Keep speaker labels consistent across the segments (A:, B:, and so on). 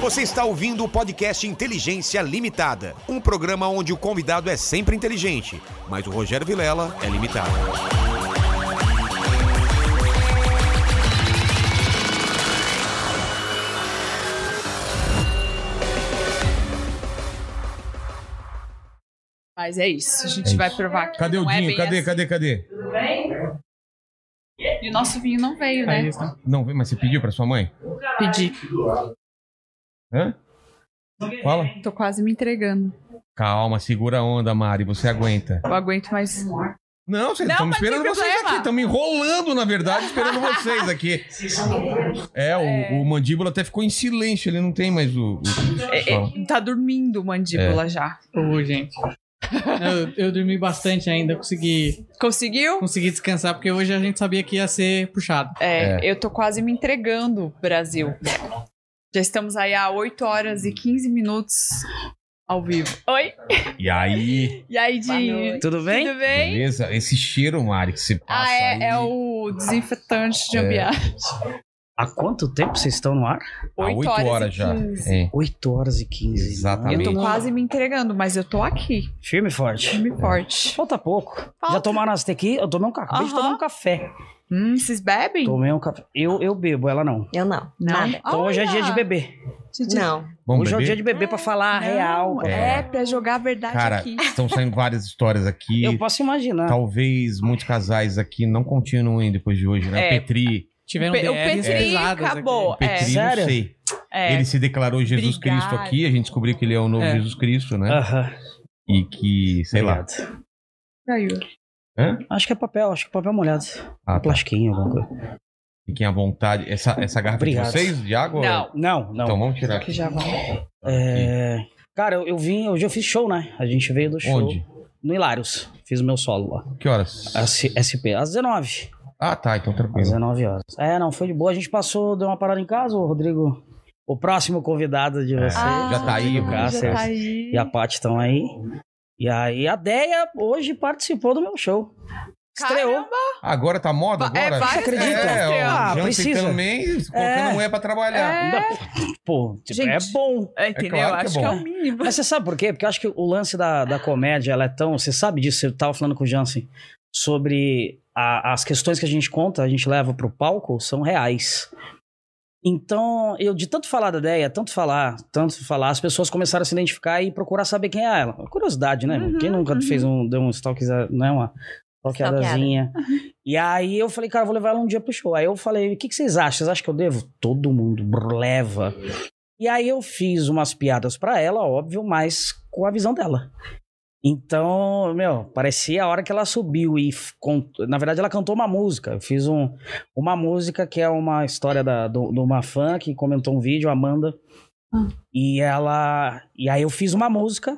A: Você está ouvindo o podcast Inteligência Limitada, um programa onde o convidado é sempre inteligente, mas o Rogério Vilela é limitado.
B: Mas é isso, a gente vai provar que
C: Cadê o
B: não é
C: Dinho?
B: bem
C: cadê,
B: assim.
C: cadê, cadê?
B: E o nosso vinho não veio, né?
C: Não, vem, mas você pediu pra sua mãe?
B: Pedi.
C: Hã? Fala.
B: Tô quase me entregando.
C: Calma, segura a onda, Mari, você aguenta.
B: Eu aguento mais. um.
C: Não, vocês
B: Não,
C: estão
B: mas
C: esperando
B: tem
C: vocês
B: problema.
C: aqui. Estão me enrolando, na verdade, esperando vocês aqui. É, o, o mandíbula até ficou em silêncio, ele não tem mais o. o- o-
B: É, é, tá dormindo mandíbula
C: É.
B: já.
D: Ô, gente. Eu, eu dormi bastante ainda, consegui,
B: Conseguiu?
D: consegui descansar, porque hoje a gente sabia que ia ser puxado.
B: É,
C: É.
B: eu tô quase me entregando, Brasil. Já estamos aí há 8 horas e 15 minutos ao vivo. Oi?
C: E aí?
B: E aí, Dinho?
E: Tudo bem?
B: Tudo bem?
C: Beleza? Esse cheiro, Mari, que se passa.
B: Ah,
C: aí.
B: é, é o desinfetante de
C: É.
B: ambiente.
E: Há quanto tempo vocês estão no ar?
C: Há oito
B: Oito
C: horas já.
B: 15.
C: É.
E: 8 horas e 15.
C: Exatamente.
B: Eu tô
C: Amém.
B: quase me entregando, mas eu tô aqui,
E: Firme e forte. É.
B: firme e forte.
E: Falta pouco.
B: Falta.
E: Já tomaram as tequila? Eu tomei um café.
B: Aham.
E: tomei um café.
B: Hum, vocês bebem?
E: Tomei um café. Eu, eu bebo, ela não.
F: Eu não.
B: Não.
F: Nada.
E: Então hoje é dia de beber.
F: Não.
C: Vamos
E: hoje é o dia
C: beber?
E: de beber pra falar a
B: Não,
E: real. pra
B: É,
C: É.
B: pra jogar a verdade
C: Cara,
B: aqui.
C: estão saindo várias histórias aqui.
E: Eu posso imaginar.
C: Talvez muitos casais aqui não continuem depois de hoje, né?
B: É.
C: Petri,
D: Tiveram
B: Pe- o
D: DRs
B: Petri
D: pesadas aqui.
B: acabou. É.
C: Petri, não
E: Sério?
C: sei.
B: É.
C: Ele se declarou Jesus
B: Brigar.
C: Cristo aqui, a gente descobriu que ele é o novo
D: É.
C: Jesus Cristo, né?
E: Aham.
C: E que, sei lá.
E: Obrigado.
B: Caiu.
E: Acho que é papel, acho que é papel molhado.
C: Ah,
E: Um
C: tá.
E: plastiquinho, alguma coisa.
C: Fiquem à vontade. Essa, essa garrafa é de
E: Obrigado.
C: vocês, de água?
B: Não.
E: Não, não.
C: Então vamos tirar
B: Que
C: aqui.
B: Tá já vai.
E: É, Cara, eu, eu vim, hoje eu fiz show, né? A gente veio do show.
C: Onde?
E: No Hilários. Fiz o meu solo lá.
C: Que horas?
E: As- SP, às 19.
C: Ah, tá. Então tranquilo.
E: 19 horas. É, não, foi de boa. A gente passou, deu uma parada em casa, o Rodrigo. O próximo convidado de vocês.
B: Ah,
C: já tá aí,
E: o
C: Cássio.
B: já
E: Cássio
B: tá aí.
E: e a Paty estão aí. E aí, a Deia hoje participou do meu show. Estreou.
B: Caramba!
C: Agora tá moda
B: É,
C: agora?
B: vai-
E: acredita?
C: É, o
E: Ah,
C: Jansen
E: precisa.
C: também colocando
E: É.
C: mulher um pra trabalhar.
E: Não, Pô, tipo,
B: Gente.
E: é bom.
B: É, entendeu?
C: claro que é
B: Acho
C: bom.
B: que
F: um
B: é o mínimo.
E: Mas você sabe por quê? Porque eu acho que o lance da, da comédia, ela é tão. Você sabe disso, eu tava falando com o Jansen sobre a- as questões que a gente conta, a gente leva pro palco, são reais. Então, eu de tanto falar da ideia, tanto falar, tanto falar, as pessoas começaram a se identificar e procurar saber quem é ela. Curiosidade, né?
B: Uhum,
E: quem nunca
B: uhum.
E: fez um, deu um stalk, não é uma stalkeadazinha. E aí eu falei, cara, eu vou levar ela um dia pro show. Aí eu falei, o que, que vocês acham? Vocês acham que eu devo? Todo mundo brr, leva. E aí eu fiz umas piadas pra ela, óbvio, mas com a visão dela. Então, meu, parecia a hora que ela subiu e f- cont- na verdade ela cantou uma música. Eu fiz um, uma música que é uma história da, do- de uma fã que comentou um vídeo, Amanda. Ah. E ela. E aí eu fiz uma música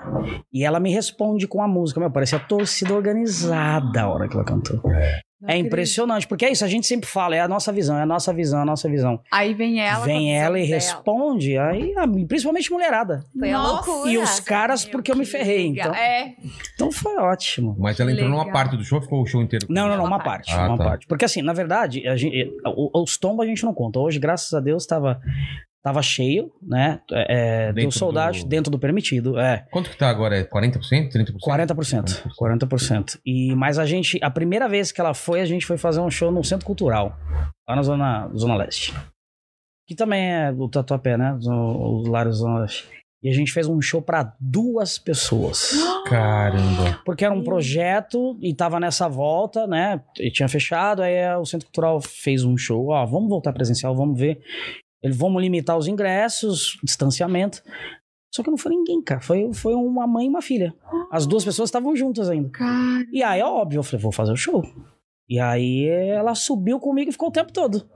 E: e ela me responde com a música. Meu, parecia torcida organizada a hora que ela cantou. É impressionante, porque é isso, a gente sempre fala, é a nossa visão, é a nossa visão, é a nossa visão.
B: Aí vem ela. com
E: Vem
B: a
E: ela e
B: visão dela.
E: responde, aí, a- principalmente mulherada.
F: Foi a
B: Nossa,
F: loucura.
E: E os caras, porque eu me ferrei, então.
B: É.
E: Então foi ótimo.
C: Mas ela entrou numa
B: Legal.
C: parte do show ou ficou o show inteiro?
E: Não, não, não,
B: Uma
E: uma parte.
C: parte. Ah,
E: uma
C: tá.
E: parte. Porque assim, na verdade, a gente- o- os tombos a gente não conta. Hoje, graças a Deus, tava, tava cheio, né? É, é, deu
C: Dentro
E: soldado
C: do-
E: dentro do permitido. É,
C: Quanto que tá agora? É 40%? 30%?
E: 40%. 40%. E, mas a gente, a primeira vez que ela foi, a gente foi fazer um show no Centro Cultural, lá na Zona, zona Leste. Que também é o Tatuapé, né? O, o Lário Zona Leste. E a gente fez um show pra duas pessoas.
C: Caramba.
E: Porque era um projeto e tava nessa volta, né? E tinha fechado, aí eh, o Centro Cultural fez um show, ó, vamos voltar presencial, vamos ver. Eles vamos limitar os ingressos, distanciamento. Só que não foi ninguém, cara. Foi, foi uma mãe e uma filha. As duas pessoas estavam juntas ainda.
B: Cara,
E: E aí, é óbvio, eu falei, vou fazer o show. E aí ela subiu comigo e ficou o tempo todo.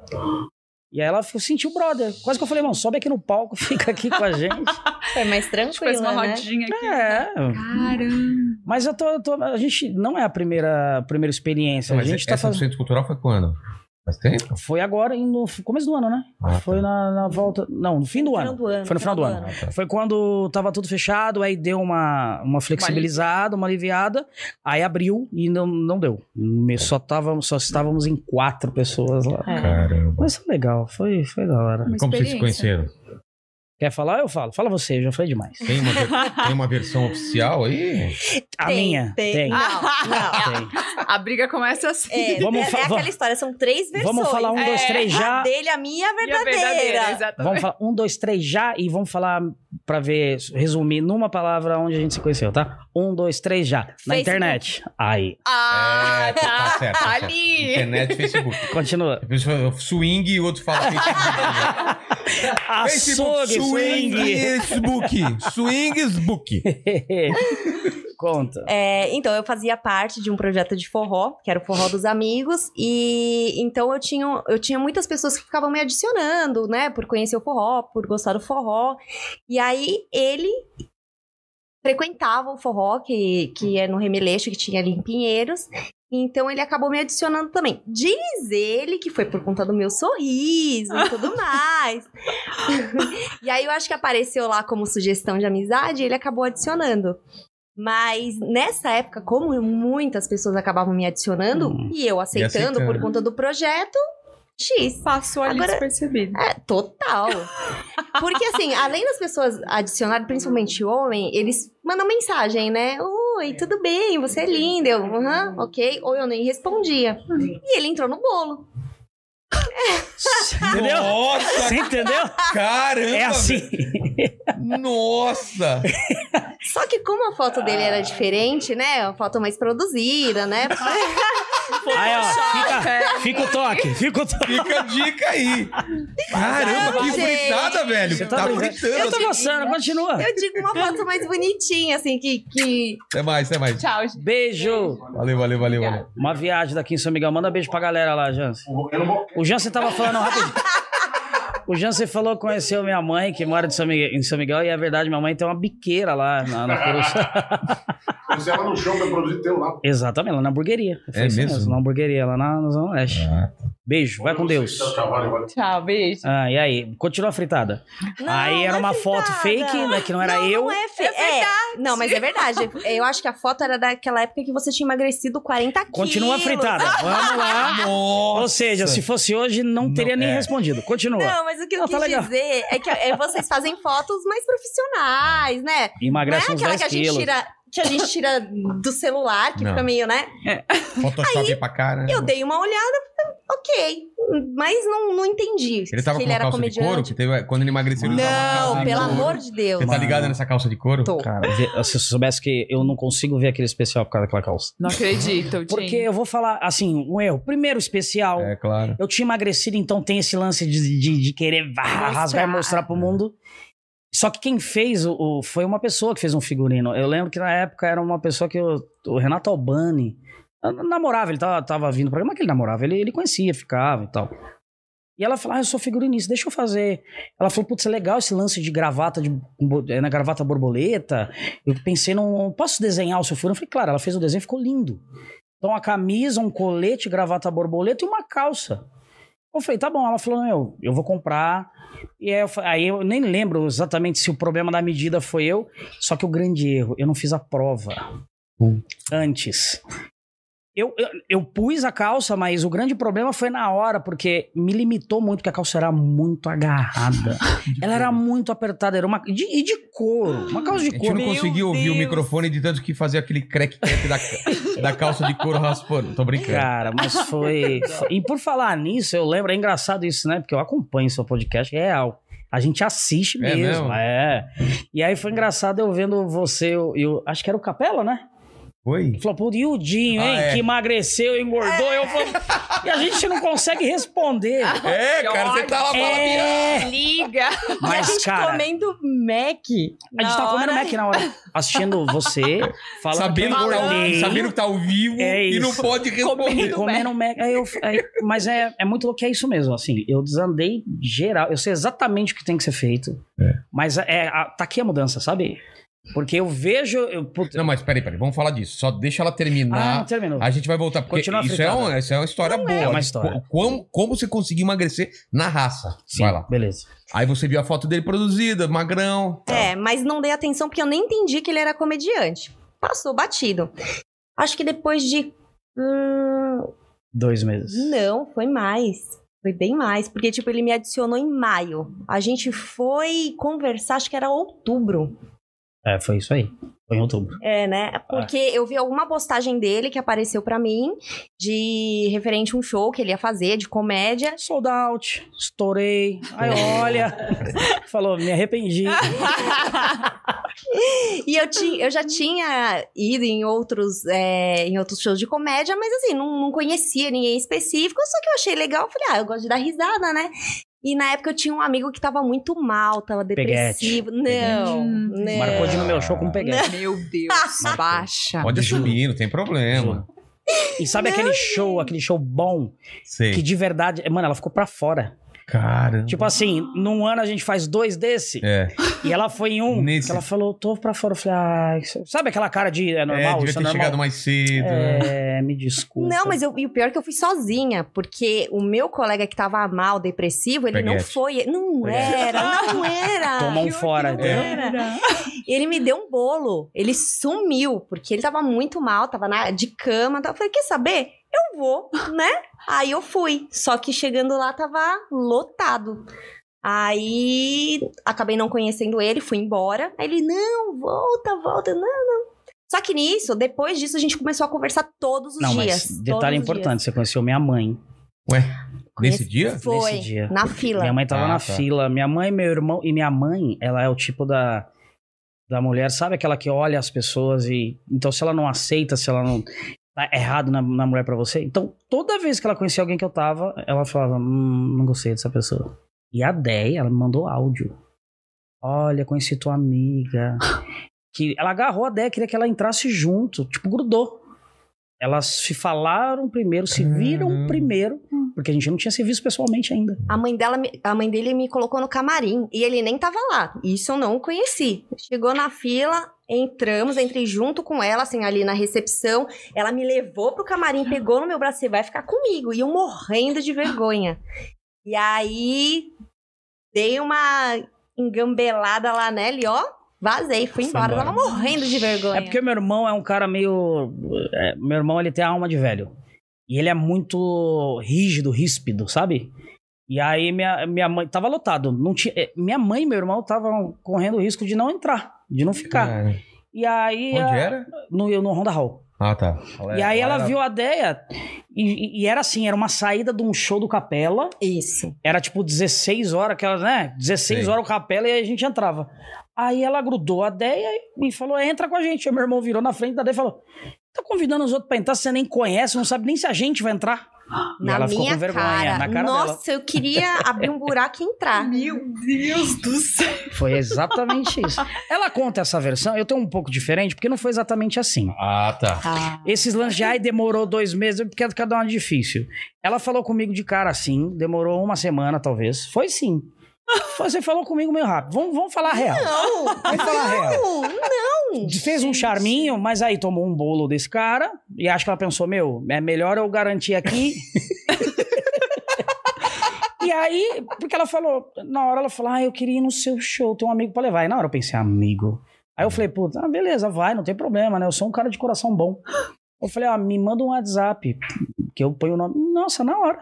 E: E aí ela ficou- sentiu brother. Quase que eu falei, não, sobe aqui no palco, fica aqui com a gente.
F: Foi mais
B: a gente fez uma
F: tranquila, né?
B: rodinha aqui.
E: É,
B: Caramba.
E: mas eu tô, eu tô- A gente não é a primeira, a primeira experiência.
C: Não,
E: a
C: mas é
E: gente tá
C: essa do
E: fazendo.
C: Centro Cultural foi quando? Faz tempo?
E: Foi agora em- no começo do ano, né?
C: Ah,
E: Foi
C: tá.
E: na, na volta. Não, no fim do
F: No
E: ano.
F: do ano.
E: Foi no final do ano.
C: Ah, tá.
E: Foi quando tava tudo fechado, aí deu uma, uma flexibilizada, uma aliviada, aí abriu e não, não deu. Me- Só, tava, só estávamos em quatro pessoas lá.
F: É.
C: Caramba.
E: Mas foi legal, foi, foi da hora.
B: Uma
C: Como vocês se
B: experiência.
C: conheceram?
E: Que Quer falar? Eu falo. Fala você, eu já falei demais.
C: Tem uma, ver- tem uma versão oficial aí?
E: A
F: Tem,
E: minha? Tem.
F: tem. Não, não.
E: Tem.
B: A briga começa assim.
F: É,
E: Vamos
F: é,
E: fa-
F: é aquela
E: vamos-
F: história, são três versões.
E: Vamos falar um, dois,
B: É.
E: três já.
F: A dele, a minha, a
B: E a
F: verdadeira.
B: verdadeira, exatamente.
E: Vamos falar um, dois, três já e vamos falar pra ver, resumir numa palavra onde a gente se conheceu, tá? Um, dois, três já. Na
F: Facebook.
E: internet. Aí.
B: Ah,
C: É, tá- tá certo, tá certo.
B: ali.
C: Internet, Facebook.
E: Continua.
C: A pessoa swing e o outro fala Facebook. né?
E: Açougue, swing.
C: é swing, book. Swings, book.
E: Conta.
F: É, então, eu fazia parte de um projeto de forró, que era o Forró dos Amigos, e então eu tinha, eu tinha muitas pessoas que ficavam me adicionando, né, por conhecer o forró, por gostar do forró. E aí ele frequentava o forró, que, que é no Remeleixo, que tinha ali em Pinheiros. Então ele acabou me adicionando também. Diz ele que foi por conta do meu sorriso e tudo mais. e aí eu acho que apareceu lá como sugestão de amizade e ele acabou adicionando. Mas nessa época, como muitas pessoas acabavam me adicionando
E: Hum.
F: e eu aceitando,
C: aceitando.
F: por conta do projeto, X.
B: Passou ali
F: Agora-
B: despercebido.
F: É, total. Porque, assim, além das pessoas adicionarem, principalmente homem, eles mandam mensagem, né? Oi, tudo bem, você é linda. Eu, aham, ok. Ou eu nem respondia. E ele entrou no bolo. É.
E: Entendeu?
C: Nossa,
E: Você entendeu?
C: caramba!
E: É assim.
C: velho. Nossa!
F: Só que como a foto dele era diferente, né? A foto mais produzida, né?
E: Aí, ó. Fica, fica o toque. Fica o toque.
C: Fica a dica aí. Caramba, que
F: Gente.
C: fritada, velho.
E: Você tá
C: tá
E: brincando? Eu
C: fritando.
E: tô gostando, continua.
F: Eu digo uma foto mais bonitinha, assim, que... que...
C: Até mais, até mais.
B: Tchau, gente.
E: Beijo.
C: Valeu, valeu, valeu, valeu.
E: Uma viagem daqui em São Miguel. Manda beijo pra galera lá, Jansen. O Jansen tava falando rapidinho. O Jansen falou que conheceu minha mãe, que mora de São Miguel- em São Miguel, e é verdade, minha mãe tem uma biqueira lá na, na Coruçá.
G: Mas ela no chão pra produzir teu lá.
E: Exatamente, lá na hamburgueria. Eu
C: É
E: falei, "Sim,
C: mesmo?
E: moço, Na hamburgueria, lá na, na Zona Leste.
C: Ah.
E: Beijo, vai com Deus.
G: Tchau, tchau, valeu, valeu.
B: Tchau, beijo.
E: Ah, e aí? Continua a fritada.
F: Não,
E: aí era
F: não é
E: uma foto
F: fritada.
E: fake, né? Que não era
F: não,
E: eu.
F: Não, é fe...
B: É
F: é, não, mas é verdade. Eu acho que a foto era daquela época que você tinha emagrecido 40 quilos.
E: Continua a fritada. Vamos lá. Ou
C: Nossa!
E: seja, se fosse hoje, não,
C: Não,
E: teria nem
C: é.
E: respondido. Continua.
F: Não, mas o que eu
E: Não, tá
F: quis
E: legal.
F: dizer é que é, vocês fazem fotos mais profissionais, né? Não é
E: Emagrece uns
F: aquela
E: 10
F: que a gente
E: quilos.
F: tira. Que a gente tira do celular, que
C: Não.
F: fica meio, né?
E: É.
C: Photoshop pra cá, né?
F: Eu dei uma olhada, falei, ok. Mas não, não entendi.
C: Ele tava
F: se ele
C: com uma
F: era
C: calça de couro,
F: comediante.
C: que teve, quando ele emagreceu, ele usava uma calça
F: Não,
C: de
F: pelo
C: couro.
F: amor de Deus.
C: Você tá ligado nessa calça de couro?
F: Tô.
E: Cara, vê- se eu soubesse que eu não consigo ver aquele especial por causa daquela calça.
B: Não acredito, gente.
E: Porque eu vou falar, assim, um erro. Primeiro especial,
C: É, claro.
E: eu tinha emagrecido, então tem esse lance de, de, de querer vá,
B: Mostrar.
E: rasgar e mostrar pro mundo. Só que quem fez o, o- foi uma pessoa que fez um figurino. Eu lembro que na época era uma pessoa que o, o Renato Albani eu não namorava, ele tava, tava vindo pra programa que ele namorava, ele, ele conhecia, ficava e tal. E ela falou: Ah, eu sou figurinista, deixa eu fazer. Ela falou: Putz, é legal esse lance de gravata, de, bo- eh, na gravata borboleta. Eu pensei, não posso desenhar o seu furo? Eu falei, claro, ela fez o desenho, ficou lindo. Então, a camisa, um colete, gravata borboleta e uma calça. Eu falei, tá bom. Ela falou, meu, eu vou comprar. E aí eu, fa- aí eu nem lembro exatamente se o problema da medida foi eu, só que o grande erro, eu não fiz a prova Hum. antes. Eu, eu, eu pus a calça, mas o grande problema foi na hora, porque me limitou muito, porque a calça era muito agarrada. Ela era muito apertada, era uma. de- e de couro. Uma calça
C: A
E: de
C: gente
E: couro.
C: não
B: Meu
C: conseguiu ouvir o
B: Deus.
C: microfone de tanto que fazia aquele crack-crack da, da calça de couro raspando. Tô brincando.
E: Cara, mas foi. foi- E por falar nisso, eu lembro, é engraçado isso, né? Porque eu acompanho seu podcast, é real. A gente assiste
C: É
E: mesmo.
C: mesmo?
E: É. E aí foi engraçado eu vendo você, eu, eu- acho que era o Capela, né?
C: Oi?
E: Ele falou, pô, e o Dinho, hein?
C: Ah, é.
E: Que emagreceu, engordou. Eu falo, e a gente não consegue responder.
C: É, cara, você tá lá falando piada.
E: É,
B: Liga.
F: e a
E: mas,
F: gente
E: cara,
F: comendo Mac.
E: a gente tá comendo Mac na hora, assistindo você, falando
C: Sabendo que, tá ao,
E: alguém.
C: sabendo que tá ao vivo
E: É
C: e não
E: isso.
C: pode responder.
E: comendo um Mac. Aí eu- aí- mas é, é muito louco, que é isso mesmo. Assim, eu desandei geral. Eu sei exatamente o que tem que ser feito. Mas é, a- tá aqui a mudança, sabe? Porque eu vejo. Eu, puta-
C: Não, mas peraí, peraí, vamos falar disso. Só deixa
E: ah,
C: ela
E: não
C: terminar.
E: terminou.
C: a gente vai voltar, porque
E: Continua a
C: isso é,
E: fritada.
C: um, isso é uma história boa.
E: é uma história.
C: Co- Como, como você conseguiu emagrecer na raça.
E: Sim,
C: Vai lá.
E: beleza.
C: Aí você viu a foto dele produzida, magrão.
F: É, mas não dei atenção porque eu nem entendi que ele era comediante. Passou batido. Acho que depois de. hum,
E: Dois meses.
F: não, foi mais. Foi bem mais, porque, tipo, ele me adicionou em maio. A gente foi conversar, acho que era outubro.
E: É, foi isso aí. Foi em outubro.
F: É, né? Porque eu vi alguma postagem dele que apareceu pra mim, de referente a um show que ele ia fazer, de comédia.
E: Sold out, estourei. Aí olha, falou, me arrependi.
F: E eu, ti, eu já tinha ido em outros, é, em outros shows de comédia, mas assim, não, não conhecia ninguém específico, só que eu achei legal, falei, ah, eu gosto de dar risada, né? E na época eu tinha um amigo que tava muito mal, tava
E: Peguete.
F: depressivo. Não, não.
E: Marcou de ir no meu show com um peguete.
B: Hum. Meu Deus,
E: Ah,
B: baixa.
C: Pode assumir, não tem problema.
E: E sabe aquele show, aquele show bom, que
C: Sei.
E: de verdade. Mano, ela ficou pra fora.
C: Cara.
E: Tipo assim, num ano a gente faz dois desse,
C: É.
E: e ela foi em um.
C: Nesse.
E: que Ela falou, tô pra fora. Eu falei, ah, isso- sabe aquela cara de é
C: é,
E: normal?
C: devia
E: isso
C: ter
E: é normal?
C: chegado mais cedo. né?
E: É, me desculpa.
F: Não, mas eu, e o pior é que eu fui sozinha, porque o meu colega que tava mal, depressivo, ele não
C: Peguete.
F: foi. Não
E: Peguete.
F: era, não era.
E: Tomou um fora,
F: não
E: entendeu?
F: era. Ele me deu um bolo, ele sumiu, porque ele tava muito mal, tava na, de cama. Tava, eu falei, quer saber? Eu vou, né? Aí eu fui. Só que chegando lá tava lotado. Aí acabei não conhecendo ele, fui embora. Aí ele, não, volta, volta, não, não. Só que nisso, depois disso, a gente começou a conversar todos os
E: Não, mas
F: dias.
E: detalhe
F: todos os dias.
E: importante, você conheceu minha mãe
C: Ué,
F: Conheci-
C: nesse dia?
F: Foi,
E: nesse dia.
F: na fila.
E: Minha mãe tava
C: Ah,
E: na
C: tá.
E: fila. Minha mãe, meu irmão. E minha mãe, ela é o tipo da, da mulher, sabe aquela que olha as pessoas e. Então, se ela não aceita, se ela não. Tá errado na, na mulher pra você. Então, toda vez que ela conhecia alguém que eu tava, ela falava: hum, não gostei dessa pessoa. E a Déia, ela me mandou áudio. Olha, conheci tua amiga. Que ela agarrou a Déia, queria que ela entrasse junto. Tipo, grudou. Elas se falaram primeiro, se viram
C: Caramba.
E: primeiro, porque a gente não tinha se visto pessoalmente ainda.
F: A mãe, dela, me- a mãe dele me colocou no camarim e ele nem tava lá. Isso eu não conheci. Chegou na fila, entramos, entrei junto com ela, assim, ali na recepção. Ela me levou pro camarim, pegou no meu braço, você vai ficar comigo. E eu morrendo de vergonha. E aí, dei uma engambelada lá nela e ó, vazei,
E: Foi
F: fui embora. Eu
E: embora.
F: Tava morrendo de vergonha.
E: É porque meu irmão é um cara meio. é, meu irmão, ele tem a alma de velho. E ele é muito rígido, ríspido, sabe? E aí minha, minha mãe. Tava lotado. Não tinha, é, minha mãe e meu irmão estavam correndo o risco de não entrar, de não ficar.
C: Cara,
E: E aí.
C: onde
E: a-
C: era?
E: No, no Honda Hall.
C: Ah, tá.
E: e aí ela
C: era-
E: viu a Deia. E, e era assim: era uma saída de um show do Capela.
F: Isso.
E: Era tipo 16 horas, que ela, né? 16
C: Sim.
E: horas o capela e aí a gente entrava. Aí ela grudou a ideia e falou: "É, entra com a gente. Aí meu irmão virou na frente da ideia e falou: tá convidando os outros pra entrar, você nem conhece, não sabe nem se a gente vai entrar. E
F: na
E: ela ficou
F: minha
E: com vergonha,
F: cara.
E: na cara dela.
F: Nossa, eu queria abrir um buraco e entrar.
B: Meu Deus do céu.
E: Foi exatamente isso. Ela conta essa versão, eu tenho um pouco diferente, porque não foi exatamente assim.
C: Ah, tá.
E: Esses lances de ai, demorou dois meses, porque cada um é difícil. Ela falou comigo de cara assim, demorou uma semana, talvez. Foi sim. Você falou comigo meio rápido. Vamos, vamos falar a real.
F: Não,
E: Vamos falar a real.
F: não, não.
E: Fez um charminho, mas aí tomou um bolo desse cara e acho que ela pensou: meu, é melhor eu garantir aqui. e aí, porque ela falou, na hora ela falou: ah, eu queria ir no seu show, tem um amigo pra levar. Aí na hora eu pensei: amigo. Aí eu falei: puta, ah, beleza, vai, não tem problema, né? Eu sou um cara de coração bom. Eu falei: ó, me manda um WhatsApp, que eu ponho o nome. Nossa, na hora.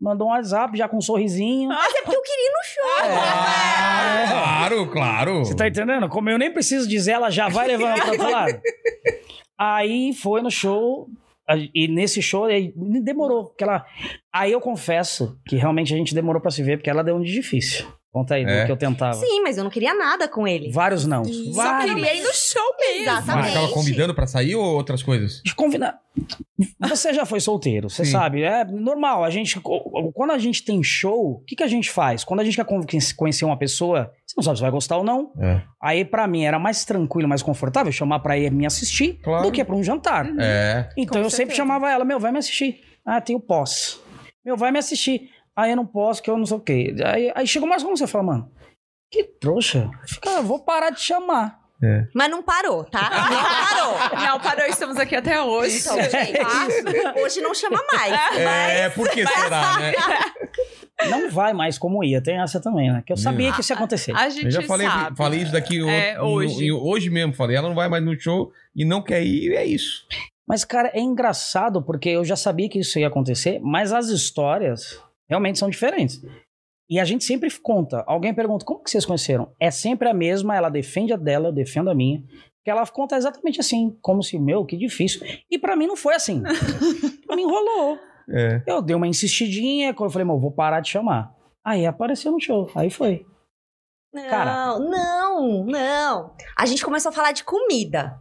E: Mandou um WhatsApp já com um sorrisinho.
F: Mas é porque eu queria ir no show.
B: É.
C: Ah, Claro, claro.
E: Você tá entendendo? Como eu nem preciso dizer, ela já vai levando pra outro lado. Aí foi no show. a- E nesse show aí, demorou. Porque ela... Aí eu confesso que realmente a gente demorou pra se ver, porque ela deu um de difícil. Conta aí
C: É.
E: do que eu tentava.
F: Sim, mas eu não queria nada com ele.
E: ah. Vários não.
B: Só
E: Vários.
B: queria ir no show mesmo.
C: Mas ficava
F: Exatamente.
C: Ah, convidando pra sair ou outras coisas?
E: De convidar. Você já foi solteiro, você
C: Sim.
E: sabe. É normal. A gente, quando a gente tem show, o que, que a gente faz? Quando a gente quer con- conhecer uma pessoa, você não sabe se vai gostar ou não.
C: É.
E: Aí, pra mim, era mais tranquilo, mais confortável chamar pra ir me assistir
C: Claro.
E: do que pra um jantar.
C: É.
E: Então
B: Com
E: eu sempre
B: certeza.
E: chamava ela, meu, vai me assistir. Ah, tem o posso. Meu, vai me assistir. Ah, eu não posso, que eu não sei o quê. Aí, aí chegou mais como você fala, mano, que trouxa. Fica, eu vou parar de chamar.
C: É.
F: Mas não parou, tá? Não parou.
B: Não, parou, estamos aqui até hoje.
F: Então, gente, tá? hoje não chama mais.
C: É, por que será, né?
E: Não vai mais como ia, tem essa também, né? Que eu
C: Meu.
E: sabia que isso ia acontecer.
B: A gente
C: Eu já falei,
B: sabe.
C: falei isso daqui o-
B: É,
C: o-
B: hoje.
C: o- hoje mesmo. Falei, ela não vai mais no show e não quer ir, e é isso.
E: Mas, cara, é engraçado porque eu já sabia que isso ia acontecer, mas as histórias Realmente são diferentes. E a gente sempre conta. Alguém pergunta, como que vocês conheceram? É sempre a mesma, ela defende a dela, eu defendo a minha. Que ela conta exatamente assim, como se, meu, que difícil. E pra mim não foi assim. pra mim rolou.
C: É.
E: Eu dei uma insistidinha, quando eu falei, meu, vou parar de chamar. Aí apareceu no show, aí foi.
F: Não,
E: Cara.
F: não, não. A gente começou a falar de comida.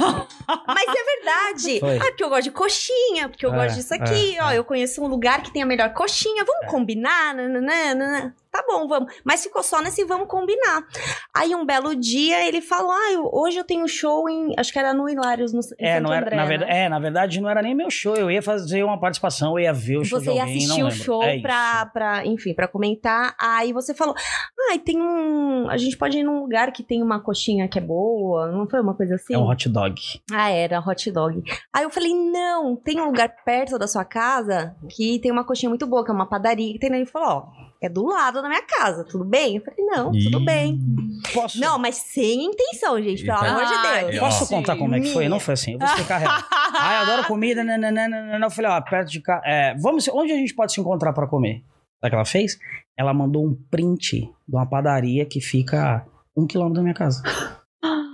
F: Mas é verdade.
E: Foi.
F: Ah, porque eu gosto de coxinha, porque eu
E: É, É.
F: gosto disso aqui. Ó, eu conheço um lugar que tem a melhor coxinha. Vamos combinar? Nananã, nananã. Tá bom, vamos. Mas ficou só nesse vamos combinar. Aí um belo dia ele falou: Ah, eu- hoje eu tenho show em. Acho que era no Hilários, no, em
E: É,
F: Santo
E: não era,
F: André,
E: na
F: né?
E: verdade, é, na verdade, não era nem meu show. Eu ia fazer uma participação, eu ia ver o show
F: você
E: de
F: ia
E: alguém,
F: assistir
E: não
F: o
E: lembro.
F: show
E: É isso.
F: pra, pra, enfim, pra comentar. Aí você falou, ai, tem um... A gente pode ir num lugar que tem uma coxinha que é boa. Não foi uma coisa assim?
E: É um hot dog.
F: Ah, era hot dog. Aí eu falei, não, tem um lugar perto da sua casa que tem uma coxinha muito boa, que é uma padaria. que tem Ele falou, ó, é do lado da minha casa, tudo bem? Eu falei, não, tudo
C: Ih.
F: bem.
E: Posso,
F: Não, mas sem intenção, gente, pelo
C: Eita.
F: amor de Deus.
B: Ai,
E: posso
B: Sim.
E: contar como é que foi? Não foi assim, eu vou explicar a real. Ah, eu adoro comida, nananana. Eu falei, ó, perto de cá. É, vamos, se- onde a gente pode se encontrar pra comer? Sabe o que ela fez? Ela mandou um print de uma padaria que fica a um quilômetro da minha casa.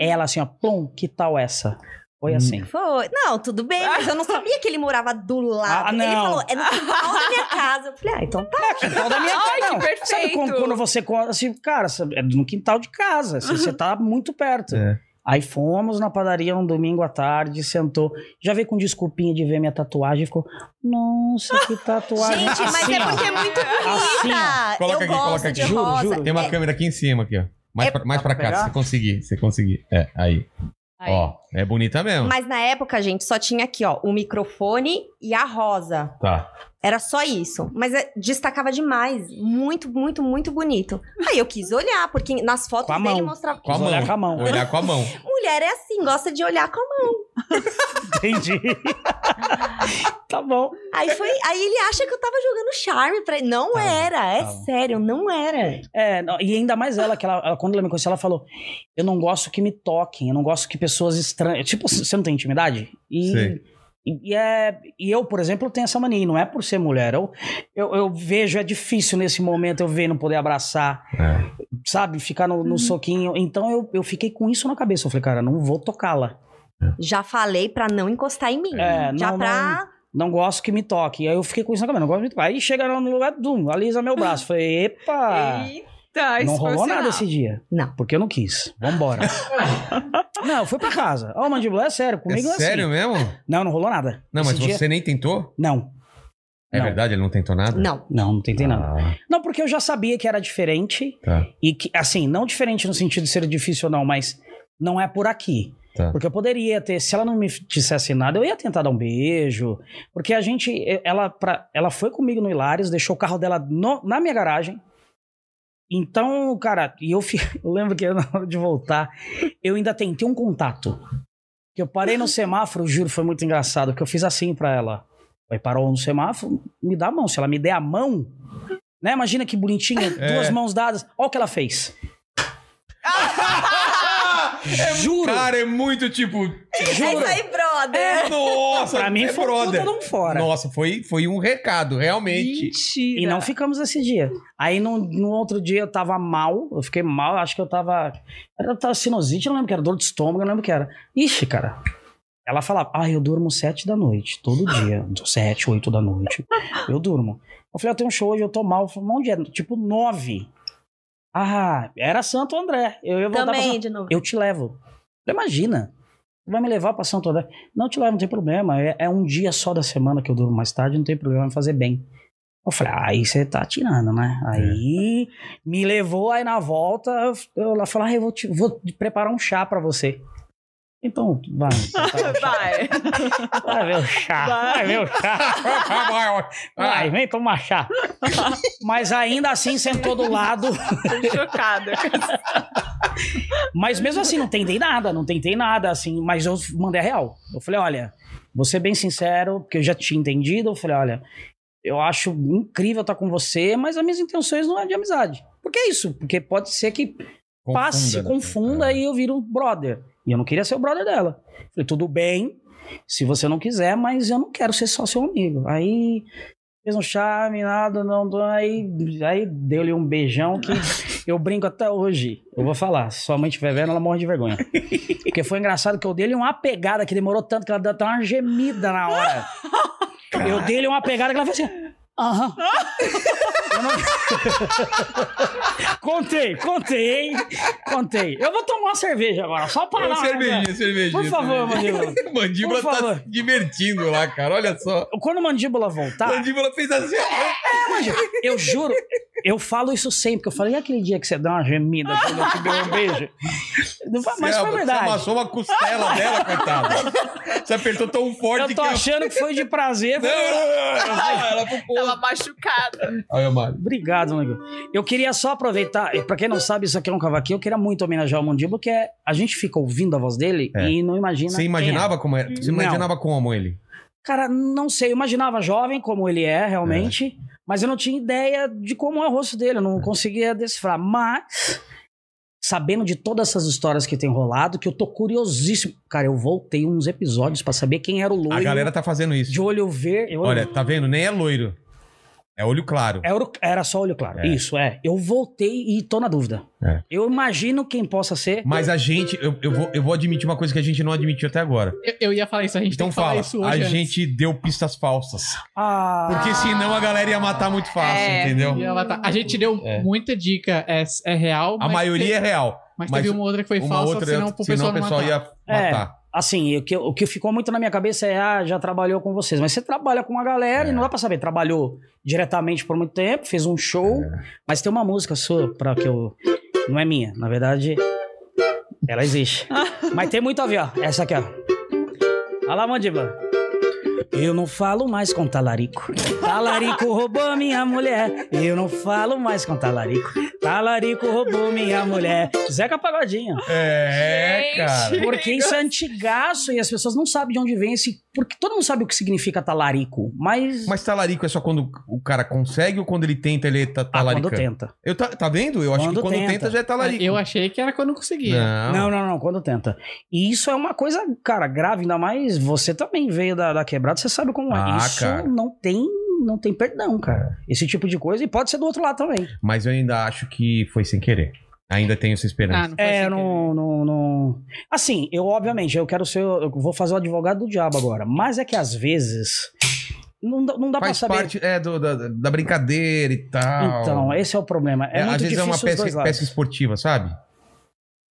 E: Ela assim, ó, plum, que tal essa? Foi
C: Hum.
E: assim.
F: Foi. Não, tudo bem, mas eu não sabia que ele morava do lado.
E: Ah, não.
F: Ele falou, é no quintal da minha casa. Eu falei, ah, então tá.
E: É, quintal da minha
B: Ai,
E: casa.
B: que
E: não.
B: perfeito.
E: Sabe como, quando você conta assim, cara, sabe, é no quintal de casa, assim, você tá muito perto.
C: É.
E: Aí fomos na padaria um domingo à tarde, sentou, já veio com desculpinha de ver minha tatuagem, e ficou, nossa, que tatuagem.
F: Gente, mas
E: assim,
F: é
E: ó.
F: porque é muito
E: Assim, ó.
F: bonita.
C: Coloca
F: eu
C: aqui,
F: gosto
C: coloca
F: de
C: aqui.
E: Juro,
F: rosa.
E: juro.
C: Tem uma câmera aqui em cima, aqui, ó. Mais,
F: É-
C: pra, mais
E: Dá pra
C: pra cá,
E: pegar?
C: se você conseguir, se você conseguir. É, aí.
B: Aí.
C: Ó, é bonita mesmo.
F: Mas na época, gente, só tinha aqui, ó, o microfone e a rosa.
C: Tá.
F: Era só isso. Mas é- destacava demais. Muito, muito, muito bonito. Aí eu quis olhar, porque nas fotos
E: Com a
F: dele
E: mão.
F: mostrava.
C: Com a
E: Vamos olhar
C: mão.
E: com a mão. né?
C: Olhar com a mão.
F: Mulher é assim, gosta de olhar com a mão.
E: Entendi. tá bom.
F: Aí, foi, aí ele acha que eu tava jogando charme pra ele. Não
E: Tava,
F: era, é
E: tava.
F: sério, não era.
E: É, não, e ainda mais ela, que ela, ela- quando ela me conheceu, ela falou: Eu não gosto que me toquem, eu não gosto que pessoas estranhas. Tipo, c- você não tem intimidade? E,
C: Sim.
E: e, e é, e eu, por exemplo, tenho essa mania, e não é por ser mulher. Eu, eu, eu vejo, é difícil nesse momento eu ver, não poder abraçar,
C: É.
E: sabe? Ficar no, no
F: Uhum.
E: soquinho. Então eu, eu fiquei com isso na cabeça. Eu falei, cara, não vou tocá-la.
C: É.
F: Já falei pra não encostar em mim.
E: É,
F: Já
E: não,
F: pra.
E: Não gosto que me toquem. Aí eu fiquei com isso na cabeça, não gosto que me toquem. Aí chega no lugar, dum, alisa meu braço. Falei, epa!
B: Eita,
E: Não
B: isso
E: rolou nada esse dia.
F: Não.
E: Porque eu não quis. Vambora. não, eu fui pra casa. Ó, mandíbula, é sério.
C: É
E: Comigo é,
C: sério
E: assim.
C: mesmo?
E: Não, não rolou nada.
C: Não,
E: Esse
C: mas
E: dia-
C: você nem tentou?
E: Não.
C: É
E: Não.
C: verdade, ele não tentou nada?
F: Não.
E: Não, não tentei nada.
C: Ah,
E: Não, porque eu já sabia que era diferente.
C: Tá.
E: E que, assim, não diferente no sentido de ser difícil ou não, mas não é por aqui.
C: Tá.
E: Porque eu poderia ter, se ela não me dissesse nada, eu ia tentar dar um beijo. Porque a gente, ela, pra, ela foi comigo no Hilários, deixou o carro dela no- na minha garagem. Então, cara, e eu, fi- eu lembro que na hora de voltar, eu ainda tentei um contato. Que eu parei no semáforo, juro, foi muito engraçado, porque eu fiz assim pra ela. Aí parou no semáforo, me dá a mão. Se ela me der a mão, né? Imagina que bonitinha,
C: É.
E: duas mãos dadas. Olha o que ela fez. Juro,
C: Cara, é muito tipo.
F: É
E: juro. É.
F: isso aí, brother.
C: Nossa,
E: Pra mim
C: é
E: foi um puta de um fora.
C: Nossa, foi, foi um recado, realmente.
B: Mentira.
E: E não ficamos esse dia. Aí no, no outro dia eu tava mal, eu fiquei mal, acho que eu tava. Era tava sinusite, eu não lembro que era, dor de estômago, eu não lembro que era. Ixi, cara. Ela falava, ah, eu durmo sete da noite, todo dia, sete, oito da noite, eu durmo. Eu falei, eu tenho um show hoje, eu tô mal. Eu falei, onde é? Tipo, nove. Ah, era Santo André, eu ia voltar pra Santo
F: Também, de novo.
E: eu te levo. Eu falei, Imagina. Tu vai me levar pra Santo André. Não eu te levo, não tem problema. É, é um dia só da semana que eu durmo mais tarde, não tem problema, vai fazer bem. Eu falei, ah, aí você tá tirando, né? Aí me levou, aí na volta, eu- eu- ela falou, ah, eu vou, te, vou preparar um chá pra você. Então, vai. preparar um chá.
B: Vai.
E: Vai ver o chá. Vai ver o chá. Vai, vem tomar chá. Mas ainda assim sentou do lado.
B: Tô chocada.
E: Mas mesmo assim, não tentei nada, não tentei nada, assim, mas eu mandei a real. Eu falei, olha, vou ser bem sincero, porque eu já tinha entendido, eu falei, olha, eu acho incrível estar com você, mas as minhas intenções não é de amizade. Porque é isso, porque pode ser que passe,
C: né?
E: confunda
C: É.
E: e eu viro um brother. E eu não queria ser o brother dela. Falei, tudo bem, se você não quiser, mas eu não quero ser só seu amigo. Aí Fez um charme, nada, não, não, aí, aí deu-lhe um beijão que eu brinco até hoje. Eu vou falar, se sua mãe estiver vendo, ela morre de vergonha. Porque foi engraçado que eu dei-lhe uma pegada que demorou tanto que ela deu até uma gemida na hora. Eu dei-lhe uma pegada que ela fez assim, aham. Eu não- contei, contei, hein? Contei. Eu vou tomar uma cerveja agora, só para lá.
C: cervejinha, cervejinha.
E: Por favor, mandíbula.
C: O mandíbula
E: Por
C: tá
E: favor.
C: se divertindo lá, cara. Olha só.
E: Quando o mandíbula
C: O
E: voltar,
C: Mandíbula fez assim.
E: Tá. Eu juro, eu falo isso sempre, que eu falei, e aquele dia que você deu uma gemida quando eu te dei um beijo? Não, fa- mas
C: você,
E: foi
C: Você
E: verdade.
C: amassou uma costela dela, coitada. Você apertou tão forte
E: Eu tô
C: que.
E: achando que foi de prazer.
C: Não,
E: foi-
C: não, não. Ela foi pô.
B: Tava machucada.
C: Olha, Mário.
E: Obrigado, amigo. Eu queria só aproveitar, e pra quem não sabe, isso aqui é um cavaquinho, eu queria muito homenagear o Mandíbula, que é, a gente fica ouvindo a voz dele
C: É.
E: e não imagina
C: Você
E: quem é.
C: imaginava como era? Você
E: Não.
C: imaginava como ele?
E: Cara, não sei, eu imaginava jovem como ele é realmente, mas eu não tinha ideia de como é o rosto dele, eu não conseguia decifrar. Mas, sabendo de todas essas histórias que tem rolado, que eu tô curiosíssimo. Cara, eu voltei uns episódios pra saber quem era o loiro
C: A galera tá fazendo isso.
E: de olho verde.
C: Olha, tá vendo? Nem é loiro. É olho claro.
E: Era, o- era só olho claro.
C: É.
E: Isso, é. Eu voltei e tô na dúvida.
C: É.
E: Eu imagino quem possa ser.
C: Mas a gente, eu, eu vou, eu vou admitir uma coisa que a gente não admitiu até agora.
D: Eu, eu ia falar isso, a gente
C: Então
D: tem que falar
C: fala,
D: isso
C: a
D: hoje. né? antes.
C: gente deu pistas falsas.
E: Ah,
C: Porque senão a galera ia matar muito fácil,
B: É.
C: entendeu?
D: E ela tá- A gente deu
C: É.
D: muita dica, é, é real.
C: A
D: mas
C: maioria é real.
D: te- mas,
C: mas
D: teve uma outra que foi
C: uma
D: falsa,
C: outra,
D: senão pro pessoal,
C: o pessoal
D: não
C: ia
D: matar.
E: É.
C: matar.
E: Assim, o que, o que ficou muito na minha cabeça é, ah, já trabalhou com vocês. Mas você trabalha com uma galera
C: É.
E: e não dá pra saber. Trabalhou diretamente por muito tempo, fez um show,
C: É.
E: mas tem uma música sua pra que eu. Não é minha, na verdade. Ela existe. mas tem muito a ver, ó. Essa aqui, ó. Olha lá, mandíbula. Eu não falo mais com talarico. Talarico roubou minha mulher. Eu não falo mais com talarico. Talarico roubou minha mulher. Zeca Pagodinho.
C: É,
B: Gente.
C: cara.
E: Porque isso é antigaço e as pessoas não sabem de onde vem esse. Porque todo mundo sabe o que significa talarico, mas.
C: Mas talarico é só quando o cara consegue ou quando ele tenta, ele tá
E: Ah,
C: talarico?
E: quando tenta.
C: Eu tá, tá vendo? Eu acho
E: Quando
C: que quando tenta.
E: tenta
C: já é talarico.
D: Eu achei que era quando eu conseguia.
E: Não,
C: Não.
E: não, não, quando tenta. E isso é uma coisa, cara, grave, ainda mais você também veio da, da quebrada, você sabe como é.
C: Ah,
E: isso
C: cara.
E: não tem. Não tem perdão, cara. Esse tipo de coisa. E pode ser do outro lado também.
C: Mas eu ainda acho que foi sem querer. Ainda tenho essa esperança.
D: não foi
E: É,
D: assim
E: não, não, não. Assim, eu, obviamente, eu quero ser. Eu vou fazer o advogado do diabo agora. Mas é que às vezes. Não, dá- não dá
C: Faz
E: pra saber.
C: parte é, do- da, da brincadeira e tal.
E: Então, esse é o problema. É,
C: É,
E: muito
C: às vezes
E: difícil
C: é uma
E: os dois
C: pesca,
E: lados.
C: pesca esportiva, sabe?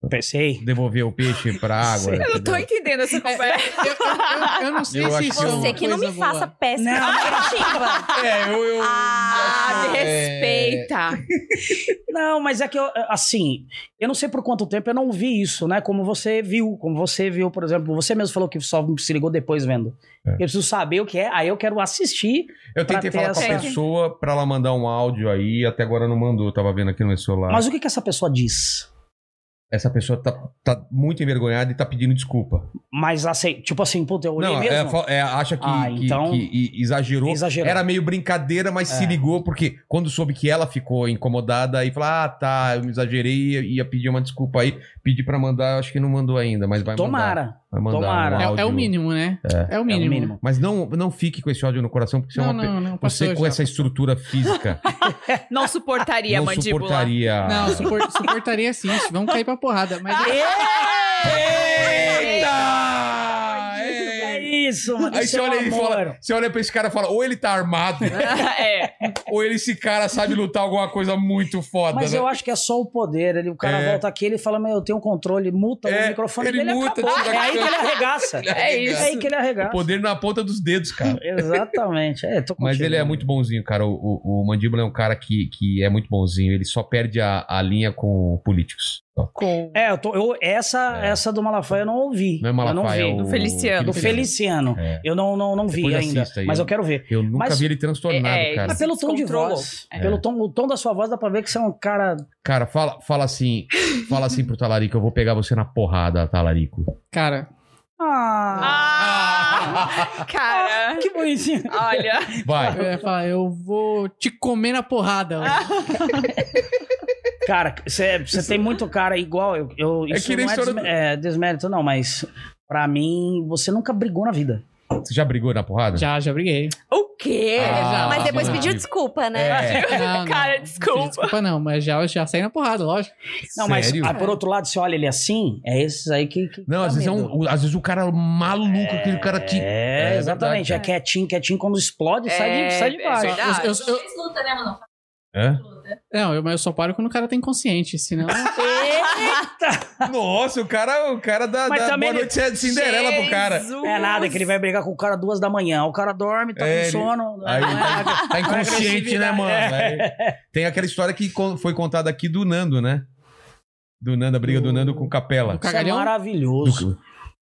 E: Pensei.
C: Devolver o peixe pra água.
E: Sei.
B: Eu não tô
C: entendeu?
B: entendendo essa conversa.
D: que- Eu, eu- eu não sei
C: Eu acho
D: se isso
C: que
D: é
C: eu-
D: uma
F: Você que não me
D: coisa boa.
F: faça péssima
E: Não.
F: narrativa.
C: É, eu. eu
B: Ah,
F: Ah,
B: me
C: é.
B: respeita.
E: Não, mas é que eu, assim, eu não sei por quanto tempo eu não vi isso, né? Como você viu, como você viu, por exemplo, você mesmo falou que só se ligou depois vendo.
C: É.
E: Eu preciso saber o que é, aí eu quero assistir.
C: Eu tentei
E: Pra ter
C: falar com a
E: essa-
C: pessoa pra ela mandar um áudio aí, até agora não mandou, eu tava vendo aqui no meu celular.
E: Mas o que que essa pessoa diz?
C: Essa pessoa tá, tá muito envergonhada e tá pedindo desculpa.
E: Mas assim, tipo assim, puta, eu olhei
C: não, é,
E: mesmo.
C: fa- é, acha que,
E: Ah,
C: que-
E: então-
C: que e- exagerou.
E: Exagerou.
C: Era meio brincadeira, mas se
E: É.
C: ligou, porque quando soube que ela ficou incomodada, aí falou: Ah, tá, eu me exagerei, ia, ia pedir uma desculpa aí, pedi pra mandar, acho que não mandou ainda, mas vai mandar.
E: Tomara.
C: Vai mandar um
E: Tomara.
D: É- É,
C: áudio.
D: o mínimo, né? É, o
E: É o
D: mínimo.
E: mínimo.
C: Mas não, não fique com esse ódio no coração, porque você é
D: Não,
C: uma pe-
D: não, não. Passou
C: Você com
D: já.
C: essa estrutura física
D: É,
B: Não suportaria,
C: não
B: mandíbula.
C: suportaria.
D: Não, supor- suportaria sim. Vamos cair pra porrada. Mas É
C: Eita!
E: É
C: Ei!
E: isso, mano.
C: Aí
E: isso
C: você
E: é um
C: olha, ele e
E: amor.
C: fala, você olha pra esse cara e fala, ou ele tá armado,
B: é.
C: ou ele, esse cara sabe lutar alguma coisa muito foda,
E: Mas
C: né?
E: eu acho que é só o poder. Ele, o cara
C: É.
E: volta aqui, ele fala: Meu, eu tenho um controle, multa
C: É,
E: o microfone
C: ele
E: dele.
C: multa,
E: acabou. É
C: tira a
E: aí que ele
C: câmera.
E: arregaça.
B: É
E: É
B: isso.
E: aí que ele
C: O
E: arregaça.
C: poder na ponta dos dedos, cara.
E: Exatamente. É, tô
C: Mas
E: contigo.
C: ele é muito bonzinho, cara. O, o, o Mandíbula é um cara que, que é muito bonzinho. Ele só perde a, a linha com políticos. Só.
E: É, eu tô, eu- essa,
C: É.
E: essa do Malafaia eu não ouvi.
C: Não é
E: eu não
C: Malafaia,
E: vi.
C: é o...
B: Do Feliciano.
E: Do Feliciano.
C: É.
E: Eu não, não, não vi
C: Depois
E: ainda.
C: assista aí,
E: Mas
C: eu-
E: eu quero ver.
C: Eu nunca
E: Mas-
C: vi ele transtornado,
B: É, é,
C: cara. É.
E: Mas pelo tom de
B: descontrolou. É.
E: voz. Pelo tom, o tom da sua voz dá pra ver que você é um cara.
C: Cara, fala, fala assim, fala assim pro Talarico, eu vou pegar você na porrada, Talarico.
D: Cara,
E: Ah,
B: Ah, cara.
E: que bonitinho.
B: Olha,
C: Vai.
D: eu ia falar, eu vou te comer na porrada.
E: É. Cara, você tem muito cara igual. Eu, eu,
C: É
E: isso
C: que nem
E: não é,
C: história
E: desme- é desmérito, não, mas pra mim, você nunca brigou na vida.
C: Você já brigou na porrada?
D: Já, já briguei.
B: o
F: quê?
C: Ah,
F: Mas depois
C: não.
F: pediu desculpa, né?
C: É.
D: Não, não.
B: Cara, desculpa.
D: Desculpa, não, mas já, já saí na porrada, lógico.
E: Não, mas
C: Sério?
E: ah, por outro lado, você olha ele assim, é esses aí que. que
C: Não,
E: dá
C: às vezes, é
E: medo.
C: um, o- às vezes o cara maluco, aquele cara te.
E: É,
C: É
E: exatamente. É quietinho, quietinho. Quando explode, sai, de, sai de
B: é
E: baixo.
B: verdade.
D: Eu, eu- eu-
H: luta, né, mano?
C: Hã?
D: não, eu, mas eu só paro quando o cara tá inconsciente, senão.
C: Nossa, o cara, o cara dá,
E: Mas
C: dá
E: também
C: boa
E: ele-
C: noite é de Cinderela pro cara.
B: Jesus.
E: Não é nada que ele vai brigar com o cara duas da manhã. O cara dorme, tá
C: É,
E: com
C: ele-
E: sono.
C: Aí
E: não é
C: tá,
E: nada.
C: tá inconsciente, né, mano?
E: É.
C: Aí tem aquela história que con- foi contada aqui do Nando, né? Do Nando, a briga do Nando com o Capela.
E: Isso é
D: Cagalhão?
E: maravilhoso.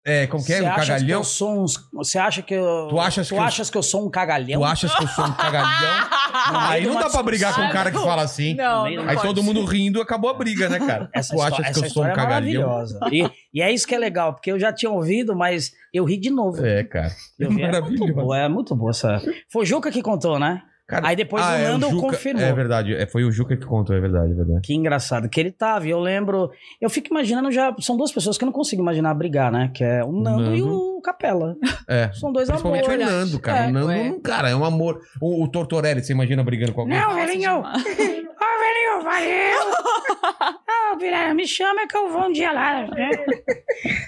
C: É, como que é?
E: Você
C: O
E: acha que
C: cagalhão?
E: eu sou uns- Você acha que eu.
C: Tu achas que eu-
E: achas que eu sou um cagalhão?
C: Tu achas que eu sou um cagalhão? Aí não dá pra brigar com um cara que fala assim.
B: Não,
E: Aí
B: não
C: Aí
B: pode.
C: todo mundo rindo, acabou a briga, né, cara?
E: Essa
C: tu
E: histó-
C: achas
E: essa
C: que eu sou
E: história
C: um
E: é
C: cagalhão?
E: maravilhosa. E, e é isso que é legal, porque eu já tinha ouvido, mas eu ri de novo.
C: É, cara.
E: Eu vi, é muito
C: Maravilhoso.
E: boa, é muito boa essa. Foi o Juca que contou, né?
C: Cara,
E: Aí depois o Nando confirmou.
C: Ah, É verdade, é, foi o Juca que contou, é verdade, é verdade.
E: Que engraçado que ele tava. E eu lembro. Eu fico imaginando já. São duas pessoas que eu não consigo imaginar brigar, né? Que é o Nando, e o Capela.
C: Uhum. É.
E: São dois amores.
C: Principalmente o Nando, cara.
B: É,
C: o Nando,
B: ué.
C: cara, é um amor. O, o Tortorelli, você imagina brigando com alguém?
E: Não, velhinho! Ô, velhinho, valeu! Ah, Vila, me chama que eu vou um dia lá. né?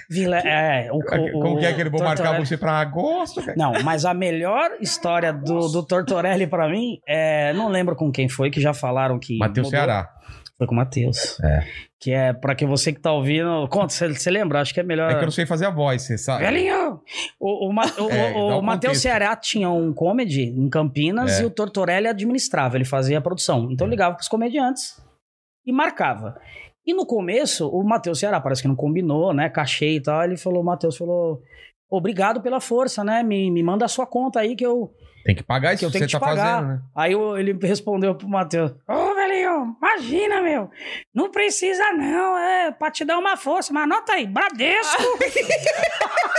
E: Vila, é. O, o-
C: Como que é
E: o
C: que ele vou marcar
E: Tortorelli-
C: você pra agosto, cara?
E: Não, mas a melhor história do, do Tortorelli pra mim é. Não lembro com quem foi, que já falaram que.
C: Matheus
E: mudou.
C: Ceará.
E: Foi com o Matheus.
C: É.
E: Que é pra que você que tá ouvindo. Conta, você- você lembra? Acho que é melhor.
C: É que eu não sei fazer a voz, você sabe?
E: Velhinho! O, o, Ma- o-
C: É,
E: o- o
C: dá um
E: Matheus
C: contexto.
E: Ceará tinha um comedy em Campinas
C: É.
E: e o Tortorelli administrava, ele fazia a produção. Então ligava pros comediantes e marcava. E no começo, o Matheus Ceará parece que não combinou, né? Cachê e tal. Ele falou, o Matheus falou. Obrigado pela força, né? Me, me manda a sua conta aí que eu.
C: Tem que pagar isso
E: Que eu
C: que,
E: tenho
C: você
E: que
C: tá
E: te pagar.
C: fazendo, né?
E: Aí eu- ele respondeu pro Matheus: Ô, velhinho, imagina, meu. Não precisa, não. É pra te dar uma força, mas anota aí, Bradesco.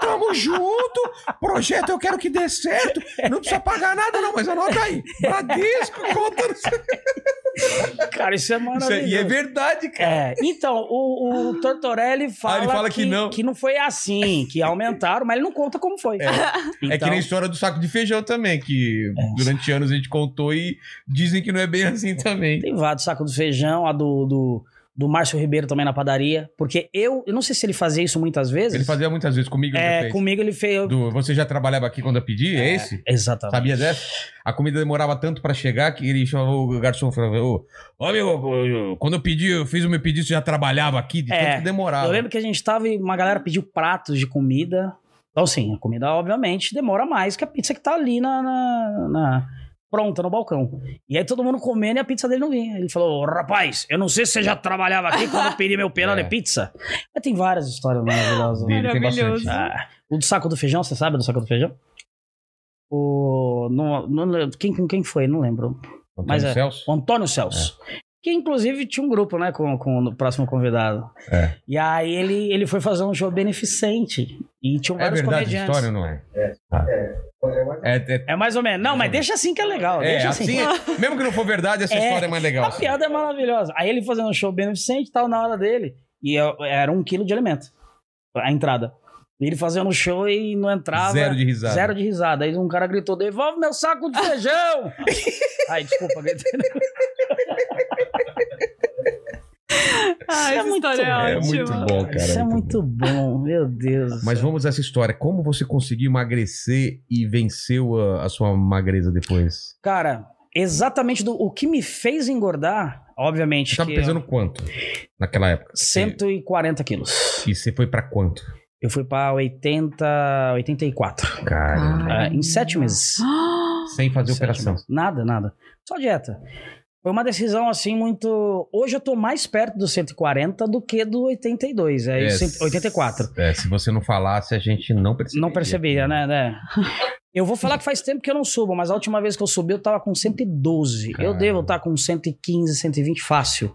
C: Tamo junto, projeto eu quero que dê certo. Não precisa pagar nada, não, mas anota aí. Bradesco, conta.
E: Cara, isso é maravilhoso.
C: e é verdade, cara.
E: É, então, o, o Tortorelli fala,
C: Ah, ele fala que não.
E: foi assim, que aumentaram, mas ele não conta como foi.
C: É. É que
E: Então, É.
C: nem a história do saco de feijão também, que durante anos a gente contou e dizem que não é bem assim também.
E: Tem vários saco do feijão, a do, do, do Márcio Ribeiro também na padaria, porque eu, eu não sei se ele fazia isso muitas vezes.
C: Ele fazia muitas vezes comigo. ele já
E: É,
C: fez.
E: comigo ele fez...
C: Do, você já trabalhava aqui quando eu pedi? É, esse?
E: Exatamente.
C: Sabia dessa? A comida demorava tanto pra chegar que ele chamava o garçom e falava: Ô, ô, meu, ô, ô, quando eu pedi, eu fiz o meu pedido, você já trabalhava aqui? De
E: É,
C: tanto que demorava.
E: Eu lembro que a gente tava e uma galera pediu pratos de comida. Então, sim, a comida, obviamente, demora mais que a pizza que tá ali na. na- na- pronta no balcão. E aí todo mundo comendo e a pizza dele não vinha. Ele falou: rapaz, eu não sei se você já trabalhava aqui quando eu pedi meu pela
C: É.
E: de pizza. Mas Ah, tem várias histórias maravilhosas.
C: Dele tem
B: Maravilhoso.
C: bastante.
E: Ah, o do saco do feijão, você sabe do saco do feijão? O. Não, não lembro- quem, com quem foi? Não lembro.
C: Antônio
E: mas é-
C: Celso? É.
E: O Antônio Celso. Que inclusive tinha um grupo, né, com, com o próximo convidado.
C: É.
E: E aí ele, ele foi fazer um show beneficente. E tinha
C: É
E: vários
C: verdade a
E: comediantes.
C: história, não é? Ah. É, é-
E: É mais ou menos. Não, mas deixa assim que é legal.
C: é,
E: deixa
C: assim,
E: assim.
C: é- mesmo que não for verdade, essa
E: É,
C: história é mais legal.
E: A piada é maravilhosa. Aí ele fazendo um show beneficente e tal, na hora dele. E eu- era um quilo de alimento. A entrada. E ele fazendo um show e não entrava.
C: Zero de risada.
E: Zero de risada. Aí um cara gritou: devolve meu saco de feijão! Ai, desculpa, gritei.
B: Ah,
E: Isso é
B: essa
E: muito
B: história
E: bom.
B: é
C: É
B: ótima.
C: muito bom, cara.
E: Isso é
C: bom.
E: muito bom, meu Deus.
C: Mas vamos a essa história. Como você conseguiu emagrecer e venceu a, a sua magreza depois?
E: Cara, exatamente do, o que me fez engordar, obviamente.
C: Você tava
E: que
C: pesando quanto naquela época?
E: eu- 140 quilos.
C: E você foi pra quanto?
E: Eu fui pra 80, 84.
C: Cara,
E: ah, em sete meses.
C: sem fazer
E: Sete
C: operação.
E: meses. Nada, nada. Só dieta. Foi uma decisão assim muito. Hoje eu tô mais perto do 140 do que do 82. É, cento- 84.
C: É, se você não falasse, a gente não percebia.
E: Não percebia, né? né? Eu vou falar que faz tempo que eu não subo, mas a última vez que eu subi eu tava com 112. Eu
C: Caramba.
E: devo estar com 115, 120 fácil.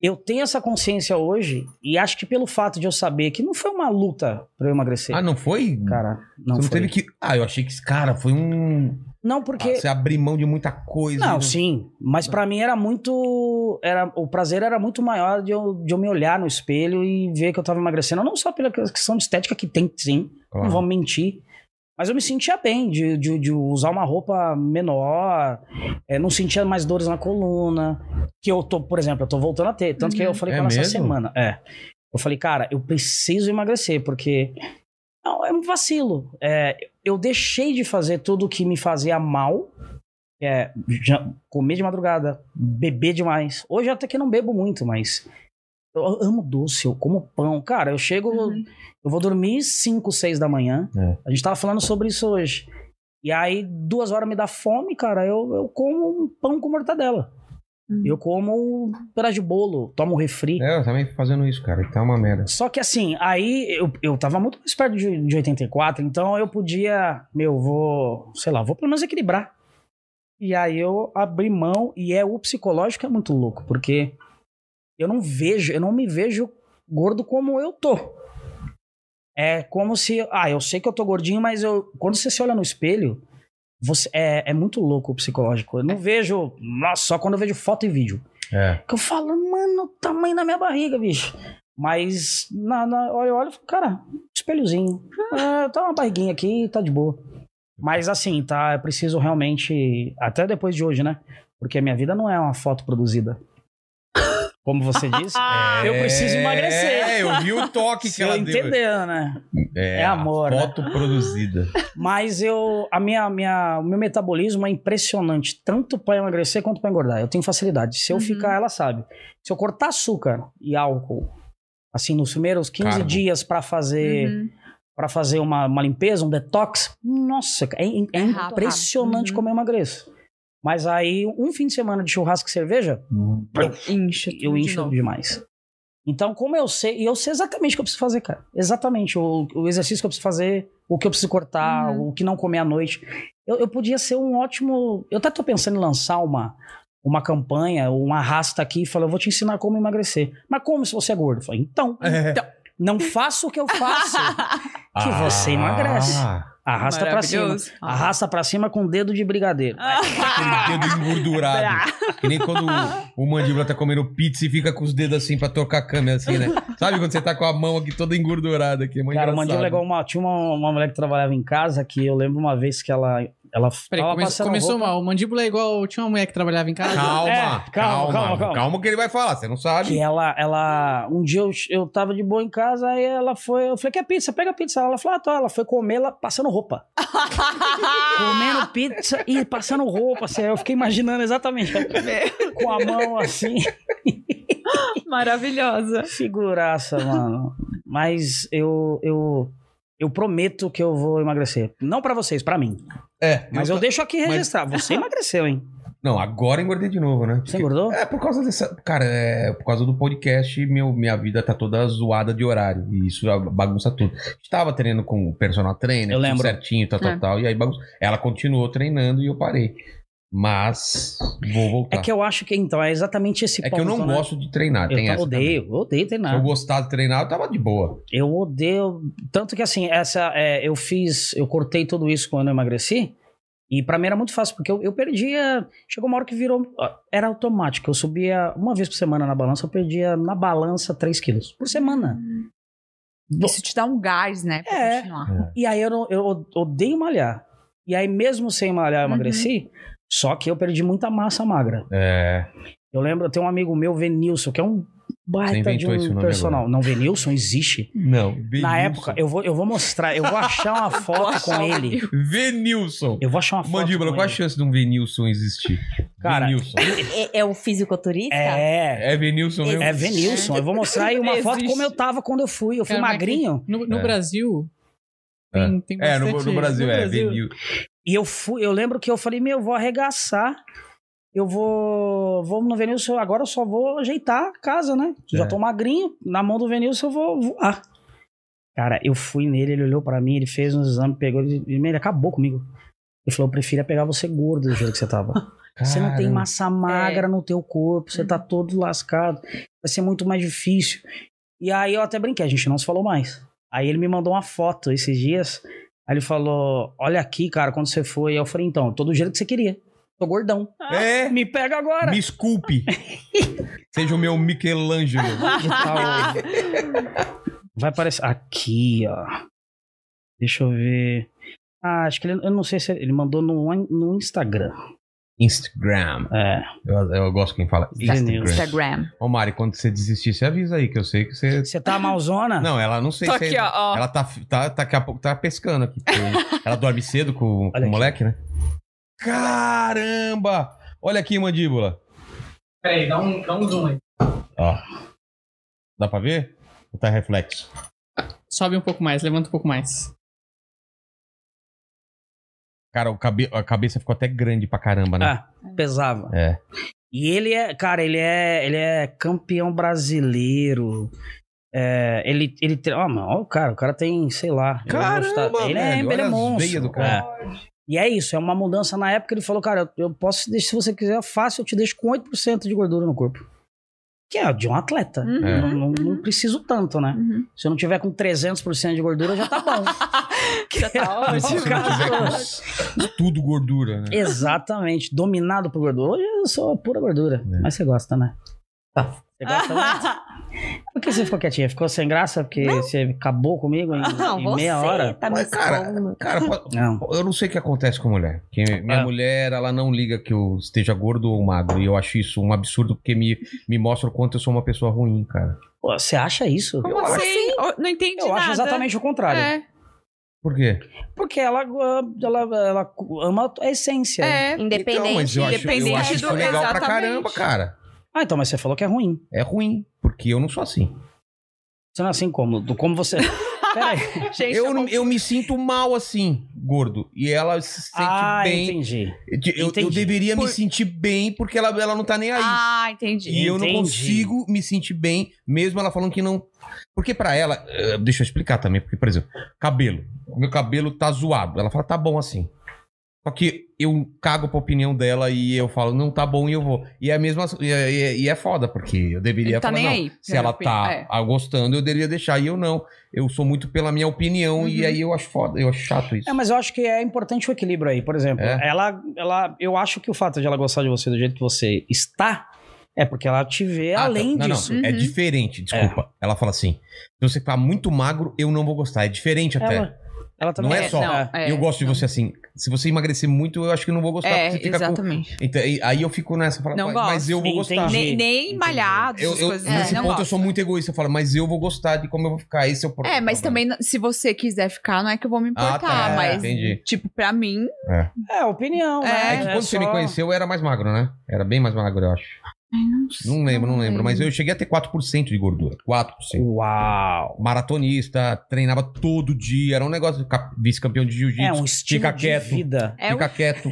E: Eu tenho essa consciência hoje e acho que pelo fato de eu saber que não foi uma luta pra eu emagrecer.
C: Ah, não foi?
E: Cara, não
C: você não
E: foi.
C: teve que. Ah, eu achei que esse cara foi um.
E: Não,
C: Ah,
E: porque
C: você abriu mão de muita coisa. né?
E: Não, sim. Mas pra mim era muito. Era, o prazer era muito maior de eu, de eu me olhar no espelho e ver que eu tava emagrecendo. Não só pela questão de estética, que tem sim,
C: Claro.
E: não vou mentir. Mas eu me sentia bem de, de, de usar uma roupa menor, é, não sentia mais dores na coluna. Que eu tô, por exemplo, eu tô voltando a ter. Tanto que eu falei
C: É
E: com ela essa
C: mesmo?
E: semana. É. Eu falei, cara, eu preciso emagrecer, porque não, é um vacilo. É, eu deixei de fazer tudo que me fazia mal. que É, já- comer de madrugada, beber demais. Hoje até que não bebo muito, mas eu amo doce, eu como pão. Cara, eu chego,
B: Uhum.
E: eu vou dormir 5, 6 da manhã.
C: É.
E: A gente tava falando sobre isso hoje. E aí, duas horas me dá fome, cara, eu, eu como um pão com mortadela.
B: Uhum.
E: Eu como um pedaço de bolo, tomo um refri.
C: Hum. É, eu também fazendo isso, cara. Tá uma merda.
E: Só que assim, aí eu, eu tava muito mais perto de, de 84, então eu podia, meu, vou, sei lá, vou pelo menos equilibrar. E aí eu abri mão, e é o psicológico é muito louco, porque eu não vejo, eu não me vejo gordo como eu tô. É como se, ah, eu sei que eu tô gordinho, mas eu, quando você se olha no espelho, você, é, é muito louco o psicológico. Eu não vejo, nossa, só quando eu vejo foto e vídeo.
C: É.
E: Que eu falo, mano, o tamanho da minha barriga, bicho. Mas, na, na, olha, olha, cara, espelhozinho. Ah, tá uma barriguinha aqui, tá de boa. Mas assim, tá, eu preciso realmente, até depois de hoje, né? Porque a minha vida não é uma foto produzida. Como você disse, É. eu preciso emagrecer.
C: É, eu vi o toque que
E: eu
C: ela deu.
E: entendendo, né?
C: É,
E: É amor, né?
C: Foto produzida.
E: Mas eu, a minha, minha, o meu metabolismo é impressionante, tanto pra emagrecer quanto pra engordar. Eu tenho facilidade. Se eu
B: Uhum.
E: ficar, ela sabe. Se eu cortar açúcar e álcool, assim, nos primeiros 15
C: Carbo.
E: dias pra fazer
B: Uhum.
E: pra fazer uma, uma limpeza, um detox, nossa, é, é
F: É rápido,
E: impressionante
B: rápido. Uhum.
E: como eu emagreço. Mas aí, um fim de semana de churrasco e cerveja,
C: Hum.
B: Incha. tudo
E: eu
B: de
E: incho
B: novo.
E: demais. Então, como eu sei, e eu sei exatamente o que eu preciso fazer, cara. Exatamente. O, o exercício que eu preciso fazer, o que eu preciso cortar, o que não comer à noite. Eu, eu podia ser um ótimo. Eu até tô pensando em lançar uma, uma campanha, um arrasta aqui e falar, eu vou te ensinar como emagrecer. Mas como se você é gordo? Eu falei, então, não faça o que eu faço. Que você emagrece. Arrasta pra cima.
B: Maravilhoso.
E: Arrasta pra cima com o dedo de brigadeiro.
C: Aquele dedo engordurado. Que nem quando o, o mandíbula tá comendo pizza e fica com os dedos assim pra trocar a câmera, assim, né? Sabe quando você tá com a mão aqui toda engordurada aqui? É muito
E: Cara, o
C: engraçado.
E: mandíbula é igual uma. Tinha uma, uma mulher que trabalhava em casa que eu lembro uma vez que ela. Ela
D: Peraí,
E: tava
D: come-
E: passando
D: começou
E: roupa-
D: mal. O mandíbula é igual. Tinha uma mulher que trabalhava em casa.
C: Calma,
E: É,
C: calma,
E: calma,
C: calma, calma,
E: calma, calma.
C: que ele vai falar, você não
E: Que
C: sabe.
E: ela, ela. Um dia eu, eu tava de boa em casa, aí ela foi. Eu falei, quer pizza? Pega a pizza. Ela falou, ah, tá. Ela foi comer, ela passando roupa. Comendo pizza e passando roupa, assim. aí Eu fiquei imaginando exatamente. Com a mão assim.
B: Maravilhosa.
E: Figuraça, mano. Mas eu. eu eu prometo que eu vou emagrecer. Não pra vocês, pra mim.
C: É,
E: Mas eu deixo aqui registrar. Você emagreceu, hein?
C: Não, agora eu engordei de novo, né?
E: Você engordou?
C: É, por causa dessa. Cara, é, por causa do podcast, meu, minha vida tá toda zoada de horário. E isso bagunça tudo. Estava treinando com o personal trainer,
E: Eu
C: tudo
E: lembro.
C: certinho, tal, tal,
B: É.
C: tal. E aí bagunça. Ela continuou treinando e eu parei. Mas vou voltar.
E: É que eu acho que, então, é exatamente esse ponto.
C: eu não
E: né?
C: gosto de treinar.
E: Eu
C: tem
E: ta-
C: essa também.
E: odeio, eu odeio
C: Se eu
E: treinar.
C: gostar de treinar, eu tava de boa.
E: Eu odeio. Tanto que, assim, essa. é, eu fiz. Eu cortei tudo isso quando eu emagreci. E pra mim era muito fácil, porque eu, eu perdia. Chegou uma hora que virou. ó, Era automático. Eu subia uma vez por semana na balança, eu perdia na balança 3 quilos. Por semana. Bom,
B: Isso te dá um gás, né? Pra
E: É.
B: continuar.
E: E aí eu, não- eu odeio malhar. E aí, mesmo sem malhar, eu
B: Uhum.
E: emagreci. Só que eu perdi muita massa magra.
C: É.
E: Eu lembro, eu tenho um amigo meu, Venilson, que é um baita de
C: inventou esse
E: um
C: nome
E: personal. Não, Venilson existe.
C: Não.
E: Na época, eu vou, eu vou mostrar, eu vou achar uma foto com ele.
C: Venilson.
E: Eu vou achar uma foto
C: Mandíbula,
E: com
C: qual a
E: ele.
C: chance de um Venilson existir?
E: Cara,
C: Venilson.
F: É, é o fisiculturista?
E: É, é,
C: É Venilson mesmo?
E: é Venilson. Eu vou mostrar aí uma foto
B: Existe.
E: como eu tava quando eu fui. Eu fui
D: Cara, mas
E: magrinho
D: que No, no
C: É.
D: Brasil. Tem, tem
C: É, no,
D: bastante-
C: no Brasil,
D: no
C: é. Venilson.
E: e eu fui, eu lembro que eu falei, meu, eu vou arregaçar. Eu vou, vou no Venilson, agora eu só vou ajeitar a casa, né? Já
C: É.
E: tô magrinho, na mão do Venilson eu vou voar. Cara, eu fui nele, ele olhou pra mim, ele fez uns exames, pegou, ele, ele acabou comigo. Ele falou, eu prefiro é pegar você gordo do jeito que você tava. Você não tem
C: Caramba.
E: massa magra no teu corpo, você tá todo lascado, vai ser muito mais difícil. E aí eu até brinquei, a gente não se falou mais. Aí ele me mandou uma foto esses dias, aí ele falou, olha aqui, cara, quando você foi, eu falei, então, eu tô do jeito que você queria, tô gordão.
C: É.
E: Me pega agora!
C: Me esculpe. Seja o meu Michelangelo.
E: Vai aparecer, aqui, ó. Deixa eu ver. Ah, acho que ele, eu não sei se ele, ele mandou no, no Instagram.
C: Instagram.
E: É,
C: Eu, eu gosto quem fala
E: Instagram.
C: Instagram.
B: Instagram.
C: Ô, Mari, quando você desistir, você avisa aí, que eu sei que você.
E: você tá malzona?
C: Não, ela não sei
B: Tô
C: se.
B: aqui, ó, ó.
C: Ela tá, tá, tá, daqui a pouco tá pescando aqui. porque ela dorme cedo com, com
E: Olha
C: o
E: aqui.
C: moleque, né? Caramba! Olha aqui, mandíbula.
D: Peraí, dá um, dá um zoom aí.
C: Ó. Dá pra ver? Ou tá reflexo?
D: Sobe um pouco mais, levanta um pouco mais.
C: Cara, o cabe- a cabeça ficou até grande pra caramba, né?
E: Ah, pesava.
C: É.
E: E ele é, cara, ele é, ele é campeão brasileiro. É, ele, ele tem, ó, mano, ó, o cara, o cara tem, sei lá. eu
C: Caramba,
E: vou gostar- ele é,
C: velho,
E: ele é
C: olha as
E: monstro.
C: veias do cara.
E: é. E é isso, é uma mudança. Na época ele falou, cara, eu, eu posso, te deixar- se você quiser, fácil, eu te deixo com 8% de gordura no corpo. Que é de um atleta.
B: Uhum,
E: Eu Não, não- não preciso tanto, né?
B: uhum.
E: Se eu não tiver com 300% de gordura, já tá bom.
B: Já tá
C: Mas se
B: ótimo.
C: você não tiver com s- tudo gordura, né?
E: Exatamente, dominado por gordura. Hoje eu sou pura gordura,
C: É.
E: mas você gosta, né?
B: Tá.
E: Você gosta, né? Por que você ficou quietinha? Ficou sem graça porque você acabou comigo em,
F: Não,
E: em
F: você
E: meia hora?
F: tá me
C: Mas, cara,
E: É.
F: expondo.
C: Cara, po-
E: Não.
C: eu não sei o que acontece com mulher. Que minha
E: É.
C: mulher, ela não liga que eu esteja gordo ou magro. E eu acho isso um absurdo porque me, me mostra o quanto eu sou uma pessoa ruim, cara.
E: Pô, você acha isso?
B: Como assim? Oh, Não entendi
E: Eu
B: nada.
E: acho exatamente o contrário.
B: É,
C: Por quê?
E: Porque ela, ah, ela, ela ama a essência.
B: é.
F: Independente.
C: Então, mas eu acho, eu
B: independente
C: acho isso
B: do-
C: legal pra
B: exatamente.
C: caramba, cara.
E: Ah, então, mas você falou que é ruim.
C: É ruim, porque eu não sou assim.
E: Você não é assim como? Do como você. Peraí.
B: Gente,
C: Eu, não- eu me sinto mal assim, gordo. E ela se sente
E: ah,
C: bem.
E: entendi.
C: Eu, eu
E: Entendi.
C: deveria
B: Por-
C: me sentir bem porque ela, ela não tá nem aí.
B: Ah, entendi.
C: E eu não
E: Entendi.
C: consigo me sentir bem, mesmo ela falando que não. Porque pra ela, eh, deixa eu explicar também, porque, por exemplo, cabelo. O meu cabelo tá zoado. Ela fala, tá bom assim. Só que eu cago pra opinião dela e eu falo, não tá bom e eu vou. E é a mesma. E é, e é- e é foda, porque eu deveria
B: Ele tá
C: falar,
B: nem
C: não.
B: aí.
C: Se ela
B: Opinião,
C: tá
B: é.
C: ah, gostando, eu deveria deixar. E eu não. Eu sou muito pela minha opinião e
B: Uhum.
C: aí eu acho foda, eu acho chato isso.
E: É, mas eu acho que é importante o equilíbrio aí. Por exemplo,
C: É.
E: ela, ela. Eu acho que o fato de ela gostar de você do jeito que você está é porque ela te vê
C: Ah, tá.
E: além
C: não,
E: disso. É.
C: Não, É
B: Uhum.
C: diferente, desculpa. Ela fala assim: se você tá muito magro, eu não vou gostar. É diferente até.
E: Ela, ela também né?
C: Não é só.
B: não, é.
C: eu gosto de você assim. Se você emagrecer muito, eu acho que não vou gostar. porque você
B: É,
C: fica com-
B: exatamente.
C: Então, aí- aí eu fico nessa falando,
B: Não
C: mas, mas
B: gosto.
C: eu vou
E: Sim,
C: gostar.
E: entendi.
B: Nem, nem
E: Entendi.
B: malhados,
C: Eu,
B: essas
C: eu-
B: coisas. é, né?
C: nesse
B: não
C: ponto eu
B: gosto.
C: sou muito egoísta. Eu falo, mas eu vou gostar de como eu vou ficar. Esse é o pro- problema.
B: É, mas também, não- se você quiser ficar, não é que eu vou me
C: Ah,
B: importar.
C: tá,
B: mas,
C: entendi.
B: tipo, pra mim,
E: É, opinião, né?
B: É.
C: É que quando você me
E: só-
C: conheceu, eu era mais magro, né? Era bem mais magro, eu acho. Não lembro, não lembro. Mas eu cheguei a ter 4% de gordura. 4%.
E: Uau!
C: Maratonista, treinava todo dia. Era um negócio de cap- vice-campeão de jiu-jitsu.
E: É um estilo
C: Fica
E: de
C: quieto.
E: vida.
B: é o
C: Fica
D: um
C: quieto.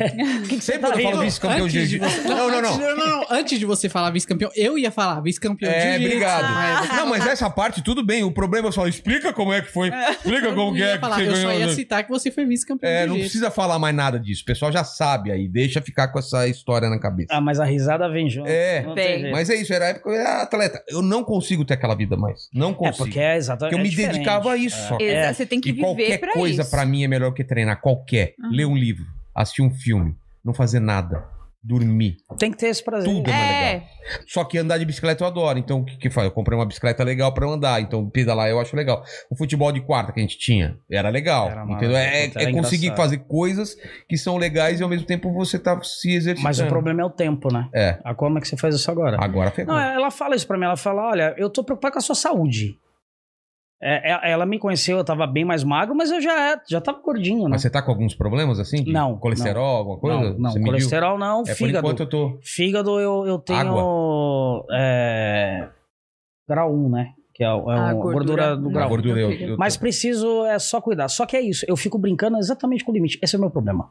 E: tá
C: Sempre quando eu falo
E: rindo?
C: vice-campeão de jiu-jitsu. Não, não, não.
D: Antes, não, não, não. Antes de você falar vice-campeão, eu ia falar vice-campeão de Ah, tá.
C: É,
D: jiu-jitsu.
C: obrigado.
D: Mas
C: Não, mas é- essa parte tudo bem. O problema é só explica como é que foi. Explica
D: eu
C: como
D: não
C: que é
D: ia
C: que
D: falar,
C: você
D: eu só
C: ganhou.
D: ia citar que você foi vice-campeão
C: É,
D: de
C: não
D: jiu-jitsu.
C: precisa falar mais nada disso. O pessoal já sabe aí. Deixa ficar com essa história na cabeça.
E: Ah, mas a risada vem junto.
C: É.
E: Não
B: Vem.
E: tem jeito.
C: Mas é isso, era a época eu era atleta. Eu não consigo ter aquela vida mais. Não
E: É,
C: consigo.
E: porque
C: porque
E: é exatamente.
C: eu me
E: é diferente.
C: dedicava a isso só.
B: Exa-
E: É,
B: Você tem que
C: E
B: viver
C: qualquer
B: pra
C: coisa
B: isso.
C: pra mim é melhor que treinar. Qualquer.
B: Uhum.
C: Ler um livro, assistir um filme, não fazer nada, dormir.
E: Tem que ter esse prazer.
C: Tudo. mim é
B: É,
C: Só que andar de bicicleta eu adoro. Então, o que que faz? Eu comprei uma bicicleta legal pra eu andar. Então, pedalar eu acho legal. O futebol de quarta que a gente tinha era legal.
E: Era
C: entendeu? É,
E: maravilhoso, era
C: é conseguir
E: engraçado.
C: fazer coisas que são legais e ao mesmo tempo você tá se exercitando.
E: Mas o problema é o tempo, né?
C: É.
E: A como é que você faz isso agora?
C: Agora ferrou.
E: Não, ela fala isso pra mim. Ela fala: olha, eu tô preocupada com a sua saúde. É, é- ela me conheceu, eu tava bem mais magro, mas eu já, já tava gordinho, né?
C: Mas você tá com alguns problemas assim? de
E: Não,
C: Colesterol, alguma coisa?
E: não, não
C: Você mediu?
E: colesterol não,
C: É, por
E: fígado.
C: enquanto eu tô.
E: Fígado eu, eu tenho. É, grau 1, né? Que é, o- é o-
B: a
E: a gordura, do
B: Ah, não,
E: grau.
C: A gordura eu-
B: fica.
C: eu tô-
E: Mas preciso é só cuidar. Só que é isso, eu fico brincando exatamente com o limite. Esse é o meu problema.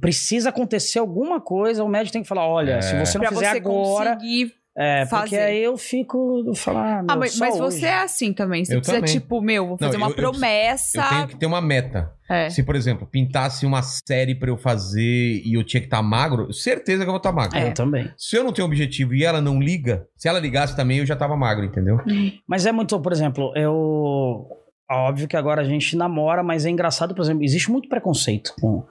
E: Precisa acontecer alguma coisa, o médico tem que falar: olha,
C: É.
E: se você não
B: pra
E: fizer
B: você
E: agora.
B: conseguir.
E: É, porque
B: fazer.
E: aí eu fico. eu falo, ah,
B: Ah,
E: meu,
B: mas,
E: só
B: mas
E: hoje.
B: você é assim também. Você
C: Eu
B: precisa,
C: também.
B: tipo, meu, vou
C: Não,
B: fazer
C: eu-
B: uma
C: eu preciso- Eu
B: promessa.
C: tenho que ter uma meta.
B: É.
C: Se, por exemplo, pintasse uma série pra eu fazer e eu tinha que estar magro, certeza que eu vou estar magro.
E: É, Eu também.
C: Se eu não tenho objetivo e ela não liga, se ela ligasse também, eu já tava magro, entendeu?
E: Mas é muito, por exemplo, eu. Óbvio que agora a gente namora, mas é engraçado, por exemplo, existe muito preconceito com.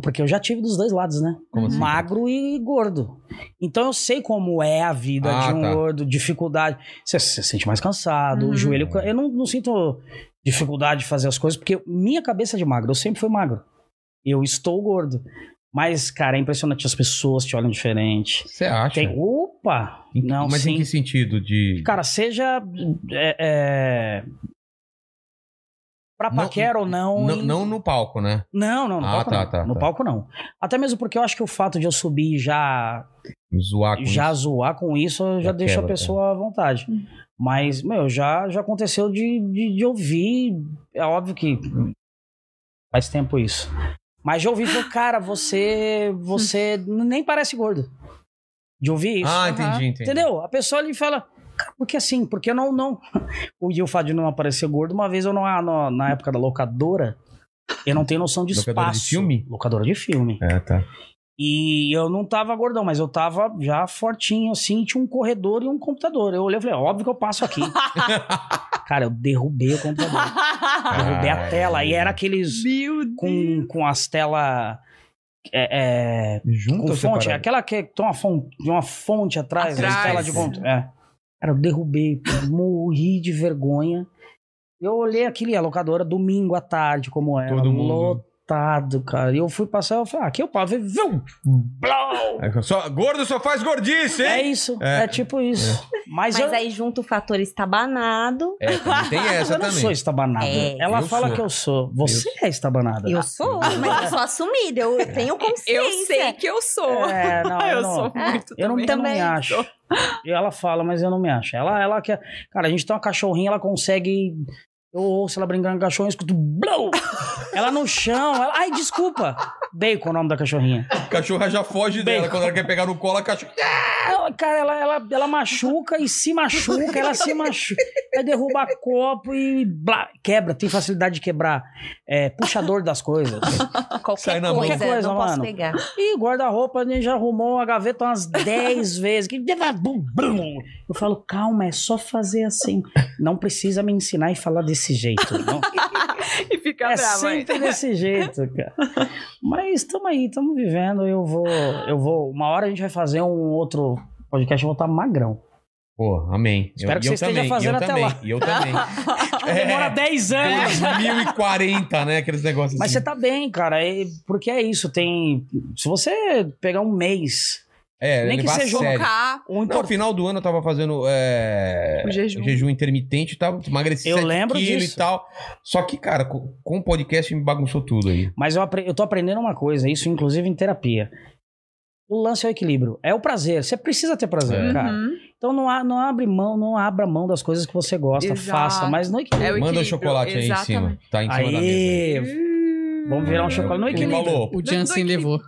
E: Porque eu já tive dos dois lados, né?
C: Como assim?
E: Magro e gordo. Então eu sei como é a vida
C: Ah,
E: de um
C: tá.
E: gordo, dificuldade. Você se sente mais cansado,
B: Uhum.
E: o joelho. can- Eu não, não sinto dificuldade de fazer as coisas, porque minha cabeça é de magro, eu sempre fui magro. Eu estou gordo. Mas, cara, é impressionante, as pessoas te olham diferente.
C: Você acha?
E: Tem, opa!
C: Em-
E: Não,
C: Mas
E: sim.
C: em que sentido de...
E: Cara, seja. É, é, pra
C: Não-
E: paquera ou não.
C: Não, não no palco, né?
E: Não, não, no
C: Ah,
E: palco
C: tá,
E: não.
C: tá,
E: no
C: tá.
E: palco não. Até mesmo porque eu acho que o fato de eu subir e já,
C: Zoar com
E: já
C: isso.
E: zoar com isso já,
C: Já
E: deixa
C: quebra,
E: a
C: tá.
E: pessoa à vontade. Mas, meu, já, já aconteceu de, de, de ouvir. É óbvio que faz tempo isso. Mas já ouvi falou, cara, você. Você nem parece gordo. De ouvir isso.
C: Ah,
B: Aham.
C: entendi, entendi.
E: Entendeu? A pessoa ali fala. "Cara, Porque assim, porque eu não. não... O Gil fala de não aparecer gordo. Uma vez eu não, na, na época da locadora, eu não tenho noção de
C: Locadora de
E: espaço.
C: filme?
E: Locadora de filme.
C: É, tá.
E: E eu não tava gordão, mas eu tava já fortinho assim. Tinha um corredor e um computador. Eu olhei e falei, óbvio que eu passo aqui. Cara, eu derrubei o computador. Derrubei a
C: Caralho.
E: tela. E era aqueles.
B: Meu Deus.
E: Com, com as telas. É, é,
C: Junto
E: com
C: ou
E: fonte,
C: separado?
E: aquela que tem uma fonte, uma fonte atrás,
F: né?
B: Atrás.
E: uma tela de fonte. É. Cara, eu derrubei, morri de vergonha. Eu olhei aquele a locadora domingo à tarde, como era.
C: Todo mundo.
E: Lotado, cara. E eu fui passar, eu falei, ah, aqui eu pau. Falei, Vum!
C: É, Só, gordo só faz gordice,
E: É
C: hein?
E: isso,
C: É.
E: é, tipo isso. Mas,
F: Mas
E: eu,
F: aí junto o fator estabanado.
C: É, também tem
E: mas
C: essa
E: eu não
C: também.
E: sou estabanada.
F: É.
E: Ela
C: Eu
E: fala
C: sou.
E: que eu sou. Você é estabanada.
F: Ah, Eu sou, mas eu sou assumida, eu tenho consciência.
B: Eu sei que eu sou.
E: É, não,
B: eu
E: eu não.
B: sou
F: Ah,
B: muito
E: Eu não, eu não me
F: Também né? Então.
E: acho.
B: sou.
E: E ela fala, mas eu não me acho. Ela, ela quer. Cara, a gente tem uma cachorrinha, ela consegue. Eu ouço ela brincando com o cachorro, eu escuto. Blow! Ela no chão. Ela, Ai, desculpa. Bacon é o nome da cachorrinha.
C: A cachorra já foge dela.
E: Bem-
C: Quando ela quer pegar no colo, a cachorra.
E: Ela- cara, ela, ela, ela machuca e se machuca, ela se machuca. Aí derruba copo e blá, quebra. Tem facilidade de quebrar é, puxador das coisas.
F: Qualquer
C: Sai na
F: coisa,
E: mão. Qualquer coisa,
F: não
E: mano.
F: posso pegar.
E: E guarda-roupa, a gente já arrumou a gaveta umas 10 vezes. que- bum, bum. Eu falo, calma, é só fazer assim. Não precisa me ensinar e falar desse jeito. Não.
B: E fica
E: É
B: brava. hein?
E: sempre desse jeito, cara. Mas estamos aí, estamos vivendo. Eu vou, eu vou. Uma hora a gente vai fazer um outro podcast. Eu vou estar magrão.
C: Pô, amém.
E: Espero que
C: eu
E: você esteja
C: também,
E: fazendo
C: eu
E: até
C: também,
E: lá.
C: E eu também.
E: Ah,
C: É,
E: Demora 10 anos.
C: 2040, né? Aqueles negócios
E: Mas
C: assim.
E: você tá bem, cara. e- Porque é isso. Tem. Se você pegar um mês,
C: É,
E: nem que
C: levar a
E: seja um
C: sério.
B: Cá,
E: um
C: Não, no final do ano eu tava fazendo é,
B: O jejum.
C: intermitente, tava emagreci
E: Eu
C: 7
E: lembro
C: quilos
E: disso.
C: e tal. Só que, cara, co- com o podcast me bagunçou tudo aí.
E: Mas eu, apre- eu tô aprendendo uma coisa, isso inclusive em terapia. O lance é o equilíbrio, é o prazer. Você precisa ter prazer,
C: É.
E: cara.
B: uhum.
E: Então não, a- não abre mão, não abra mão das coisas que você gosta,
B: Exato.
E: faça, mas no equilíbrio.
B: É o
C: Manda um
B: equilíbrio,
C: chocolate aí em cima.
B: exatamente.
C: Tá em cima da mesa.
E: Aê! Vamos virar um chocolate no
C: Ele
E: equilíbrio.
C: falou,
D: O Jansen levou.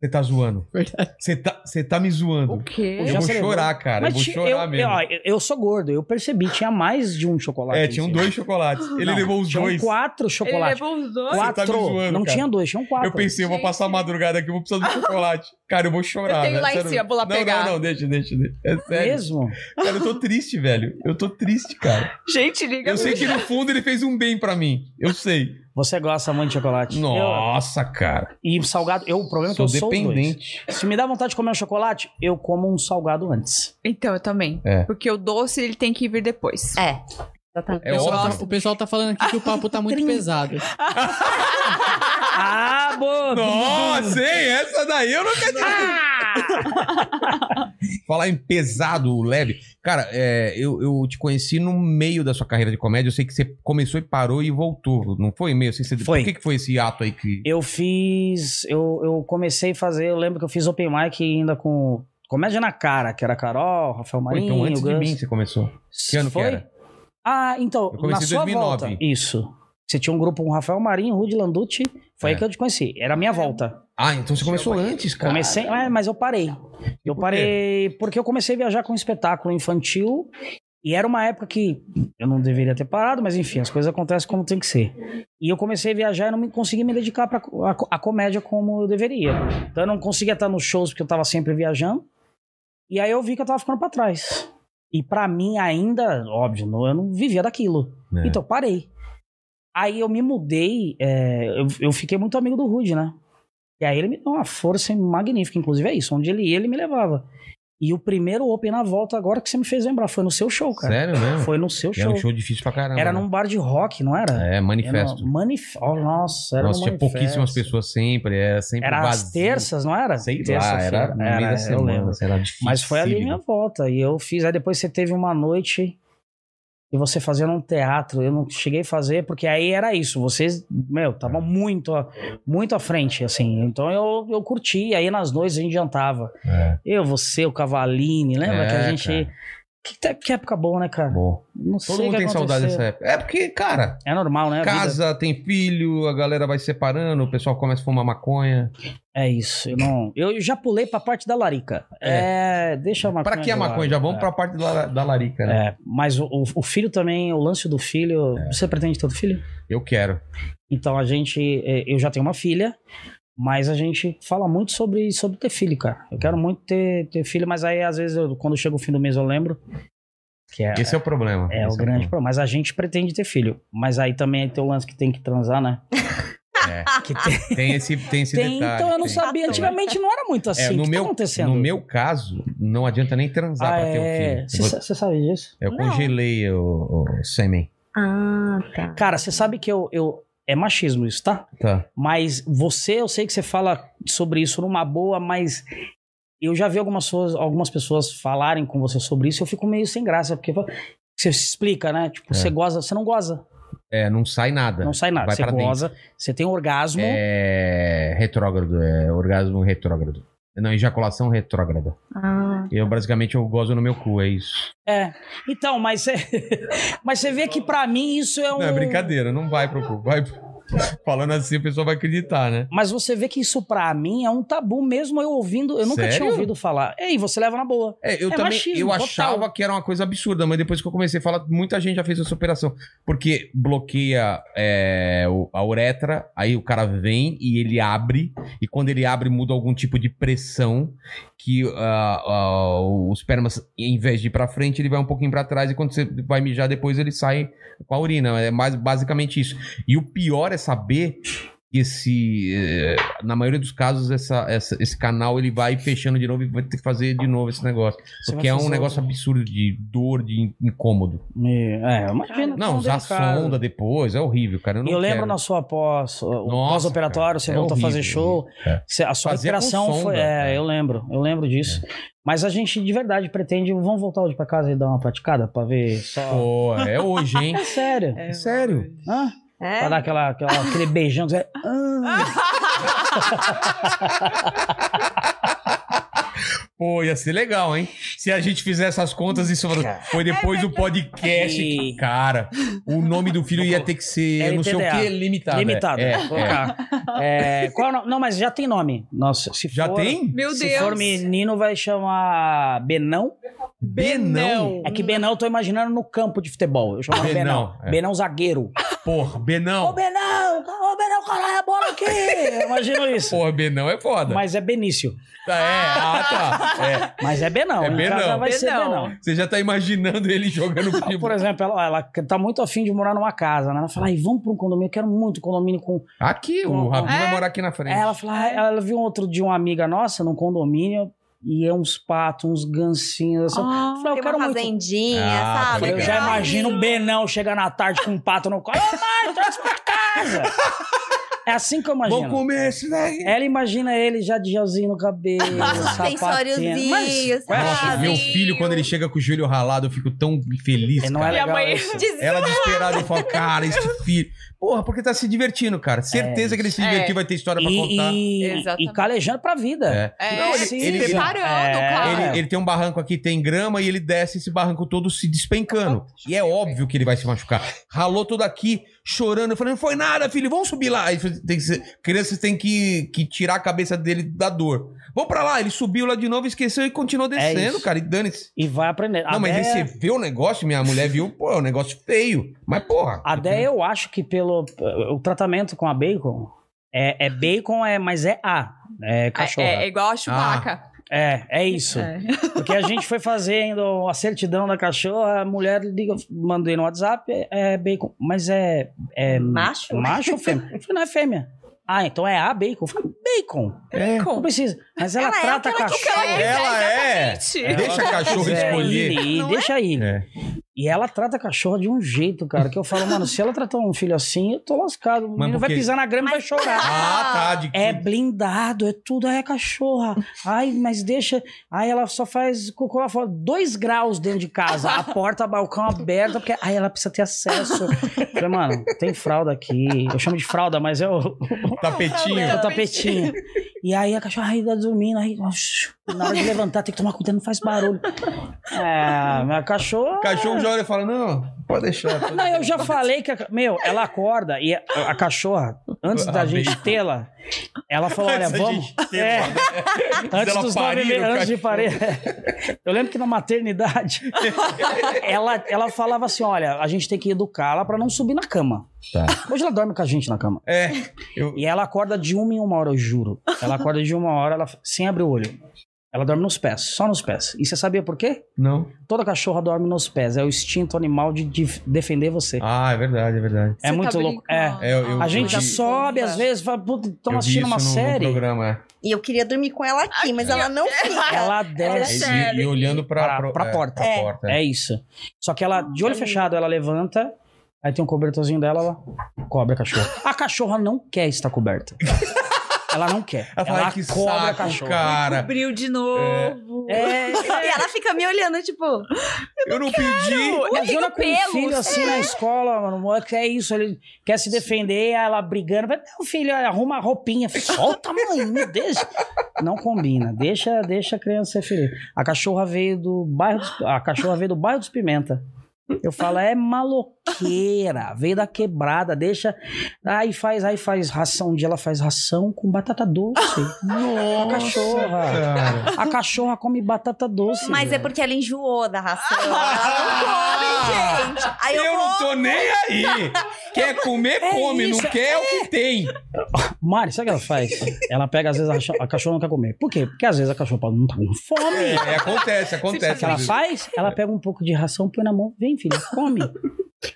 C: Você tá zoando.
D: Verdade.
C: Você tá, você tá me zoando.
B: O quê?
E: Eu
C: Eu
E: já
C: vou
E: sei,
C: chorar, cara.
E: Mas
C: eu vou
E: ti-
C: chorar
E: eu,
C: mesmo.
E: ó, eu- eu sou gordo, eu percebi, tinha mais de um chocolate.
C: é,
E: em
C: tinham
E: cima.
C: dois chocolates. Ele
E: Não,
C: levou os
E: tinham
C: dois.
E: quatro
B: Ele
E: chocolates.
B: levou os dois.
E: Quatro.
C: Você tá me zoando,
E: não
C: cara.
E: tinha dois, tinham quatro.
C: Eu pensei, eu vou passar a madrugada aqui, eu vou precisar do chocolate. Cara, eu vou chorar.
B: Eu tenho
C: velho,
B: lá em
C: sério.
B: cima, vou lá
C: não,
B: pegar.
C: Não, não, deixa, deixa, deixa. É sério.
E: Mesmo?
C: Cara, eu tô triste, velho. Eu tô triste, cara.
B: Gente, liga
C: Eu sei que no fundo ele fez um bem pra mim. Eu sei.
E: Você gosta muito de chocolate. Eu-
C: Nossa, cara.
E: e salgado, eu, o problema é que
C: Sou
E: eu sou os dois.
C: dependente.
E: Se me dá vontade de comer um chocolate, eu como um salgado antes.
B: Então, eu também.
C: É.
B: Porque o doce, ele tem que vir depois.
F: É. Exatamente.
C: É
D: o, pessoal
C: óbvio.
D: tá, o pessoal tá falando aqui que o papo tá muito pesado.
E: Ah, boa!
C: Nossa, hein? Essa daí eu nunca tinha. Falar em pesado, leve. Cara, é, eu, eu te conheci no meio da sua carreira de comédia. Eu sei que você começou e parou e voltou. Não foi meio? Assim, você...
E: Foi.
C: Por que, que foi esse ato aí que.
E: Eu fiz. Eu, eu comecei a fazer. Eu lembro que eu fiz open mic ainda com. Comédia na cara, que era a Carol, Rafael
C: Pô,
E: Marinho,
C: então antes de
E: Gans.
C: mim você começou. Que ano
E: Foi?
C: que era?
E: Ah, então,
C: Eu
E: na
C: comecei em
E: sua
C: 2009.
E: volta. Isso. Você tinha um grupo com Rafael Marinho, Rudy Landucci. Foi
C: É.
E: aí que eu te conheci. Era a minha volta.
C: Ah, então você começou antes, cara.
E: Comecei, é, mas eu parei. Eu
C: por quê?
E: parei porque eu comecei a viajar com um espetáculo infantil e era uma época que eu não deveria ter parado, mas enfim, as coisas acontecem como tem que ser. E eu comecei a viajar e não me, consegui me dedicar para a, co- a comédia como eu deveria. Então eu não conseguia estar nos shows porque eu estava sempre viajando. E aí eu vi que eu estava ficando para trás. E para mim ainda, óbvio, não- eu não vivia daquilo.
C: É.
E: Então eu parei. Aí eu me mudei, é, eu, eu fiquei muito amigo do Rude, né? E aí ele me deu uma força magnífica, inclusive é isso, onde ele ia, ele me levava. E o primeiro Open na volta, agora que você me fez lembrar, foi no seu show, cara.
C: Sério mesmo?
E: É. Foi no seu
C: E Era
E: show.
C: um show difícil pra caramba.
E: Era
C: né?
E: num bar de rock, não era?
C: É, manifesto.
E: Era no manif... oh, nossa, era
C: Nossa,
E: no
C: tinha
E: manifesto.
C: pouquíssimas pessoas sempre, era sempre
E: Era às
C: vazio.
E: terças, não era?
C: Sei lá,
E: Terça-feira.
C: era no meio da
E: eu
C: semana,
E: lembro.
C: assim, era difícil.
E: Mas foi ali minha volta. E eu fiz. Aí depois você teve uma noite e você fazia num teatro. Eu não cheguei a fazer, porque aí era isso. Vocês, meu, tava muito, a- muito à frente, assim. Então eu, eu curti. Aí nas noites a gente jantava.
C: É.
E: Eu, você, o Cavalini. Lembra que
C: É,
E: a gente.
C: cara.
E: Que, te- que época boa, né, cara?
C: Bom,
E: Não sei.
C: todo
E: o
C: mundo
E: que
C: tem saudade
E: aconteceu.
C: dessa época. É porque, cara,
E: É normal, né? a vida?
C: casa, tem filho, a galera vai separando, o pessoal começa a fumar maconha.
E: É isso. Eu, não... eu já pulei pra parte da larica. É. deixa a maconha.
C: pra que a
E: de lado,
C: maconha? Já vamos
E: é.
C: pra parte da, la- da larica, né? É.
E: É, mas o, o- o filho também, o lance do filho. Você pretende ter outro filho?
C: Eu quero.
E: Então a gente. é, Eu já tenho uma filha, mas a gente fala muito sobre, sobre ter filho, cara. Eu quero muito ter, ter filho, mas aí às vezes eu- quando chega o fim do mês eu lembro. Que é,
C: Esse é o problema.
E: é, o
C: Esse
E: grande problema. Mas a gente pretende ter filho. Mas aí também tem o lance que tem que transar, né?
C: problema.
E: Que tem,
C: É. Tem esse, tem esse
E: tem,
C: detalhe.
E: então eu não
C: tem.
E: sabia. Antigamente não era muito assim.
C: É,
E: o
C: no,
E: que
C: meu,
E: tá acontecendo?
C: no meu caso, não adianta nem transar
E: ah,
C: pra ter um
E: é.
C: filho. Eu,
E: Você você sabe disso?
C: eu
F: Não.
C: congelei o, o sêmen.
F: Ah, tá.
E: Cara, você sabe que eu, eu. É machismo isso, tá?
C: Tá.
E: Mas você, eu sei que você fala sobre isso numa boa, mas eu já vi algumas pessoas, algumas pessoas falarem com você sobre isso, eu fico meio sem graça, porque você se explica, né? Tipo,
C: É.
E: você goza, você não goza,
C: É, não sai nada.
E: não sai nada,
C: Vai
E: você
C: pra dentro.
E: goza, você tem orgasmo.
C: É retrógrado, é orgasmo retrógrado. Não, ejaculação retrógrada.
F: Ah.
C: Eu basicamente eu gozo no meu cu, é isso.
E: É. Então, mas você mas você vê que pra mim isso é um
C: Não, é brincadeira, não vai pro cu. Vai... pro- Falando assim, o pessoal vai acreditar, né?
E: Mas você vê que isso pra mim é um tabu mesmo eu ouvindo, eu nunca tinha
C: Sério?
E: ouvido falar. Ei, você leva na boa.
C: É, eu
E: É
C: também
E: machismo,
C: eu
E: total.
C: achava que era uma coisa absurda, mas depois que eu comecei a falar, muita gente já fez essa operação. Porque bloqueia é, o- a uretra, aí o cara vem e ele abre, e quando ele abre, muda algum tipo de pressão, que ah, ah, o esperma, em vez de ir pra frente, ele vai um pouquinho pra trás, e quando você vai mijar, depois ele sai com a urina. É mais, basicamente isso. E o pior é saber que esse, eh, na maioria dos casos, essa, essa- esse canal ele vai fechando de novo e vai ter que fazer de novo esse negócio.
E: Você
C: porque
E: vai
C: é um
E: fazer
C: negócio absurdo de dor, de in- incômodo.
E: É, imagina.
C: Não, usar
E: delicado.
C: sonda depois é horrível, cara. Eu, não
E: eu lembro
C: quero.
E: na sua pós, o
C: Nossa,
E: pós-operatório, você
C: cara, é
E: voltou a fazer
C: horrível,
E: show.
C: É.
E: Cê- A sua
C: Fazia com É.
E: recuperação
C: sonda,
E: foi.
C: cara.
E: É, eu lembro, eu lembro disso. Mas a gente de verdade pretende. Vamos voltar hoje pra casa e dar uma praticada pra ver só.
C: Pô, é hoje, hein?
E: É sério.
B: É,
C: Sério?
E: Hã?
F: É?
E: Pra dar aquela, aquela- aquele beijão. que você- Ah.
C: Pô, ia ser legal, hein? Se a gente fizesse as contas, isso foi depois do podcast.
E: E-
C: Cara, o nome do filho ia ter que ser não sei o
E: LTDA.
C: que, limitado. é.
E: Limitado.
C: É,
E: Vou
C: é.
E: né? colocar. É, qual é o nome? Não, mas já tem nome. Nossa, se
C: Já
E: for,
C: tem?
B: Meu
E: se
B: Deus.
E: for menino, vai chamar Benão.
C: Benão.
E: É que Benão eu tô imaginando no campo de futebol. Eu chamo
C: Benão,
E: Benão.
C: é.
E: Benão zagueiro.
C: Porra,
E: Ô
C: Benão.
B: É,
E: Benão,
B: tá,
E: ô Benão, caralho, a bola aqui! Eu imagino isso.
C: Porra, Benão é foda.
E: Mas é Benício.
C: Tá, é, ah, tá. É.
E: Mas é Benão.
C: É
E: em
C: Benão.
E: casa vai ser
B: Benão.
E: Benão.
C: Você já tá imaginando ele jogando
E: Por
C: futebol.
E: exemplo, ela, ela tá muito afim de morar numa casa, né? Ela fala, ai, vamos pra um condomínio, eu quero muito condomínio com.
C: Aqui, o Rabinho vai
B: É.
C: morar aqui na
E: Aí
C: frente.
E: ela fala, ai, ela viu um outro de uma amiga nossa num condomínio e é uns patos, uns gancinhos. Assim.
B: Ah,
E: eu falei, eu
F: Tem
E: quero
F: uma
E: muito.
F: fazendinha,
C: Ah, tá
F: sabe?
E: Eu já imagino o Benão chegando à tarde com um pato no colo. Ô, mãe, traz pra casa! É assim que eu imagino.
C: Vamos comer esse daí.
E: Ela imagina ele já de gelzinho no cabelo, sapatinho. Mas é
B: é.
F: sensóriozinho,
C: Nossa,
F: sabe?
C: meu filho, quando ele chega com o joelho ralado, eu fico tão feliz.
E: não é
C: cara.
B: E a
E: legal
B: mãe-
E: isso.
F: Diz-
C: Ela desesperada, eu falo, cara, esse filho. Porra, porque tá se divertindo, cara. Certeza que ele se divertiu,
B: É.
C: vai ter história pra contar.
E: É, E, e,
B: Exatamente.
E: e calejando pra vida.
C: É.
B: É,
C: Não, ele-
B: se
C: ele- ele-
B: preparando,
E: é,
B: claro.
C: Ele, ele tem um barranco aqui, tem grama, e ele desce esse barranco todo se despencando. E é óbvio que ele vai se machucar. Ralou todo aqui, chorando. Eu falei, não foi nada, filho, vamos subir lá. Aí falei, tem que ser- crianças têm que, que tirar a cabeça dele da dor. Vamos pra lá. Ele subiu lá de novo, esqueceu e continuou descendo,
E: É isso.
C: cara. E dane-se.
E: E vai aprender.
C: Não, mas aí você vê o negócio, minha mulher viu, pô, é um negócio feio. Mas, porra.
E: Até eu acho que pelo eh, o tratamento com a bacon é, é bacon, é, mas é A. É
B: É,
E: cachorro.
B: é,
E: É,
B: é igual a Chewbacca.
E: é, isso.
B: É.
E: Porque a gente foi fazendo a certidão da cachorra, a mulher liga, mandei no WhatsApp, é, é bacon, mas é, é
F: Macho?
E: macho ou fêmea? Eu falei, não é fêmea. Ah, então é A bacon. Eu falei, bacon.
C: É.
E: Não
B: Com.
E: precisa. Mas ela,
F: Ela é
E: trata
F: aquela que
E: cachorro.
F: quer.
C: Ela é.
B: Exatamente.
C: Deixa a cachorra
E: É,
C: escolher.
E: e- e
F: Não é?
E: deixa aí.
C: É.
E: E ela trata a cachorra de um jeito, cara, que eu falo, mano, se ela tratar um filho assim, eu tô lascado. O menino
C: por
E: vai
C: quê?
E: pisar na grama e vai chorar.
C: Ah, tá. De...
E: É blindado, é tudo, aí é cachorra. Ai, mas deixa. Aí ela só faz cocô lá fora, dois graus dentro de casa, a porta, balcão aberta, porque aí ela precisa ter acesso. Eu falei, mano, tem fralda aqui. Eu chamo de fralda, mas é o,
C: Tapetinho.
E: é o tapetinho. E aí a cachorra ainda dormindo, aí na hora de levantar tem que tomar cuidado, não faz barulho.
C: Tá
E: É, minha cachorra.
C: O cachorro já olha e fala: Não, pode deixar. tudo
E: Não,
C: bem.
E: eu já falei que. a- meu, ela acorda e a, a cachorra, antes da
C: Ah,
E: gente
C: bacon.
E: tê-la, ela falou: olha,
C: Antes da
E: vamos.
C: gente ter,
E: É.
C: mano.
E: Antes
C: dela
E: dos nove
C: parir
E: meses,
C: o
E: antes de
C: cachorro.
E: parir. Eu lembro que na maternidade, ela, ela falava assim: olha, a gente tem que educá-la pra não subir na cama.
C: Tá.
E: Hoje ela dorme com a gente na cama.
C: É. Eu...
E: E ela acorda de uma em uma hora, eu juro. Ela acorda de uma hora, ela, sem abrir o olho. Ela dorme nos pés, só nos pés. E você sabia por quê?
C: Não.
E: Toda cachorra dorme nos pés. É o instinto animal de, de defender você.
C: Ah, é verdade, é verdade.
E: é
F: Tá
E: muito louco. É.
C: É, eu- eu-
E: A gente já
C: vi-
E: sobe às vezes, fala, puta,
C: Eu
E: estamos
C: vi
E: assistindo
C: isso
E: uma
C: no- no
E: série.
C: programa, é.
F: E eu queria dormir com ela aqui, mas ela não fica.
E: Ela
C: É, E-
E: desce.
C: E, e olhando pra,
E: Pra- pra
C: é,
E: porta.
C: pra
F: É.
C: porta,
E: É isso. Só que ela, de olho fechado, ela levanta, aí tem um cobertorzinho dela, ela cobre a cachorra. A cachorra não quer estar coberta. ela não quer.
C: Ela
E: Ela,
C: fala que
E: cobre a
C: saco,
E: cachorra.
C: cara.
B: Cobriu de novo.
E: É,
F: E ela fica me olhando, tipo,
C: Eu não pedi.
E: imagina com um
F: pelos. É.
E: filho assim na escola, mano. O moleque é isso, ele quer se defender, aí ela brigando. Vai, não, filho, arruma a roupinha. Solta, mãe, me deixa. Não combina, deixa, deixa a criança ser feliz. A cachorra veio do bairro dos, A cachorra veio do bairro dos Pimenta. Eu falo, é maloqueira, veio da quebrada, deixa. Aí faz, aí faz ração. Um dia ela faz ração com batata doce. Nossa, a cachorra.
C: Cara.
E: A cachorra come batata doce.
F: mas é
E: velho.
F: porque ela enjoou da ração. Ela não come, gente. Aí eu,
C: Eu
F: vou.
C: não tô nem aí. Quer comer,
E: É
C: come.
E: isso,
C: Não quer, é o que tem.
E: Mari, sabe o que ela faz? Ela pega, às vezes, a, racha- a cachorra não quer comer. Por quê? Porque às vezes a cachorra fala, não tá com fome.
C: É, acontece,
E: Sabe o
C: acontece.
E: que ela
C: às vezes.
E: faz? Ela pega um pouco de ração, põe na mão. Vem, filha, come.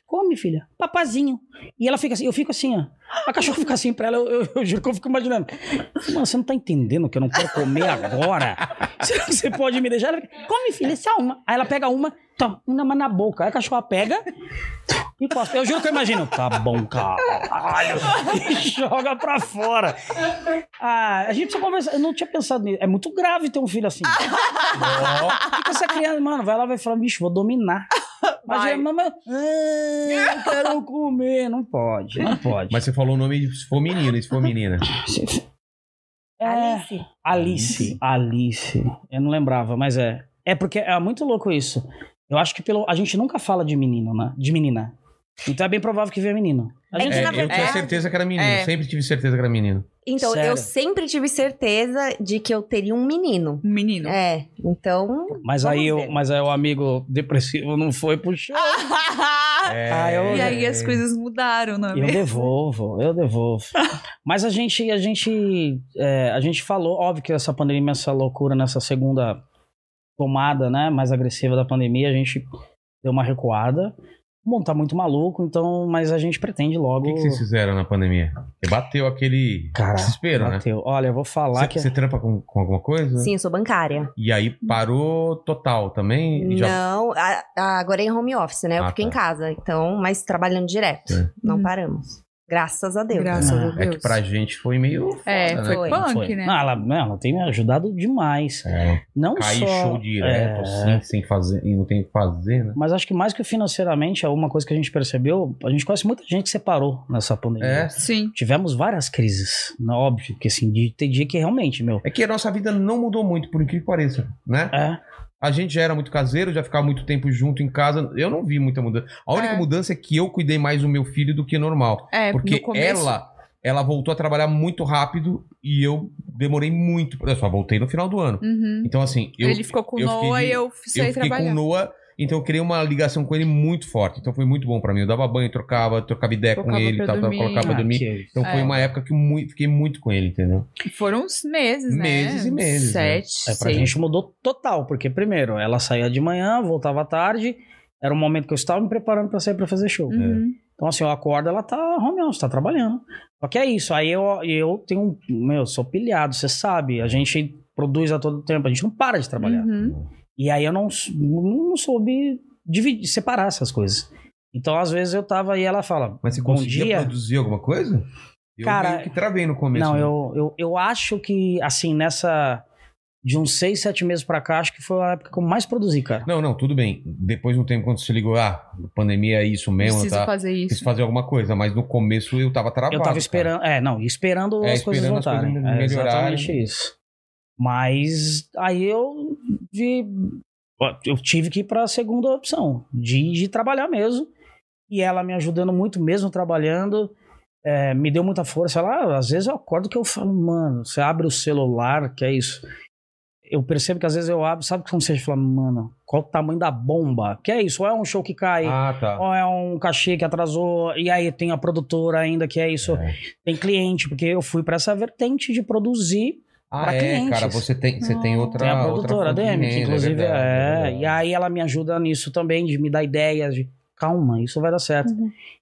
E: Come, filha. Papazinho. E ela fica assim, eu fico assim, ó. A cachorra fica assim pra ela, eu, eu- eu juro que eu fico imaginando. Mano, você não tá entendendo que eu não quero comer agora? Você, você pode me deixar? Ela fica, come, filha, só uma. Aí ela pega uma, tá, uma na boca. Aí a cachorra pega e posta. Eu juro que eu imagino. Tá bom, caralho. E joga pra fora. Ah, a gente precisa conversar. Eu não tinha pensado nisso. É muito grave ter um filho assim.
C: Ó,
E: Por que essa criança, mano, vai lá e vai falar, bicho, vou dominar. Mas
B: Vai.
E: a mamãe, "Ah, eu quero comer. Não pode, não pode.
C: Mas você falou o nome se for menino, e se for menina.
E: É,
F: Alice.
E: Alice. Alice. Eu não lembrava, mas é. É porque é muito louco isso. Eu acho que pelo, a gente nunca fala de menino, né? De menina. Então é bem provável que venha menino. A
F: É
E: gente
F: que
C: É,
F: na
C: eu tinha
F: verdade-
C: certeza que era menino.
B: É.
C: Sempre tive certeza que era menino.
F: Então,
E: Sério?
F: eu sempre tive certeza de que eu teria um menino.
B: Um menino.
F: É, então.
E: Mas
F: Vamos
E: aí, eu,
F: ver.
E: mas aí o amigo depressivo não foi puxar.
C: É,
E: eu-
B: e aí as coisas mudaram, não é
E: Eu
B: mesmo?
E: devolvo, eu devolvo. Mas a gente, a gente, é, a gente falou, óbvio que essa pandemia, essa loucura, nessa segunda tomada, né, mais agressiva da pandemia, a gente deu uma recuada. Bom, tá muito maluco, então, mas a gente pretende
C: O
E: logo.
C: que, que vocês fizeram na pandemia? Porque Bateu aquele
E: Cara,
C: desespero, né?
E: Mateu, Olha, eu vou falar
C: Você,
E: que é-
C: você trampa com, com alguma coisa?
F: Sim, eu sou bancária.
C: E aí parou total também? E já...
F: Não, a- a- agora é em home office, né? Eu
C: Ah,
F: fiquei
C: tá.
F: em casa, então, mas trabalhando direto.
C: É.
F: Não
B: Hum.
F: paramos. Graças a Deus.
B: Graças
E: Ah,
B: a
C: É
B: Deus.
C: que pra gente foi meio.
B: É,
C: foda,
B: foi,
F: Foi,
B: punk,
E: foi.
B: né?
E: Não, ela, não, ela tem me ajudado demais.
C: É,
E: Não
C: cair
E: só
C: show direto,
E: É.
C: assim, sem fazer, e não tem o que fazer, né?
E: Mas acho que mais que financeiramente, é uma coisa que a gente percebeu, a gente conhece muita gente que separou nessa pandemia.
C: É.
B: Sim.
E: né? Tivemos várias crises, né? óbvio, que assim, de, tem dia que realmente, meu.
C: É que a nossa vida não mudou muito, por incrível que pareça, né?
E: É,
C: A gente já era muito caseiro, já ficava muito tempo junto em casa. Eu não vi muita mudança. A única
B: É.
C: mudança é que eu cuidei mais do meu filho do que normal.
B: É,
C: porque
B: no começo.
C: ela, ela voltou a trabalhar muito rápido e eu demorei muito. Eu só voltei no final do ano.
B: Uhum.
C: Então, assim, eu,
B: Ele ficou com
C: eu
B: Noah
C: fiquei de-
B: e eu
C: eu
B: saí
C: fiquei com
B: trabalhar.
C: o Noah, então eu criei uma ligação com ele muito forte. Então foi muito bom pra mim. Eu dava banho, trocava, trocava ideia com
B: Colocava
C: ele,
B: pra
C: tal, tal,
B: dormir.
C: colocava pra dormir.
E: Ah, que-
C: Então foi
B: É.
C: uma época que eu mui- fiquei muito com ele, entendeu?
B: Foram uns meses, né?
C: Meses e meses, né?
B: Sete,
E: é, pra
B: seis.
E: gente mudou total, porque primeiro, ela saía de manhã, voltava à tarde, era um momento que eu estava me preparando pra sair pra fazer show.
C: É.
B: Uhum.
E: Então, assim, eu acordo, ela tá home office, tá trabalhando. Só que é isso. Aí eu, eu tenho. um- Meu, sou pilhado, você sabe. A gente produz a todo tempo, a gente não para de trabalhar.
B: Uhum.
E: E aí eu não, sou- não soube dividir, separar essas coisas. Então, às vezes, eu tava e ela fala.
C: Mas você
E: Bom
C: conseguia
E: dia.
C: produzir alguma coisa? Eu
E: Cara,
C: meio que travei no começo.
E: Não,
C: né?
E: eu, eu, eu acho que, assim, nessa. De uns seis, sete meses pra cá, acho que foi a época que eu mais produzi, cara.
C: Não, não, tudo bem. Depois de um tempo, quando você ligou, ah, pandemia é isso mesmo,
B: Preciso
C: tá?
B: fazer isso.
C: Preciso fazer alguma coisa, mas no começo eu tava travado.
E: eu tava
C: cara.
E: esperando. É, não, e esperando
C: É,
E: as coisas
C: esperando as coisas
E: voltarem.
C: melhorarem.
E: é exatamente isso. Mas aí eu vi. Eu tive que ir pra segunda opção, de, de trabalhar mesmo. E ela me ajudando muito, mesmo trabalhando. é, me deu muita força. Ela, às vezes eu acordo que eu falo, mano, você abre o celular, que é isso. Eu percebo que às vezes eu abro, sabe quando você fala, mano, qual o tamanho da bomba? Que é isso? Ou é um show que cai,
C: Ah, tá.
E: ou é um cachê que atrasou, e aí tem a produtora ainda, que é isso,
C: É.
E: tem cliente, porque eu fui pra essa vertente de produzir
C: Ah,
E: pra
C: é,
E: clientes.
C: cara, você tem, você
B: Ah.
C: tem outra.
E: tem a
C: outra
E: produtora,
C: fonte de
E: DM, que
C: renda,
E: inclusive é,
C: verdade, verdade.
E: E aí ela me ajuda nisso também, de me dar ideias, de calma, isso vai dar certo.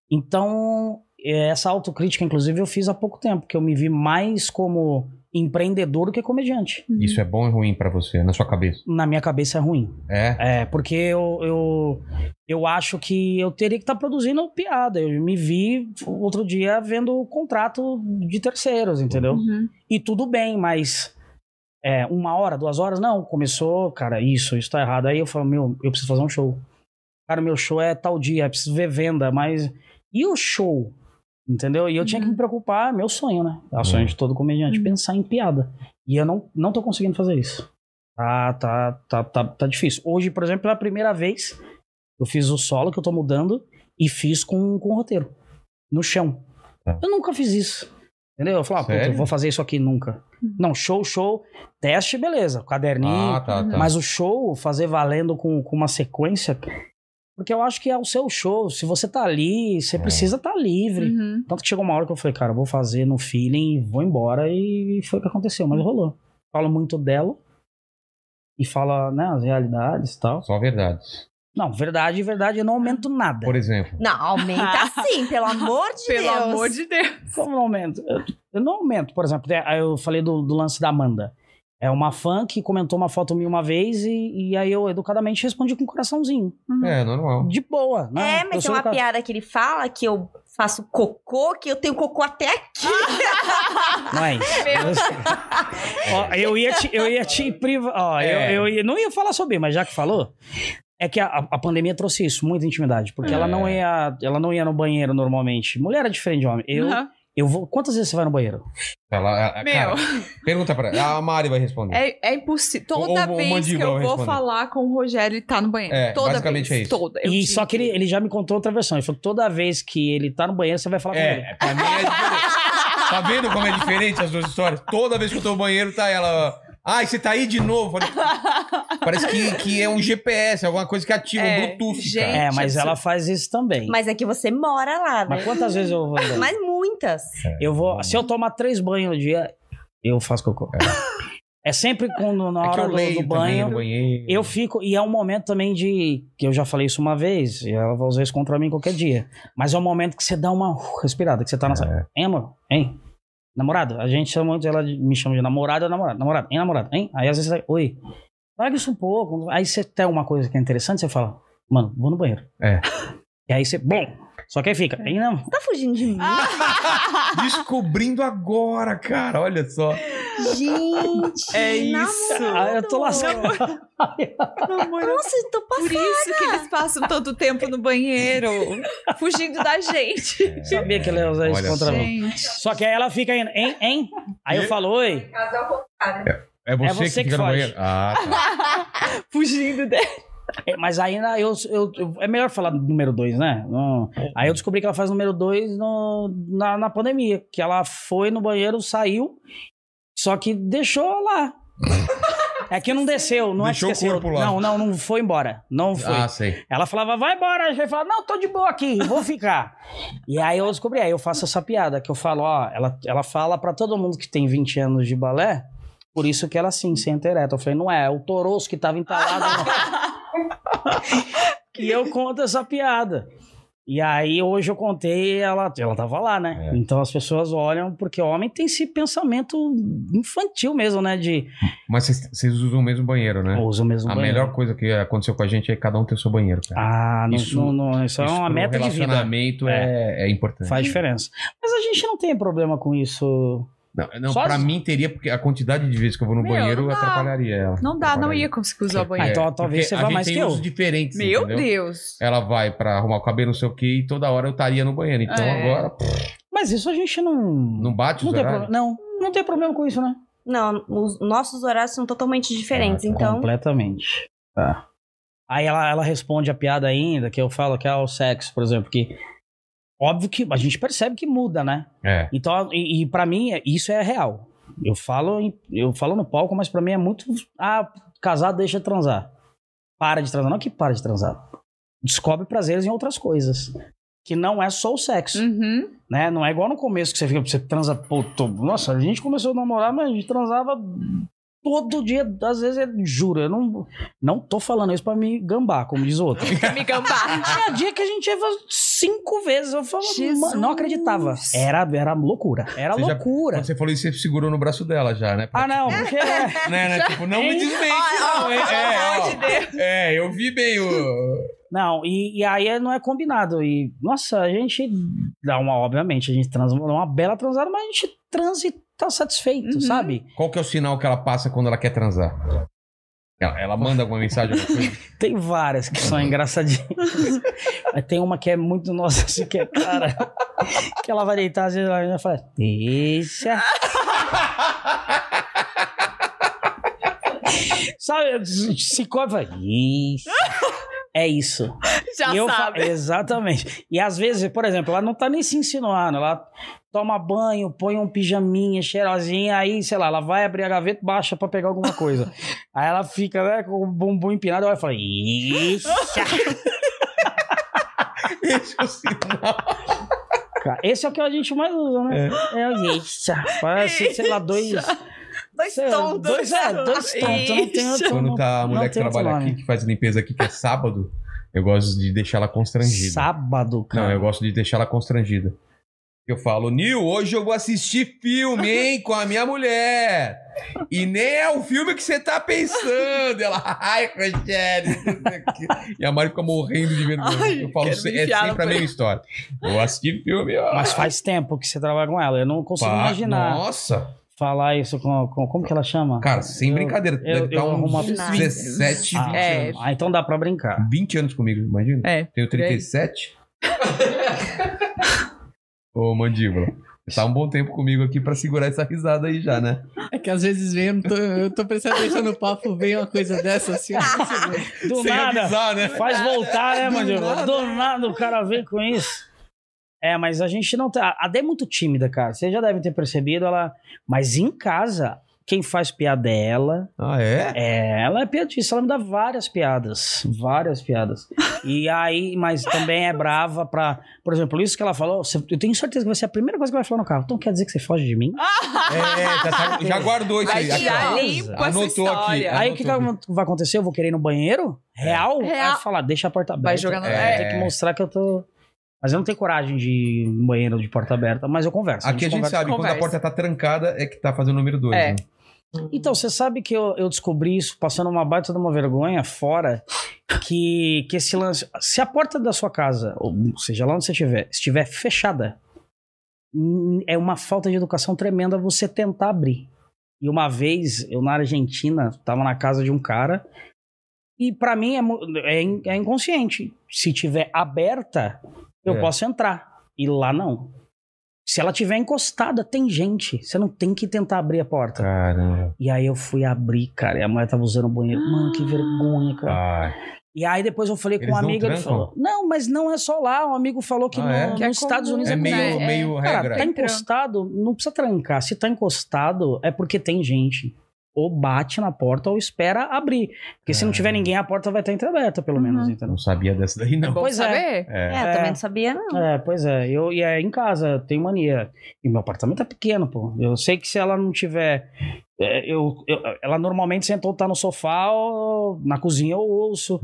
E: Então, é, essa autocrítica, inclusive, eu fiz há pouco tempo, que eu me vi mais como empreendedor do que comediante.
C: Isso é bom e ruim pra você, na sua cabeça.
E: Na minha cabeça é ruim.
C: É?
E: É, porque eu, eu, eu acho que eu teria que estar produzindo piada. Eu me vi outro dia vendo contrato de terceiros, entendeu?
B: Uhum.
E: E tudo bem, mas é, uma hora, duas horas, não, começou, cara, isso, isso tá errado. Aí eu falo, meu, eu preciso fazer um show. Cara, meu show é tal dia, preciso ver venda, mas. E o show? Entendeu? E eu tinha que
B: Uhum.
E: me preocupar, meu sonho, né? É o sonho de todo comediante,
B: Uhum.
E: pensar em piada. E eu não, não tô conseguindo fazer isso. Tá, tá, tá, tá, tá difícil. Hoje, por exemplo, pela primeira vez, eu fiz o solo que eu tô mudando e fiz com, com o roteiro. No chão.
C: Tá.
E: Eu nunca fiz isso. Entendeu? Eu falava, ah, puta,
C: Sério?
E: eu vou fazer isso aqui nunca.
B: Uhum.
E: Não, show, show, teste, beleza, caderninho.
C: Ah, tá, tá.
E: Mas o show, fazer valendo com, com uma sequência. Porque eu acho que é o seu show. Se você tá ali, você
C: É.
E: precisa estar livre.
B: Uhum.
E: Tanto que chegou uma hora que eu falei, cara, eu vou fazer no feeling, vou embora, e foi o que aconteceu, mas rolou. Falo muito dela e fala, né, as realidades e tal.
C: Só verdades.
E: Não, verdade, verdade, eu não aumento nada.
C: Por exemplo.
F: Não, aumenta sim, pelo amor de
B: Pelo
F: Deus.
B: amor de Deus.
E: Como não aumento? Eu, eu não aumento, por exemplo, né, aí eu falei do, do lance da Amanda. É uma fã que comentou uma foto minha uma vez e, e aí eu educadamente respondi com um coraçãozinho.
B: Uhum.
C: É, normal.
E: De boa, né?
F: É,
E: Eu
F: mas tem
E: sou
F: uma
E: educado.
F: piada que ele fala que eu faço cocô, que eu tenho cocô até aqui.
E: Não é isso. Ó, eu ia te, eu ia te privar. Ó,
C: É.
E: eu, eu ia- não ia falar sobre, mas já que falou, é que a, a pandemia trouxe isso, muita intimidade, porque ela
C: É.
E: não ia, ela não ia no banheiro normalmente. Mulher é diferente de homem. Eu,
B: Uhum.
E: eu vou. Quantas vezes você vai no banheiro?
C: Ela, ela-
B: Meu.
C: cara, pergunta pra ela. A Mari vai responder.
B: É, é impossível.
C: Ou-
B: Toda
C: ou o
B: vez que
C: Mandíbula
B: eu
C: vai
B: vou
C: responder.
B: falar com o Rogério, ele tá no banheiro.
C: É,
B: toda
C: basicamente
B: vez.
C: é isso.
B: Toda. Eu
E: e
B: tive
E: só que ele, ele já me contou outra versão. Ele falou: toda vez que ele tá no banheiro, você vai falar com ele.
C: É, pra mim é diferente. Tá vendo como é diferente as duas histórias? Toda vez que eu tô no banheiro, tá ela. Ai, você tá aí de novo. Falei, Parece que, que é um GPS, alguma coisa que ativa,
B: É,
C: um Bluetooth,
B: gente. assim.
C: cara.
E: É, mas
B: absurdo.
E: ela faz isso também. Mas,
F: Mas é que você mora lá, né?
E: quantas vezes eu vou? no banheiro?
F: Mas muitas.
C: É.
E: Eu vou. Se eu tomar três banhos no dia, eu faço cocô. É, sempre quando na
C: É que
E: hora
C: eu
E: do-
C: leio
E: do
C: também
E: banho.
C: no banheiro.
E: Eu fico, e é um momento também de. Que eu já falei isso uma vez, e ela vai usar isso contra mim qualquer dia. Mas é um momento que você dá uma uh, respirada, que você tá na
C: É.
E: sala. Hein, amor? Hein? Namorado? A gente chama muito, ela de- me chama de namorada, namorado, namorado, hein, namorado, hein? Aí às vezes você vai, oi. Larga isso um pouco. Aí você tem uma coisa que é interessante, você fala, mano, vou no banheiro.
C: É.
E: E aí você, bom. Só que aí fica, hein, não.
F: Tá fugindo de mim?
B: Ah.
C: Descobrindo agora, cara. Olha só.
F: Gente,
B: É isso.
E: Ah, eu tô lascando.
F: Nossa, eu tô
B: Por isso que eles passam tanto tempo no banheiro, fugindo da gente.
E: Sabia que ela ia usar isso
C: Olha
E: contra
C: só.
E: mim.
B: Gente.
E: Só que aí ela fica indo, hein, hein? Aí eu falo, oi.
C: É você,
E: É você
C: que,
E: que
C: fica no
E: foge.
C: banheiro? Ah, tá.
B: Fugindo dela.
E: É, mas ainda eu, eu- eu- É melhor falar do número 2, né? Não. Aí eu descobri que ela faz número 2 na, na pandemia. Que ela foi no banheiro, saiu, só que deixou lá. É que não desceu, não
C: Deixou
E: é
C: o
E: que esqueceu.
C: corpo lá.
E: Não, não, não foi embora. Não foi.
C: Ah, sei.
E: Ela falava, vai embora. A gente falava, não, tô de boa aqui, vou ficar. e aí eu descobri, aí eu faço essa piada, que eu falo, ó, ela, ela fala pra todo mundo que tem 20 anos de balé, por isso que ela assim, senta ereta. Eu falei, não é, é o Toroço que tava entalado. no- e eu conto essa piada. E aí hoje eu contei, ela, ela tava lá, né?
C: É.
E: Então as pessoas olham, porque homem tem esse pensamento infantil mesmo, né? De
C: Mas vocês- vocês usam o mesmo banheiro, né?
E: usa o mesmo
C: a
E: banheiro.
C: melhor coisa que aconteceu com a gente é cada um ter o seu banheiro, cara.
E: Ah, não-
C: Isso-
E: não- não, isso é uma
C: pro
E: meta de vida.
C: relacionamento é, é importante.
E: Faz diferença. Mas a gente não tem problema com isso.
C: Não, É, não
E: Só
C: pra
E: as-
C: mim teria, porque a quantidade de vezes que eu vou no
B: Meu,
C: banheiro
B: não dá.
C: atrapalharia ela.
B: Não dá, não
C: Atrapalharia.
B: ia conseguir usar
C: É,
B: o
E: Ah,
B: banheiro.
E: então talvez
C: porque
E: você
C: a
E: vá
C: gente
E: mais
C: tem
E: que eu.
C: usos diferentes,
B: Meu
C: entendeu?
B: Deus.
C: Ela vai pra arrumar o cabelo, não sei o que, e toda hora eu estaria no banheiro. Então
B: É.
C: agora pff,
E: Mas isso é um a gente não.
C: não bate
E: não
C: os
E: tem
C: horários.
E: problema. Não, não tem problema com isso, né? Ah, é
F: Não, os nossos horários são totalmente diferentes,
C: Ah, tá.
F: então.
E: Completamente. Tá. Aí ela, ela responde a piada ainda, que eu falo que é o sexo, por exemplo, que. Óbvio que a gente percebe que muda, né?
C: É.
E: Então, e, e para mim, é- isso é real. Eu falo, em- eu falo no palco, mas pra mim é muito. Ah, casado deixa de transar. Para de transar. Não é que para de transar. Descobre prazeres em outras coisas. Que não é só o sexo,
B: Uhum.
E: né? Não é igual no começo que você fica, você transa. Pô, tô- nossa, a gente começou a namorar, mas a gente transava todo dia. Às vezes, eu juro, eu não, não tô falando isso pra me gambar, como diz o outro.
B: Me gambar.
E: Tinha dia que a gente ia cinco vezes. Eu falava,
B: Jesus.
E: "Mano, não acreditava. Era, era loucura. Era
C: Você já-
E: loucura.
C: Quando você falou isso, você segurou no braço dela já, né?
E: Ah, não, porque.
C: Né, né? Tipo, não me desmente,
B: Ó, ó,
C: não, hein?
B: pelo amor de
C: É, ó.
B: Deus.
C: É, eu vi bem o.
E: Não, e, e aí não é combinado. E, nossa, a gente dá uma, obviamente, a gente transa dá uma bela transada, mas a gente transa e tá satisfeito,
B: Uhum.
E: sabe?
C: Qual que é o sinal que ela passa quando ela quer transar? Ela, ela manda alguma mensagem? alguma coisa?
E: Tem várias que
C: Uhum.
E: são engraçadinhas. mas tem uma que é muito nossa, assim, que é cara. Que ela vai deitar, às vezes ela ainda fala, deixa. Sabe, se cobre, fala, isso. É isso.
B: Já
E: E eu fa-
B: sabe.
E: Exatamente. E às vezes, por exemplo, ela não tá nem se insinuando, ela toma banho, põe um pijaminha cheirosinha, aí, sei lá, ela vai abrir a gaveta, baixa pra pegar alguma coisa. aí ela fica, né, com o bumbum empinado, ela fala, "Ixa!"
C: Esse é o sinal.
E: Cara, Esse é o que a gente mais usa, né? É, o "Ixa". Parece, sei lá, dois...
B: Dois
E: sei lá,
B: tontos.
E: Dois, é, dois tontos. Não tem outro,
C: Quando tá a
E: não
C: mulher que
E: tem outro
C: trabalha
E: nome.
C: aqui, que faz limpeza aqui, que é sábado, eu gosto de deixar ela constrangida.
E: Sábado, cara.
C: Não, eu gosto de deixar ela constrangida. Eu falo, Nil, hoje eu vou assistir filme, hein, com a minha mulher. E nem é o filme que você tá pensando. Ela, ai, Rogério. não sei o quê." E a Mari fica morrendo de vergonha.
B: Ai,
C: eu falo,
B: quero me
C: "Se- é
B: enfiar
C: sempre a
B: na
C: mesma história. Eu assisti filme, ó.
E: Mas faz tempo que você trabalha com ela. Eu não consigo
C: Pá,
E: imaginar
C: Nossa.
E: falar isso com, com. Como que ela chama?
C: Cara, sem
E: Eu-
C: brincadeira.
E: eu-
C: deve estar
E: eu arrumo
C: uns
E: uma-
C: 17, 20
E: Ah,
B: É.
C: anos.
E: Ah, então dá pra brincar.
C: 20 anos comigo, imagina.
B: É.
C: Tenho 37. Ô, mandíbula. Você tá um bom tempo comigo aqui pra segurar essa risada aí já, né?
D: É que às vezes vem, eu, não tô, eu tô prestando atenção no papo, vem uma coisa dessa assim. eu não sei ver.
E: Do
C: Sem
E: nada.
C: avisar, né?
E: Faz voltar, né,
D: Do
E: Mandíbula?
D: nada.
E: Do nada o cara vem com isso. É, mas a gente não tá. A Dé é muito tímida, cara. Vocês já devem ter percebido ela. Mas em casa, quem faz piada é ela.
C: Ah, é?
E: É, ela é piadista, ela me dá várias piadas. Várias piadas. E aí, mas também é brava pra. Por exemplo, isso que ela falou, você- eu tenho certeza que vai ser a primeira coisa que vai falar no carro. Então quer dizer que você foge de mim?
C: É, já, tá- já guardou isso
B: Vai
C: aí.
E: Aqui,
B: tirar
E: ó.
B: limpo essa
C: Anotou aqui.
B: história.
C: Ah,
E: Aí o que, que Então, vai acontecer? Eu vou querer ir no banheiro? Real?
B: Real.
E: Aí falar, deixa a porta aberta.
B: Vai jogar no-
E: É.
C: É.
E: Tem que mostrar que eu tô. Mas eu não tenho coragem de ir no banheiro de porta aberta, mas eu converso.
C: Aqui a gente
E: conversa.
C: sabe, quando a
B: conversa.
C: porta tá trancada, é que tá fazendo o número 2.
B: É.
C: Uhum.
E: Então, você sabe que eu, eu descobri isso passando uma baita de uma vergonha fora que, que esse lance. Se a porta da sua casa, ou seja lá onde você estiver, estiver fechada, hum, é uma falta de educação tremenda você tentar abrir. E uma vez, eu na Argentina, tava na casa de um cara, e pra mim é, mu- é, in- é inconsciente. Se tiver aberta, eu
C: É.
E: posso entrar. E lá não. Se ela tiver encostada, tem gente. Você não tem que tentar abrir a porta.
C: Caramba.
E: E aí eu fui abrir, cara, e a mulher tava usando o banheiro. Mano, que vergonha, cara.
C: Ai.
E: E aí depois eu falei
C: Eles
E: com um
C: não
E: amigo, ele
C: trancam?
E: falou: Não, mas não é só lá. Um amigo falou que
C: Ah,
E: no-
C: é?
E: nos
B: Que é
E: Estados
B: comum,
E: Unidos
C: É
E: é
B: né?
E: comum.
C: meio,
B: É.
C: meio
E: Cara,
C: regra.
E: tá
B: Tem
E: encostado, não precisa trancar. Se tá encostado, é porque tem gente. Ou bate na porta ou espera abrir. Porque se não tiver ninguém, a porta vai estar entreaberta, pelo menos,
B: Uhum.
E: entendeu?
C: É. Não sabia dessa daí, não.
B: Bom
E: Pois é.
B: saber.
C: É.
F: É, eu também não sabia, não.
E: É, pois é. Eu, e é em casa, eu tenho mania. E meu apartamento é pequeno, pô. Eu sei que se ela não tiver. é, eu, eu- ela normalmente senta ou tá no sofá ou na cozinha eu ouço.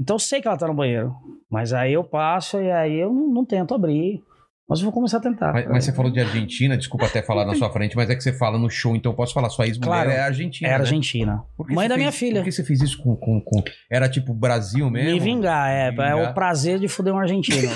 E: Então eu sei que ela tá no banheiro. Mas aí eu passo e aí eu não, não tento abrir. Mas eu vou começar a tentar.
C: Mas, mas você falou de Argentina, desculpa até falar na sua frente, mas é que você fala no show, então eu posso falar sua ex-mulher
E: Claro.
C: é argentina.
E: Era
C: né?
E: Argentina.
C: Por que
E: Mãe
C: você
E: da
C: fez-
E: minha filha.
C: Por que você fez isso com. com, com- Era tipo Brasil mesmo?
E: Me vingar, é.
C: Me
E: É
C: vingar.
E: o prazer de foder um argentino.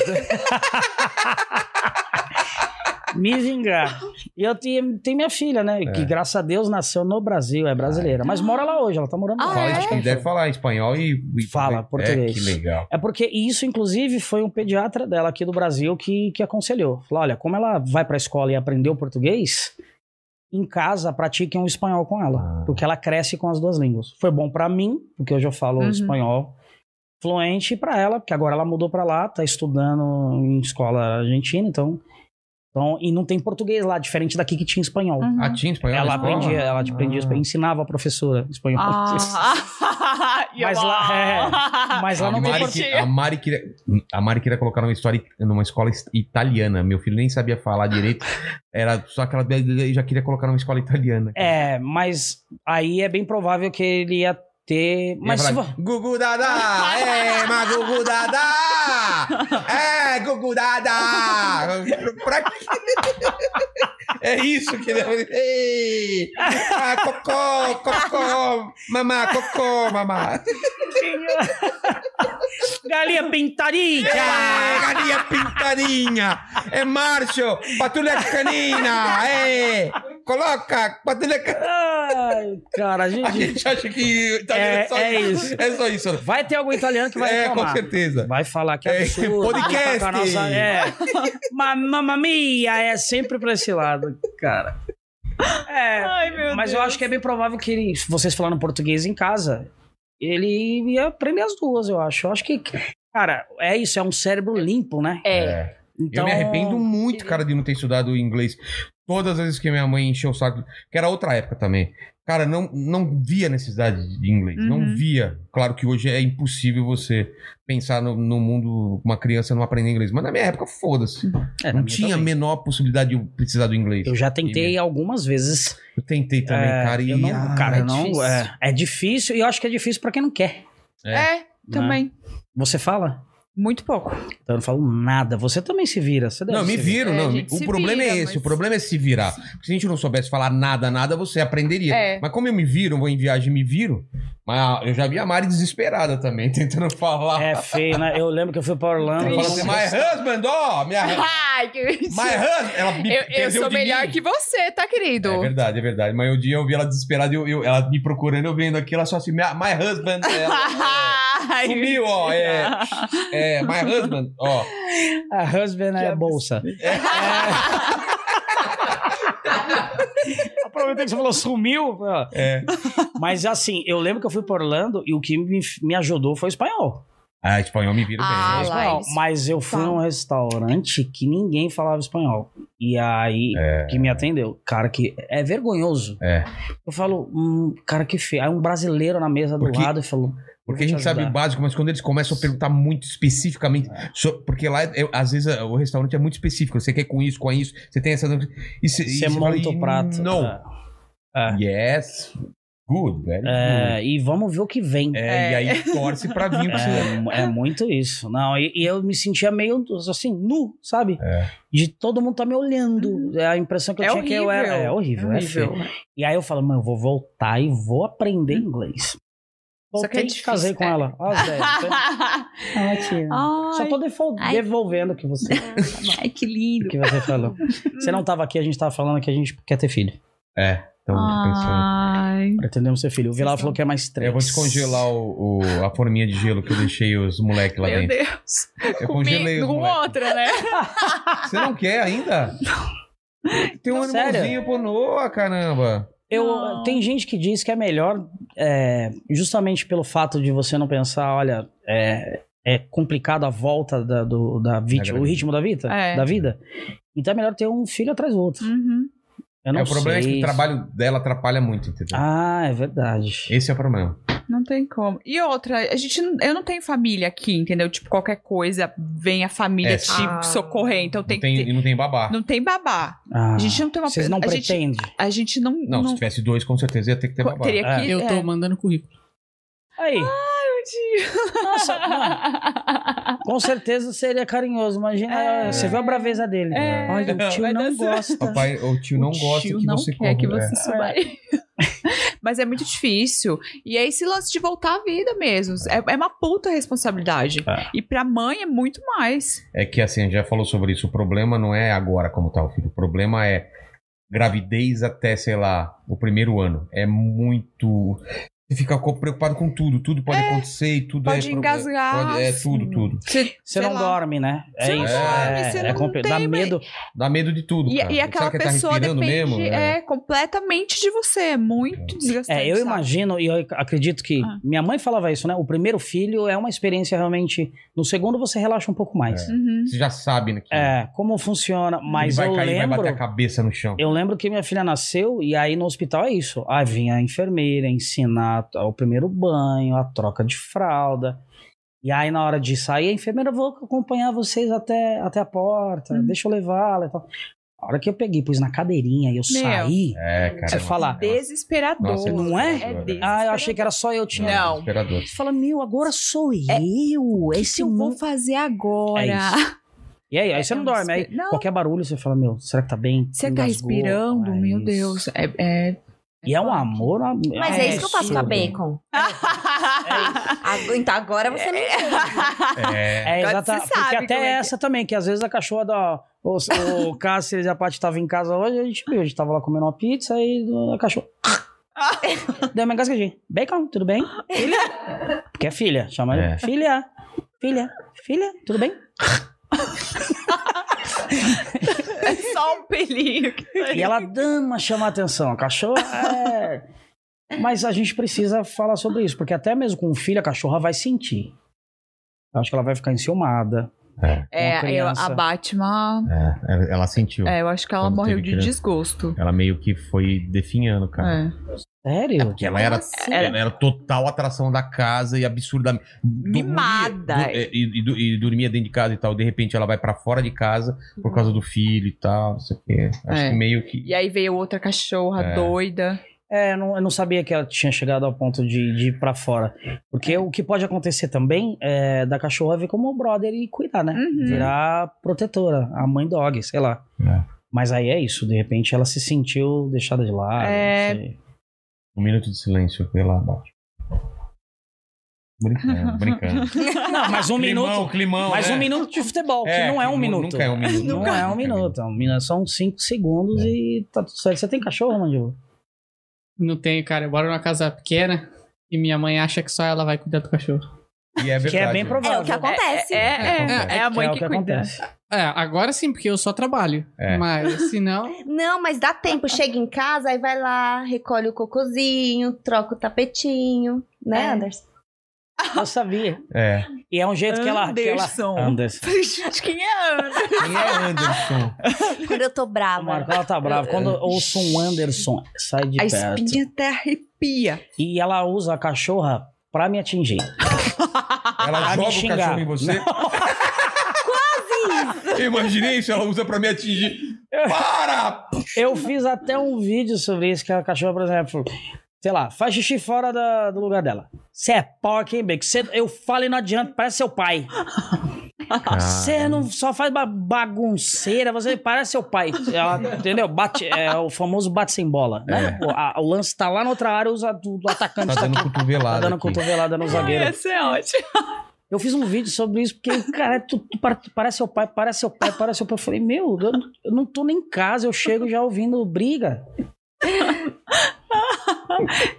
E: Me vingar. E eu tenho, tenho minha filha, né?
C: É.
E: Que graças a Deus nasceu no Brasil, é brasileira. Mas mora lá hoje, ela tá morando
F: Ah,
E: lá.
C: Fala,
F: é?
C: acho que deve falar espanhol e. e-
E: Fala
C: é,
E: português.
C: que legal.
E: É porque isso, inclusive, foi um pediatra dela aqui do Brasil que, que aconselhou. Falou: olha, como ela vai pra escola e aprendeu português, em casa pratiquem um espanhol com ela.
C: Ah.
E: Porque ela cresce com as duas línguas. Foi bom pra mim, porque hoje eu falo
B: Uhum.
E: espanhol fluente, e pra ela, porque agora ela mudou pra lá, tá estudando em escola argentina, então. então e não tem português lá, diferente daqui que tinha espanhol.
B: Uhum.
C: Ah, tinha espanhol?
E: Ela
C: na escola? Ah.
E: aprendia, ela aprendia, espanhol, ensinava a professora espanhol.
B: Ah, e eu,
E: Mas lá- é,
B: ah.
E: Mas lá
C: A
E: não tem
B: Mari-
C: Mari,
E: português.
C: que- a, Mari queria, a Mari queria colocar numa história numa escola is- italiana. Meu filho nem sabia falar direito. Era só aquela e já queria colocar numa escola italiana.
E: É, mas aí é bem provável que ele ia ter.
C: Mas
E: Mas se
C: falar,
E: vo-
C: Gugu Dada! É, mas Gugu Dada! É, Gugu Dada! Pra quê? É isso que ele.
E: É.
C: Ei! Ah, cocô, cocô! Mamá, cocô, mamá!
E: galinha pintadinha!
C: É, galinha pintadinha! É Márcio! Patrulha canina! É! Coloca! Patrulha canina!
E: Ai, cara, a
C: A
E: gente.
C: gente acha que italiano é,
E: É,
C: só
E: é
C: isso.
E: isso.
C: É só isso.
E: Vai ter algum italiano que vai
C: é, com
E: reclamar.
C: certeza.
E: Vai falar que
C: É,
E: absurdo.
C: podcast.
E: com a Nossa, é. Ma- Mamma mia, é sempre pra esse lado, cara. É,
B: Ai, meu
E: mas eu
B: Deus.
E: acho que é bem provável que ele, vocês falando português em casa, ele ia aprender as duas, eu acho. Eu acho que, cara, é isso, é um cérebro limpo, né?
B: É.
E: Então,
C: Eu me arrependo muito, cara, de não ter estudado inglês. Todas as vezes que minha mãe encheu o saco, que era outra época também. Cara, não, não via necessidade de inglês. Não
B: Uhum.
C: via. Claro que hoje é impossível você pensar no, no mundo, uma criança não aprender inglês. Mas na minha época, foda-se.
E: É, na
C: não
E: minha
C: tinha a
E: também.
C: menor possibilidade de eu precisar do inglês.
E: Eu já tentei algumas vezes.
C: Eu tentei também,
E: É,
C: cara. E,
E: eu não,
C: ah,
E: cara,
C: é
E: eu não,
C: difícil.
E: é, é difícil e eu acho que é difícil pra quem não quer. né?
B: É, também.
E: Você fala?
B: Muito pouco.
E: Então eu não falo nada. Você também se vira. Você deve
C: Não, me
E: se virar.
C: viram,
B: É,
C: não.
B: a gente
C: O
B: se
C: problema é
B: vira,
C: esse,
B: mas-
C: o problema é se virar. Se a gente não soubesse falar nada, nada, você aprenderia.
B: É.
C: Mas como eu me viro, vou em viagem e me viro, mas eu já vi a Mari desesperada também, tentando falar.
E: É feio, né? Eu lembro que eu fui pra Orlando.
C: Ela fala assim, my husband, ó, minha... my
B: Ai, que mentira.
C: husband, ela me
B: Eu, eu
C: perdeu
B: sou
C: de
B: melhor
C: mim.
B: que você, tá, querido?
C: É verdade, é verdade. Mas um dia eu vi ela desesperada, eu, eu- ela me procurando, eu vendo aqui, ela só assim, minha- my husband, ela, é,
B: Ai,
C: sumiu, ó, é, é, my husband, ó.
E: A husband é bolsa. Aproveitei que você falou sumiu. ó.
C: É.
E: Mas assim, eu lembro que eu fui pra Orlando e o que me, me ajudou foi o espanhol.
C: Ah, espanhol me vira
B: Ah,
C: bem.
B: lá.
E: Espanhol.
B: eles
E: Mas eu fui num restaurante que ninguém falava espanhol. E aí, que me atendeu. Cara, que é vergonhoso.
C: É.
E: Eu falo, hum, cara, que feio. Aí um brasileiro na mesa do
C: Porque-
E: lado falou.
C: Porque a
E: Eu vou
C: gente
E: te
C: sabe o
E: ajudar.
C: básico, mas quando eles começam a perguntar muito especificamente, so- porque lá, é- às vezes, é- o restaurante é muito específico. Você quer com isso, com isso, você tem essa. E você, "Hum,
E: Você monta o prato.
C: Não.
E: É. É.
C: Yes. Good, velho.
E: É, e vamos ver o que vem.
C: É, E aí torce pra vir. pra você.
E: É, é muito isso. Não, e, e eu me sentia meio assim, nu, sabe?
C: É.
E: De todo mundo tá me olhando. É a impressão que eu
B: É
E: tinha que eu era. É horrível,
B: horrível.
E: é,
B: Horrível. Uhum.
E: feio. E aí eu falo, mano, eu vou voltar e vou aprender inglês.
B: Só que
E: Voltei
B: é
E: e
B: difícil,
E: casei com
B: né?
E: ela. Ó, Zé, você- Ótimo. Só tô defol-
F: Ai.
E: devolvendo o que você,
B: Ah,
F: Ai, que lindo.
E: o que você falou. Você não tava aqui, a gente tava falando que a gente quer ter filho.
C: É. Então, pensando.
B: Ai.
E: Pretendemos ser filho. O Vilar falou que é mais três.
C: Eu vou descongelar o, o- a forminha de gelo que eu deixei os moleques lá
B: Meu
C: dentro. É
B: Deus.
C: Eu congelei
B: Comigo,
C: os
B: com
C: moleques.
B: outra, né?
C: Você não quer ainda? Tem um
E: Não, sério.
C: animalzinho por Noa, caramba.
E: Eu,
B: Não.
E: Tem gente que diz que é melhor é, justamente pelo fato de você não pensar, olha, é, é complicado a volta da, do, da vida,
C: grande.
E: o ritmo da vida,
B: É.
E: da vida. Então é melhor ter um filho atrás do outro.
B: Uhum.
E: Eu não
C: É, o problema é
E: sei.
C: que o trabalho dela atrapalha muito, entendeu?
E: Ah, é verdade.
C: Esse é o problema.
B: Não tem como. E outra, a gente, não- eu não tenho família aqui, entendeu? Tipo, qualquer coisa vem a família
C: É,
B: te
F: sim.
B: socorrer. Então tem,
C: não tem,
B: que ter.
C: e não tem babá.
B: Não tem babá.
E: Ah,
B: a gente não tem uma
E: Vocês não
B: a gente-
E: pretendem.
B: A gente não.
C: não, se
B: não-
C: tivesse dois, com certeza ia ter que ter babá.
B: teria
E: É.
B: que.
D: Eu
B: é.
D: tô mandando currículo.
E: Aí,
B: bonitinho.
E: Nossa, mano, com certeza seria carinhoso. Imagina,
B: É.
E: você viu a braveza dele.
B: É.
E: Olha, o tio
B: Vai
E: não
B: dançar.
E: gosta.
C: Papai, É, o tio não
B: O
C: gosta
B: tio
C: que
B: não
C: você
B: quer que
C: coma,
B: você suba. Mas é muito difícil. E é esse lance de voltar à vida mesmo. É, é uma puta responsabilidade.
E: É.
B: E pra mãe é muito mais.
C: É. É que assim, a gente já falou sobre isso. O problema não é agora como tá o filho. O problema é gravidez até, sei lá, o primeiro ano. É muito. Você fica co- preocupado com tudo. Tudo pode acontecer e tudo é.
B: Pode
C: problema.
B: engasgar. assim.
C: Pode- é tudo, tudo.
B: Você,
E: Você
B: sei
E: não
B: lá.
E: dorme, né? É
B: Você não
E: isso.
B: dorme,
E: é,
B: você
E: é
B: não
E: compli-
B: tem
E: Dá
B: mais-
E: medo.
C: Dá medo de tudo.
B: E,
C: cara.
B: e
C: Será
B: aquela
C: que ele tá
B: pessoa
C: respirando
B: depende
C: mesmo?
B: é. completamente de você. É muito desgastante.
E: É, eu
B: sabe?
E: imagino e eu acredito que
B: Ah.
E: minha mãe falava isso, né? O primeiro filho é uma experiência realmente. No segundo você relaxa um pouco mais.
B: Uhum.
C: Você já sabe, né? que
E: É, como funciona. Mas
C: ele
E: eu
C: vai cair, vai
E: lembro.
C: bater a cabeça no chão.
E: Eu lembro que minha filha nasceu e aí no hospital é isso. Aí vinha a enfermeira ensinar o primeiro banho, a troca de fralda. E aí na hora de sair, a enfermeira, vou acompanhar vocês até, até a porta,
B: Hum.
E: deixa eu levá-la e tal. A hora que eu peguei, pus na cadeirinha e eu saí,
C: É, cara.
E: você fala,
B: Desesperador.
C: Nossa,
E: não é?
B: É desesperador.
E: ah, eu achei que era só eu tinha.
B: Não.
C: Desesperador.
E: Você fala, meu, agora sou eu.
B: É, O que
E: Esse
B: que eu
E: mundo-
B: vou fazer agora?
E: É isso. E aí, aí você
B: É
E: não
B: um
E: dorme. Aí
B: desespero. Não.
E: qualquer barulho você fala, meu, será que tá bem?
B: Você tá
E: Engasgou?
B: respirando?
E: É
B: Meu
E: isso.
B: Deus. É, é-
E: E é um amor. a-
F: Mas é, isso que eu faço com a
E: absurdo. É
F: bacon. Aguenta, agora você não.
C: É.
E: É,
B: Agora
E: exatamente.
B: Tá, você sabe
E: Porque até
B: como é que-
E: essa também, que às vezes a cachorra da. O, o Cássio e a Paty estavam em casa hoje, a gente viu, a gente tava lá comendo uma pizza e a cachorra. Deu uma engasgadinha. Bacon, tudo bem? Filha? Porque é filha, chama ela.
C: É.
E: Filha, filha, filha, tudo bem?
B: é só um pelinho. que tá aí.
E: E ela dama chama a atenção. A cachorra é. Mas a gente precisa falar sobre isso, porque até mesmo com o filho, a cachorra vai sentir. Eu acho que ela vai ficar enciumada. uma
B: É, eu,
E: criança.
B: a Batman.
C: É, ela- Ela sentiu.
B: É, eu acho que ela
C: Quando
B: morreu
C: teve
B: de
C: criança.
B: desgosto.
C: Ela meio que foi definhando, cara.
B: É. assim?
E: Sério?
C: Porque ela era, ela era total atração da casa e absurdamente. dormia-
B: Mimada.
C: du- é, e, e du- e dormia dentro de casa e tal. De repente ela vai pra fora de casa
E: Uhum.
C: por causa do filho e tal. Não sei o quê. Acho
B: É.
C: que meio que.
B: E aí veio outra cachorra
C: É.
B: doida.
E: É, eu não, eu não sabia que ela tinha chegado ao ponto de, de ir pra fora. Porque o que pode acontecer também é da cachorra vir como brother e cuidar, né?
B: Uhum.
E: Virar protetora, a mãe dog, sei lá.
C: É.
E: Mas aí é isso, de repente ela se sentiu deixada de lado.
B: É.
E: não sei.
C: Um minuto de silêncio pela abaixo. Brincando, brincando.
E: Não, mas um minuto.
C: climão.
E: Mas
C: né?
E: um minuto de futebol,
C: É,
E: que não é
C: que
E: um
C: nu-
E: minuto.
C: nunca é um minuto.
E: Não
C: Nunca.
E: é um minuto. é um minuto, São cinco segundos
C: É.
E: e tá tudo certo. Você tem cachorro, Mandíbula?
D: Não tenho, cara. Eu moro numa casa pequena e minha mãe acha que só ela vai cuidar do cachorro.
C: E é verdade.
E: Que é bem provável.
F: É o que acontece.
B: É, é,
C: É,
B: é a
E: Que
B: mãe
E: é o
B: que,
E: que
B: cuida.
E: acontece.
D: É, agora sim, porque eu só trabalho.
C: É.
D: Mas se não.
F: Não, mas dá tempo. Chega em casa, aí vai lá, recolhe o cocôzinho, troca o tapetinho. Né,
B: É.
F: Anderson?
E: Eu sabia.
C: É.
E: E é um jeito que ela. Que
B: Anderson.
E: ela... Anderson.
B: Gente, quem é Ana?
C: Quem é Anderson?
F: Quando eu tô
E: O
F: brava.
E: Marcão ela tá brava. Quando eu ouço um Anderson, sai de
B: A
E: perto.
B: espinha
H: É,
B: até arrepia.
E: E ela usa a cachorra pra me atingir.
C: Ela
E: Ah, me
C: joga o
E: xingar.
C: cachorro em você? Quase! Eu imaginei isso, ela usa pra me atingir. Para!
E: Eu fiz até um vídeo sobre isso, que a cachorra, por exemplo, sei lá, faz xixi fora da- do lugar dela. Você é pau aqui, Beck. Cê, eu falo e não adianta, parece seu pai. Ah,
C: Ah.
E: Você não só faz ba- bagunceira, você parece seu pai. Ela, entendeu? Bate, é o famoso bate sem bola. Né? O, a- o lance tá lá na outra área, usa do, do atacante.
C: É. Tá
E: Tá,
C: dando
E: tá
C: cotovelada.
E: dando
C: aqui.
E: cotovelada no zagueiro.
B: Essa é ótima.
E: Eu fiz um vídeo sobre isso, porque, cara, tu, tu pare- tu parece seu pai, parece seu pai, parece seu pai. Eu falei, meu, eu, não- eu não tô nem em casa, eu chego já ouvindo briga.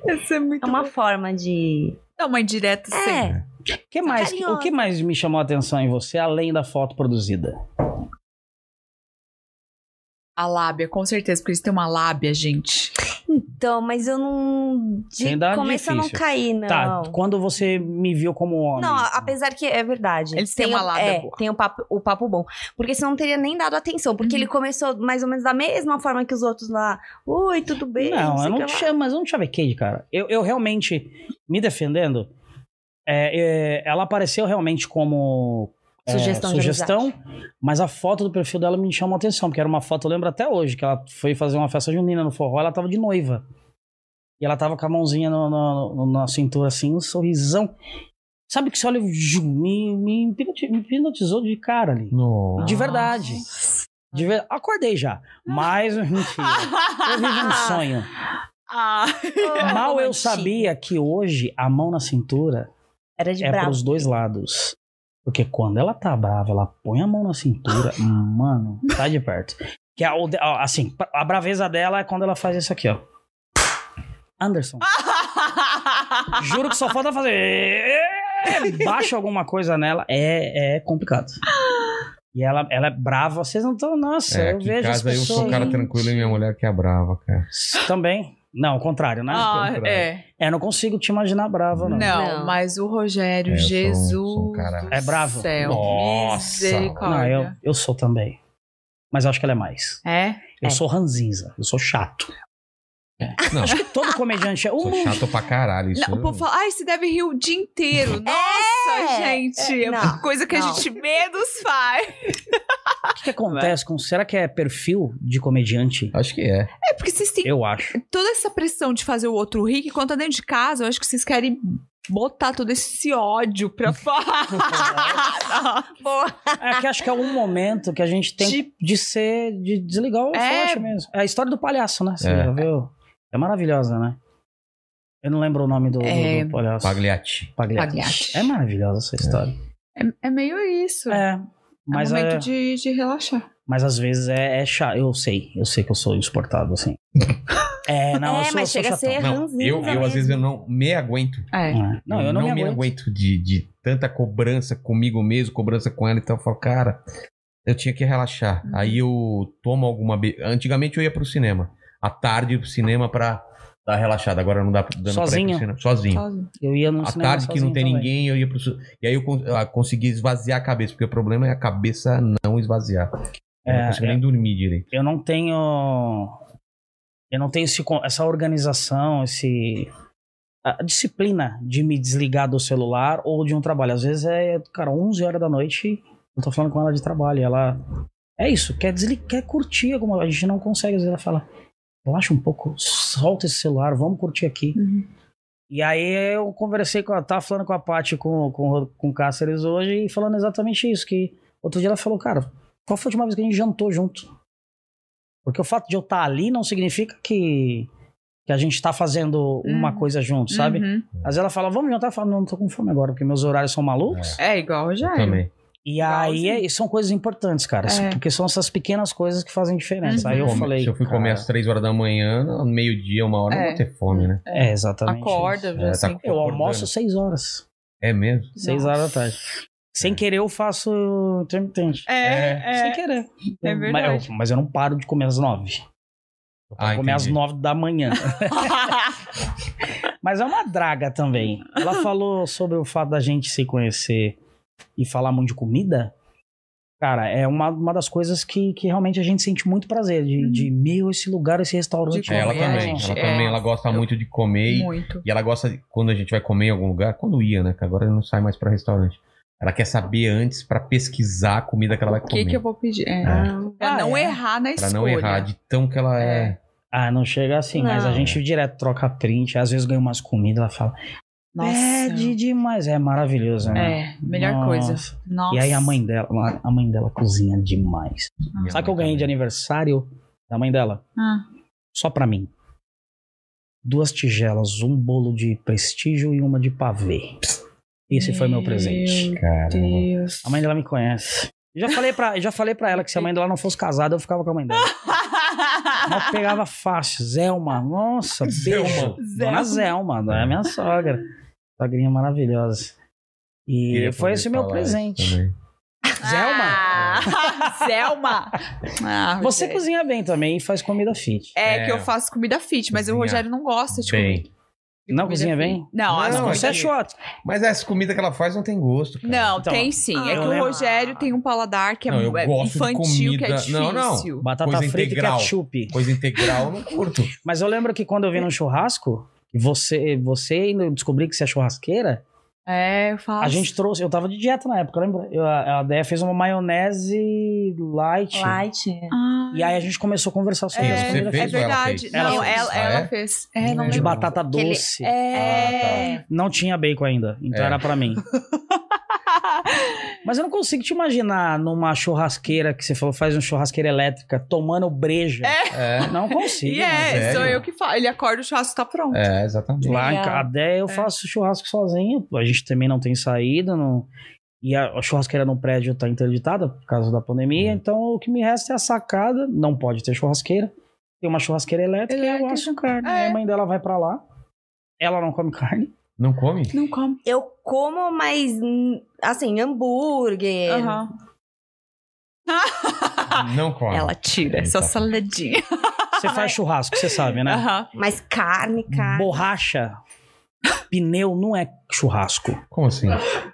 B: Essa é muito
F: É uma forma de.
B: É uma indireta sempre.
F: É.
E: O que mais,
F: Carinhosa.
E: o que mais me chamou a atenção em você, além da foto produzida?
B: A lábia, com certeza, porque eles têm uma lábia, gente.
E: Hum.
F: Então, mas eu não. De
E: Sem dar
F: começo eu não
E: difícil.
F: caí, não.
E: Tá, quando você me viu como homem.
F: Não, a- apesar que é verdade.
B: Eles têm
F: Tem
B: uma
F: o-
B: lábia
F: é,
B: boa.
F: Tem o papo, o papo bom. Porque senão não teria nem dado atenção. Porque
E: Uhum.
F: ele começou mais ou menos da mesma forma que os outros lá. Oi, tudo bem?
E: Não,
F: sei
E: eu
F: o
E: não
F: que
E: te
F: lá.
E: chamo, mas eu não te chavequei, cara. Eu, eu realmente, me defendendo, é, é, ela apareceu realmente como. é,
F: Sugestão de
E: sugestão mas a foto do perfil dela me chamou a atenção, porque era uma foto, eu lembro até hoje, que ela foi fazer uma festa junina no forró, ela tava de noiva. E ela tava com a mãozinha no- no- no- na cintura, assim, um sorrisão. Sabe que esse óleo ju- me, me hipnoti- me hipnotizou de cara ali.
C: Nossa.
E: De verdade. De ver... Acordei já. Mas, mentira. Eu vivi um sonho.
B: Ah,
E: Mal eu sabia que hoje a mão na cintura
F: Era de
E: é
F: bravo.
E: pros dois lados. Porque quando ela tá brava, ela põe a mão na cintura, mano, tá de perto. Que a, o- ó, assim, a braveza dela é quando ela faz isso aqui, ó. Anderson. Juro que só falta fazer. Baixa alguma coisa nela. É, é complicado. E ela, ela é brava. Vocês não estão. Nossa,
C: É,
E: eu
C: aqui em
E: vejo as
C: casa eu
E: pessoas.
C: sou um cara tranquilo e minha mulher que é brava, cara.
E: Também. Não, ao contrário, né?
B: Ah,
C: contrário.
B: é.
E: É, não consigo te imaginar brava, não.
B: Não,
F: Não.
B: mas o Rogério,
C: É, eu sou um-
B: Jesus.
C: sou um cara-
B: do
E: É bravo.
B: Céu,
C: Nossa.
E: Não,
B: Misericórdia.
E: eu, eu sou também. Mas eu acho que ela é mais.
B: É?
E: Eu
F: É.
E: sou ranzinza, eu sou chato.
C: Não,
E: Acho que todo comediante é.
C: sou
E: Um,
C: chato pra caralho. Isso
B: Não,
E: é.
B: o povo fala, ai, se deve rir o dia inteiro. Nossa, gente. É
F: É,
B: uma
F: não,
B: coisa que a
F: não.
B: gente menos faz.
E: o que, que acontece com. Será que é perfil de comediante?
C: Acho que é.
B: É porque vocês têm
E: Eu acho.
B: toda essa pressão de fazer o outro rir, que quando tá dentro de casa, eu acho que vocês querem botar todo esse ódio pra fora.
F: Boa.
E: É que acho que é um momento que a gente tem
B: Tipo-
E: de ser. de desligar o
B: É.
E: flash mesmo. É a história do palhaço, né? Você
C: É.
E: já viu? É maravilhosa, né? Eu não lembro o nome do, do-
B: É.
E: do palhaço.
C: Pagliatti.
E: Pagliatti.
B: Pagliatti.
E: É maravilhosa essa história.
B: é, é meio isso. É,
E: É. Mas
B: um momento
E: é-
B: de, de relaxar.
E: Mas às vezes é, é chato. Eu sei, eu sei que eu sou insuportável, assim. É, não,
F: É,
E: eu sou,
F: mas
E: eu sou
F: chega
E: chatão.
F: a ser- É
C: Não,
F: ranzinza
C: eu, eu às
F: mesmo.
C: vezes eu não me aguento.
B: É.
E: É. Não, eu não, me, aguento.
C: de, de tanta cobrança comigo mesmo, cobrança com ela. Então eu falo, cara, eu tinha que relaxar.
F: Uhum.
C: Aí eu tomo alguma. Be... Antigamente eu ia pro cinema. À tarde eu ia pro cinema pra dar relaxada. Agora não dá dando pra ir pro
E: Sozinho?
C: cinema. Sozinho.
B: Sozinho.
E: Eu ia no
C: À
E: cinema
C: tarde que não
E: sozinho
C: tem
E: também.
C: ninguém, eu ia pro. su- E aí eu con- ah, consegui esvaziar a cabeça, porque o problema é a cabeça não esvaziar. Eu não
E: É,
C: consigo
E: é.
C: nem dormir direito.
E: Eu não tenho. Eu não tenho esse con- essa organização, esse. A disciplina de me desligar do celular ou de um trabalho. Às vezes é, cara, 11 horas da noite, eu tô falando com ela de trabalho. e Ela. É isso, quer desligar, quer curtir alguma A gente não consegue, às vezes ela fala. Relaxa um pouco, solta esse celular, vamos curtir aqui.
B: Uhum.
E: E aí eu conversei com a, tava falando com a Paty e com, com, com o Cáceres hoje e falando exatamente isso, que outro dia ela falou, cara, qual foi a última vez que a gente jantou junto? Porque o fato de eu estar ali não significa que, que a gente tá fazendo uma
B: Uhum.
E: coisa junto, sabe?
B: Uhum.
E: Às vezes ela fala, vamos jantar, eu falo, não, não tô com fome agora, porque meus horários são malucos.
B: É igual o
C: Eu
B: Rogério.
C: também.
E: E aí
B: Igualzinho.
E: é- são coisas importantes, cara,
B: É.
E: porque são essas pequenas coisas que fazem diferença.
B: Uhum.
E: Aí eu
C: Come-
E: falei,
C: Se eu fui comer
E: cara,
C: às três horas da manhã, meio-dia, uma hora, eu
B: É.
C: vou ter fome, né?
E: É, exatamente.
B: Acorda,
C: É, tá
B: assim.
C: com-
E: Eu almoço
C: Acordando.
E: seis horas.
C: É mesmo?
E: Seis
B: Nossa.
E: horas da tarde.
C: É.
E: Sem querer, eu faço intermitente.
B: É,
E: Sem
B: é.
E: querer.
B: É
E: Eu-
B: verdade.
E: Mas eu, mas eu não paro de comer às nove.
C: Ah,
E: comer às
C: entendi.
E: nove da manhã. mas é uma draga também. Ela falou sobre o fato da gente se conhecer e falar muito de comida. Cara, é uma, uma das coisas que, que realmente a gente sente muito prazer. De,
B: Uhum.
E: de meu, esse lugar, esse restaurante.
B: De
C: É, ela
B: comer,
C: também.
B: gente,
C: Ela
B: é.
C: também, ela gosta
B: Eu-
C: muito de comer. E,
B: Muito.
C: e ela gosta, de- quando a gente vai comer em algum lugar, quando ia, né? Que agora não sai mais pra restaurante. Ela quer saber antes pra pesquisar a comida que ela vai
B: O
C: comer.
B: que, que eu vou pedir? É. Pra
E: Ah,
B: não
E: é?
B: errar na
C: Pra
B: escolha.
C: não errar de tão que ela é.
E: Ah, não chega assim, mas a
F: Não.
E: gente direto troca print. Às vezes ganha umas comidas, ela fala.
B: Nossa.
E: Pede demais. É maravilhoso, né?
B: É, melhor coisa.
E: Nossa.
B: Nossa.
E: E aí a mãe dela, a mãe dela cozinha demais.
C: Minha
E: Sabe o que eu
C: mãe
E: ganhei de
C: também.
E: aniversário da mãe dela?
B: Ah,
E: Só pra mim. Duas tigelas, um bolo de prestígio e uma de pavê. Esse foi meu presente.
C: Caramba.
B: Deus.
E: A mãe dela me conhece. Eu já falei para, já falei para ela que se a mãe dela não fosse casada, eu ficava com a mãe dela. Ela pegava fácil, Zelma. Nossa, beijo. Dona Zelma, é minha sogra. Sogrinha maravilhosa. E
C: Queria
E: foi
C: poder
E: esse meu
C: falar
E: presente.
C: isso também.
E: Zelma,
B: Ah, Zelma! Ah,
E: você
B: Rogério.
E: cozinha bem também e faz comida fit.
B: É,
C: É.
B: que eu faço comida fit, mas o
C: Cozinha.
B: Rogério não gosta de
C: Bem.
B: comer.
E: Não
B: comida
E: cozinha
B: fit.
E: bem?
B: Não, as
C: Não,
B: comidas-
E: Você é
C: que-
E: chato.
C: Mas essa comida que ela faz não tem gosto. Cara.
B: Não,
E: Então,
B: tem sim. é
E: eu
B: que o
E: lembro-
B: Rogério tem um paladar que é,
C: Não, eu
B: é
C: gosto de
B: infantil, que é
C: comida-
B: difícil.
C: Não, não.
E: Batata
C: Coisa
E: frita
C: integral.
E: e ketchup.
C: Coisa integral, eu não curto.
E: Mas eu lembro que quando eu vim no churrasco, você, você ainda descobri que você é churrasqueira,
B: É, eu faço.
E: A gente trouxe, eu tava de dieta na época, lembra? Eu- a a Déia fez uma maionese light.
H: Light. é.
B: Ah,
E: E aí a gente começou a conversar sobre
C: É,
E: isso.
C: você
E: Ela
C: fez
B: é
E: fez
C: ou ela
B: verdade.
C: fez?
B: Ela não,
E: Ela
B: ela,
C: fez.
B: ela
C: Ah, é?
B: fez. É, não
C: Não
E: De
B: lembro.
E: batata
F: Que ele-
E: doce.
C: Ah, tá.
B: É.
E: Não tinha bacon ainda, então
C: É.
E: era pra mim. Mas eu não consigo te imaginar numa churrasqueira que você falou, faz uma churrasqueira elétrica, tomando breja.
C: É,
E: Não consigo.
B: E
E: né?
B: é,
C: Sério?
B: sou eu que falo. Ele acorda, o churrasco tá pronto.
C: é, exatamente.
E: Lá em
H: Legal.
E: Cadé eu faço churrasco sozinho. A gente também não tem saída. Não... E a, a churrasqueira no prédio tá interditada por causa da pandemia. Então o que me resta é a sacada. Não pode ter churrasqueira. Tem uma churrasqueira elétrica e eu
B: Elétrica.
E: acho carne.
B: É.
E: Aí um né? A mãe dela vai pra lá. Ela não come carne.
C: Não come?
B: Não come.
F: Eu como, mas hum, assim, hambúrguer.
B: Aham.
C: Não come.
F: Ela tira.
C: É,
B: Só
C: então.
B: saladinha.
E: Você faz churrasco, você sabe, né?
B: Aham.
F: Mas carne, carne.
E: Borracha. Pneu não é churrasco.
C: Como assim?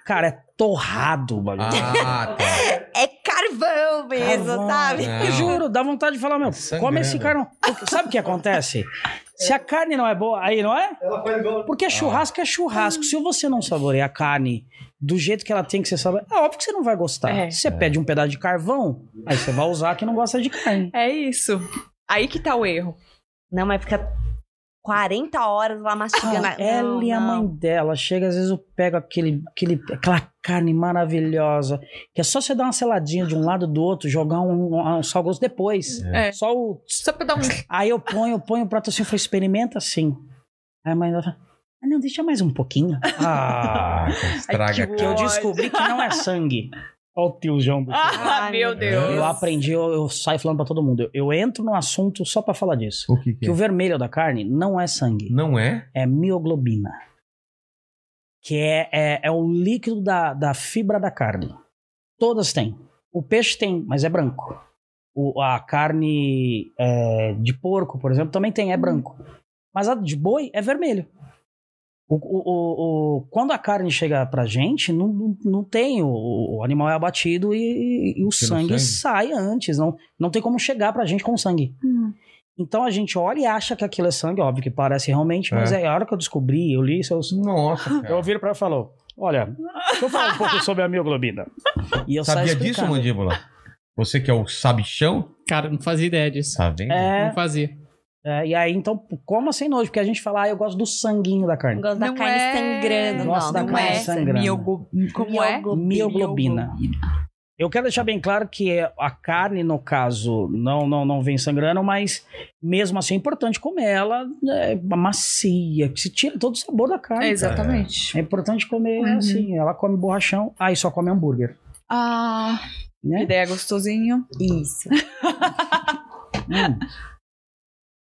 E: Cara, é torrado o bagulho.
C: Ah, tá.
F: É carvão mesmo,
E: Carvão.
F: sabe?
C: Não.
E: Eu juro, dá vontade de falar, meu,
C: Tá sangrando.
E: come esse carvão. Porque Sabe o que acontece? Se a carne não é boa, aí não é?
C: Ah.
E: Porque churrasco é churrasco. Se você não saborear a carne do jeito que ela tem que você sabe, é óbvio que você não vai gostar.
B: É.
E: Você pede um pedaço de carvão, aí você vai usar que não gosta de carne.
B: É isso. Aí que tá o erro.
F: Não, mas fica 40 horas lá mastigando.
E: Cara, ela e a mãe dela chega, às vezes eu pego aquele, aquele, aquela carne maravilhosa, que é só você dar uma seladinha de um lado do outro, jogar um, um, um sal gosto depois.
B: É.
E: Só o
B: Só pra dar um.
E: Aí eu ponho, eu ponho o prato assim, eu falo, experimenta assim. Aí a mãe dela fala, ah, não, deixa mais um pouquinho.
C: Ah,
B: Ai, que
C: estraga a
E: Que eu
C: cara.
B: ódio.
E: descobri que não é sangue. Ó o tio João do
B: Ah, meu Deus.
E: Eu aprendi, eu, eu saio falando pra todo mundo. Eu, eu entro no assunto só pra falar disso.
C: O que, que
E: Que o
C: é?
E: vermelho da carne não é sangue,
C: Não é?
E: é mioglobina. Que é, é, é o líquido da, da fibra da carne. Todas têm. O peixe tem, mas é branco. O- a carne é, de porco, por exemplo, também tem, é branco. Mas a de boi é vermelho. O, o- o- o- quando a carne chega pra gente, não, não, não tem. O, o animal é abatido e, e o
C: Pelo
E: sangue,
C: sangue?
E: sai antes. Não, não tem como chegar pra gente com sangue. Então a gente olha e acha que aquilo é sangue, óbvio que parece realmente, mas é a hora que eu descobri, eu li isso, eu,
C: Nossa, cara.
E: eu viro pra ela e falo: Olha, deixa eu falar um pouco sobre a mioglobina. E eu saio
C: Sabia
E: explicando.
C: disso, mandíbula? Você que é o sabichão?
D: Cara, não fazia ideia disso.
C: Tá vendo?
E: É,
D: Não fazia.
E: É, e aí, então, como sem nojo? Porque a gente fala, ah, eu gosto do sanguinho da carne.
F: Gosto da
B: Não
F: carne
B: é.
F: sangrando.
E: Gosto da
F: não
E: carne
F: é.
E: sangrando. Grana.
B: Miogo... Como é?
E: Mioglobina. Eu quero deixar bem claro que é a carne, no caso, não, não, não vem sangrando, mas mesmo assim é importante comer ela é, macia, que se tira todo o sabor da carne.
B: É, exatamente.
E: É importante comer
B: Uhum.
E: assim. Ela come borrachão, aí só come hambúrguer.
B: Ah,
E: Né?
B: ideia gostosinho.
F: Isso.
E: Hum.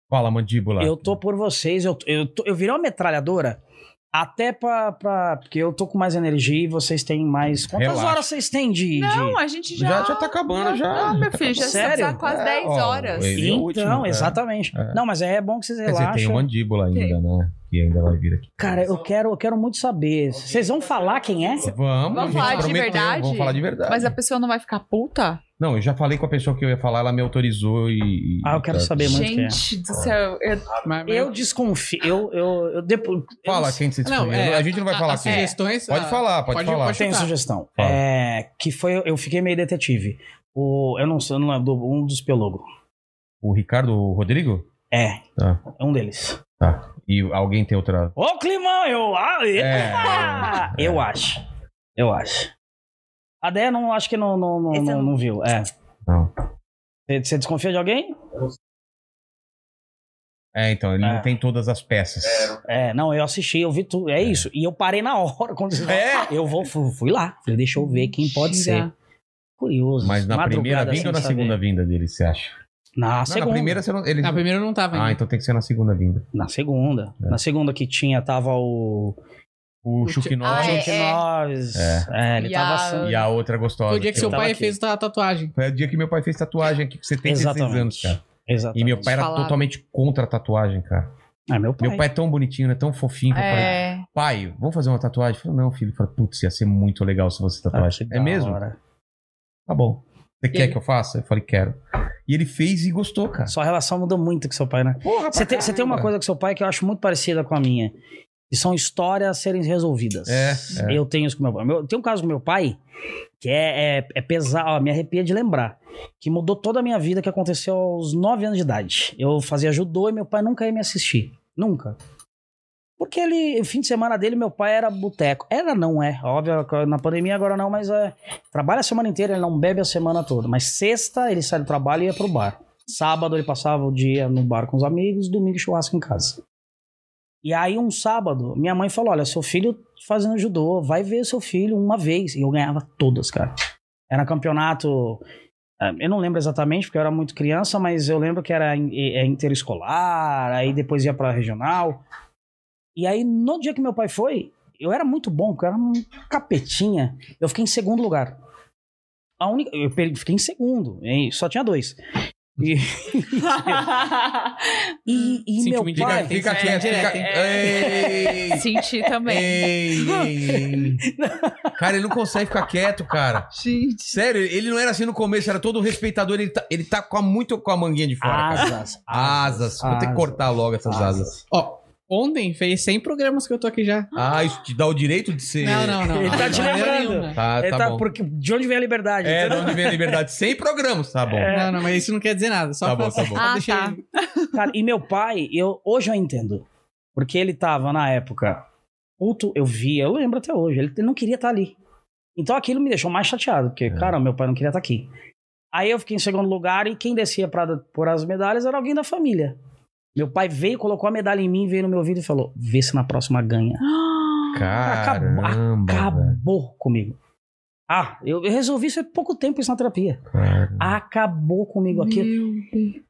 C: Fala, mandíbula.
E: Eu tô por vocês, eu, eu, tô- eu virei uma metralhadora. Até pra, pra- Porque eu tô com mais energia e vocês têm mais. Quantas
C: Relaxa.
E: horas vocês têm de. de-
B: Não, a gente já.
C: Já, já tá acabando, já.
B: Ah, meu filho, já
E: Sério?
B: está quase
C: É,
B: 10
C: ó,
B: horas.
C: ele-
E: Então,
C: o último, é.
E: exatamente.
C: É.
E: Não, mas é bom que vocês
C: Quer dizer, tem
E: relaxam.
C: o mandíbula ainda, né? Que ainda vai vir aqui.
E: Cara, eu quero, eu quero muito saber. Vocês vão falar quem é?
C: Vamos,
B: Vamos
C: a gente
B: falar de
C: prometeu,
B: verdade?
C: Vamos falar de verdade.
B: Mas a pessoa não vai ficar puta?
C: Não, eu já falei com a pessoa que eu ia falar, ela me autorizou e. e-
E: Ah, eu quero
C: tá.
E: saber muito quem é.
B: Gente do céu. eu-
D: Mas, mas-
E: Eu desconfio. Eu, eu, eu depois. eu
C: Fala
E: não sei.
C: quem você
D: Não,
C: escolheu.
D: é,
C: a gente não vai falar
D: as
C: quem. é.
D: sugestões.
C: Pode
D: ah,
C: falar, pode,
D: pode-
C: falar.
D: pode-
E: Tem
D: chutar.
E: sugestão.
C: Fala.
E: É, que foi. Eu fiquei meio detetive. O, eu não sei, eu não lembro. Um dos pelogos.
C: O Ricardo, o Rodrigo?
E: É.
C: Tá.
E: É um deles.
C: E alguém tem outra.
E: Ô, Climão, eu. Ah, e-
C: Tá. É,
E: Ah,
C: é.
E: Eu acho. Eu acho. A Deia não acho que não, não, não,
F: Esse eu
E: não,
F: não-
E: não viu. É.
C: Não.
E: Você- Você desconfia de alguém?
C: É, então, ele
E: É.
C: não tem todas as peças.
E: É, não, eu assisti, eu vi tudo. É isso. E eu parei na hora quando vocês
C: É?
E: falaram. Eu vou, fui, fui lá. Falei, deixa eu ver quem pode
B: Mentira.
E: ser. Curioso.
C: Mas na
E: Madrugada
C: primeira
E: sem
C: vinda ou na
E: saber.
C: segunda vinda dele, você acha?
E: Na
C: Não,
E: segunda.
C: na primeira você não. Ele...
D: Na primeira eu não tava
C: Ah,
D: ainda.
C: então tem que ser na segunda vinda.
E: Na segunda.
C: É.
E: Na segunda que tinha, tava o.
C: O Chuquinó
B: Ah, é.
E: Gente, nós.
C: É.
E: É, ele
B: E
E: tava
B: a-
E: assim.
C: e a outra gostosa.
D: Foi o dia que seu
E: tava
D: pai
E: aqui.
D: fez a tatuagem.
C: Foi o dia que meu pai fez tatuagem aqui, com 76
E: Exatamente.
C: anos, cara.
E: Exatamente.
C: E meu pai era
B: Falava.
C: totalmente contra a tatuagem, cara.
E: É, meu pai.
C: Meu pai é tão bonitinho, né? Tão fofinho. que Eu falei,
B: É.
C: pai, vamos fazer uma tatuagem? Ele falou, não, filho. Eu falei, putz, ia ser muito legal se você
E: Ah,
C: tatuasse.
E: que
C: é
E: da
C: mesmo?
E: hora.
C: Tá bom. Você quer
D: Ele-
C: que eu faça? Eu falei, quero. E ele fez e gostou, cara.
E: Sua relação mudou muito com seu pai, né?
C: Porra,
E: Você tem, você tem uma coisa com seu pai que eu acho muito parecida com a minha. E são histórias a serem resolvidas.
C: É, é.
E: Eu tenho isso com meu pai. Meu- tem um caso com meu pai que é, é, é pesado, ó, me arrepia de lembrar. Que mudou toda a minha vida, que aconteceu aos 9 anos de idade. Eu fazia judô e meu pai nunca ia me assistir. Nunca. Porque ele, o fim de semana dele, meu pai era boteco. Era, não é. Óbvio, na pandemia agora não, mas é. Trabalha a semana inteira, ele não bebe a semana toda. Mas sexta ele sai do trabalho e ia pro bar. Sábado ele passava o dia no bar com os amigos, domingo churrasco em casa. E aí um sábado, minha mãe falou: Olha, seu filho fazendo judô, vai ver seu filho uma vez. E eu ganhava todas, cara. Era campeonato. ah, Eu não lembro exatamente, porque eu era muito criança, mas eu lembro que era in- eh, eh, interescolar, aí depois ia pra regional. E aí, no dia que meu pai foi, eu era muito bom, porque eu era um capetinha. Eu fiquei em segundo lugar. A única, eu per- fiquei em segundo, hein? só tinha dois. E, e, e
D: Senti
E: meu
D: muito
E: pai.
C: Fica, fica
D: É,
C: quieto,
D: direto,
C: fica. Ei,
B: Senti também.
C: ei, ei. Cara, ele não consegue ficar quieto, cara.
B: Gente.
C: Sério, ele não era assim no começo, era todo respeitador. Ele tá, ele tá com a- muito com a manguinha de fora,
E: Ah,
C: cara.
E: Asas.
C: Asas. Vou ter que cortar logo essas asas.
D: Ó, ontem fez 100 programas que eu tô aqui já.
C: Ah, isso te dá o direito de ser.
D: Não, não, não.
E: Ele
D: não,
E: tá te
D: de maneira
E: lembrando.
D: nenhuma.
C: Tá,
E: É,
C: tá,
E: tá,
C: bom.
E: porque de onde vem a liberdade?
C: É, de
E: entendeu?
C: onde vem a liberdade? Sem programas, tá bom.
D: Não, não, mas isso não quer dizer nada. Só assim,
C: Tá
D: pra-
C: bom, tá bom.
D: só
B: Ah,
D: deixei-
B: tá.
E: Cara, e meu pai, eu, hoje eu entendo. Porque ele tava, na época, puto, eu vi, eu lembro até hoje, ele, ele não queria estar ali. Então aquilo me deixou mais chateado,
C: É.
E: porque, cara, meu pai não queria estar aqui. Aí eu fiquei em segundo lugar e quem descia pra dar- pôr as medalhas era alguém da família. Meu pai veio, colocou a medalha em mim, veio no meu ouvido e falou: vê se na próxima ganha. Acabou-
C: Caramba. velho.
E: Acabou comigo. Ah, eu, eu resolvi isso há pouco tempo, isso na terapia.
C: Cara.
E: Acabou comigo aquilo.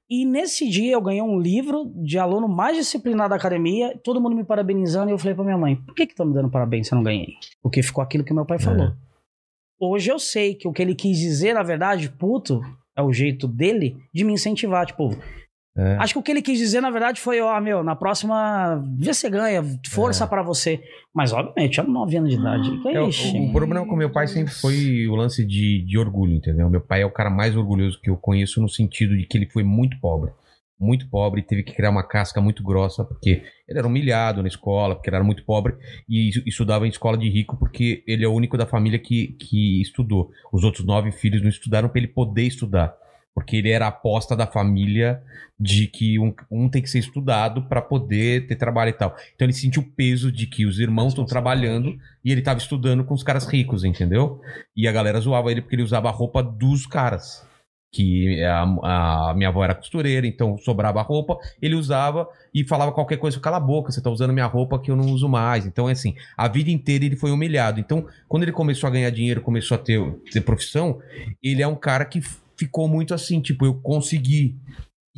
E: E nesse dia eu ganhei um livro de aluno mais disciplinado da academia, todo mundo me parabenizando, e eu falei pra minha mãe, por que que estão me dando parabéns se eu não ganhei? Porque ficou aquilo que meu
C: É.
E: pai falou. Hoje eu sei que o que ele quis dizer, na verdade, puto, é o jeito dele de me incentivar, tipo...
C: É.
E: Acho que o que ele quis dizer, na verdade, foi, ó, meu, na próxima, vê se ganha, força pra você. Mas, obviamente, eu era 9 anos de idade. Que
C: É, o-
E: ixi.
C: o, problema com meu pai sempre foi o lance de, de orgulho, entendeu? Meu pai é o cara mais orgulhoso que eu conheço no sentido de que ele foi muito pobre. Muito pobre, teve que criar uma casca muito grossa, porque ele era humilhado na escola, porque ele era muito pobre, e es- estudava em escola de rico, porque ele é o único da família que, que estudou. Os outros nove filhos não estudaram para ele poder estudar. Porque ele era a aposta da família de que um, um tem que ser estudado para poder ter trabalho e tal. Então ele sentiu o peso de que os irmãos estão trabalhando e ele tava estudando com os caras ricos, entendeu? E a galera zoava ele porque ele usava a roupa dos caras. Que a, a minha avó era costureira, então sobrava a roupa, ele usava e falava qualquer coisa, cala a boca, você tá usando minha roupa que eu não uso mais. Então, é assim, a vida inteira ele foi humilhado. Então, quando ele começou a ganhar dinheiro, começou a ter, ter profissão, ele é um cara que f- ficou muito assim, tipo, eu consegui.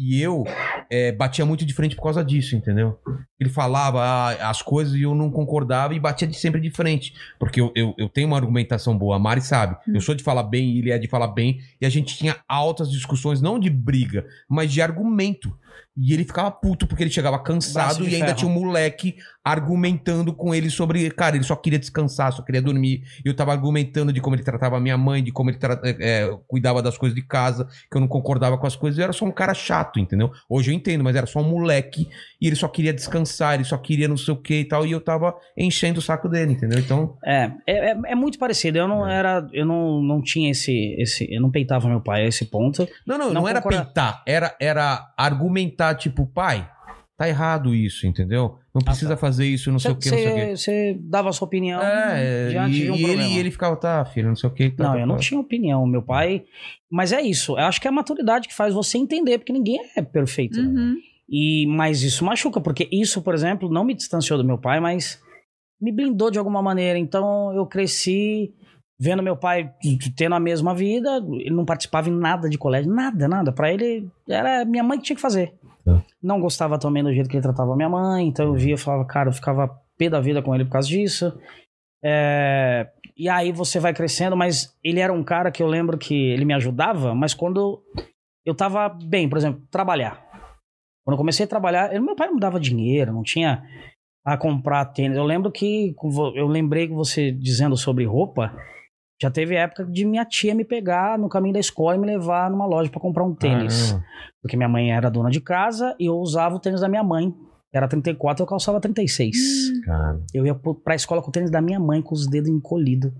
C: E eu eh, batia muito de frente por causa disso, entendeu? ele falava ah, as coisas e eu não concordava e batia de sempre de frente. Porque eu, eu, eu tenho uma argumentação boa, a Mari sabe.
E: Hum.
C: Eu sou de falar bem e ele é de falar bem. E a gente tinha altas discussões, não de briga, mas de argumento. E ele ficava puto porque ele chegava
E: Braço
C: cansado
E: de
C: e ainda
E: ferro.
C: tinha um moleque argumentando com ele sobre. Cara, ele só queria descansar, só queria dormir. E eu tava argumentando de como ele tratava a minha mãe, de como ele tra- eh, eh, cuidava das coisas de casa, que eu não concordava com as coisas. Eu era só um cara chato, entendeu? Hoje eu entendo, mas era só um moleque e ele só queria descansar, ele só queria não sei o que e tal, e eu tava enchendo o saco dele, entendeu? Então,
E: É, é, é- é muito parecido. Eu não era, eu não, não tinha esse, esse, eu não peitava meu pai a esse ponto.
C: não, não,
E: Não
C: não, era
E: concorda-
C: peitar, era, era argumentar, tipo, pai, tá errado isso, entendeu? Não
E: Ah,
C: precisa
E: tá.
C: fazer isso, não sei o que, não sei o que.
E: Você dava a sua opinião
C: É,
E: diante
C: e,
E: de um
C: e ele,
E: problema.
C: e ele ficava, tá, filho, não sei o que. Tá,
E: Não,
C: tá,
E: eu não
C: tá.
E: tinha opinião, meu pai. Mas é isso. Eu acho que é a maturidade que faz você entender, porque ninguém é perfeito.
B: Uhum.
E: E mas isso machuca, porque isso, por exemplo, não me distanciou do meu pai, mas me blindou de alguma maneira. Então eu cresci vendo meu pai tendo a mesma vida, ele não participava em nada de colégio, nada, nada. Pra ele era minha mãe que tinha que fazer.
C: Tá.
E: Não gostava também do jeito que ele tratava a minha mãe, então eu via, e falava, cara, eu ficava pé da vida com ele por causa disso. É, e aí você vai crescendo, mas ele era um cara que eu lembro que ele me ajudava, mas quando eu tava bem, por exemplo, trabalhar. Quando eu comecei a trabalhar, eu- meu pai não me dava dinheiro, não tinha a comprar tênis. Eu lembro que vo- eu lembrei que você dizendo sobre roupa, já teve época de minha tia me pegar no caminho da escola e me levar numa loja pra comprar um tênis.
C: Caramba.
E: Porque minha mãe era dona de casa e eu usava o tênis da minha mãe. que Era 34, eu calçava 36.
C: cara.
E: Eu ia pro- pra escola com o tênis da minha mãe, com os dedos encolhidos.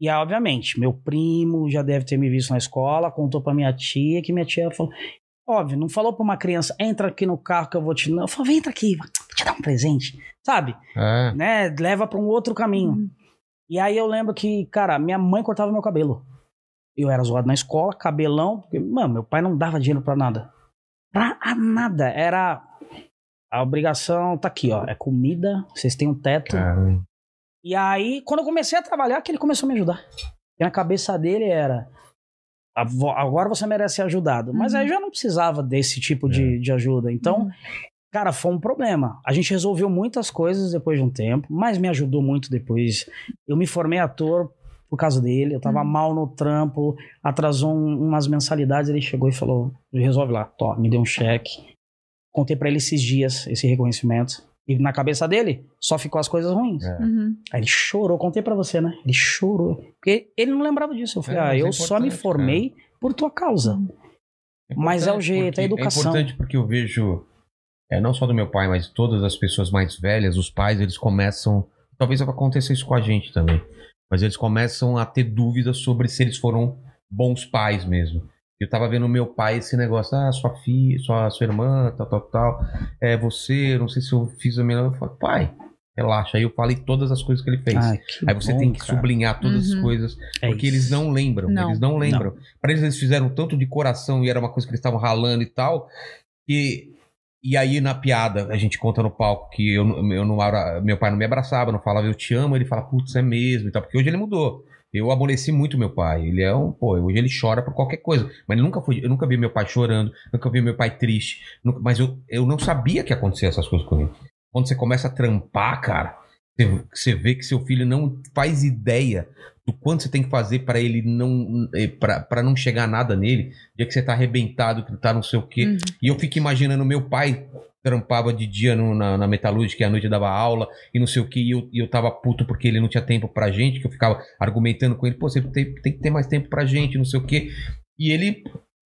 E: E aí, obviamente, meu primo já deve ter me visto na escola, contou pra minha tia, que minha tia falou. Óbvio, não falou pra uma criança, entra aqui no carro que eu vou te. Não, eu falei, vem entra aqui, vou te dar um presente. Sabe?
C: É.
E: Né? Leva pra um outro caminho. E aí eu lembro que, cara, minha mãe cortava meu cabelo. Eu era zoado na escola, cabelão, porque, mano, meu pai não dava dinheiro pra nada. Pra a nada. Era. A obrigação tá aqui, ó. É comida, vocês têm um teto.
C: Cara.
E: E aí, quando eu comecei a trabalhar, que ele começou a me ajudar. E na cabeça dele era. "A vo- Agora você merece ser ajudado. Mas
B: Uhum. É.
E: aí eu já não precisava desse tipo de, de ajuda. Então, cara, foi um problema. A gente resolveu muitas coisas depois de um tempo, mas me ajudou muito depois. Eu me formei ator por causa dele, eu tava
B: Uhum.
E: mal no trampo, atrasou um- umas mensalidades, ele chegou e falou: resolve lá, Tó, me deu um cheque. Contei pra ele esses dias, esse reconhecimento. E na cabeça dele, só ficou as coisas ruins.
C: É.
B: Uhum.
E: Aí ele chorou, contei pra você, né? Ele chorou. Porque ele não lembrava disso. Eu falei,
C: É,
E: ah,
C: mas é
E: eu só me
C: importante,
E: formei por tua causa.
C: É
E: Mas é o
C: importante
E: jeito, é a
C: porque-
E: educação.
C: É importante porque eu vejo, é, não só do meu pai, mas de todas as pessoas mais velhas, os pais, eles começam. Talvez aconteça isso com a gente também. Mas eles começam a ter dúvidas sobre se eles foram bons pais mesmo. Eu tava vendo meu pai esse negócio, ah, sua filha, sua, sua irmã, tal, tal, tal. É você, não sei se eu fiz a melhor. Eu falo, pai, relaxa. Aí eu falei todas as coisas que ele fez.
E: Ah, que
C: Aí você
E: bom,
C: tem que
E: cara.
C: sublinhar todas as
B: Uhum.
C: coisas
E: É
C: porque
E: isso.
C: eles não lembram,
B: Não.
C: eles não lembram. Pra eles, eles fizeram um tanto de coração e era uma coisa que eles estavam ralando e tal. E, e aí, na piada, a gente conta no palco que eu, não- eu não era- meu pai não me abraçava, não falava eu te amo, ele fala, putz, é mesmo e tal. Porque hoje ele mudou. Eu aboleci muito meu pai. Ele é um, pô, hoje ele chora por qualquer coisa. Mas ele nunca foi, eu nunca vi meu pai chorando, nunca vi meu pai triste. nunca- mas eu, eu não sabia que acontecia essas coisas com ele. Quando você começa a trampar, cara, você, você vê que seu filho não faz ideia do quanto você tem que fazer pra ele não para não chegar nada nele, o dia que você tá arrebentado, que tá não sei o quê.
B: Uhum.
C: E eu fico imaginando meu pai trampava de dia no- na, na metalúrgica, e à noite dava aula e não sei o que, e eu, e eu tava puto porque ele não tinha tempo pra gente, que eu ficava argumentando com ele, pô, você tem, tem que ter mais tempo pra gente, não sei o que. E ele,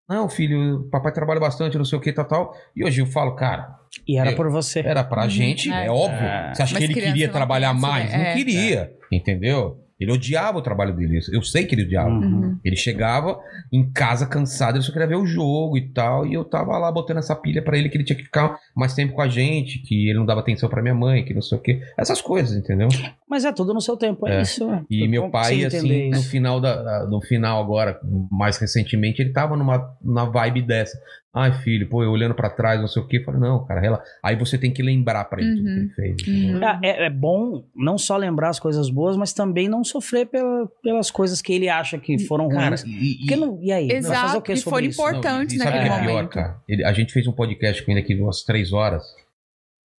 C: não, filho, papai trabalha bastante, não sei o que, tal, tal. E hoje eu falo, cara,
E: E era
C: Eu-
E: por você.
C: era pra
B: Uhum,
C: gente,
B: é.
C: é, óbvio.
E: É.
C: Você acha
B: Mas
C: que ele
B: criança
C: queria
B: não
C: trabalhar
B: pensa,
C: mais?
B: né?
C: Não
B: É.
C: queria, entendeu? Ele odiava o trabalho dele. Eu sei que ele odiava.
B: Uhum.
C: Ele chegava em casa cansado, ele só queria ver o jogo e tal. E eu tava lá botando essa pilha pra ele que ele tinha que ficar mais tempo com a gente, que ele não dava atenção pra minha mãe, que não sei o quê. Essas coisas, entendeu?
E: Mas é tudo no seu tempo, é,
C: É.
E: isso. é.
C: E
E: Eu
C: meu
E: consigo
C: pai,
E: entender
C: assim, no
E: isso.
C: final da, no final agora, mais recentemente, ele tava numa, numa vibe dessa. Ai, filho, pô, eu olhando pra trás, não sei o quê, eu falei, não, cara, relaxa. Aí você tem que lembrar pra ele tudo que
B: Uhum.
C: ele fez. entendeu?
B: Uhum.
E: É, é- é bom não só lembrar as coisas boas, mas também não sofrer pela- pelas coisas que ele acha que foram
C: Cara,
E: ruins.
C: e,
E: Porque não, e aí? Vai
B: Exato,
E: fazer o que
B: e
E: sobre
B: foram
E: isso?
B: import- importante
C: e sabe o
E: naquele
C: que é pior,
B: momento.
C: cara? Ele- a gente fez um podcast com ele aqui de umas três horas.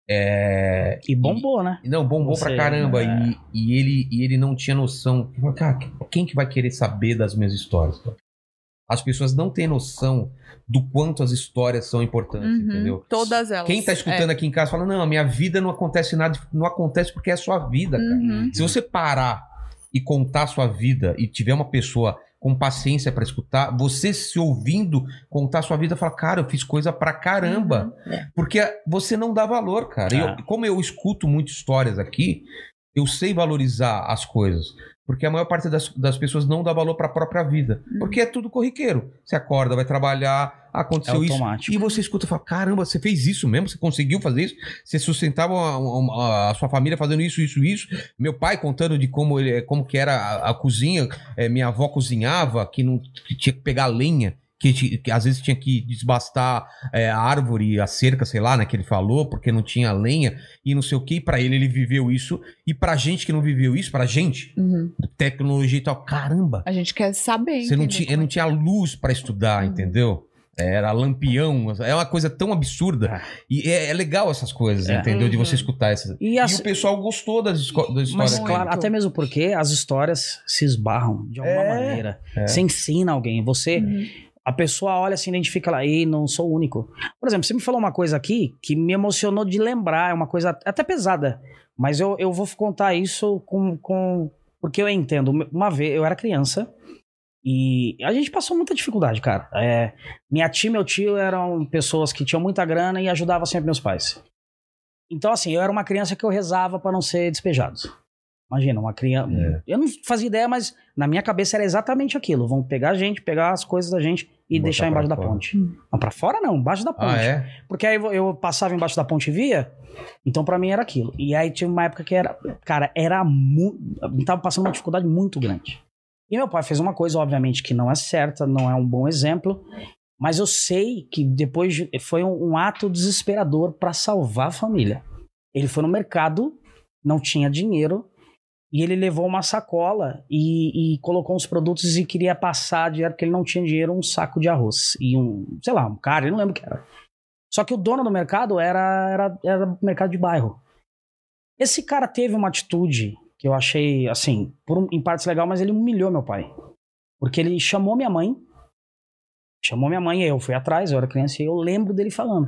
C: É,
E: E bombou, né?
C: Não, bombou
E: Você-
C: pra caramba.
E: é.
C: E, e ele, e ele não tinha noção. Eu falei, Cara, quem que vai querer saber das minhas histórias? cara? As pessoas não têm noção do quanto as histórias são importantes,
B: Uhum.
C: entendeu?
B: Todas elas. É.
C: Quem tá escutando aqui em casa fala, não, minha vida não acontece nada, não acontece porque é a sua vida,
B: é.
C: cara.
B: Uhum.
C: Se você parar e contar sua vida e tiver uma pessoa com paciência pra escutar, você se ouvindo contar sua vida, fala, cara, eu fiz coisa pra
I: Uhum.
C: caramba. Porque você não dá valor, cara. E eu-
E: É.
C: como eu escuto muito histórias aqui, eu sei valorizar as coisas. Porque a maior parte das, das pessoas não dá valor pra própria vida. Porque é tudo corriqueiro. Você acorda, vai trabalhar,
E: É
C: aconteceu isso.
E: automático.
C: E você escuta e fala: caramba, você fez isso mesmo? Você conseguiu fazer isso? Você sustentava a, a- a sua família fazendo isso, isso, isso? Meu pai contando de como ele, como que era a, a cozinha, eh, minha avó cozinhava, que não que tinha que pegar lenha, que, ti- que às vezes tinha que desbastar eh, a árvore, a cerca, sei lá, né, que ele falou, porque não tinha lenha e não sei o que. Pra ele ele viveu isso e pra gente que não viveu isso, pra gente
B: Uhum.
C: tecnologia e tal, caramba.
B: A gente quer saber.
C: Você não
B: entendeu?
C: tinha, eu não tinha luz pra estudar,
B: Uhum.
C: entendeu? Era lampião, é uma coisa tão absurda. E é, é legal essas coisas,
E: É.
C: entendeu? De você
F: Uhum.
C: escutar essas.
E: E,
C: E
E: as,
C: o pessoal gostou das, esco- das histórias.
E: Mas
B: Muito.
E: claro, até mesmo porque as histórias se esbarram de alguma
C: É.
E: maneira.
C: É.
E: Você ensina alguém, você.
B: Uhum.
E: A pessoa olha, se identifica lá, ei, não sou o único. Por exemplo, você me falou uma coisa aqui que me emocionou de lembrar, é uma coisa até pesada. Mas eu, eu vou contar isso com, com. Porque eu entendo. Uma vez, eu era criança e a gente passou muita dificuldade, cara. É, minha tia e meu tio eram pessoas que tinham muita grana e ajudavam sempre meus pais. Então, assim, eu era uma criança que eu rezava pra não ser despejado. Imagina, uma criança.
C: É.
E: Eu não fazia ideia, mas na minha cabeça era exatamente aquilo. Vão pegar a gente, pegar as coisas da gente e
C: Botar
E: deixar
C: pra
E: embaixo da
C: fora.
E: ponte. Não, pra fora não, embaixo da ponte.
C: Ah, é?
E: Porque aí eu passava embaixo da ponte e via, então pra mim era aquilo. E aí tinha uma época que era, cara, era muito, tava passando uma dificuldade muito grande. E meu pai fez uma coisa, obviamente, que não é certa, não é um bom exemplo, mas eu sei que depois de- foi um, um ato desesperador pra salvar a família. Ele foi no mercado, não tinha dinheiro, e ele levou uma sacola e, e colocou uns produtos e queria passar dinheiro, porque ele não tinha dinheiro, um saco de arroz e um, sei lá, um cara, eu não lembro o que era. Só que o dono do mercado era, era, era mercado de bairro. Esse cara teve uma atitude que eu achei, assim, por um- em partes legal, mas ele humilhou meu pai. Porque ele chamou minha mãe, chamou minha mãe, e eu fui atrás, eu era criança, e eu lembro dele falando: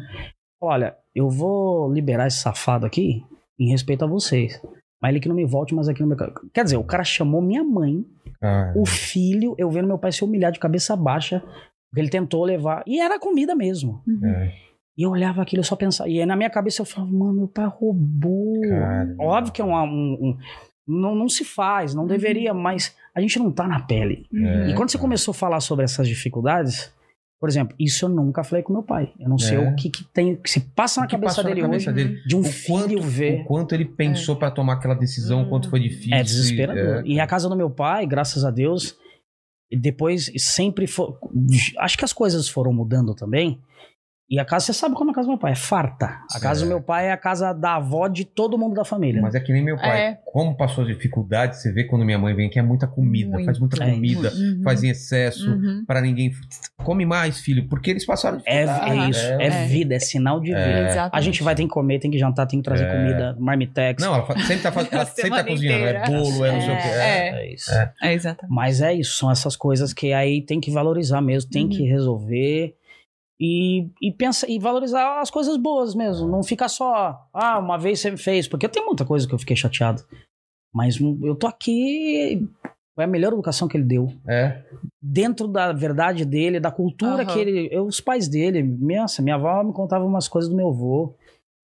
E: Olha, eu vou liberar esse safado aqui em respeito a vocês. Mas ele que não me volte mais aqui no mercado. Quer dizer, o cara chamou minha mãe,
J: É.
C: Ah,
E: o filho, eu vendo meu pai se humilhar de cabeça baixa, porque ele tentou levar. E era comida mesmo.
C: é.
E: E eu olhava aquilo, eu só pensava. E aí na minha cabeça eu falava, mano, meu pai roubou.
C: Cara.
E: Óbvio que é um. um- um- não, não se faz, não deveria, mas a gente não tá na pele.
C: É,
E: e quando você
C: cara.
E: começou a falar sobre essas dificuldades, por exemplo, isso eu nunca falei com meu pai. Eu não sei
C: É.
E: o que, que tem, o que se passa na
C: O que
E: cabeça
C: passou na
E: dele
C: cabeça
E: hoje,
C: dele? né?
E: de um
C: O
E: filho
C: quanto,
E: ver.
C: o quanto ele pensou pra tomar aquela decisão, o quanto foi difícil.
E: É desesperador.
C: é.
E: E a casa do meu pai, graças a Deus, e depois sempre foi. Acho que as coisas foram mudando também. E a casa, você sabe como é a casa do meu pai? É farta. A casa do
C: Certo.
E: meu pai é a casa da avó de todo mundo da família.
C: Mas é que nem meu pai.
B: É.
C: Como passou as dificuldades, você vê quando minha mãe vem que é muita comida,
B: Muito.
C: faz muita
E: É,
C: comida,
B: Uhum.
C: faz em excesso,
B: Uhum.
C: pra ninguém. Come mais, filho, porque eles passaram
E: é,
C: dificuldade.
E: é isso, é,
B: é.
E: vida, é sinal de vida. A gente vai, tem que comer, tem que jantar, tem que trazer
C: É.
E: comida, marmitex.
C: Não, ela fa- sempre tá, faz-
B: A
C: ela sempre tá
B: semana
C: cozinhando. É
B: inteira.
C: bolo, é não sei o quê. É.
B: É.
E: é isso.
B: É, exatamente.
E: Mas é isso, são essas coisas que aí tem que valorizar mesmo, tem
B: Uhum.
E: que resolver e, e pensa e valorizar as coisas boas mesmo. Não ficar só, ah, uma vez você fez, porque tem muita coisa que eu fiquei chateado. Mas hum, eu tô aqui, foi a melhor educação que ele deu.
C: É.
E: Dentro da verdade dele, da cultura
B: Aham.
E: que ele. Eu, os pais dele, nossa, minha avó me contava umas coisas do meu avô.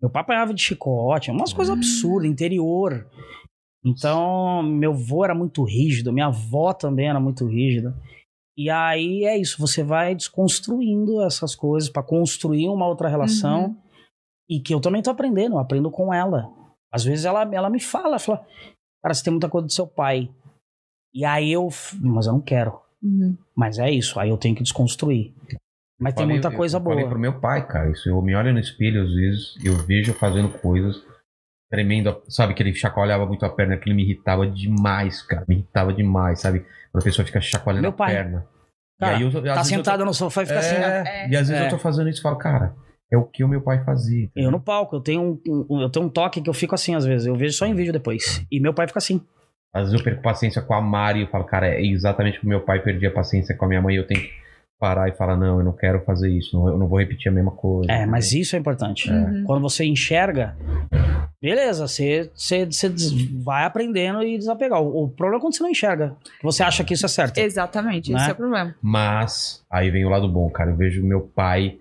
E: Meu pai apanhava de chicote, umas
C: Hum.
E: coisas absurdas, interior. Então, meu avô era muito rígido, minha avó também era muito rígida. E aí é isso, você vai desconstruindo essas coisas pra construir uma outra relação.
B: Uhum.
E: E que eu também tô aprendendo, eu aprendo com ela. Às vezes ela, ela me fala, fala, cara, você tem muita coisa do seu pai. E aí eu, f- mas eu não quero.
B: Uhum.
E: Mas é isso, aí eu tenho que desconstruir. Mas tem
C: Falei-
E: muita
C: eu-
E: coisa
C: eu
E: boa.
C: Falei pro meu pai, cara. Isso, eu me olho no espelho, às vezes, eu vejo eu fazendo coisas tremendo. a- Sabe que ele chacoalhava muito a perna, aquilo me irritava demais, cara. Me irritava demais, sabe? Quando a pessoa fica chacoalhando
E: Meu
C: a
E: pai.
C: perna.
E: Cara,
C: eu, às
E: tá
C: vezes, eu tô-
E: sentada no sofá e fica assim, né?
C: É, E às vezes
E: É.
C: eu tô fazendo isso e falo, cara, é o que o meu pai fazia.
E: Eu no palco, eu tenho um, um- eu tenho um toque que eu fico assim às vezes. Eu vejo só em vídeo depois. E meu pai fica assim.
C: Às vezes eu perco paciência com a Mari e falo, cara, é exatamente como meu pai perdia paciência com a minha mãe. Eu tenho que parar e falar, não, eu não quero fazer isso, não- eu não vou repetir a mesma coisa.
E: É, mas isso é importante.
B: Uhum.
E: Quando você enxerga, beleza, você, você, você des- vai aprendendo e desapegar. O, o problema é quando você não enxerga. Você acha que isso é certo.
B: Exatamente,
E: Né?
B: esse é o problema.
C: Mas, aí vem o lado bom, cara. Eu vejo meu pai.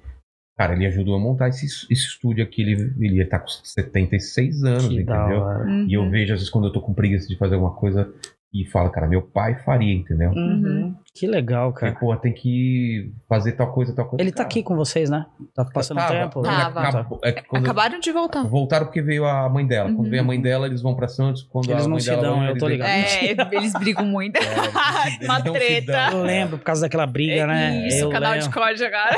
C: Cara, ele ajudou a montar esse, esse estúdio aqui. Ele, ele tá com 76 anos,
E: Que da
C: entendeu?
E: hora.
B: Uhum.
C: E eu vejo, às vezes, quando eu tô com preguiça de fazer alguma coisa e falo, cara, meu pai faria, entendeu?
B: Uhum.
E: Que legal, cara.
C: Porque, pô, tem que fazer tal coisa, tal coisa.
E: Ele tá
C: Cara,
E: aqui com vocês, né? Tá passando
C: tava,
E: tempo?
C: não, ele
B: Tava.
C: acabou- é que quando-
B: Acabaram de voltar.
C: Voltaram porque veio a mãe dela.
B: Uhum.
C: Quando veio a mãe dela, eles vão pra Santos. Quando
E: Eles
C: a
E: não
C: mãe
E: se
C: dela
E: dão,
C: vai,
E: eu
C: eles
E: tô
C: vêm-
E: ligado.
B: É, eles brigam muito.
C: É, eles- eles
B: Uma
C: não se
B: treta.
C: dão,
E: Eu
C: é.
E: lembro, por causa daquela briga,
B: É
E: né?
B: Isso,
E: eu
B: canal
E: lembro.
B: de código agora.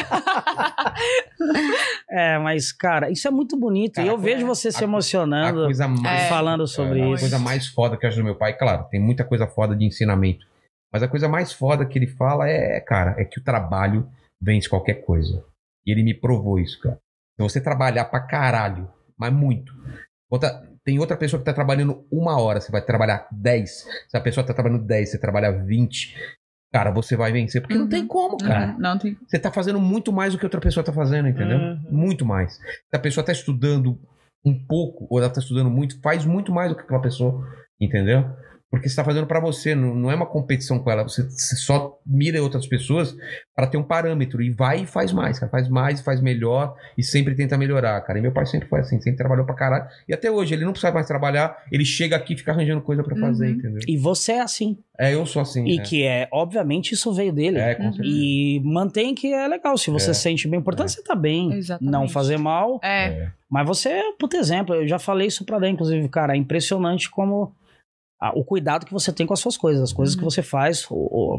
E: É, mas, cara, isso é muito bonito.
C: Cara,
E: e eu
C: co-
E: vejo você se
C: a- A
E: emocionando
C: coisa mais
B: É.
E: falando sobre
C: É, A
E: isso.
C: coisa mais foda que eu acho do meu pai, claro, tem muita coisa foda de ensinamento. Mas a coisa mais foda que ele fala é, cara, é que o trabalho vence qualquer coisa. E ele me provou isso, cara. Se você trabalhar pra caralho, mas muito. Outra- tem outra pessoa que tá trabalhando uma hora, você vai trabalhar 10. Se a pessoa tá trabalhando 10, você trabalha 20. Cara, você vai vencer. Porque não
B: Uhum.
C: tem como, cara.
B: Uhum, Não tem.
C: Você tá fazendo muito mais do que outra pessoa tá fazendo, entendeu?
E: Uhum.
C: Muito mais. Se a pessoa tá estudando um pouco, ou ela tá estudando muito, faz muito mais do que aquela pessoa, entendeu? Porque você tá fazendo pra você, não, não é uma competição com ela. Você, você só mira outras pessoas pra ter um parâmetro. E vai e faz mais, cara. Faz mais, faz melhor e sempre tenta melhorar, cara. E meu pai sempre foi assim, sempre trabalhou pra caralho. E até hoje, ele não precisa mais trabalhar, ele chega aqui e fica arranjando coisa pra fazer,
B: Uhum.
C: entendeu?
E: E você é assim.
C: É, eu sou assim.
E: E
C: é.
E: que é, obviamente, isso veio dele.
C: É, com
B: Uhum.
C: certeza.
E: E mantém que é legal. Se você
C: É.
E: se sente bem, o importante é você tá bem.
B: Exatamente.
E: Não fazer mal.
B: É,
E: Mas você é puta exemplo. Eu já falei isso pra Dan, inclusive, cara. É impressionante como a- o cuidado que você tem com as suas coisas, as
B: Uhum.
E: coisas que você faz. O,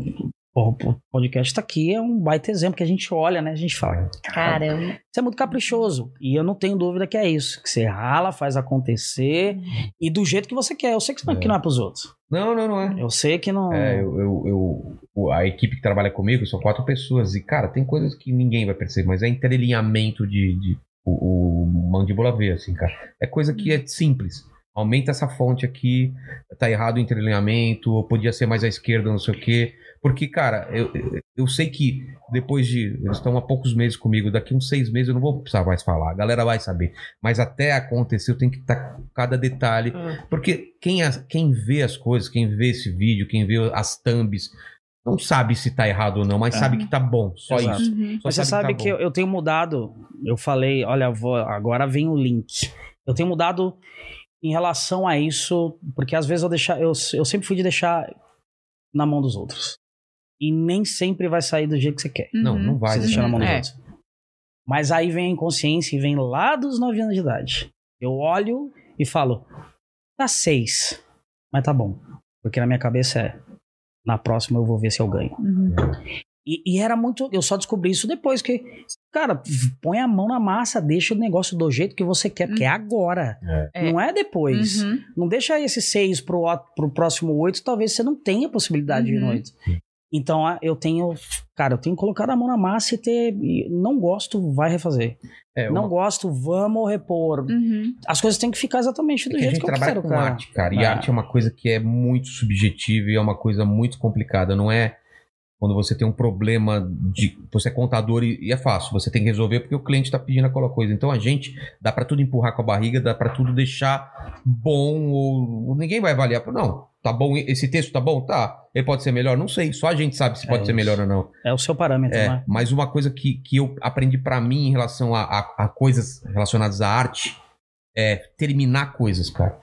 E: o- o podcast tá aqui, é um baita exemplo que a gente olha, né? A gente fala.
F: Caramba.
E: Você é muito caprichoso. E eu não tenho dúvida que é isso. Que você rala, faz acontecer.
B: Uhum.
E: E do jeito que você quer. Eu sei que, isso não-
C: É.
E: que não é pros outros.
C: Não, não, não é.
E: Eu sei que não.
C: É, eu, eu- eu- o- a equipe que trabalha comigo são quatro pessoas. E, cara, tem coisas que ninguém vai perceber, mas é entrelinhamento de, de- o, o mandíbula V, assim, cara. É coisa que é simples. Aumenta essa fonte aqui, tá errado o entrelinhamento, ou podia ser mais à esquerda, não sei o quê. Porque, cara, eu, eu- eu sei que depois de. Eles estão há poucos meses comigo, daqui uns seis meses eu não vou precisar mais falar, a galera vai saber. Mas até acontecer, eu tenho que estar com cada detalhe. Porque quem, as- quem vê as coisas, quem vê esse vídeo, quem vê as thumbs, não sabe se tá errado ou não, mas sabe que tá bom. Só
E: Exato.
C: isso.
B: uhum.
C: Só
E: Mas você sabe que,
C: tá bom.
E: eu, eu tenho mudado. Eu falei, olha, eu vou- agora vem o link. Eu tenho mudado em relação a isso, porque às vezes eu deixar, eu, eu sempre fui de deixar na mão dos outros. E nem sempre vai sair do jeito que você quer.
C: Não, não vai.
E: Você
C: né?
E: deixar na mão dos
B: É.
E: outros. Mas aí vem a inconsciência e vem lá dos 9 anos de idade. Eu olho e falo, tá seis, mas tá bom. Porque na minha cabeça é, na próxima eu vou ver se eu ganho.
B: Uhum.
E: É. E, e era muito. Eu só descobri isso depois que. Cara, põe a mão na massa, deixa o negócio do jeito que você quer, porque é agora.
B: Uhum. É.
E: Não é depois.
B: Uhum.
E: Não deixa esse seis pro, ó- pro próximo oito, talvez você não tenha possibilidade de ir no
B: Uhum.
E: oito. Então a- eu tenho. Cara, eu tenho colocado a mão na massa e ter. e Não gosto, vai refazer.
C: É,
E: não
C: uma-
E: gosto, vamos repor.
B: Uhum.
E: As coisas têm que ficar exatamente do
C: é que a
E: jeito
C: gente
E: que eu
C: trabalha
E: quero,
C: com
E: cara.
C: arte, cara. E
E: Ah.
C: arte é uma coisa que é muito subjetiva e é uma coisa muito complicada. Não é quando você tem um problema de. Você é contador e, e é fácil. Você tem que resolver porque o cliente tá pedindo aquela coisa. Então a gente dá pra tudo empurrar com a barriga, dá pra tudo deixar bom ou. Ninguém vai avaliar. Não, tá bom. Esse texto tá bom? Tá. Ele pode ser melhor? Não sei. Só a gente sabe se
E: É
C: pode ser
E: isso.
C: melhor ou não.
E: É o seu parâmetro,
C: É,
E: né?
C: mas uma coisa que, que eu aprendi pra mim em relação a, a- a coisas relacionadas à arte é terminar coisas, cara.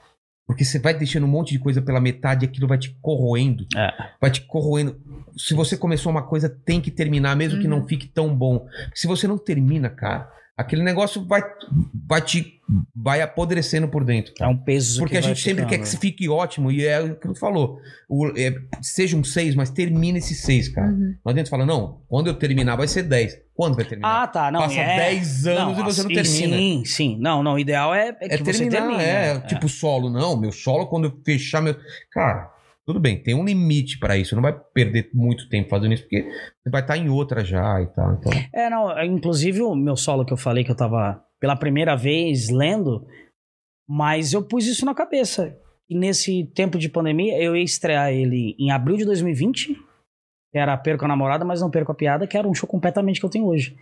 C: Porque você vai deixando um monte de coisa pela metade e aquilo vai te corroendo.
E: É.
C: Vai te corroendo. Se você começou uma coisa, tem que terminar, mesmo que não
B: Uhum.
C: fique tão bom. Se você não termina, cara, aquele negócio vai, vai te. vai apodrecendo por dentro.
E: É um peso.
C: Porque
E: que
C: a
E: vai
C: gente sempre
E: ficando. né?
C: quer que se fique ótimo, e é o que tu falou. O- é, seja um 6, mas termina esse 6, cara.
B: Uhum.
C: Não adianta falar, não, quando eu terminar vai ser 10. Quando vai terminar?
E: Ah, tá. Não,
C: Passa
E: é. assim,
C: 10 anos e você não termina.
E: Sim, sim. Não, não. O ideal é, é que
C: é
E: você
C: terminar,
E: termine.
C: é,
E: né?
C: Tipo solo, não. Meu solo, quando eu fechar meu. Cara, tudo bem, tem um limite pra isso. Não vai perder muito tempo fazendo isso, porque você vai estar em outra já e tal. Então,
E: É, não. é, Inclusive, o meu solo que eu falei que eu tava pela primeira vez lendo, mas eu pus isso na cabeça. E nesse tempo de pandemia, eu ia estrear ele em abril de 2020, que era Perco a Namorada, mas não Perco a Piada, que era um show completamente que eu tenho hoje.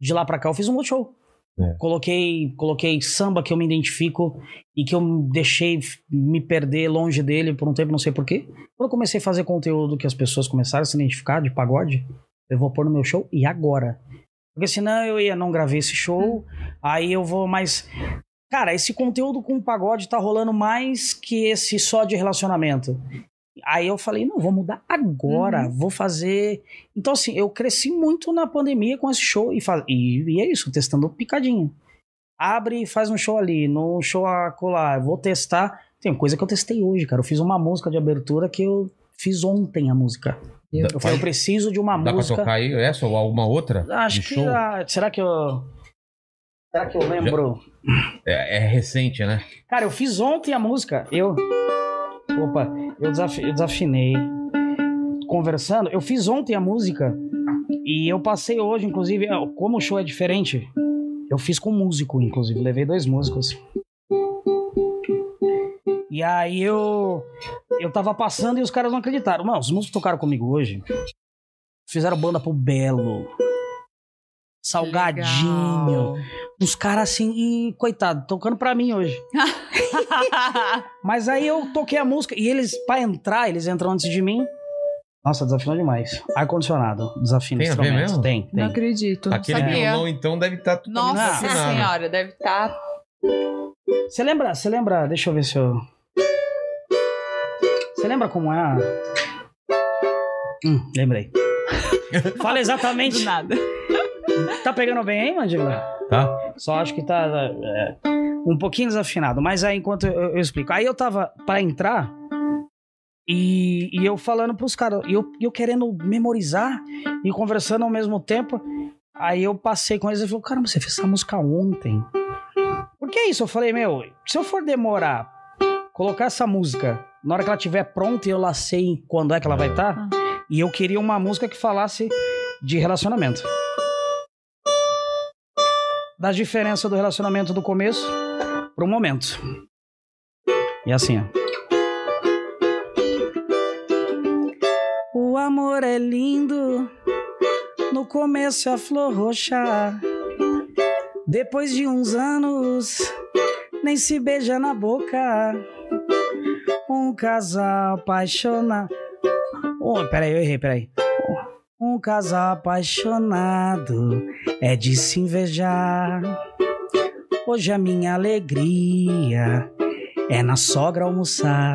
E: De lá pra cá, eu fiz um outro show.
C: É.
E: Coloquei, coloquei samba que eu me identifico e que eu deixei me perder longe dele por um tempo, não sei porquê. Quando eu comecei a fazer conteúdo que as pessoas começaram a se identificar de pagode, eu vou pôr no meu show e agora. Porque senão eu ia não gravei esse show, aí eu vou mais. Cara, esse conteúdo com pagode tá rolando mais que esse só de relacionamento. Aí eu falei, não, vou mudar agora, vou fazer. Então, assim, eu cresci muito na pandemia com esse show e, faz... e, e é isso, testando picadinho. Abre e faz um show ali, num show acolá, eu vou testar. Tem coisa que eu testei hoje, cara. Eu fiz uma música de abertura que eu fiz ontem a música.
C: dá,
E: Eu falei, eu preciso de um- uma
C: dá pra
E: música.
C: tocar aí essa ou alguma outra?
E: Acho
C: de
E: que.
C: show?
E: ah, será que eu. Será que eu lembro?
C: É, é recente, né?
E: Cara, eu fiz ontem a música. Eu. Opa, eu, desafi- eu desafinei. Conversando, eu fiz ontem a música e eu passei hoje, inclusive, ah, como o show é diferente, eu fiz com um músico, inclusive, levei dois músicos. E aí eu eu tava passando e os caras não acreditaram. Mano, os músicos tocaram comigo hoje. Fizeram banda pro Belo. Salgadinho.
B: Legal.
E: Os caras assim, e coitado, tocando pra mim hoje. Mas aí eu toquei a música e eles, pra entrar, eles entram antes de mim. Nossa, desafinou demais. Ar-condicionado, desafina
C: Tem a ver
E: instrumento.
C: mesmo?
E: Tem,
B: Não
E: tem.
B: acredito, não
C: Aquele
B: sabia.
C: violão, então, deve estar tá
B: Nossa
C: contaminado.
B: senhora, deve tá estar.
E: Você lembra, você lembra, deixa eu ver se eu... Você lembra como é a... Hum, lembrei. Fala
B: do
E: exatamente.
B: nada.
E: Tá pegando bem aí, mandíbula?
C: Tá?
E: Só acho que tá é, um pouquinho desafinado, mas aí enquanto eu, eu explico. Aí eu tava pra entrar e, e eu falando pros caras, e eu, e eu querendo memorizar e conversando ao mesmo tempo. Aí eu passei com eles e falei, caramba, você fez essa música ontem. Por que isso? Eu falei, meu, se eu for demorar, colocar essa música na hora que ela estiver pronta e eu lá sei quando é que ela vai estar, e eu queria uma música que falasse de relacionamento das diferenças do relacionamento do começo pro momento. E assim, ó. O amor é lindo, no começo é a flor roxa. Depois de uns anos, nem se beija na boca. Um casal apaixonado. Oh, peraí, eu errei, peraí. Um casal apaixonado é de se invejar. Hoje a minha alegria é na sogra almoçar.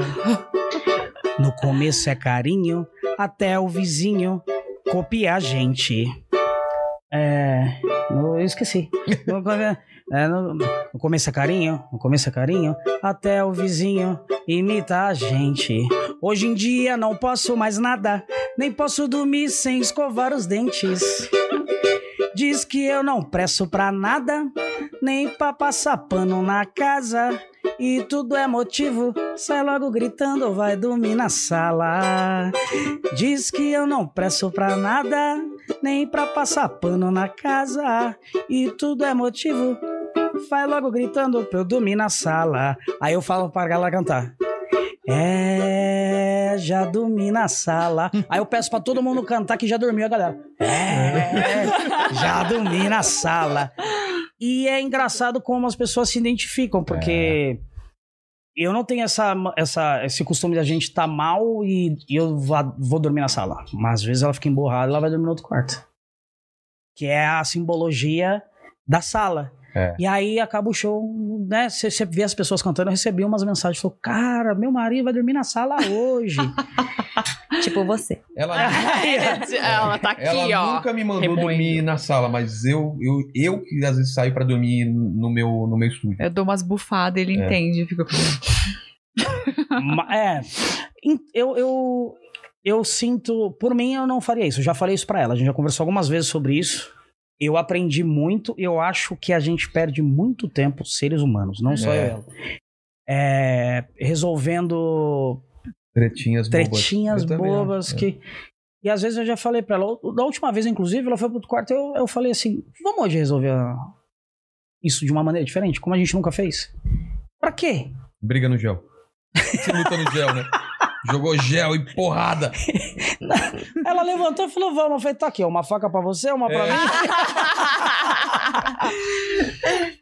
E: No começo é carinho, até o vizinho copiar a gente. É. no- eu esqueci. No, come- é, no- no começo é carinho, no começo é carinho, até o vizinho imitar a gente. Hoje em dia não posso mais nada, nem posso dormir sem escovar os dentes. Diz que eu não presto pra nada, nem pra passar pano na casa. E tudo é motivo, sai logo gritando, vai dormir na sala. Diz que eu não presto pra nada, nem pra passar pano na casa. E tudo é motivo, vai logo gritando pra eu dormir na sala. Aí eu falo pra ela cantar. É, já dormi na sala. Aí eu peço pra todo mundo cantar que já dormiu a galera. É, já dormi na sala. E é engraçado como as pessoas se identificam, porque eu não tenho essa, essa, esse costume da gente estar tá mal e, e eu vá- vou dormir na sala. Mas às vezes ela fica emborrada e ela vai dormir no outro quarto. Que é a simbologia da sala.
C: É.
E: E aí acaba o show, né? Você você vê as pessoas cantando, eu recebi umas mensagens, falou, cara, meu marido vai dormir na sala hoje.
F: Tipo você.
C: Ela
B: Ela tá aqui,
C: Ela
B: ó.
C: nunca me mandou
D: remoendo.
C: dormir na sala, mas eu, eu, eu que às vezes saio pra dormir no meu, no meu estúdio.
B: Eu dou umas bufadas, ele
C: É.
B: entende. Fica...
E: Ma- é, em- eu, eu, eu sinto, por mim eu não faria isso, eu já falei isso pra ela, a gente já conversou algumas vezes sobre isso. Eu aprendi muito, eu acho que a gente perde muito tempo, seres humanos, não só eu.
C: É.
E: e ela. É, resolvendo
C: Tretinhas bobas.
E: tretinhas
C: Eu também acho,
E: bobas
C: é.
E: que. E às vezes eu já falei pra ela, da última vez, inclusive, ela foi pro outro quarto, eu, eu falei assim: vamos hoje resolver a- isso de uma maneira diferente, como a gente nunca fez. Pra quê?
C: Briga no gel. Você luta no gel, né? Jogou gel e porrada.
E: Ela levantou e falou: vamos. Eu falei: tá aqui, ó, uma faca pra você, uma pra
C: É.
E: mim.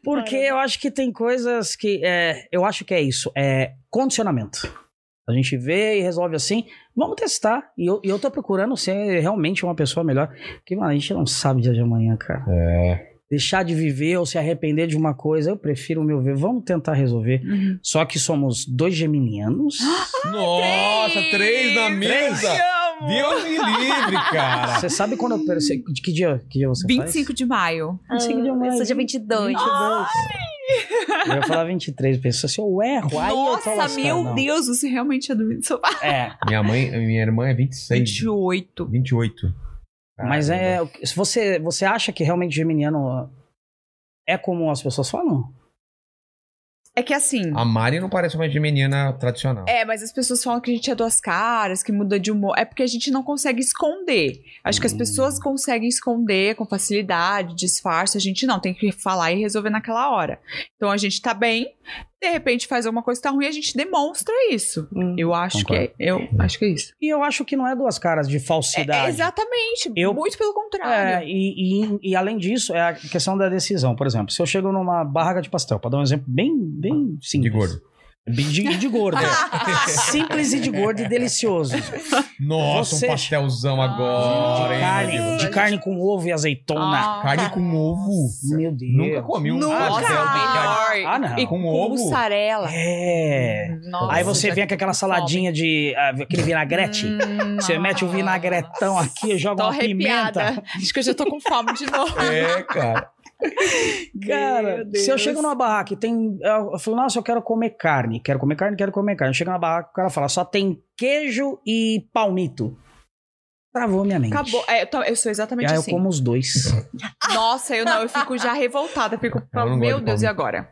E: Porque eu acho que tem coisas que. é, eu acho que é isso: é condicionamento. A gente vê e resolve assim. Vamos testar. E eu, e eu tô procurando ser realmente uma pessoa melhor. Porque, mano, a gente não sabe o dia de amanhã, cara.
C: É.
E: deixar de viver ou se arrepender de uma coisa, eu prefiro o meu ver, vamos tentar resolver.
B: Uhum.
E: Só que somos dois geminianos.
C: Nossa, três na mesa. Deus me livre, cara.
E: Você sabe quando eu percebi. De que dia, que dia você
B: 25 de maio. é
E: faz? 25 de
F: eu
E: maio.
F: sou dia 22.
E: 22. Eu ia falar 23, pessoas. Se eu erro, aí eu tô
B: Nossa,
E: lascado,
B: meu
E: não.
B: Deus, você realmente é do 25
E: É,
C: Minha mãe, minha irmã é 26.
B: 28.
C: 28.
E: mas
C: Caramba.
E: é. Se você, você acha que realmente geminiano é como as pessoas falam?
B: É que assim.
C: A Mari não parece uma geminiana tradicional.
B: É, mas as pessoas falam que a gente é duas caras, que muda de humor. É porque a gente não consegue esconder. Acho que as
E: Hum.
B: pessoas conseguem esconder com facilidade, disfarce. A gente não, tem que falar e resolver naquela hora. Então a gente tá bem, de repente faz alguma coisa que tá ruim, a gente demonstra isso.
F: Hum.
B: Eu acho
E: Concordo.
B: que é. Eu acho que é isso.
E: E eu acho que não é duas caras de
B: É-
E: falsidade.
B: é exatamente.
E: Eu-
B: Muito pelo contrário.
E: É, e, e- e além disso, é a questão da decisão. Por exemplo, se eu chego numa barraca de pastel, pra dar um exemplo bem, bem
C: De
E: simples.
C: gordo.
E: De, de gordo. Simples e de gordo e delicioso.
C: Nossa,
E: Você-
C: um pastelzão agora,
E: de
C: hein?
E: carne, de carne com ovo e azeitona.
B: Ah,
C: Carne com ovo.
E: Meu Deus.
C: Nunca comi um pastel
B: Nossa,
C: de carne.
B: é o melhor.
E: Ah, não.
B: E
C: Com
B: com,
C: ovo?
B: mussarela.
E: É.
B: Nossa,
E: Aí você
B: já
E: vem com aquela
B: tô com fome.
E: saladinha de. ah, aquele vinagrete.
B: Hum,
E: Você mete o
B: nossa.
E: vinagretão aqui, joga
B: Tô
E: uma pimenta.
B: arrepiada. Acho que eu já tô com fome de novo.
C: É, cara.
E: Cara,
B: Meu
E: se eu
B: Deus.
E: chego numa barraca e tem. Eu falo, nossa, eu quero comer carne, quero comer carne, quero comer carne. Chega na barraca, o cara fala, só tem queijo e palmito. Travou minha mente.
B: Acabou. É, eu, tô- eu sou
E: E
B: exatamente
E: aí eu
B: assim.
E: como os dois.
B: Nossa, eu não, eu fico já revoltada. Fico,
E: É
C: não
E: um
C: gosto
B: meu
C: de
B: Deus, e
C: palmito.
B: agora?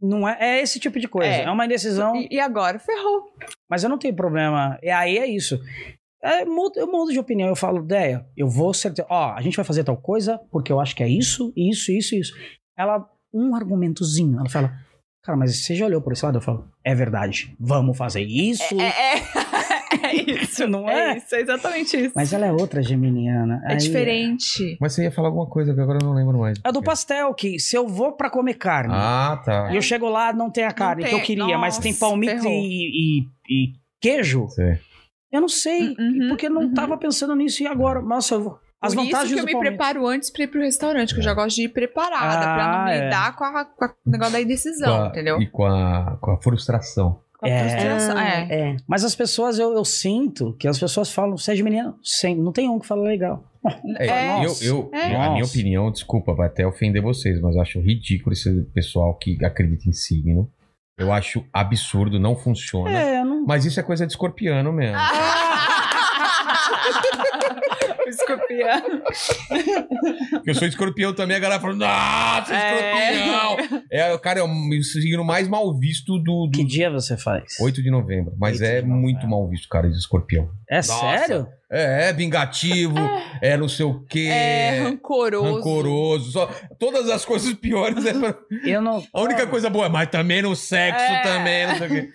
E: Não é, é esse tipo de coisa.
B: É.
E: É, uma indecisão,
B: E, e agora? Ferrou.
E: mas eu não tenho problema. E aí é isso. É, eu mudo- eu mudo de opinião. Eu falo, ideia, eu vou certeza. Ó, a gente vai fazer tal coisa porque eu acho que é isso, isso, isso, isso. Ela, um argumentozinho, ela fala. Cara, mas você já olhou por esse lado? Eu falo, é verdade, vamos fazer isso.
B: É, é, é isso.
E: Não
B: é?
E: é?
B: isso, é exatamente isso.
E: Mas ela é outra geminiana.
B: é
E: Aí-
B: diferente.
C: Mas você ia falar alguma coisa que agora eu não lembro mais.
E: É do pastel, que se eu vou pra comer carne,
C: Ah, tá.
E: e eu chego lá, não tem a carne
B: tem.
E: que eu queria, mas tem
B: Nossa,
E: palmito
B: ferrou.
E: e, e- e queijo,
C: Sei.
E: eu não sei,
B: Uhum,
E: porque eu não
B: uhum.
E: tava pensando nisso e agora. Nossa, eu vou. As
B: Por isso
E: vantagens
B: que eu
E: do
B: me
E: palmito.
B: preparo antes pra ir pro restaurante, que eu já gosto de ir preparada,
E: Ah,
B: pra não me
E: é.
B: dar com, a- com a- com o negócio da
C: Com
B: indecisão,
C: a-
B: entendeu?
C: E com a, com a frustração.
B: Com a
E: É.
B: frustração. É.
F: É.
E: Mas as pessoas, eu, eu sinto que as pessoas falam, você é geminiano? Sem, não tem um que fala legal.
C: É,
B: É.
C: eu, eu-
B: É.
C: A minha
E: Nossa.
C: opinião, desculpa, vai até ofender vocês, mas eu acho ridículo esse pessoal que acredita em signo. Eu acho absurdo, não funciona.
E: É, eu não.
C: Mas isso é coisa de escorpiano mesmo.
B: Escorpião.
C: Porque eu sou escorpião também, a galera fala, nossa,
B: É.
C: escorpião! É, cara, é o signo mais mal visto do, do
E: Que dia você faz?
C: 8 de novembro.
E: 8
C: Mas
E: de
C: é
E: novembro,
C: muito
E: é.
C: mal visto, cara, esse escorpião.
E: É sério?
C: É, é vingativo, é não sei o quê,
B: É,
C: é
B: rancoroso.
C: rancoroso. Só, todas as coisas piores. É pra-
E: Eu não.
C: A única coisa boa, é, mas também no sexo,
B: É.
C: também, não sei o quê.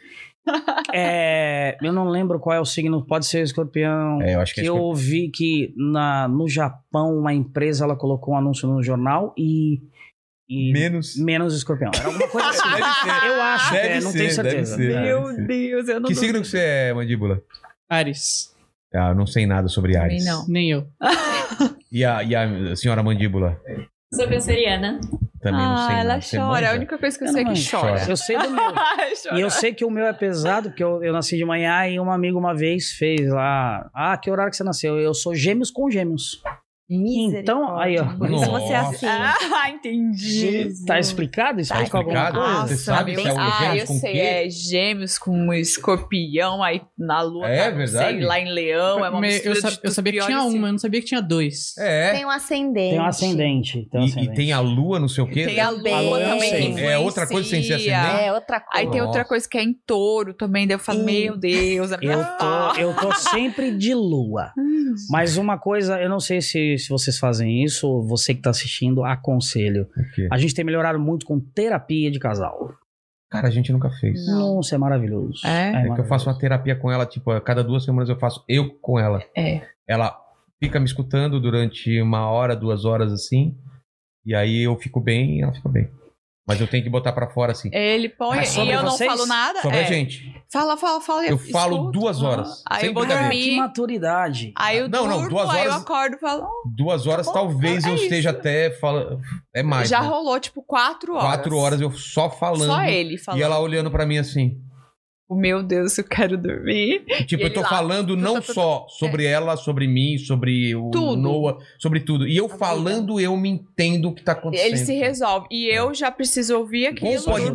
E: É, eu não lembro qual é o signo, pode ser escorpião.
C: É, eu acho que,
E: que
C: é
E: eu
C: escorpião.
E: ouvi que na, no Japão uma empresa ela colocou um anúncio no jornal e. e
C: Menos.
E: menos escorpião. Era alguma coisa assim.
C: Deve ser.
E: Eu acho,
C: Deve
E: é, não
C: ser,
E: tenho
C: deve
E: certeza.
C: ser.
B: Meu Deus, eu não
C: Que
B: dou-
C: signo que você é, mandíbula?
D: Ares.
C: Ah, eu não sei nada sobre
B: Também
C: Ares.
B: não.
D: Nem eu.
C: E a, e a senhora mandíbula?
H: Sou canceriana.
C: Também não sei
B: Ah,
C: nada.
B: ela
C: Você
B: chora.
C: manja?
B: A única coisa que eu,
E: Eu
B: sei é
E: não
B: que chora.
E: Eu sei do meu.
B: Chora.
E: E eu sei que o meu é pesado, porque eu, eu nasci de manhã e um amigo uma vez fez lá. Ah, que horário que você nasceu? Eu sou gêmeos com gêmeos. Então, aí, ó.
F: Por isso você é assim.
B: Ah, entendi.
E: Tá explicado? Isso
C: Tá
E: aí com alguma
C: explicado?
E: coisa?
C: Você sabe se é o
B: ah,
C: gêmeos
B: eu
C: com
B: sei,
C: quê?
B: é gêmeos com escorpião, aí na lua,
C: É
B: tá, não
C: verdade?
B: sei, lá em leão, é uma
D: Me-
B: mistura
D: eu,
B: de
D: sa- eu
B: tudo
D: sabia que
B: pior
D: tinha
B: e assim.
D: uma, eu não sabia que tinha dois.
C: É.
F: Tem um ascendente.
E: Tem um ascendente. Tem um
C: E- E,
E: ascendente.
C: tem a lua, não sei o quê. né?
B: Tem a
F: Também.
B: lua
E: Eu
B: também
E: sei.
B: que
C: É outra coisa sem ser
B: influencia.
C: ascendente?
F: É outra coisa.
B: Aí tem outra
C: Nossa.
B: coisa que é em touro também, daí eu falo,
F: Ih.
B: meu Deus, é a minha
E: Eu tô, eu tô sempre de lua. Mas uma coisa, eu não sei se, se vocês fazem isso, ou você que tá assistindo, aconselho.
C: O quê?
E: A gente tem melhorado muito com terapia de casal.
C: Cara, a gente nunca fez.
B: Não.
E: Nossa, é maravilhoso.
B: É? É que
C: É que eu
E: maravilhoso.
C: faço uma terapia com ela, tipo, a cada duas semanas eu faço eu com ela.
B: É.
C: Ela fica me escutando durante uma hora, duas horas assim. E aí eu fico bem e ela fica bem. Mas eu tenho que botar pra fora assim.
B: Ele põe
E: Mas
B: e
E: sobre
B: eu não
E: vocês?
B: falo É nada.
C: Sobre a
B: é.
C: gente.
B: Fala, fala, fala.
C: Eu falo duas horas,
B: Ah, Aí
C: sem
B: eu vou
C: brincadeira.
E: Que
B: dormir.
E: maturidade.
B: Aí eu
C: Não, não,
B: durmo,
C: duas
B: aí eu
C: horas-
B: acordo e falo. "Oh,
C: Duas horas,
B: bom,
C: talvez
B: é
C: eu
B: isso.
C: esteja até falando. É mais.
B: já
C: né?
B: rolou, tipo, quatro horas.
C: Quatro horas eu só falando.
B: Só ele falando.
C: E ela olhando pra mim assim.
B: Meu Deus, eu quero dormir.
C: E, Tipo,
B: E
C: eu tô
B: ele lá,
C: falando
B: tu,
C: não
B: tu, tu, tu.
C: só sobre ela, sobre mim, sobre o
B: É. Tudo.
C: Noah, sobre tudo. E eu falando, eu me entendo o que tá acontecendo.
B: Ele se resolve. E eu já preciso ouvir aquilo.
C: É. Com o podcast-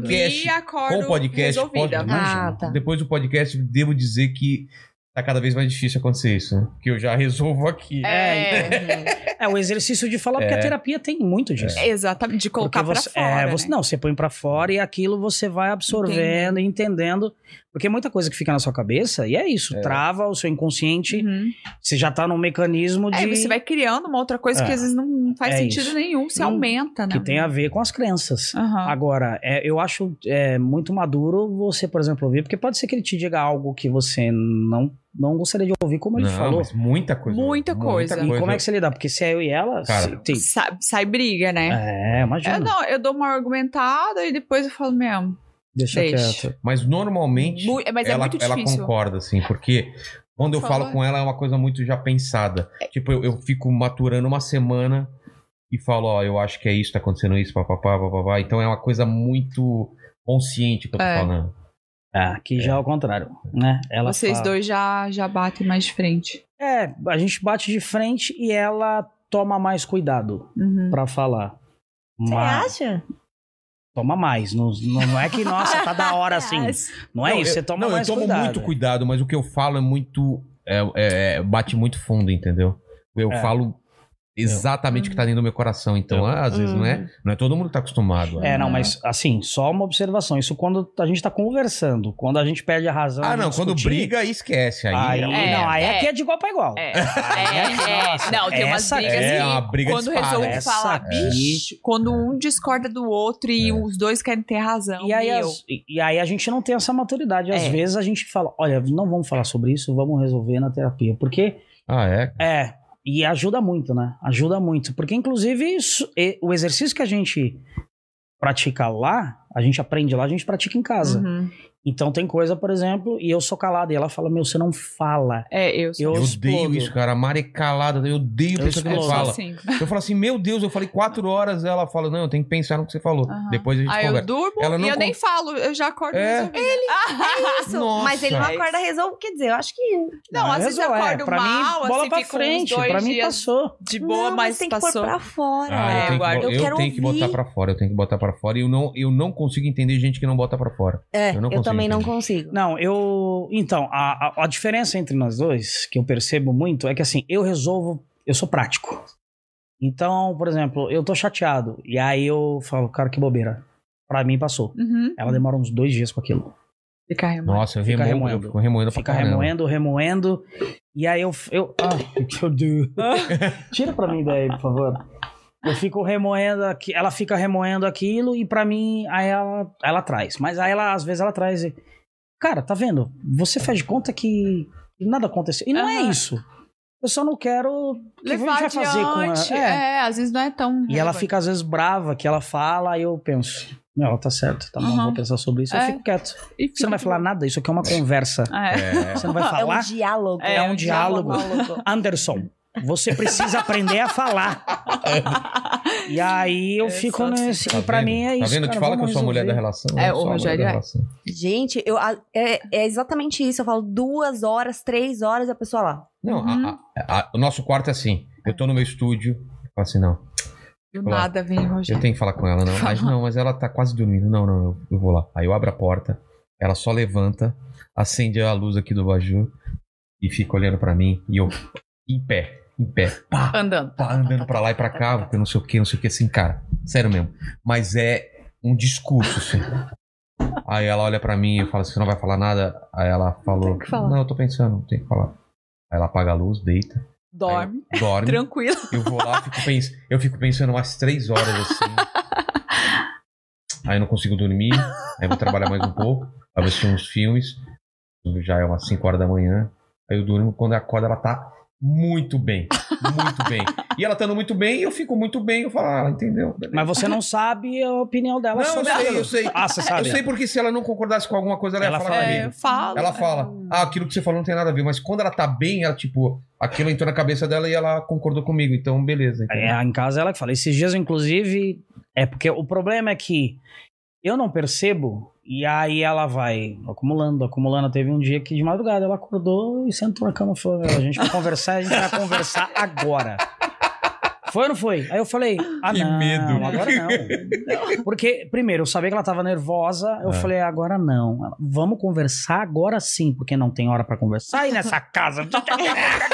B: dormir, acordo
C: Com o podcast, pode,
B: resolvida.
C: imagina.
F: Ah, tá.
C: depois do podcast, devo dizer que tá cada vez mais difícil acontecer isso, né? Que eu já resolvo aqui.
B: É,
E: É o exercício de falar,
C: É.
E: porque a terapia tem muito disso.
B: exatamente. De
E: Porque
B: colocar pra
E: você,
B: fora.
E: é,
B: né?
E: você- Não, você põe pra fora e aquilo você vai absorvendo e entendendo. Porque é muita coisa que fica na sua cabeça e é isso.
C: É.
E: Trava o seu inconsciente.
B: Uhum.
E: Você já tá num mecanismo de.
B: Aí você vai criando uma outra coisa
E: É.
B: que às vezes não faz
E: É
B: sentido
E: isso.
B: nenhum. Se
E: Não-
B: aumenta, né?
E: Que tem a ver com as crenças.
B: Aham.
E: Agora, é, eu acho é, muito maduro você, por exemplo, ouvir, porque pode ser que ele te diga algo que você não, não gostaria de ouvir, como ele
C: Não,
E: falou.
C: mas muita coisa.
B: Muita coisa.
E: E como é que você lida? Porque se é eu e ela,
C: Cara.
E: se tem.
B: Sa- sai briga, né?
E: É, imagina.
B: Eu, não, eu dou uma argumentada e depois eu falo mesmo.
E: Deixa
B: Deixa.
E: quieto.
C: Mas normalmente
B: Mu- é, mas é
C: ela,
B: muito
C: ela
B: difícil.
C: concorda, assim, porque quando eu
B: Por
C: falo
B: favor. É.
C: com ela é uma coisa muito já pensada. Tipo, eu, eu fico maturando uma semana e falo, ó, eu acho que é isso, tá acontecendo isso, papapá, papapá. Então é uma coisa muito consciente que eu tô
B: É.
C: falando.
E: Ah, aqui já é o contrário, né? Ela
B: Vocês
E: fala-
B: dois já, já batem mais de frente.
E: É, a gente bate de frente e ela toma mais cuidado
B: Uhum.
E: pra falar.
F: Você
E: Mas
F: acha?
E: toma mais, não, não, não é que nossa, tá da hora assim. Não é
C: Não,
E: isso,
C: eu-
E: você toma
C: não,
E: mais
C: eu tomo
E: cuidado. né?
C: muito cuidado, mas o que eu falo é muito. é- é- é- bate muito fundo, entendeu? Eu
E: É.
C: falo exatamente
B: É.
C: o que tá dentro do meu coração. Então, ah, às vezes, não
B: Hum.
C: é? Não é todo mundo que tá acostumado.
E: É,
C: né?
E: não, mas assim, só uma observação. Isso quando a gente tá conversando, quando a gente perde a razão.
C: Ah,
E: de
C: não, quando
E: discutir,
C: briga, esquece. Aí, um
E: Aí,
B: É,
E: não, aí
B: é.
E: aqui é de igual pra igual.
B: É, é, é.
E: Nossa,
B: Não, tem umas
E: essa
B: brigas
E: é
B: que
C: uma briga
B: quando
C: disparada.
B: resolve
E: Essa
B: falar,
E: aqui-
B: bicho, quando um discorda do outro e os dois querem ter razão.
E: É. E aí,
B: meu.
E: as- e- e aí a gente não tem essa maturidade. Às
B: É.
E: vezes a gente fala, olha, não vamos falar sobre isso, vamos resolver na terapia. Porque,
C: Ah, é?
E: é, e ajuda muito, né? Ajuda muito. Porque, inclusive, isso- e- o exercício que a gente pratica lá, a gente aprende lá, a gente pratica em casa.
B: Uhum.
E: Então tem coisa, por exemplo, e eu sou calado, e ela fala, meu, você não fala.
B: É, eu sou
E: Eu,
C: Eu
E: explodo.
C: odeio isso, cara. A Mara é calada. Eu odeio
E: Eu
C: pessoa que não
E: explodo.
C: fala.
B: assim.
C: Eu falo assim, meu Deus, eu falei quatro horas. Ela fala, não, eu tenho que pensar no que você falou.
B: Aham.
C: Depois a gente
B: Aí eu
C: conversa.
B: durmo
C: Ela
B: e
C: não
B: eu
C: con-
B: nem falo, eu já acordo
C: É.
B: resolvida.
F: Isso,
C: Nossa.
F: mas ele não
B: É
F: acorda resolvido. Quer dizer, eu acho que
B: Não, às vezes eu
E: resolve,
B: acordo
E: é pra
B: mal,
E: mim, bola
B: assim,
E: pra
B: fico uns
E: frente,
B: dois
E: pra mim tá
B: dias
E: passou.
B: de boa,
F: não,
B: mas
F: tem que
B: passou.
F: pôr pra fora.
C: Ah,
B: É,
C: eu tenho,
B: guarda,
C: que, bo-
F: eu
C: eu
F: quero
C: tenho que
F: ouvir.
C: botar pra fora, eu tenho que botar pra fora. E eu não, eu não consigo entender gente que não bota pra fora.
F: É,
C: Eu
F: eu,
C: não consigo
F: também não
C: entender.
F: consigo.
E: Não, eu. Então, a, a, a diferença entre nós dois, que eu percebo muito, é que assim, eu resolvo, eu sou prático. Então, por exemplo, eu tô chateado. E aí eu falo, cara, que bobeira. Pra mim passou.
B: Uhum.
E: Ela demora uns dois dias com aquilo.
B: Fica remando.
C: Nossa, eu,
E: Fica
C: remo,
E: remoendo.
C: eu fico remoendo
E: Fica
C: pra caramba.
E: remoendo, remoendo. E aí eu. eu ah, meu Deus. Tira pra mim daí, por favor. Eu fico remoendo aqui, ela fica remoendo aquilo e pra mim, aí ela, ela traz. Mas aí ela, às vezes, ela traz. e, Cara, tá vendo? Você faz de conta que nada aconteceu. E não é
B: Aham.
E: isso. Eu só não quero. O que a gente
B: Levar
E: vai fazer com ela?
B: adiante.
E: É.
B: É. às vezes não é tão.
E: E ela
B: relevante.
E: fica, às vezes, brava que ela fala, aí eu penso. Não, ela tá certo, tá bom,
B: Aham.
E: vou pensar sobre isso.
B: É.
E: Eu fico quieto.
B: E
E: Você
B: fica
E: não vai
B: de
E: falar nada, isso aqui é uma conversa.
B: boa. É.
C: É.
E: Você não vai
F: É
E: falar.
F: um diálogo.
B: É,
E: É um diálogo.
F: diálogo.
E: Anderson, você precisa aprender a falar. E aí eu
B: É
E: fico
B: só assim.
E: nesse.
C: Tá
E: e pra
C: vendo?
E: mim é isso.
C: Tá vendo? Eu te
E: cara,
C: falo que eu
E: vamos
C: sou a mulher da
E: resolver.
C: relação.
B: É,
C: eu sou
B: o
C: a mulher
B: Rogério
C: da
B: é.
C: relação.
F: Gente, eu, a- é, é exatamente isso. Eu falo duas horas, três horas, e a pessoa lá.
C: Não, a-
B: Uhum.
C: a- a- o nosso quarto é assim. Eu tô no meu estúdio, eu falo assim, não,
B: Do nada vem
C: eu
B: Rogério.
C: tenho que falar com ela, não. Mas não, mas ela tá quase dormindo. Não, não, eu, eu vou lá. Aí eu abro a porta, ela só levanta, acende a luz aqui do Baju e fica olhando pra mim e eu em pé, em pé, pá,
B: Andando.
C: pá, andando pra lá e pra cá, porque não sei o que, não sei o que, assim, cara, sério mesmo. Mas é um discurso, assim. Aí ela olha pra mim e fala assim, você não vai falar nada? Aí ela falou,
B: tem o que falar.
C: não, eu tô pensando, não tem o que falar. Aí ela apaga a luz, deita.
B: Dorme.
C: Aí eu- É, dorme.
B: Tranquilo.
C: Eu vou lá, fico pens... eu fico pensando umas três horas assim. Aí eu não consigo dormir. Aí eu vou trabalhar mais um pouco. Aí eu assisti uns filmes. Já é umas 5 horas da manhã. Aí eu durmo. Quando eu acordo, ela tá muito bem. Muito bem. E ela estando muito bem, eu fico muito bem. Eu falo, ah, ela entendeu. beleza.
E: Mas você não sabe a opinião dela
C: Não, eu
E: sobre
C: sei,
E: aquilo.
C: eu sei.
E: Ah, você
C: Eu
E: sabe.
C: sei porque se ela não concordasse com alguma coisa, ela,
E: Ela
C: ia falar
E: fala,
C: comigo.
B: É, fala.
C: Ela fala, ah, aquilo que você falou não tem nada a ver, mas quando ela tá bem, ela, tipo, aquilo entrou na cabeça dela e ela concordou comigo, então beleza. entendeu?
E: É, em casa ela que fala. Esses dias, inclusive, é porque o problema é que eu não percebo. E aí ela vai acumulando, acumulando. Teve um dia que de madrugada ela acordou e sentou na cama e falou: "Meu, a gente vai conversar, a gente vai conversar agora. Foi ou não foi? Aí eu falei, ah,
C: Que
E: não,
C: medo.
E: agora não. Porque, primeiro, eu sabia que ela tava nervosa, eu
C: Ah.
E: falei, agora não. Ela, Vamos conversar agora sim, porque não tem hora pra conversar. Sai nessa casa.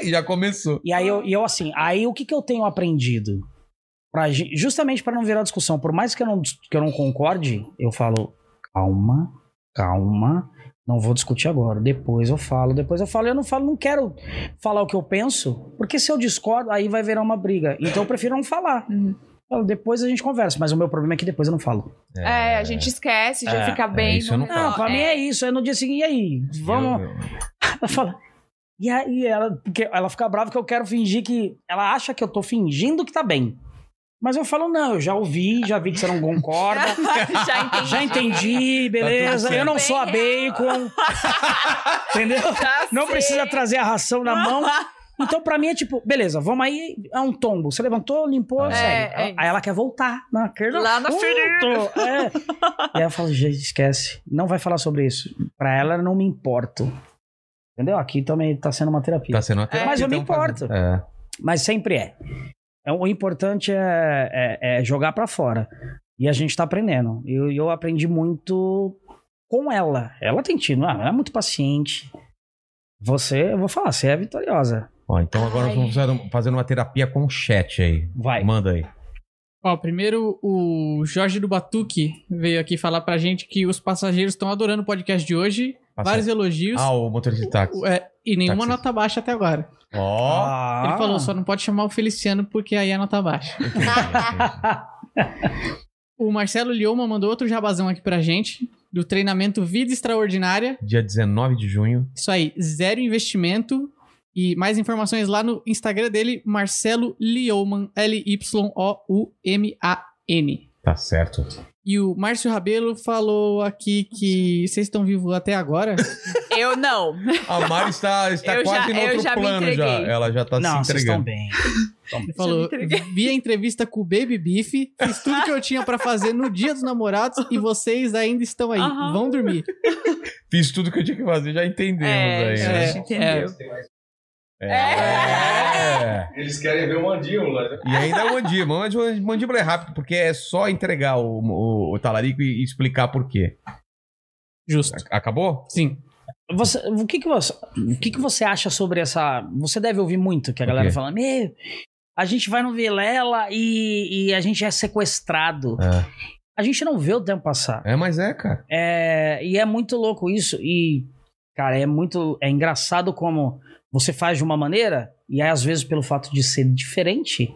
C: E já começou.
E: E aí eu, e eu assim, aí o que, que eu tenho aprendido? Pra gen- justamente para não virar discussão, por mais que eu, não, dis- que eu não concorde, eu falo, calma, calma, não vou discutir agora, depois eu falo, depois eu falo, eu não falo, não quero falar o que eu penso, porque se eu discordo, aí vai virar uma briga. Então eu prefiro não falar.
B: Uhum.
E: Falo, Depois a gente conversa, mas o meu problema é que depois eu não falo.
B: É, a gente esquece, já
E: É,
B: fica bem.
C: isso eu não
E: Não,
B: resolve.
E: pra mim é isso. Aí no dia seguinte, e aí? Vamos.
C: Eu- eu-
E: Ela fala. E aí ela, porque ela fica brava que eu quero fingir que. Ela acha que eu tô fingindo que tá bem. Mas eu falo, não, eu já ouvi, já vi que você não concorda.
F: já entendi. Tá
E: Já entendi, beleza.
C: certo.
E: eu não sou a
F: Bem,
E: bacon. entendeu?
F: Já
E: Não
F: sei.
E: precisa trazer a ração na mão. Então, pra mim, é tipo, beleza, vamos aí, é um tombo. Você levantou, limpou,
C: É,
E: segue.
B: é
E: aí ela quer voltar na querda.
B: Lá na
E: Puto, é. E aí eu falo, gente, esquece. Não vai falar sobre isso. Pra ela, não me importo. Entendeu? Aqui também tá sendo uma terapia.
C: Tá sendo uma terapia,
E: Mas eu me
C: tamo fazendo.
E: importo.
C: É.
E: Mas sempre é. É, O importante é, é- é jogar pra fora. E a gente tá aprendendo. E eu, eu aprendi muito com ela. Ela tem tido, ah, ela é muito paciente. Você, eu vou falar, você é vitoriosa.
C: Ó, então agora
F: Ai.
C: vamos fazer- fazer uma terapia com o chat aí.
E: Vai.
C: Manda aí.
D: Ó, primeiro o Jorge do Batuque veio aqui falar pra gente que os passageiros estão adorando o podcast de hoje.
C: Passa-
D: Vários elogios.
C: Ah, o Tá motorista de táxi.
D: O- é, e nenhuma
C: Táxi.
D: nota baixa até agora.
C: Ó.
E: Ah.
D: Ele falou, só não pode chamar o Feliciano porque aí a nota baixa. O Marcelo Lioma mandou outro jabazão aqui pra gente, do treinamento Vida Extraordinária.
C: Dia 19 de junho.
D: Isso aí, zero investimento. E mais informações lá no Instagram dele, Marcelo Lioman, L-Y-O-U-M-A-N.
C: Tá certo.
D: E o Márcio Rabelo falou aqui que vocês estão vivos até agora.
B: Eu não.
C: A Mari está, está
B: Eu
C: quase
B: já-
C: no
B: eu
C: outro
B: já me
C: plano já.
B: entreguei.
C: Ela já tá
E: Não,
C: se
E: vocês estão
C: entregando.
E: bem.
D: Ele falou: vi a entrevista com o Baby Beef, fiz tudo que eu tinha pra fazer no Dia dos Namorados e vocês ainda estão aí.
B: Aham.
D: Vão dormir.
C: Fiz tudo que eu tinha que fazer, já entendemos aí.
B: a
C: né?
B: gente entendeu.
C: É.
G: Eles querem ver né? o mandíbula.
C: E ainda é o mandíbula. Mas o mandíbula é rápido, porque é só entregar o, o, o talarico e e explicar por quê.
D: Justo.
C: Acabou?
D: Sim.
E: Você, o que que você, o que que você acha sobre essa? Você deve ouvir muito que a
C: O
E: galera
C: quê?
E: fala, meu, a gente vai no Vilela e, e a gente é sequestrado.
C: É,
E: A gente não vê o tempo passar.
C: É, mas é, cara.
E: É, e é muito louco isso. E cara, é muito, é engraçado como você faz de uma maneira e aí, às vezes pelo fato de ser diferente,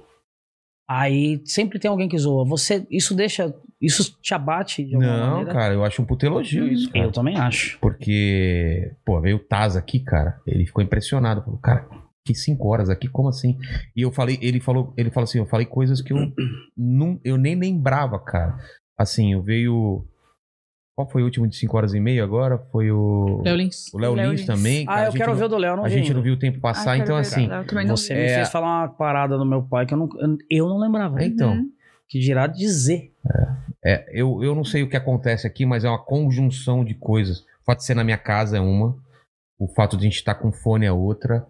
E: aí sempre tem alguém que zoa. Você, isso deixa, isso te abate de alguma
C: Não,
E: maneira? Uhum.
C: cara, eu acho um puto elogio isso, cara.
E: Eu também acho.
C: Porque, pô, veio o Taz aqui, cara. Ele ficou impressionado. Falou, cara, que cinco horas aqui, como assim? E eu falei, ele falou, ele falou assim, eu falei coisas que eu não, eu nem lembrava, cara. Assim, eu veio. Qual foi o último de cinco horas e meia agora? Foi o.
D: Léo Lins.
C: O Léo
B: Léo
C: Lins
B: Lins.
C: também. cara,
E: Ah,
C: a
E: eu
C: gente
E: quero
C: não-
E: ver o do Léo, não
C: A
E: vi Ah,
C: gente
E: ainda.
C: não viu o tempo passar,
B: Ai,
C: então
B: quero ver,
C: assim.
B: Eu também não
C: você-
E: Você
B: vi.
E: me
C: É.
E: fez falar uma parada no meu pai que eu não, eu não lembrava.
C: Então,
B: Uhum.
E: Que dirá dizer.
C: É, eu, eu não sei o que acontece aqui, mas é uma conjunção de coisas. O fato de ser na minha casa é uma, o fato de a gente estar com fone é outra.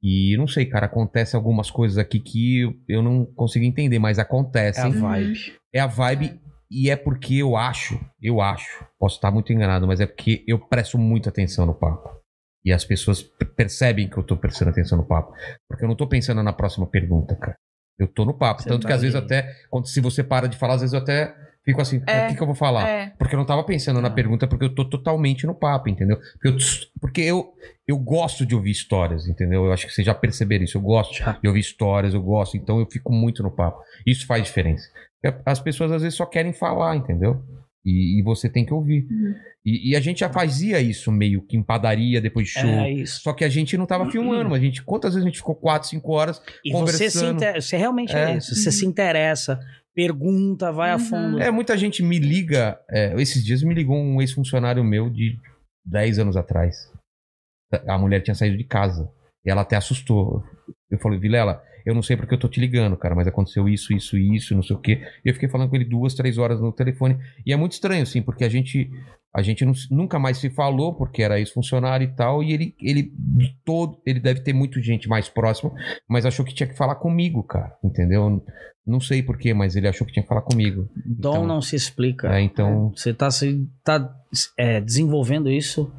C: E não sei, cara, acontece algumas coisas aqui que eu- eu não consigo entender, mas acontecem.
B: Uhum.
C: É a vibe e é porque eu acho, eu acho, posso estar muito enganado, mas é porque eu presto muita atenção no papo. E as pessoas per- percebem que eu tô prestando atenção no papo. Porque eu não tô pensando na próxima pergunta, cara. Eu tô no papo.
E: Você
C: Tanto
E: tá
C: que às vezes
E: ali.
C: até, quando, se você para de falar, às vezes eu até fico assim, cara, o
B: É,
C: que, que eu vou falar?
B: É.
C: Porque eu não tava pensando na
E: Ah.
C: pergunta, porque eu tô totalmente no papo, entendeu? Porque eu, porque eu, eu gosto de ouvir histórias, entendeu? Eu acho que vocês já perceberam isso. Eu gosto
E: Já.
C: de ouvir histórias, eu gosto, então eu fico muito no papo. Isso faz diferença. Porque As pessoas às vezes só querem falar, entendeu? E, e você tem que ouvir.
E: Uhum.
C: E, e a gente já fazia isso meio que em padaria, depois de show.
E: É isso.
C: Só que a gente não tava filmando, mas a gente, quantas vezes a gente ficou 4, 5 horas?
E: E você se
C: Conversando.
E: inter... você realmente é,
C: É.
E: isso. Você se interessa, pergunta, vai a
B: Uhum.
E: fundo.
C: É, muita gente me liga. é, esses dias me ligou um ex-funcionário meu de 10 anos atrás. A mulher tinha saído de casa. E ela até assustou. Eu falei, Vilela, eu não sei porque eu tô te ligando, cara, mas aconteceu isso, isso e isso, não sei o quê. E eu fiquei falando com ele duas, três horas no telefone. E é muito estranho, assim, porque a gente. A gente não- nunca mais se falou, porque era ex-funcionário e tal, e ele, ele de todo, ele deve ter muita gente mais próxima, mas achou que tinha que falar comigo, cara. Entendeu? Não sei porquê, mas ele achou que tinha que falar comigo.
E: Dom
C: então-
E: não se explica.
C: É, então.
E: Você tá, se, tá é, desenvolvendo isso,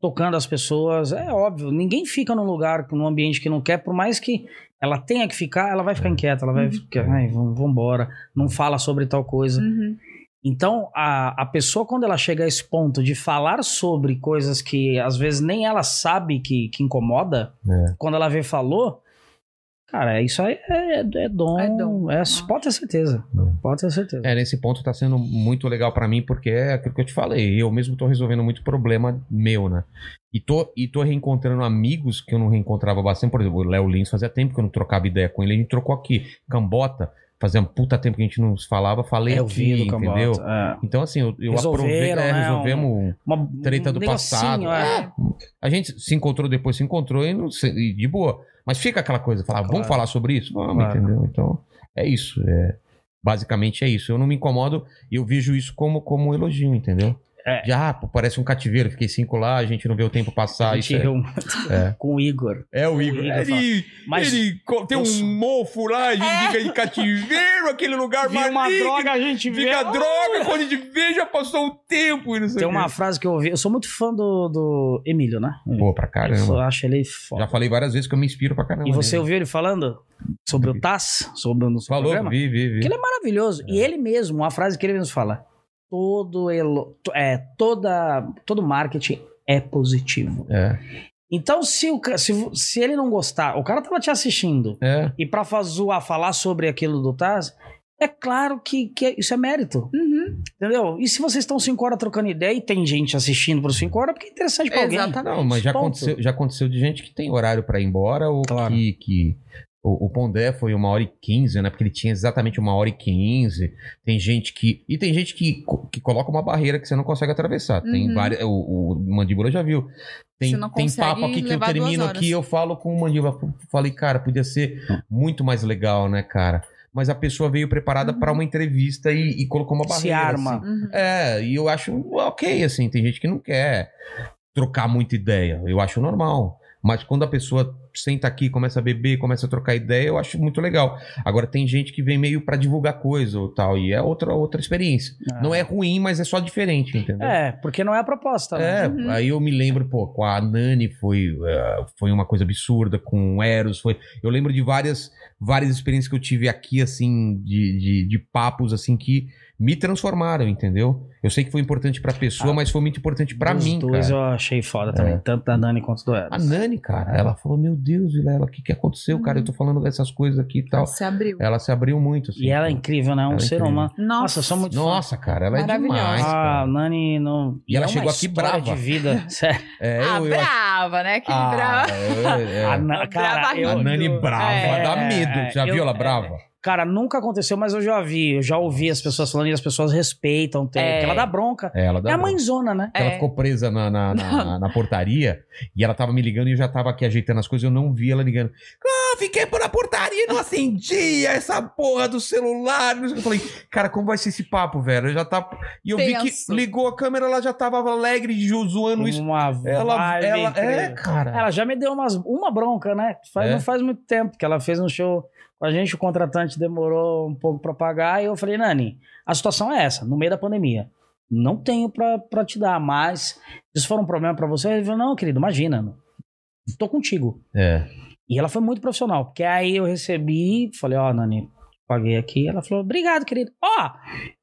E: tocando as pessoas. É óbvio, ninguém fica num lugar, num ambiente que não quer, por mais que ela tenha que ficar, ela vai
C: É.
E: ficar inquieta, ela
C: Uhum.
E: vai ficar, ai, vamos vamos embora, não fala sobre tal coisa.
B: Uhum.
E: Então, a, a pessoa, quando ela chega a esse ponto de falar sobre coisas que às vezes nem ela sabe que, que incomoda,
C: É.
E: quando ela vê falou, cara, isso aí é, é dom.
B: É dom.
E: é- pode ter certeza.
C: É.
E: Pode ter certeza.
C: É, nesse ponto tá sendo muito legal pra mim, porque é aquilo que eu te falei. Eu mesmo tô resolvendo muito problema meu, né? E tô, e tô reencontrando amigos que eu não reencontrava bastante. Por exemplo, o Léo Lins fazia tempo que eu não trocava ideia com ele. A gente trocou aqui, Cambota. Fazia um puta tempo que a gente não se falava, falei
E: É, eu
C: aqui,
E: vi do Cambota.
C: entendeu?
E: é.
C: Então, assim, eu, eu
E: Resolveram,
C: aproveito, é,
E: né,
C: resolvemos.
E: Uma um
C: Treta do
E: negocinho,
C: passado.
E: é.
C: A gente se encontrou depois, se encontrou e, não se- e de boa. Mas fica aquela coisa, falar, vamos
E: Claro.
C: falar sobre isso? Vamos,
E: Claro.
C: entendeu? Então, é isso. é. basicamente é isso. Eu não me incomodo e eu vejo isso como, como um elogio, entendeu?
E: É.
C: Já, pô, parece um cativeiro, fiquei cinco lá, a gente não vê o tempo passar.
E: A
C: Isso
E: gente
C: é,
E: riu muito
C: É.
E: com o Igor.
C: é o Igor.
E: Igor
C: ele,
E: Mas
C: ele co- tem
E: eu
C: um
E: sou-
C: mofo lá, a gente fica de cativeiro, aquele lugar
E: vi uma
C: maligno,
E: droga, a gente vê.
C: Fica droga, quando a gente vê, já passou o tempo e não sei
E: Tem
C: o quê.
E: uma frase que eu ouvi. Eu sou muito fã do, do Emílio, né?
C: Boa pra
E: Eu sou-
C: caramba.
E: acho ele foda.
C: Já falei várias vezes que eu me inspiro pra caramba.
E: E você
C: nele.
E: ouviu ele falando sobre o Taz? Sobre o nosso
C: Falou,
E: programa?
C: vi, vi, vi.
E: Que ele é maravilhoso. E ele mesmo, uma frase que ele mesmo fala: todo elo, to- é, toda, todo marketing é positivo.
C: É,
E: Então, se, o, ca- se, vo- se ele não gostar, o cara tava te assistindo,
C: é.
E: e pra fazer falar sobre aquilo do Taz, é claro que, que isso é mérito.
B: Uhum,
E: Entendeu? E se vocês estão 5 horas trocando ideia e tem gente assistindo por 5 horas, porque é interessante pra alguém.
B: Exatamente.
C: Não, mas já
E: Ponto.
C: aconteceu, já aconteceu de gente que tem horário pra ir embora ou
E: Claro.
C: que... que... O, o Pondé foi uma hora e quinze, né? Porque ele tinha exatamente uma hora e quinze. Tem gente que... E tem gente que, co- que coloca uma barreira que você não consegue atravessar. Tem
B: Uhum.
C: várias... O, o Mandíbula já viu. Tem,
B: Você não
C: tem
B: consegue
C: papo aqui que eu
B: levar duas
C: termino
B: horas.
C: aqui eu falo com o Mandíbula. Pô, Falei, cara, podia ser muito mais legal, né, cara? Mas a pessoa veio preparada pra uma entrevista e, e colocou uma
E: Se
C: barreira. assim.
E: arma.
B: uhum.
C: É, e eu acho ok, assim, tem gente que não quer trocar muita ideia, eu acho normal. Mas quando a pessoa senta aqui, começa a beber, começa a trocar ideia, eu acho muito legal. Agora tem gente que vem meio pra divulgar coisa ou tal, e é outra outra experiência.
E: Ah.
C: Não é ruim, mas é só diferente, entendeu?
E: É, porque não é a proposta. né?
C: né? É,
B: Uhum.
C: aí eu me lembro, pô, com a Nani foi, eh, foi uma coisa absurda, com o Eros, foi. Eu lembro de várias, várias experiências que eu tive aqui, assim, de, de, de papos, assim, que me transformaram, entendeu? Eu sei que foi importante pra pessoa,
E: Ah,
C: mas foi muito importante pra
E: Dos
C: mim,
E: dois
C: cara. É.
E: eu achei foda também, tanto da Nani quanto do Eros.
C: A Nani, cara, ela falou, meu Deus, Vilela, o que que aconteceu, cara? Eu tô falando dessas coisas aqui e tal.
B: Uhum. Se abriu.
C: Ela se abriu muito, assim.
E: E ela é
C: cara.
E: incrível, né? Um
C: Ela é
E: ser
C: incrível.
E: humano. Nossa,
B: Nossa,
E: eu sou muito fã.
C: Nossa, cara, ela é
B: Maravilhosa.
C: demais,
E: Ah, a
C: cara.
E: Nani não.
C: E ela
E: é uma
C: chegou aqui
E: história
C: brava.
E: de vida. Sério.
C: É,
B: ah,
C: eu- eu acho-
B: brava, né? Que
C: Ah,
B: brava.
C: é, é.
E: A Na-
B: Brava
E: cara, eu-
C: A
B: rindo.
C: Nani brava,
B: É.
C: dá medo.
E: é,
C: Já
E: eu-
C: viu ela
E: é,
C: brava?
E: cara, nunca aconteceu, mas eu já vi. Eu já ouvi as pessoas falando e as pessoas respeitam. Tem,
B: É.
E: porque Ela dá bronca.
C: É, ela dá
E: é a
C: bronca.
E: mãezona, né?
C: Ela
B: É.
C: ficou presa na, na, na- na portaria e ela tava me ligando e eu já tava aqui ajeitando as coisas eu não vi ela ligando. Ah, fiquei por na portaria e não acendia essa porra do celular. não sei o que. Eu falei, cara, como vai ser esse papo, velho? Eu já tá. E eu vi que
B: Tenso.
C: ligou a câmera, ela já tava alegre de jo- zoando isso.
E: Uma
C: Ela,
E: vibe
C: ela, é,
E: incrível.
C: cara.
E: Ela já me deu umas, uma bronca, né? Faz-
C: É?
E: Não faz muito tempo que ela fez um show com a gente, o contratante demorou um pouco pra pagar, e eu falei, Nani, a situação é essa, no meio da pandemia. Não tenho pra pra te dar, mas isso for um problema pra você, ele falou, não, querido, imagina, tô contigo.
C: É.
E: E ela foi muito profissional, porque aí eu recebi, falei, ó, Nani, paguei aqui, ela falou, obrigado, querido. Ó,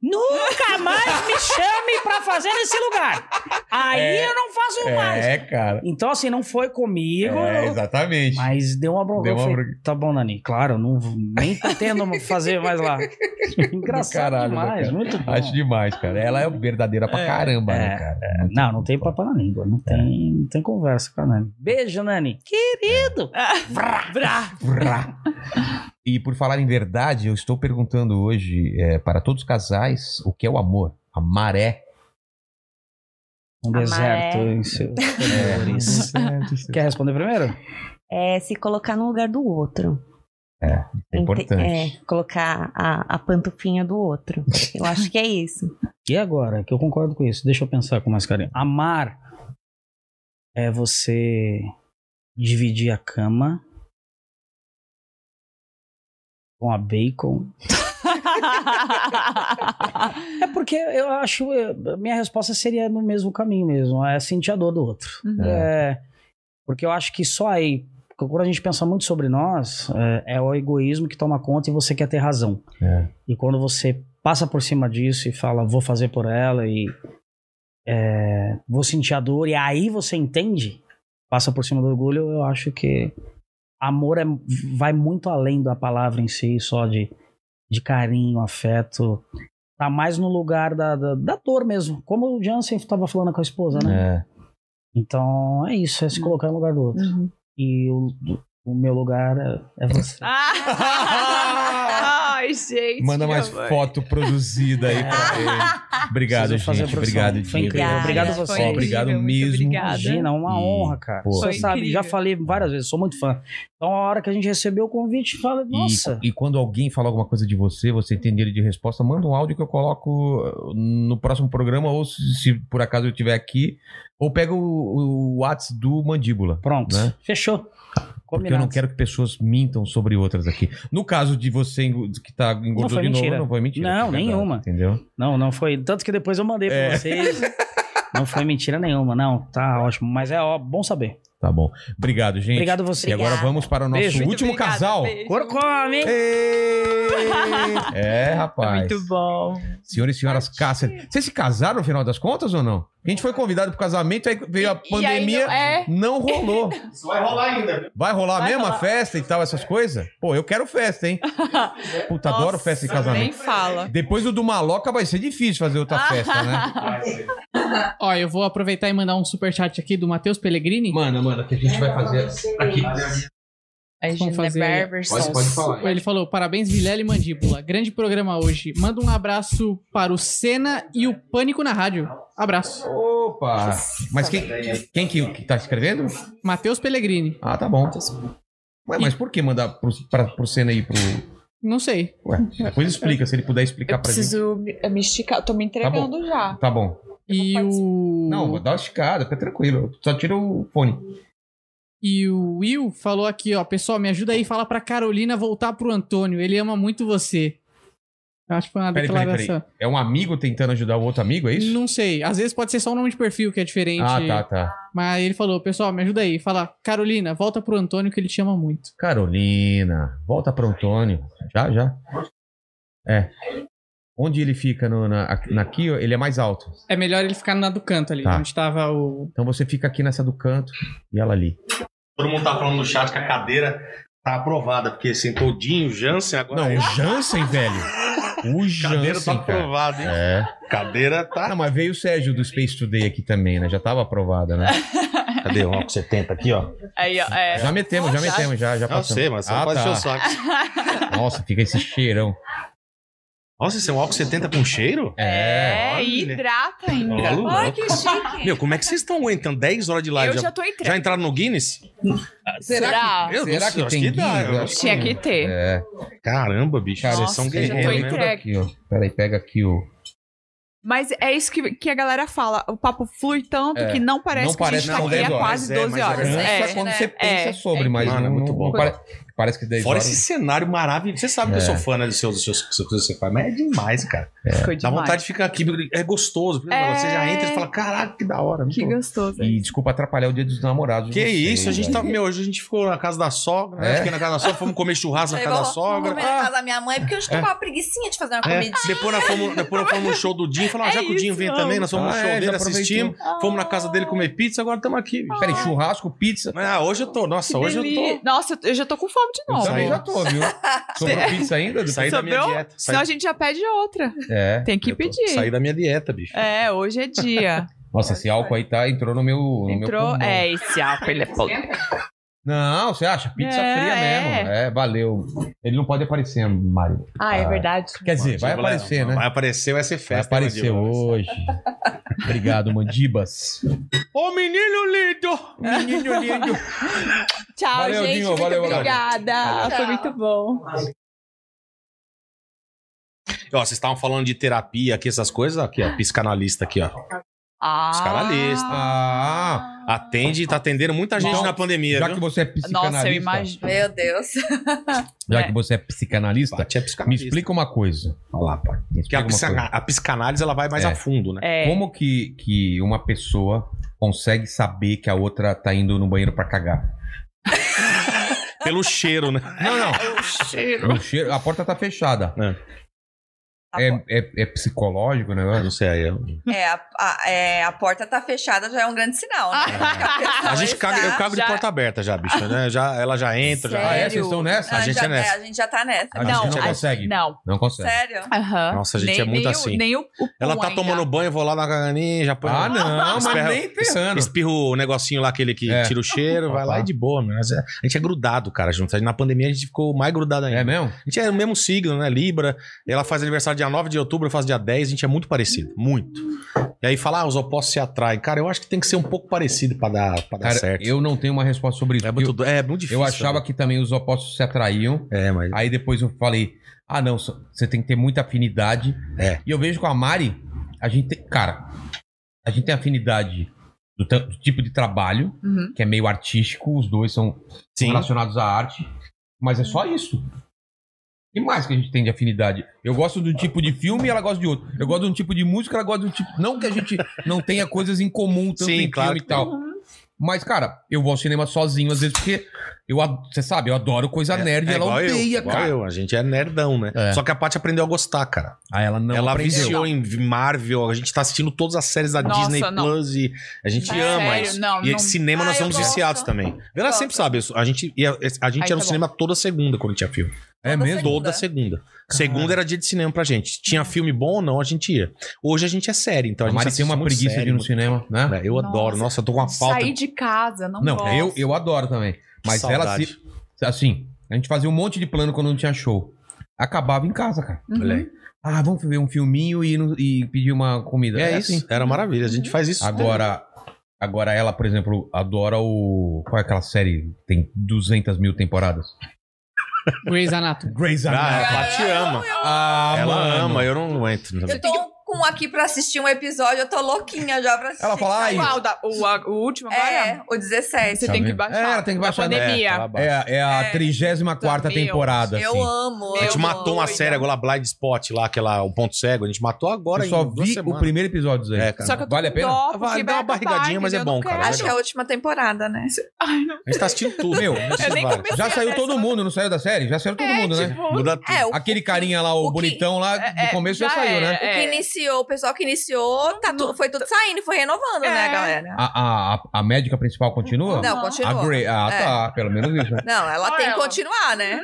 E: nunca mais me chame pra fazer nesse lugar. Aí
C: É.
E: eu não faço mais.
C: É, cara.
E: Então, assim, não foi comigo.
C: É,
E: eu-
C: exatamente.
E: mas deu uma bronca.
C: Deu
E: Eu
C: uma
E: falei,
C: bronca.
E: Tá bom, Nani. Claro, não, nem pretendo fazer mais lá. Engraçado
C: caralho, né,
E: demais,
C: cara?
E: muito bom.
C: Acho demais, cara. Ela é verdadeira pra caramba, né,
E: é,
C: cara? É.
E: Não, não tem papo na língua. Não tem, não tem conversa com a Nani. Beijo, Nani. Querido.
C: Vrá. E por falar em verdade, eu estou perguntando hoje eh, para todos os casais o que é o amor. A maré.
E: Um
F: Amaré.
E: deserto em seus
C: É.
E: colores. Quer responder primeiro?
F: É se colocar no lugar do outro.
C: É importante.
F: Ente- É, colocar a, a pantufinha do outro. Eu acho que é isso.
E: E agora? Que eu concordo com isso. Deixa eu pensar com mais carinho. Amar é você dividir a cama com a bacon É porque eu acho. eu- Minha resposta seria no mesmo caminho mesmo. É sentir a dor do outro.
B: Uhum.
E: É, porque eu acho que só aí. porque Quando a gente pensa muito sobre nós, é, é o egoísmo que toma conta e você quer ter razão.
C: É.
E: E quando você passa por cima disso e fala, vou fazer por ela e é, vou sentir a dor, e aí você entende, passa por cima do orgulho, eu acho que amor é, vai muito além da palavra em si, só de, de carinho, afeto. Tá mais no lugar da, da, da dor mesmo. Como o Jansen estava falando com a esposa, né?
C: É.
E: Então é isso, é se colocar no lugar do outro.
B: Uhum.
E: E o, o meu lugar é, é você.
B: Ah! Ai, gente.
C: Manda
B: que Ah!
C: mais
B: amor.
C: foto produzida aí pra ele. Obrigado,
E: Precisou fazer a
C: gente.
E: produção.
C: Obrigado,
E: Foi
C: Diego.
E: incrível. Obrigado a
B: Foi
E: você.
B: incrível,
C: Obrigado
B: muito
C: mesmo.
B: Obrigada.
E: Imagina, é uma
C: E,
E: honra, cara.
C: pô.
E: Você
B: Foi
E: sabe, já
B: incrível.
E: falei várias vezes, sou muito fã. Então, a hora que a gente recebeu o convite, falei,
C: E-
E: nossa.
C: E, quando alguém fala alguma coisa de você, você entender ele de resposta, manda um áudio que eu coloco uh, no próximo programa, ou se, se por acaso eu estiver aqui, ou pega o, o WhatsApp do Mandíbula.
E: Pronto,
C: Né?
E: fechou.
C: Porque eu
E: Combinado.
C: não quero que pessoas mintam sobre outras aqui. No caso de você engo- que tá
E: Não
C: engordou
E: foi
C: de novo,
E: mentira.
C: não foi mentira.
E: Não,
C: foi verdade,
E: nenhuma.
C: Entendeu?
E: Não, não foi. Tanto que depois eu mandei pra
C: É.
E: vocês. Não foi mentira nenhuma, não. Tá ótimo. Mas é ó, bom saber.
C: Tá bom. Obrigado, gente.
E: Obrigado a
C: E
E: você.
C: agora
F: Obrigada.
C: vamos para o nosso
E: Beijo.
B: Muito
C: último
B: obrigada,
C: casal.
B: beijo.
E: Agora come, hein?
C: Ei! É, rapaz.
B: Tá Muito bom.
C: Senhoras e senhoras Cássio, vocês se casaram no final das contas ou não? A gente foi convidado pro casamento, aí veio a
B: E- e aí
C: pandemia,
B: não- é.
C: não rolou.
G: Isso vai rolar ainda, viu?
C: Vai rolar
B: Vai
C: mesmo a
B: rolar.
C: festa e tal, essas coisas? Pô, eu quero festa, hein? Puta, adoro
B: Nossa,
C: festa de
B: Nem
C: casamento.
B: fala.
C: Depois do do Maloca vai ser difícil fazer outra festa, né?
G: Vai ser.
D: Ó, eu vou aproveitar e mandar um superchat aqui do Matheus Pellegrini.
C: Mano, mano, que a
B: É, tá
C: gente vai fazer aqui.
B: A
D: Vamos
B: Gina
D: fazer-
B: Berberson.
D: Ele falou: parabéns, Vilela e Mandíbula. Grande programa hoje. Manda um abraço para o Senna e o Pânico na Rádio. Abraço.
C: Opa! Mas quem, quem que, que tá escrevendo?
D: Matheus Pellegrini.
C: Ah, tá bom. Ué, mas por que mandar pro, pra, pro Senna e pro.
D: Não sei.
C: Ué, depois explica, se ele puder explicar
B: Eu
C: pra gente.
B: preciso me me esticar. Eu tô me entregando já.
C: Tá bom.
D: E o.
C: Não, vou dar uma esticada, fica tranquilo. Só tira o fone.
D: E o Will falou aqui, ó. Pessoal, me ajuda aí. Fala pra Carolina voltar pro Antônio. Ele ama muito você. Eu acho que foi uma
C: Peraí, peraí,
D: declaração.
C: peraí. É um amigo tentando ajudar o outro amigo, é isso?
D: Não sei. Às vezes pode ser só o nome de perfil que é diferente.
C: Ah, tá, tá.
D: Mas ele falou, pessoal, me ajuda aí. Fala, Carolina, volta pro Antônio que ele te ama muito.
C: Carolina, volta pro Antônio. Já, já. É. Onde ele fica no, na, na- aqui, ó, ele é mais alto.
D: É melhor ele ficar na do canto ali, né?
C: Tá.
D: onde tava o.
C: Então você fica aqui nessa do canto e ela ali.
G: Todo mundo tá falando no chat que a cadeira tá aprovada, porque sentou o Dinho, o Jansen, agora
C: Não,
G: é.
C: o Jansen, velho. O
G: cadeira tá
C: Jansen, cara.
G: aprovada, hein?
C: É.
G: Cadeira
C: Ah, não,
G: tá...
C: mas veio o Sérgio do Space Today aqui também, né? Já tava aprovada, né?
G: Cadê o Rock 70 aqui, ó?
B: Aí, ó. É.
C: Já metemos, já metemos, já, já
G: Não
C: passamos.
G: sei, mas você
C: Ah,
G: pode
C: tá.
G: encher o saco.
C: Nossa, fica esse cheirão.
G: Nossa, esse é um Rock 70 com cheiro?
B: É,
G: olha.
B: e hidrata
G: Olha o
B: ainda. Ai, que chique.
G: Meu, como é que vocês estão aguentando 10 horas de live?
B: Eu já tô
G: já
B: entrando.
G: entraram no Guinness?
B: Será?
C: Será
G: Eu não sei,
C: que
G: acho
C: tem
G: dá,
C: Guinness?
G: eu acho
B: Tinha que ter.
C: É.
G: Caramba, bicho,
C: Cara,
G: vocês são
B: Nossa, eu já tô
G: guerreiros, né?
B: entrando.
C: Aqui,
B: entregue.
C: ó. Peraí, pega aqui o.
B: Mas é isso que, que a galera fala. O papo flui tanto
C: É.
B: que não parece
C: Não
B: que a
C: parece
B: gente
C: que são
B: tá aqui
C: 10
B: há
C: horas,
B: quase
G: é,
B: 12
G: mas
B: horas.
C: Cansa
B: É,
C: quando
B: né?
C: você pensa
B: É.
C: sobre, mas
G: Mano, é
C: não,
G: muito
C: não
G: bom.
C: pare- parece que 10
G: Fora
C: horas.
G: esse cenário maravilhoso. Você sabe que eu
C: É.
G: sou fã né, dos seus, dos seus, dos seus, dos seus pais, mas é demais, cara.
B: Ficou
G: Dá
B: demais.
G: vontade de ficar aqui, é gostoso. porque
B: É.
G: Você já entra e fala, caraca, que da hora. não
B: Que
G: tô-
B: gostoso.
C: E desculpa atrapalhar o dia dos namorados. de
G: Que
C: vocês,
G: isso, a gente tá.
C: velho.
G: Meu, hoje a gente ficou na casa da sogra, né?
C: É?
G: Fiquei na casa da sogra, fomos comer
B: É
G: churrasco na casa da sogra.
H: é
G: Ah.
H: Comer na casa da minha mãe, porque eu estou
G: É.
H: com uma preguicinha de fazer uma
G: É,
H: comidinha.
G: depois nós fomos, depois nós fomos no show do Dinho, falamos, ah,
B: É
G: já que o Dinho
B: isso,
G: vem
B: vamos.
G: também, nós fomos
C: Ah,
G: no
C: é,
G: show
C: já
G: dele,
C: aproveitou.
G: assistimos, fomos na casa dele comer pizza, agora estamos aqui. bicho.
C: Peraí, churrasco, pizza.
G: Ah, hoje eu tô, nossa, hoje eu
B: Deli- Nossa, eu- eu já tô com fome de
C: Eu
B: novo.
C: também já tô, viu? Sobrou pizza ainda?
G: tô.
C: Do...
G: Saí da minha
B: Sobrou?
G: dieta. Saí,
B: Senão a gente já pede outra.
C: É.
B: Tem que
G: eu tô-
B: pedir.
G: Saí da minha dieta, bicho.
B: É, hoje é dia.
C: Nossa, esse álcool aí tá, entrou no meu. no meu
B: Entrou.
C: pulmão.
B: É, esse álcool, ele é podre.
C: Não, você acha? Pizza
B: É,
C: fria mesmo. É, valeu. Ele não pode aparecer, Mário.
B: Ah, é verdade.
C: Quer dizer, vai
G: Tipo, galera,
C: aparecer, né?
G: Vai aparecer, vai ser
C: Vai
G: festa. né, hein,
C: aparecer um.
G: Mandíbula?
C: hoje. Obrigado, Mandibas.
G: Ô, menino lindo!
C: Menino lindo.
B: Tchau,
C: Valeu,
B: gente.
C: Dinho,
B: muito
C: valeu, valeu.
B: obrigada. Foi
H: Tchau.
B: muito bom.
G: Ó, vocês estavam falando de terapia aqui, essas coisas. Aqui, ó, psicanalista aqui, ó.
B: Ah,
G: Psicanalista.
C: Ah,
G: Atende, tá atendendo muita gente
C: Então,
G: na pandemia,
C: já
G: viu?
C: que você é psicanalista,
B: Nossa, eu imagino.
H: Meu Deus.
C: já
B: É.
C: que você é psicanalista,
G: Bate é
C: me
G: psicanalista.
C: explica uma coisa.
G: Olha lá, pai. é
C: Me
G: Porque a,
C: explica uma
G: psica-
C: coisa.
G: a psicanálise, ela vai mais
C: É.
G: a fundo, né?
B: É.
C: Como que, que uma pessoa consegue saber que a outra tá indo no banheiro pra cagar?
G: Pelo cheiro, né?
H: É um
G: É.
C: Não, não. O cheiro. a porta tá fechada. É, é, é psicológico o negócio?
G: Não sei, aí eu-
H: É, a, a- é, a porta tá fechada já é um grande sinal, né? Que a pessoa
G: A gente
H: está-
G: caga, eu cago
B: Ah. já-
G: de porta aberta já, bicho, né? Já, ela já entra, já.
F: Sério?
C: Ah, é? Vocês estão nessa?
H: Ah,
G: A gente
H: já,
G: é nessa.
H: a gente já tá nessa.
G: A
C: não,
G: gente é
C: não
G: nessa.
C: consegue. Não,
B: Não.
C: consegue.
H: Sério?
B: Aham.
G: Nossa, a gente
B: nem,
G: é muito
B: nem o-
G: assim.
B: nem o, o
G: Ela tá
B: pum
G: tomando
B: ainda.
G: banho, eu vou lá na caganinha, já põe.
C: Ah, não, mas
G: Espirra-
C: nem ferrando.
G: Espirra o negocinho lá, aquele que
C: É.
G: tira o cheiro, vai lá e de boa, mano. Mas é- A gente é grudado, cara, junto. Na pandemia a gente ficou mais grudado ainda.
C: É mesmo?
G: A gente é o mesmo signo, né? Libra. Ela faz aniversário dia 9 de outubro, eu faço dia 10. A gente é muito parecido. Muito. E aí fala, ah, os opostos se atraem. Cara, eu acho que tem que ser um pouco parecido pra dar, pra dar
C: Cara,
G: certo.
C: eu não tenho uma resposta sobre isso.
G: É muito,
C: eu,
G: do- é muito difícil.
C: eu achava que também os opostos se atraíam.
G: É, mas...
C: Aí depois eu falei, ah não, só- você tem que ter muita afinidade.
G: É.
C: E eu vejo com a Mari, a gente tem, cara, a gente tem afinidade do, tan- do tipo de trabalho,
B: Uhum.
C: que é meio artístico, os dois são
G: Sim.
C: relacionados à arte, mas é só isso. E mais que a gente tem de afinidade? Eu gosto de um tipo de filme e ela gosta de outro. Eu gosto de um tipo de música, ela gosta de um tipo. Não que a gente não tenha coisas em comum, tanto
G: Sim,
C: em
G: claro
C: filme
G: que
C: e tal. Mas, cara, eu vou ao cinema sozinho, às vezes, porque eu, você sabe, eu adoro coisa nerd e ela
G: É, igual eu,
C: odeia,
G: igual
C: cara.
G: eu, a gente é nerdão, né?
C: É.
G: Só que a Paty aprendeu a gostar, cara.
C: Aí ela não
G: ela
C: aprendeu.
G: viciou em Marvel, a gente tá assistindo todas as séries da
B: Nossa,
G: Disney
B: não.
G: Plus e a gente
B: Ah,
G: ama
B: sério?
G: isso.
B: Não,
G: e
B: não-
G: cinema
H: Ah,
G: nós
H: eu
G: somos
H: gosto.
G: viciados também. Ela
H: Gosto.
G: sempre sabe isso. A gente ia, a gente
B: Aí
G: ia
B: tá
G: no
B: bom.
G: cinema toda segunda quando tinha filme.
C: É
H: Toda
C: mesmo?
H: segunda.
G: Toda segunda. Segunda era dia de cinema pra gente. Tinha filme bom ou não, a gente ia. Hoje a gente é série, então a
C: A
G: gente
C: Mari tem
G: assiste
C: uma
G: muito
C: preguiça
G: série,
C: de ir no
G: muito-
C: cinema, né?
G: É, Eu
B: Nossa.
G: adoro. Nossa, eu tô com uma falta.
B: Sair de casa, não
C: Não, é,
B: gosto.
C: eu, eu adoro também. Mas ela
G: saudade.
C: se. Assim, a gente fazia um monte de plano quando não tinha show. Acabava em casa, cara.
B: Uhum.
G: Olha aí.
C: Ah, vamos ver um filminho e, no- e pedir uma comida. assim.
G: É isso. Era maravilha. A
B: Uhum.
G: gente faz isso.
C: Agora, agora ela, por exemplo, adora o. Qual é aquela série? que Tem 200 mil temporadas.
D: Grey's Anatomy.
C: Grey's
G: Ah, a
H: Anatomy.
G: Paty ama.
C: Ah,
G: Ela
C: mano.
G: ama, eu não aguento.
H: Eu tô com aqui pra assistir um episódio, eu tô louquinha já pra assistir.
C: Ela fala, ai.
B: Qual da- o, a- o último agora?
H: É, o 17.
B: Você
C: Tá
B: tem que
C: vendo?
B: baixar.
C: É, ela tem que
B: Da
C: baixar, né?
B: pandemia.
C: É, é a
B: É.
C: 34
B: Meu,
C: temporada.
H: Eu
C: assim.
H: amo.
G: A gente
H: eu
G: matou
H: amo.
G: uma série agora, lá, Blind Spot, lá, aquela, o ponto cego. A gente matou agora
C: Eu só
G: em duas
C: vi o
G: semanas.
C: primeiro episódio aí.
G: É, cara.
B: Só que eu tô
C: Vale a
B: com
C: pena?
B: dó,
G: Dá
B: porque
G: uma
B: vai acabar,
G: barrigardia, mas é
B: entendeu? Eu
G: bom,
B: não quero.
G: cara.
H: Acho que é a última temporada, né?
B: Ai, não.
G: A gente tá assistindo tudo.
C: Meu,
G: Esses
B: eu nem
G: vários.
C: Já saiu todo mundo, não saiu da série? Já saiu todo mundo, né?
B: Tipo,
G: Muda tudo.
H: É, o,
C: Aquele carinha lá, o,
H: o que-
C: bonitão lá, do
B: é,
C: começo já,
B: já
C: saiu,
B: era,
C: né?
H: o que
B: é.
H: iniciou, o pessoal que iniciou, tá tu- foi tudo saindo, foi renovando,
B: É.
H: né, galera?
C: A, a, a médica principal continua?
H: Não,
B: Não.
C: A
H: continua.
C: Grey, ah,
H: É.
C: tá, pelo menos isso. né?
H: Não, ela tem
B: Olha
H: que
B: ela. Uhum.
H: continuar, né?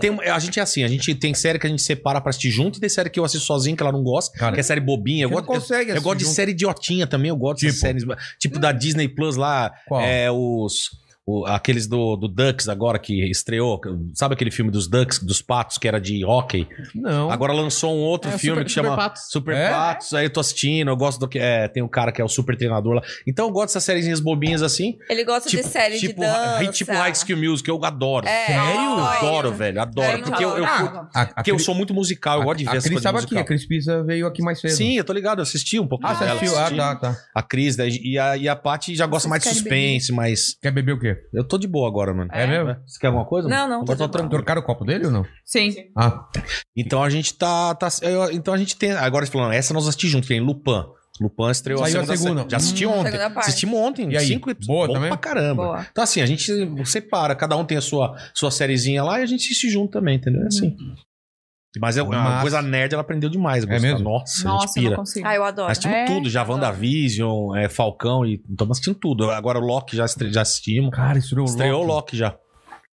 G: Tem- a gente é assim, a gente tem série que a gente separa pra assistir junto, e tem série que eu assisto sozinho, que ela não gosta,
C: Cara,
G: que é série bobinha. Eu
C: não
G: gosto, eu-
C: consegue
G: eu
C: assistir
G: gosto de
C: junto.
G: série idiotinha também, eu gosto de
C: Tipo?
G: séries. Tipo da Disney Plus lá,
C: Qual?
G: é os. o- aqueles do, do Ducks agora que estreou. Sabe aquele filme dos Ducks, dos patos, que era de hockey?
C: Não.
G: Agora lançou um outro
D: É,
G: filme
D: Super-
G: que chama
D: Super Patos.
G: Super
C: É?
G: Patos, aí eu tô assistindo, eu gosto do que. É, tem um cara que é o super treinador lá. Então eu gosto dessas sériezinhas bobinhas assim.
H: Ele gosta de série
G: tipo,
H: de dança.
G: Tipo High School Music, eu adoro.
H: É,
C: Sério?
G: Eu
H: adoro.
G: adoro, velho, adoro.
H: Sério, Ah,
G: Porque eu, eu,
H: adoro.
G: curto-
C: A, a
G: porque eu sou muito musical, eu gosto de ver
C: a
G: essas
C: Cris
G: coisas
C: estava aqui,
G: musical.
C: a Cris Pisa veio aqui mais cedo.
G: Sim, eu tô ligado, eu assisti um pouco.
C: Ah, você
G: dela,
C: assistiu? Ah,
G: assisti.
C: tá, tá.
G: A Cris né, e a, e a Paty já gosta mais de
B: Vocês querem
G: suspense, mas
C: Quer beber o quê?
G: eu tô de boa agora, mano.
C: É, mesmo?
G: Você quer alguma coisa?
H: Não, não,
G: Eu
H: tô
G: tô
H: de boa.
G: tranquilo.
C: Trocaram o copo dele ou não?
B: Sim.
C: Ah,
G: Então a gente tá. tá- eu- então a gente tem. Agora você falando, essa nós assistimos junto, que é em Lupin. Lupin estreou
C: Saiu a
G: série.
C: segunda.
G: Já assisti
C: Hum,
G: ontem.
H: segunda parte.
G: Assistimos ontem,
C: E aí?
G: cinco episódios.
C: Boa
G: Bom
C: também?
G: pra caramba.
H: Boa.
G: Então, assim, a gente separa, cada um tem a sua, sua sériezinha lá e a gente se junta também, entendeu? É assim.
B: Uhum.
G: Mas é uma
C: Massa.
G: coisa nerd, ela aprendeu demais.
C: É
G: Gustavo.
C: mesmo?
G: Nossa, a gente
B: Nossa, eu não
G: pira.
B: consigo.
H: Ah, eu adoro.
G: Nós assistimos
B: É,
G: tipo, tudo, já
B: adoro.
G: WandaVision, é, Falcão e estamos assistindo tudo. Agora o Loki já, estre... já assistimos.
C: cara, estreou o
G: Estreou o
C: Loki.
G: Loki já.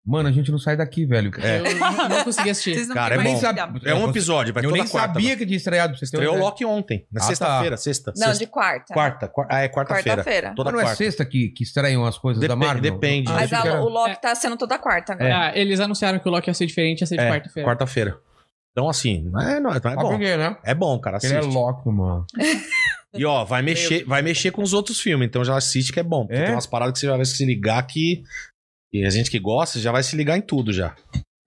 C: Mano, a gente não sai daqui, velho.
G: É.
D: Eu não, não consegui assistir.
B: Vocês não
G: Cara,
B: têm
G: é
B: mais
G: bom.
B: vida.
G: É um episódio, vai
C: Eu
G: toda
C: nem
G: quarta.
C: sabia que tinha estreado. pra Você ter
G: Estreou o
C: uma ideia.
G: Lock ontem,
C: Ah,
G: na
C: tá.
G: sexta-feira, sexta.
H: Não,
G: sexta.
H: de quarta.
G: Quarta, quar- ah, é quarta-feira.
H: Quarta-feira.
G: toda
C: Mas não é
G: quarta.
C: sexta que, que estreiam as coisas da
G: Depende-
C: Marvel? Ah,
G: depende.
H: Mas
C: achei que
H: a-
C: era-
H: o Loki
D: É.
H: tá sendo toda quarta agora.
D: Ah, eles anunciaram que o Loki ia ser diferente, ia ser de
G: É,
D: quarta-feira.
G: Quarta-feira. Então, assim, não é, não é, não é
C: Ah, por
G: bom.
C: quê, né?
G: É bom, cara.
C: Ele é
G: assiste.
C: Loki, mano.
G: E ó, vai mexer, vai mexer com os outros filmes, então já assiste que é bom. Porque
C: É?
G: tem umas paradas que você já vai se ligar que. E a gente que gosta já vai se ligar em tudo já.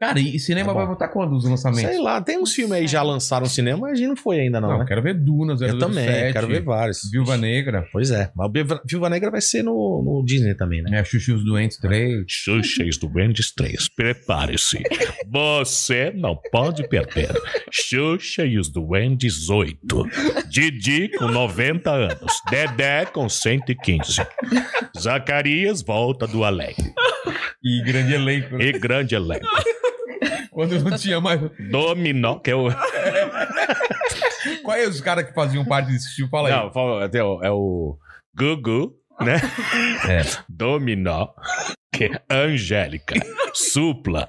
C: Cara, e cinema
G: Tá bom.
C: vai voltar quando os lançamentos?
G: Sei lá, tem uns filmes aí já lançaram no cinema, mas a gente não foi ainda, não,
C: Não,
G: né?
C: quero ver Duna, 007.
G: Eu também, quero ver vários.
C: Viúva Negra.
G: Pois é. Mas o Viúva- Viúva Negra vai ser no, no Disney também, né?
C: Né, Chuchu os Doentes 3.
J: Xuxas do Mendes 3, prepare-se. Você não pode perder. Xuxa e os Duendes 8. Didi com 90 anos. Dedé com 115. Zacarias volta do além.
C: E grande elenco. né?
J: E grande elenco.
C: Quando não tinha mais.
J: Dominó, que é o.
C: aí os caras que faziam parte desse tipo, fala aí.
J: Não, fala, até o- é o Gugu, né?
C: É.
J: Dominó, que-
G: é
J: Angélica, Supla,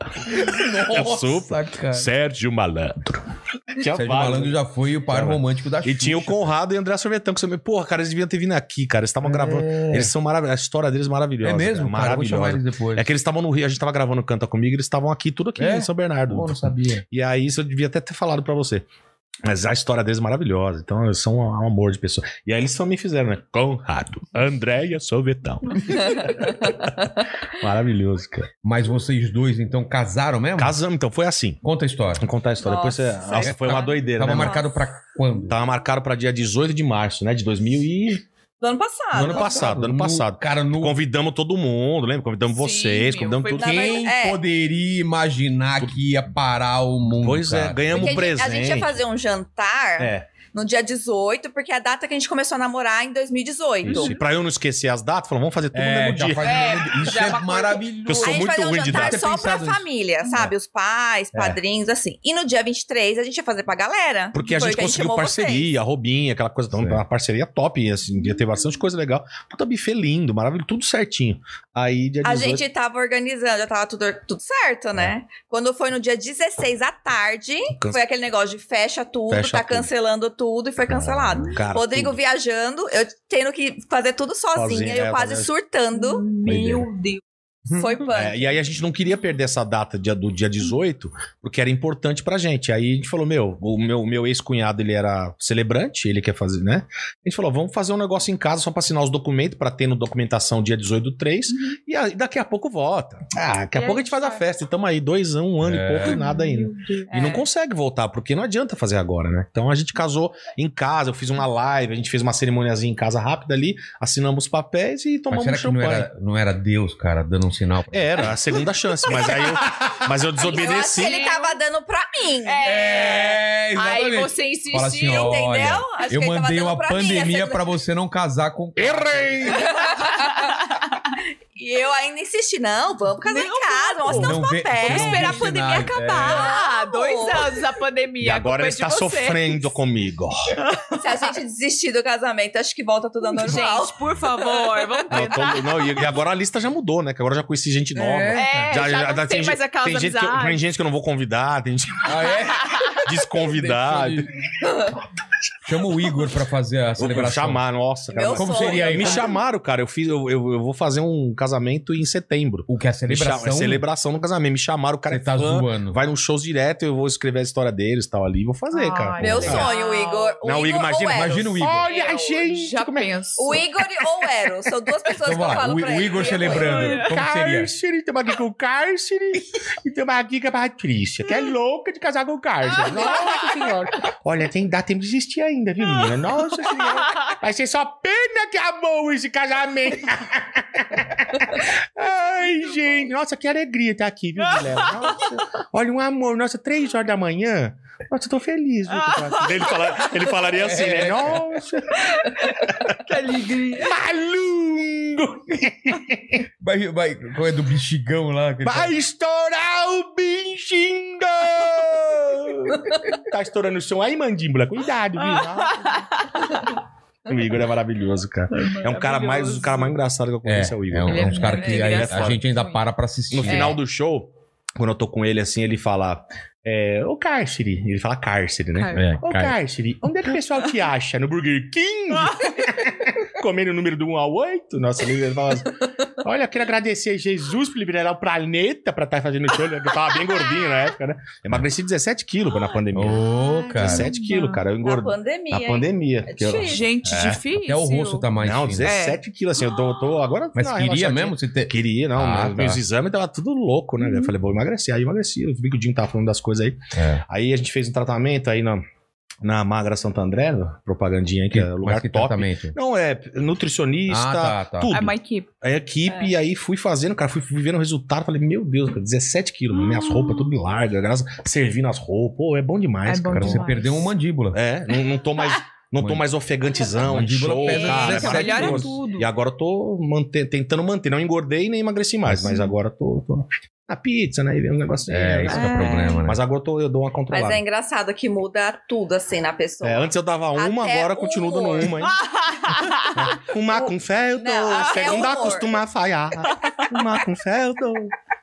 C: Nossa, é cara.
J: Sérgio Malandro.
G: é
J: Tinha
C: Sérgio
J: vários.
C: Malandro já foi o par
J: Cara.
C: romântico da
G: E tinha o
C: Xuxa.
G: Conrado e André Sorvetão, que você... Porra, cara, eles deviam ter vindo aqui, cara. Eles estavam gravando... Eles são maravilhosos. A história deles é maravilhosa.
C: É mesmo?
G: cara,
C: Cara, eu vou chamar
G: Maravilhosa.
C: eles depois.
G: É que eles estavam no Rio, a gente tava gravando Canta Comigo, eles estavam aqui, tudo aqui
C: É?
G: em São Bernardo.
C: Pô, não sabia.
G: E aí, isso eu devia até ter falado pra você. Mas a história deles é maravilhosa. Então, eles são um amor de pessoa. E aí, eles também fizeram, né? Conrado,
J: Andréia Sovetão.
G: Maravilhoso, cara.
C: Mas vocês dois, então, casaram mesmo?
G: Casamos, então. Foi assim.
C: Conta a história.
G: Vou contar a história. Depois
H: Nossa.
G: você... Nossa, foi uma doideira,
C: Tava
G: né? mano?
C: marcado pra quando?
G: Tava marcado pra dia 18 de março, né? De 2000 e...
H: Do ano passado.
G: Do ano passado, do ano
C: No-
G: passado.
C: Cara, no...
G: Convidamos todo mundo, lembra? Convidamos
B: Sim,
G: vocês,
B: meu,
G: convidamos
B: foi
G: tudo.
H: Na
C: Quem
H: verdade- é.
C: poderia imaginar que ia parar o mundo,
G: Pois é,
C: cara?
G: ganhamos
H: Porque a gente-
G: presente.
H: a gente ia fazer um jantar
G: É,
H: no dia 18, porque é a data que a gente começou a namorar em 2018.
G: isso. E pra eu não esesquecer as datas, falou, vamos fazer tudo no
C: É,
G: mesmo
C: já
G: dia.
C: faz
H: É,
C: um- Isso
H: já é
C: é
H: uma coisa-
C: maravilhoso.
G: Eu sou
H: Aí
G: muito
H: a gente
G: ruim
H: vai fazer
G: de
H: um jantar
G: data.
H: só pra
C: Ter pensado nisso.
G: É.
H: família, sabe? Os pais, padrinhos, assim. E no dia 23 a gente ia fazer pra galera.
G: Porque a
H: Foi
G: gente
H: que
G: conseguiu
H: chamou
G: parceria, robinha, aquela coisa, então,
C: Certo.
G: uma parceria top, e, assim, ia ter bastante coisa legal. Puta buffet lindo, maravilhoso, tudo certinho. Aí dia
H: A
G: 18,
H: gente tava organizando, já tava tudo, tudo certo,
G: É.
H: né? Quando foi no dia 16 à tarde,
G: Canc-
H: foi aquele negócio de fecha tudo,
G: Fecha
H: tá
G: tudo.
H: cancelando tudo e foi cancelado.
G: cara,
H: Rodrigo
G: tudo.
H: viajando, eu tendo que fazer tudo sozinha,
G: Sozinha,
H: eu
G: é,
H: quase
G: fazer-
H: surtando.
B: Meu Deus.
H: Foi punk.
G: É, e aí a gente não queria perder essa data dia- do dia 18, porque era importante pra gente. Aí a gente falou, meu, o meu, meu ex-cunhado, ele era celebrante, ele quer fazer, né? A gente falou, vamos fazer um negócio em casa só pra assinar os documentos, pra ter no documentação dia 18 do 3,
H: Uhum.
G: e aí daqui a pouco volta. Ah, daqui a
B: E
G: pouco a
B: aí
G: gente faz a
B: faz.
G: festa. E tamo aí dois anos, um ano
C: É.
G: e pouco e nada ainda. E não
H: É.
G: consegue voltar, porque não adianta fazer agora, né? Então a gente casou em casa, eu fiz uma live, a gente fez uma cerimoniazinha em casa rápida ali, assinamos os papéis e
C: Mas
G: tomamos
C: será
G: um
C: que não
G: champanhe.
C: era, não era Deus, cara, dando um sinal pra
G: É, Era a segunda chance, mas aí eu, mas
H: Eu acho
G: eu
H: que
G: desobedeci.
B: é
H: ele tava dando pra mim.
C: É,
B: Aí
C: exatamente.
B: você
C: Fala
B: insistiu.
C: assim, ó,
H: Entendeu?
C: olha,
H: Acho que
C: eu
H: ele tava
C: mandei
H: dando
C: uma
H: pra mim,
C: pandemia
H: a segunda-
C: pra você não casar com...
G: Errei!
H: E eu ainda insisti, não, vamos casar em casa, vamos assinar
C: Não
H: os
C: vê-
H: papéis.
C: não
B: Esperar a
C: vejo
B: pandemia
C: sinais,
B: acabar. é. Dois
H: Amor.
B: anos a pandemia.
G: E agora
B: a
G: ele
B: culpa
G: está
B: é de você.
G: sofrendo comigo.
H: Se a gente desistir do casamento, acho que volta tudo ao normal.
B: Gente, por favor, vamos
G: Não, eu
B: tentar.
G: tô- não, e e agora a lista já mudou, né? Que agora eu já conheci gente nova.
B: É, já, não tem, mais
G: gente,
B: aquelas
G: tem, gente que eu,
B: amizades.
G: tem gente que eu não vou convidar, tem gente que
C: Ah, é?
G: desconvidar.
C: Chama o Igor pra fazer a
G: Vou
C: celebração.
G: chamar, nossa, cara.
H: Meu
C: Como
H: sonho.
C: seria aí?
G: Me chamaram, cara. Eu, fiz, eu, eu, eu vou fazer um casamento em setembro.
C: O que é a
G: Me
C: celebração?
G: cham- é celebração no casamento. Me chamaram, o cara
C: Você
G: é
C: tá
G: fã,
C: zoando.
G: Vai num shows direto, eu vou escrever a história deles e tal ali. Vou fazer,
B: Ai,
G: cara.
H: Meu
G: Ah,
B: legal.
H: sonho, Igor. O
G: Não, Igor, imagina-
H: ou Eros.
C: Imagina o Igor.
B: Olha, gente, é já penso.
H: O Igor ou o Eros. São duas pessoas
C: Então
H: que eu
C: vamos lá,
H: falo
C: o,
H: pra
C: o
H: ele.
C: Igor
H: Eu-
C: celebrando. Como seria?
G: Cárcere, tem uma aqui com cárcere e tem uma aqui com a Patrícia, que é louca de casar com cárcere. Nossa senhora. Olha, tem, dá tempo de existir ainda, viu, menina? Nossa senhora. Vai ser só pena que acabou esse casamento. Ai, gente. Nossa, que alegria estar aqui, viu, Guilherme? Nossa. Olha, um amor. Nossa, três horas da manhã. Nossa, eu tô feliz. Viu,
B: Ah!
G: que eu tô aqui. Ele, fala- ele falaria assim, né? Nossa.
B: Que alegria.
G: Malungo.
C: Vai, vai, qual é do bichigão lá? que ele
G: Vai estourar o bichinho! tá estourando o som aí, mandíbula? Cuidado,
H: Ah,
G: viu? O Igor é maravilhoso, cara. É um cara mais, o cara mais engraçado que eu conheço é, o Igor.
C: É, um- é
B: Ele
C: uns
B: é-
C: caras que
B: ele
C: aí
B: é
C: a
G: foda.
C: gente ainda para pra assistir.
G: No final do show, quando eu tô com ele assim, ele fala: é, Ô cárcere. Ele fala cárcere, né?
C: É,
G: Ô
C: cara.
G: cárcere, onde é que o pessoal te acha? No Burger King? Comendo o número do 1 ao 8? Nossa, ele fala assim, Olha, eu quero agradecer a Jesus por liberar o planeta pra estar fazendo show. Eu tava bem gordinho na época, né? Eu emagreci 17 quilos na pandemia.
C: Ô, cara.
G: 17 quilos, cara. Eu
H: Na
G: engordei
H: pandemia.
G: na
H: hein?
G: pandemia.
H: É
G: porque eu-
H: difícil.
B: Gente, difícil.
C: Até o rosto tá mais
G: Não,
C: fino.
G: 17 quilos, assim. Eu tô, eu tô agora.
C: Mas
G: não,
C: queria
G: relaxadinho.
C: mesmo você ter...
G: Queria, não. né?
C: Ah,
G: meus,
C: tá.
G: meus exames tava tudo louco, né? Eu falei, vou emagrecer. Aí eu emagreci. Eu vi que o Dinho tava falando das coisas aí.
C: É.
G: Aí a gente fez um tratamento aí na, na Magra Santo André, né? propagandinha aí, que, é
C: Mas
G: lugar
C: que
G: top.
C: tratamento?
G: Não, é nutricionista,
C: Ah, tá, tá.
G: tudo.
B: É uma equipe.
G: A equipe, e aí fui fazendo, cara, fui fui vendo o resultado, falei, meu Deus, cara, 17 quilos, minhas roupas tudo largas, graças, servindo as roupas, pô, é bom demais,
B: É bom
G: cara.
C: Você
B: demais.
C: perdeu uma mandíbula.
G: É, não, não tô mais, não tô
C: Mano.
G: mais ofegantezão,
C: Mandíbula
G: show,
C: pesa
G: cara,
C: dezessete
G: é
B: melhora
G: maravilhoso.
B: tudo.
G: E agora eu tô manter, tentando manter, não engordei nem emagreci mais, mas agora eu tô, tô- a pizza, né? E vem um negócio.
C: É, isso que é o
H: É.
C: problema, né?
G: Mas agora eu, tô- eu dou uma
H: Mas
G: controlada.
H: é engraçado que muda tudo assim na pessoa.
G: É, antes eu dava uma,
H: Até
G: agora
H: o
G: continuo dando
H: humor.
G: uma, hein? Uma
H: O-
G: com fé eu dou,
H: Não,
G: a
H: até
G: segunda
H: humor.
G: costuma falhar. Uma com fé eu dou.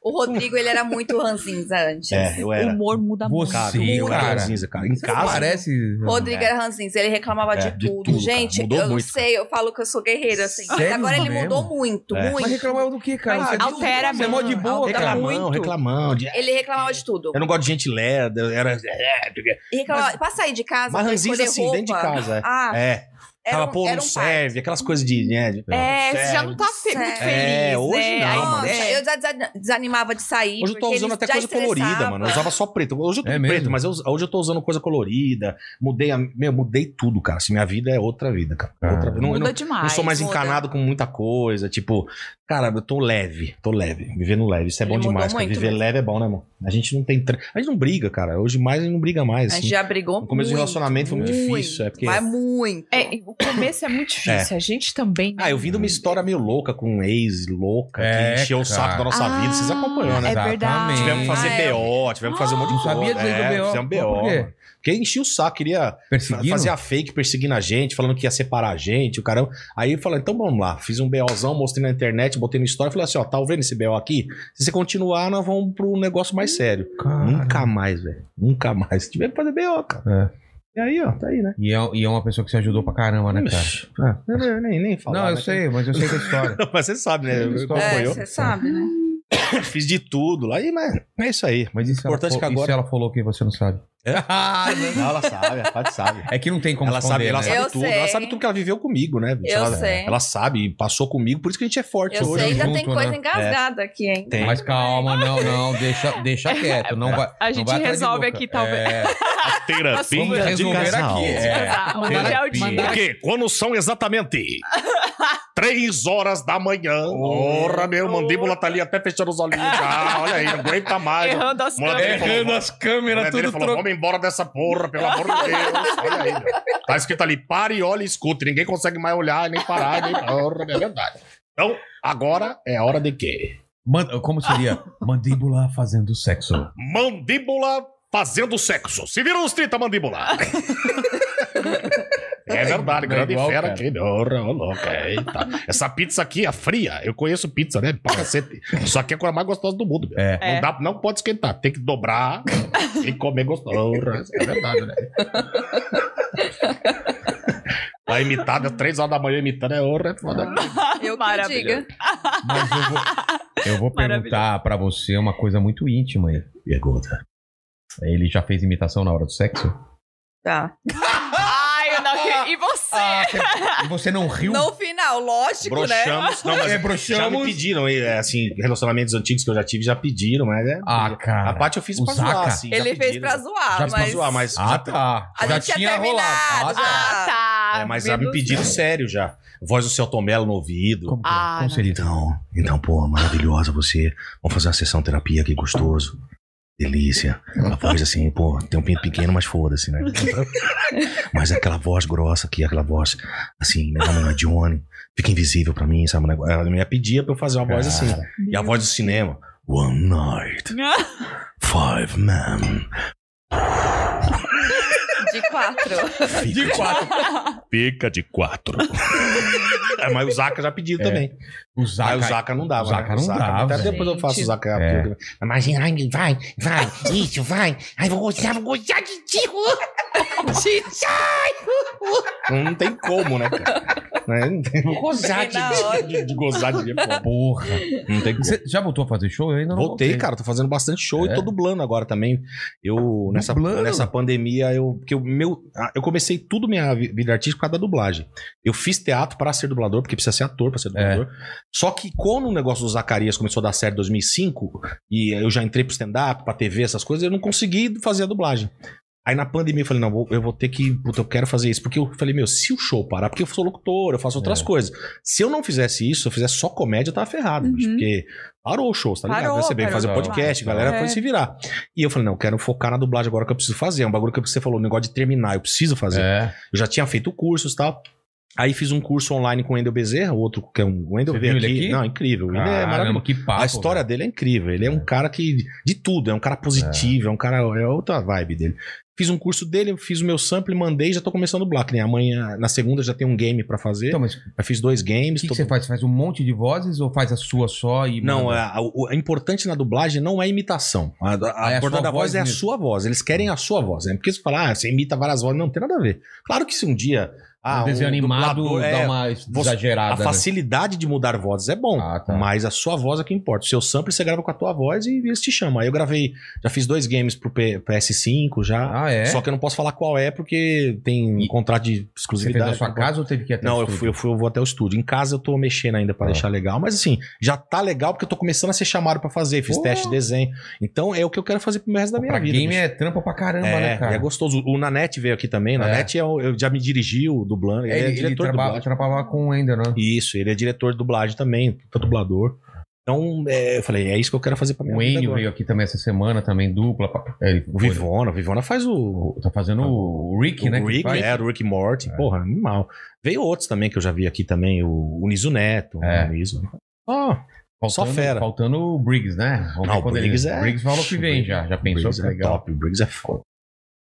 H: O Rodrigo, ele era muito ranzinza antes.
G: É, eu
B: O
G: era.
B: humor muda muito.
G: Cara,
C: Sim,
G: eu era
C: cara.
G: ranzinza, cara. é. Em
C: Você
G: casa.
C: Parece.
H: Rodrigo era ranzinza, ele reclamava
G: É,
H: de,
G: de
H: tudo.
G: tudo, cara.
H: Gente,
G: Mudou
H: eu não
G: muito,
H: sei, eu falo que eu sou guerreira, assim. Mas
C: Sério
H: agora ele
C: mesmo?
H: mudou muito,
G: É.
C: Mas
H: muito.
C: reclamava do quê, cara?
H: Ah,
C: Você é de-
B: altera
C: Você é mó de
B: mesmo,
C: boa,
B: altera
C: cara.
G: Reclamão, reclamão. de-
H: Ele reclamava de tudo.
G: Eu não gosto de gente lerda, eu era. é, porque-
H: E reclamava, pra sair de casa,
G: Mas
H: pra
G: ranzinza
H: escolher
G: assim, dentro de
H: roupa.
G: casa. é.
H: Ah,
G: É.
H: era
G: Tava,
H: um-
G: pô,
H: era
G: não
H: um parto.
G: serve, aquelas coisas de. né, de-
B: É,
G: não
B: você já não tá fe-
H: Sério.
B: muito feliz,
G: É, hoje
B: né?
G: não,
B: Aí,
G: mano.
H: Nossa,
B: é.
H: eu já desa- desanimava de sair.
G: Hoje eu tô
H: porque
G: usando
H: ele
G: até
H: já
G: coisa colorida,
H: estressava.
G: mano. Eu usava só preto. Hoje eu tô
C: É
G: com
C: mesmo?
G: preto, mas eu- hoje eu tô usando coisa colorida. Mudei, a, meu, mudei tudo, cara. Se minha vida é outra vida, cara.
C: Ah.
G: Outra, eu não, eu
B: Muda
G: não,
B: demais.
G: não sou mais
H: muda.
G: encanado com muita coisa. Tipo, cara, eu tô leve, tô leve. Vivendo leve, isso é
H: Ele
G: bom
H: mudou
G: demais. Cara.
H: muito
G: Viver
H: mesmo.
G: leve é bom, né, mano? A gente não tem. tra- A gente não briga, cara. Hoje mais a gente não briga mais.
H: A
G: assim.
H: gente já brigou
G: No começo do
H: muito,
G: relacionamento foi muito difícil, é porque-
H: Mas muito.
B: É, e o começo é muito difícil. A gente também. né?
G: Ah, eu vim de uma história meio louca com um ex louca
C: É,
G: que encheu o
C: cara.
G: saco da nossa vida. Vocês acompanham, né?
B: É verdade.
C: Exatamente.
G: Tivemos que fazer
H: Ah, é.
G: BO, tivemos que fazer um monte de
C: Não sabia
G: coisa.
C: disso do
G: é,
C: BO.
G: Fizemos BO.
C: Por quê?
G: mano. Porque enchia o saco, queria
C: Perseguindo?
G: fazia fake perseguindo a gente, falando que ia separar a gente, o caramba. Aí eu falei, então vamos lá. Fiz um BOzão, mostrei na internet, botei no story, falei assim, ó, tá vendo esse BO aqui? Se você continuar, nós vamos pro negócio mais sério.
C: Cara.
G: Nunca mais, velho. Nunca mais. Tivemos que fazer BO, cara.
C: É.
G: E aí, ó, tá aí, né?
C: E é, e é uma pessoa que você ajudou pra caramba, né, cara?
G: Ixi, ah, eu nem, nem, nem falar,
C: não, eu
G: né?
C: sei, mas eu sei da história.
G: Mas você sabe, né? Eu,
C: História.
H: É,
G: acompanhou.
H: você sabe, né?
G: Fiz de tudo lá. E, mas é isso aí.
C: Mas e se, ela,
G: Importante
C: fo-
G: que agora-
C: e se ela falou que você não sabe?
G: Não, ela sabe, a Paty sabe.
C: É que não tem como
G: Ela sabe,
C: esconder,
G: ela
C: né?
G: sabe
H: Ah, é Eu
G: tudo.
H: sei.
G: Ela sabe tudo que ela viveu comigo, né? bicho?
H: Eu
G: ela,
H: sei.
G: ela sabe, passou comigo, por isso que a gente é forte
H: Eu
G: hoje. É,
H: sei, ainda
C: junto,
H: tem coisa
C: né?
H: engasgada aqui, hein?
G: Tem.
C: Mas calma, não, não, deixa, deixa quieto. Não vai,
B: A
C: não
B: gente
C: vai atrás de
B: resolve
C: boca.
B: aqui,
K: tá,
B: talvez.
C: É,
J: A
C: vamos
J: terapia de
C: resolver
J: casal.
C: aqui. É.
B: Exato.
D: Mandar-
B: Hoje é o dia.
D: mandar-
J: Porque quando são exatamente três horas da manhã, porra, meu, mandíbula tá ali até fechando os olhinhos já, olha aí, não aguenta mais.
B: Errando as
J: Moleque,
B: câmeras.
J: Errando
C: as
J: A mulher
C: câmeras,
J: dele falou, vamos embora dessa porra, pelo amor de Deus. Olha aí, meu. Tá escrito ali, pare, olha e escute. Ninguém consegue mais olhar, nem parar, nem... Porra, é verdade. Então, agora é a hora de quê?
C: Como seria? Mandíbula fazendo sexo.
J: Mandíbula fazendo sexo. Se viram os 30, mandíbula. É verdade,
C: É
J: grande
C: igual,
J: fera
C: cara.
J: aqui. né? Porra, ô louca, eita. Essa pizza aqui é fria. Eu conheço pizza, né? Pra cacete. Isso aqui é a coisa mais gostosa do mundo, meu.
C: É.
J: Não, dá, não pode esquentar, tem que dobrar e comer gostoso. É verdade, né? Tá imitado,
G: é
J: às três horas da manhã imitando, é horror, é foda.
H: Eu que
B: Ah, Maravilhoso.
H: diga.
C: Mas eu vou,
G: é,
C: eu vou perguntar pra você uma coisa muito íntima aí. Pergunta. Ele já fez imitação na hora do sexo?
H: Tá.
B: Ai, eu não acredito. E você?
G: Ah,
C: E você não riu?
H: No final, lógico, né?
G: um Broxamos. Não, mas
C: É,
G: já me
C: broxamos.
G: pediram,
J: eh,
G: e, é, assim, relacionamentos antigos que eu já tive, já pediram, mas é.
C: Ah, cara.
G: a parte eu fiz
C: o
G: pra zoar,
C: Zaca.
G: assim. já
H: Ele fez
G: pediram.
H: pra zoar,
C: Já
G: Fiz
H: mas...
G: pra zoar, mas.
C: Ah, tá.
H: A
C: já
H: gente tinha
C: tinha rolado.
H: terminado,
C: Ah,
H: já.
C: tá.
B: Ah, tá.
G: É, mas já
B: Medo-
G: me pediram sério já. Voz do Celton Mello no ouvido.
C: Como, que é?
B: Ah,
C: Como
B: não.
C: seria?
G: Então, então, pô, maravilhosa você. Vamos fazer uma sessão terapia aqui, gostoso. Delícia. A voz assim, pô, tem um pinto pequeno, mas foda-se, né? Mas é aquela voz grossa aqui, aquela voz assim, né? Vamos lá, Johnny. Fica invisível pra mim, sabe? Ela me pedia pra eu fazer uma voz assim. E a voz do cinema. One night, five men,
H: De quatro.
G: de quatro.
J: Pica de quatro.
G: É, mas o Zaca já pediu
C: É.
G: também.
C: O
G: Aí
C: Zaca. é-
G: o Zaca não dava.
C: o Zaca
G: né?
C: não dava,
G: Até depois eu
B: gente.
G: faço o Zaca.
C: É.
G: Imagina, ai, vai, vai, isso, vai. Ai, vou gostar, vou gostar de ti. Não tem como, né, cara? Né? Não tem como gozar de,
H: Na hora.
G: de, de gozar de ti, é foda.
C: Porra.
G: Não tem como.
C: Você já voltou a fazer show? Eu ainda não
G: Voltei, cara, tô fazendo bastante show
C: É?
G: e tô dublando agora também. Eu, nessa,
C: Dublando?
G: nessa pandemia, eu, porque o meu, ah, eu comecei tudo minha vi- vida artística por causa da dublagem. Eu fiz teatro pra ser dublador, porque precisa ser ator
C: É.
G: pra ser dublador. Só que quando o negócio do Zacarias começou a dar certo em 2005, e eu já entrei pro stand-up, pra TV, essas coisas, eu não consegui fazer a dublagem. Aí na pandemia eu falei, não, vou- eu vou ter que, puta, eu quero fazer isso. Porque eu falei, meu, se o show parar, porque eu sou locutor, eu faço outras
C: É.
G: coisas. Se eu não fizesse isso, se eu fizesse só comédia, eu tava ferrado.
B: Uhum.
G: bicho, Porque parou o show, tá ligado?
B: Parou,
G: Você veio
B: parou
G: fazer
C: demais.
G: podcast, a galera
B: É.
G: foi se virar. E eu falei, não, eu quero focar na dublagem agora que eu preciso fazer. É um bagulho que você falou, o negócio de terminar, eu preciso fazer.
C: É.
G: Eu já tinha feito cursos e tal. Aí fiz um curso online com o Wendel Bezerra, o outro que é um. O Wendel
C: Você
G: veio
C: viu ele
G: aqui.
C: aqui?
G: Não, incrível. ele é maravilhoso.
C: Caramba, que papo.
G: a história dele é incrível. Ele é, um cara que. De tudo, é um cara positivo, é, um cara. É outra vibe dele. Fiz um curso dele, fiz o meu sample, mandei já tô começando o Black. Né? Amanhã, na segunda, já tem um game pra fazer.
C: Então, mas o
G: eu fiz dois games.
C: que, que
G: tô-
C: você faz? Você faz um monte de vozes ou faz a sua só e.
G: Não, é,
C: manda?
G: a, a- o- a importante na dublagem não é a imitação. A, a- a
C: Ah, é a
G: importante
C: sua
G: da voz
C: voz
G: é a
C: mesmo.
G: sua voz. Eles querem a sua voz. É porque você fala, ah, você imita várias vozes. Não, tem nada a ver. Claro que se um dia. Ah,
C: um desenho animado
G: dublador- é,
C: dá uma exagerada.
G: a
C: né?
G: facilidade de mudar vozes é bom,
C: Ah, tá.
G: mas a sua voz é que importa. O seu sample você grava com a tua voz e eles te chamam. Aí eu gravei, já fiz dois games pro P- PS5 já.
C: Ah, é?
G: Só que eu não posso falar qual é porque tem um contrato de
C: você fez
G: exclusividade. Então,
C: na sua casa ou teve que ir até
G: Não,
C: o
G: eu,
C: estúdio?
G: fui, eu, fui, eu vou até o estúdio. Em casa eu tô mexendo ainda pra
C: Ah.
G: deixar legal, mas assim, já tá legal porque eu tô começando a ser chamado pra fazer. Fiz
C: Pô.
G: teste de desenho. Então é o que eu quero fazer pro resto da minha
C: Pra
G: vida.
C: game
G: bicho.
C: é trampa pra caramba,
G: É,
C: né, cara?
G: é gostoso. O Nanete veio aqui também. O Nanete é o- eu já me dirigiu dublando. Ele,
C: É,
G: é
C: ele, ele
G: diretor de
C: trabalha,
G: dublagem.
C: trabalhava com o Ender, né?
G: Isso, ele é diretor de dublagem também, puta dublador. Então, é, eu falei, é isso que eu quero fazer pra minha
C: O
G: vida
C: Enio
G: agora.
C: veio aqui também essa semana, também dupla. pa- é, Ele,
G: O Vivona, o Vivona faz o,
C: Tá fazendo o o Rick,
G: o
C: né? que
G: Rick,
C: faz.
G: é, o Rick Morty, porra, animal. Veio outros também que eu já vi aqui também, o, o Niso Neto,
C: É.
G: o Niso. Ó, só
C: Faltando-
G: fera.
C: Faltando o Briggs, né? Vamos
G: Não,
C: ver
G: o
C: quando
G: Briggs
C: ele...
G: é-
C: O Briggs falou que vem já. Já pensou
G: Briggs
C: que
G: é
C: legal.
G: top, o Briggs é foda.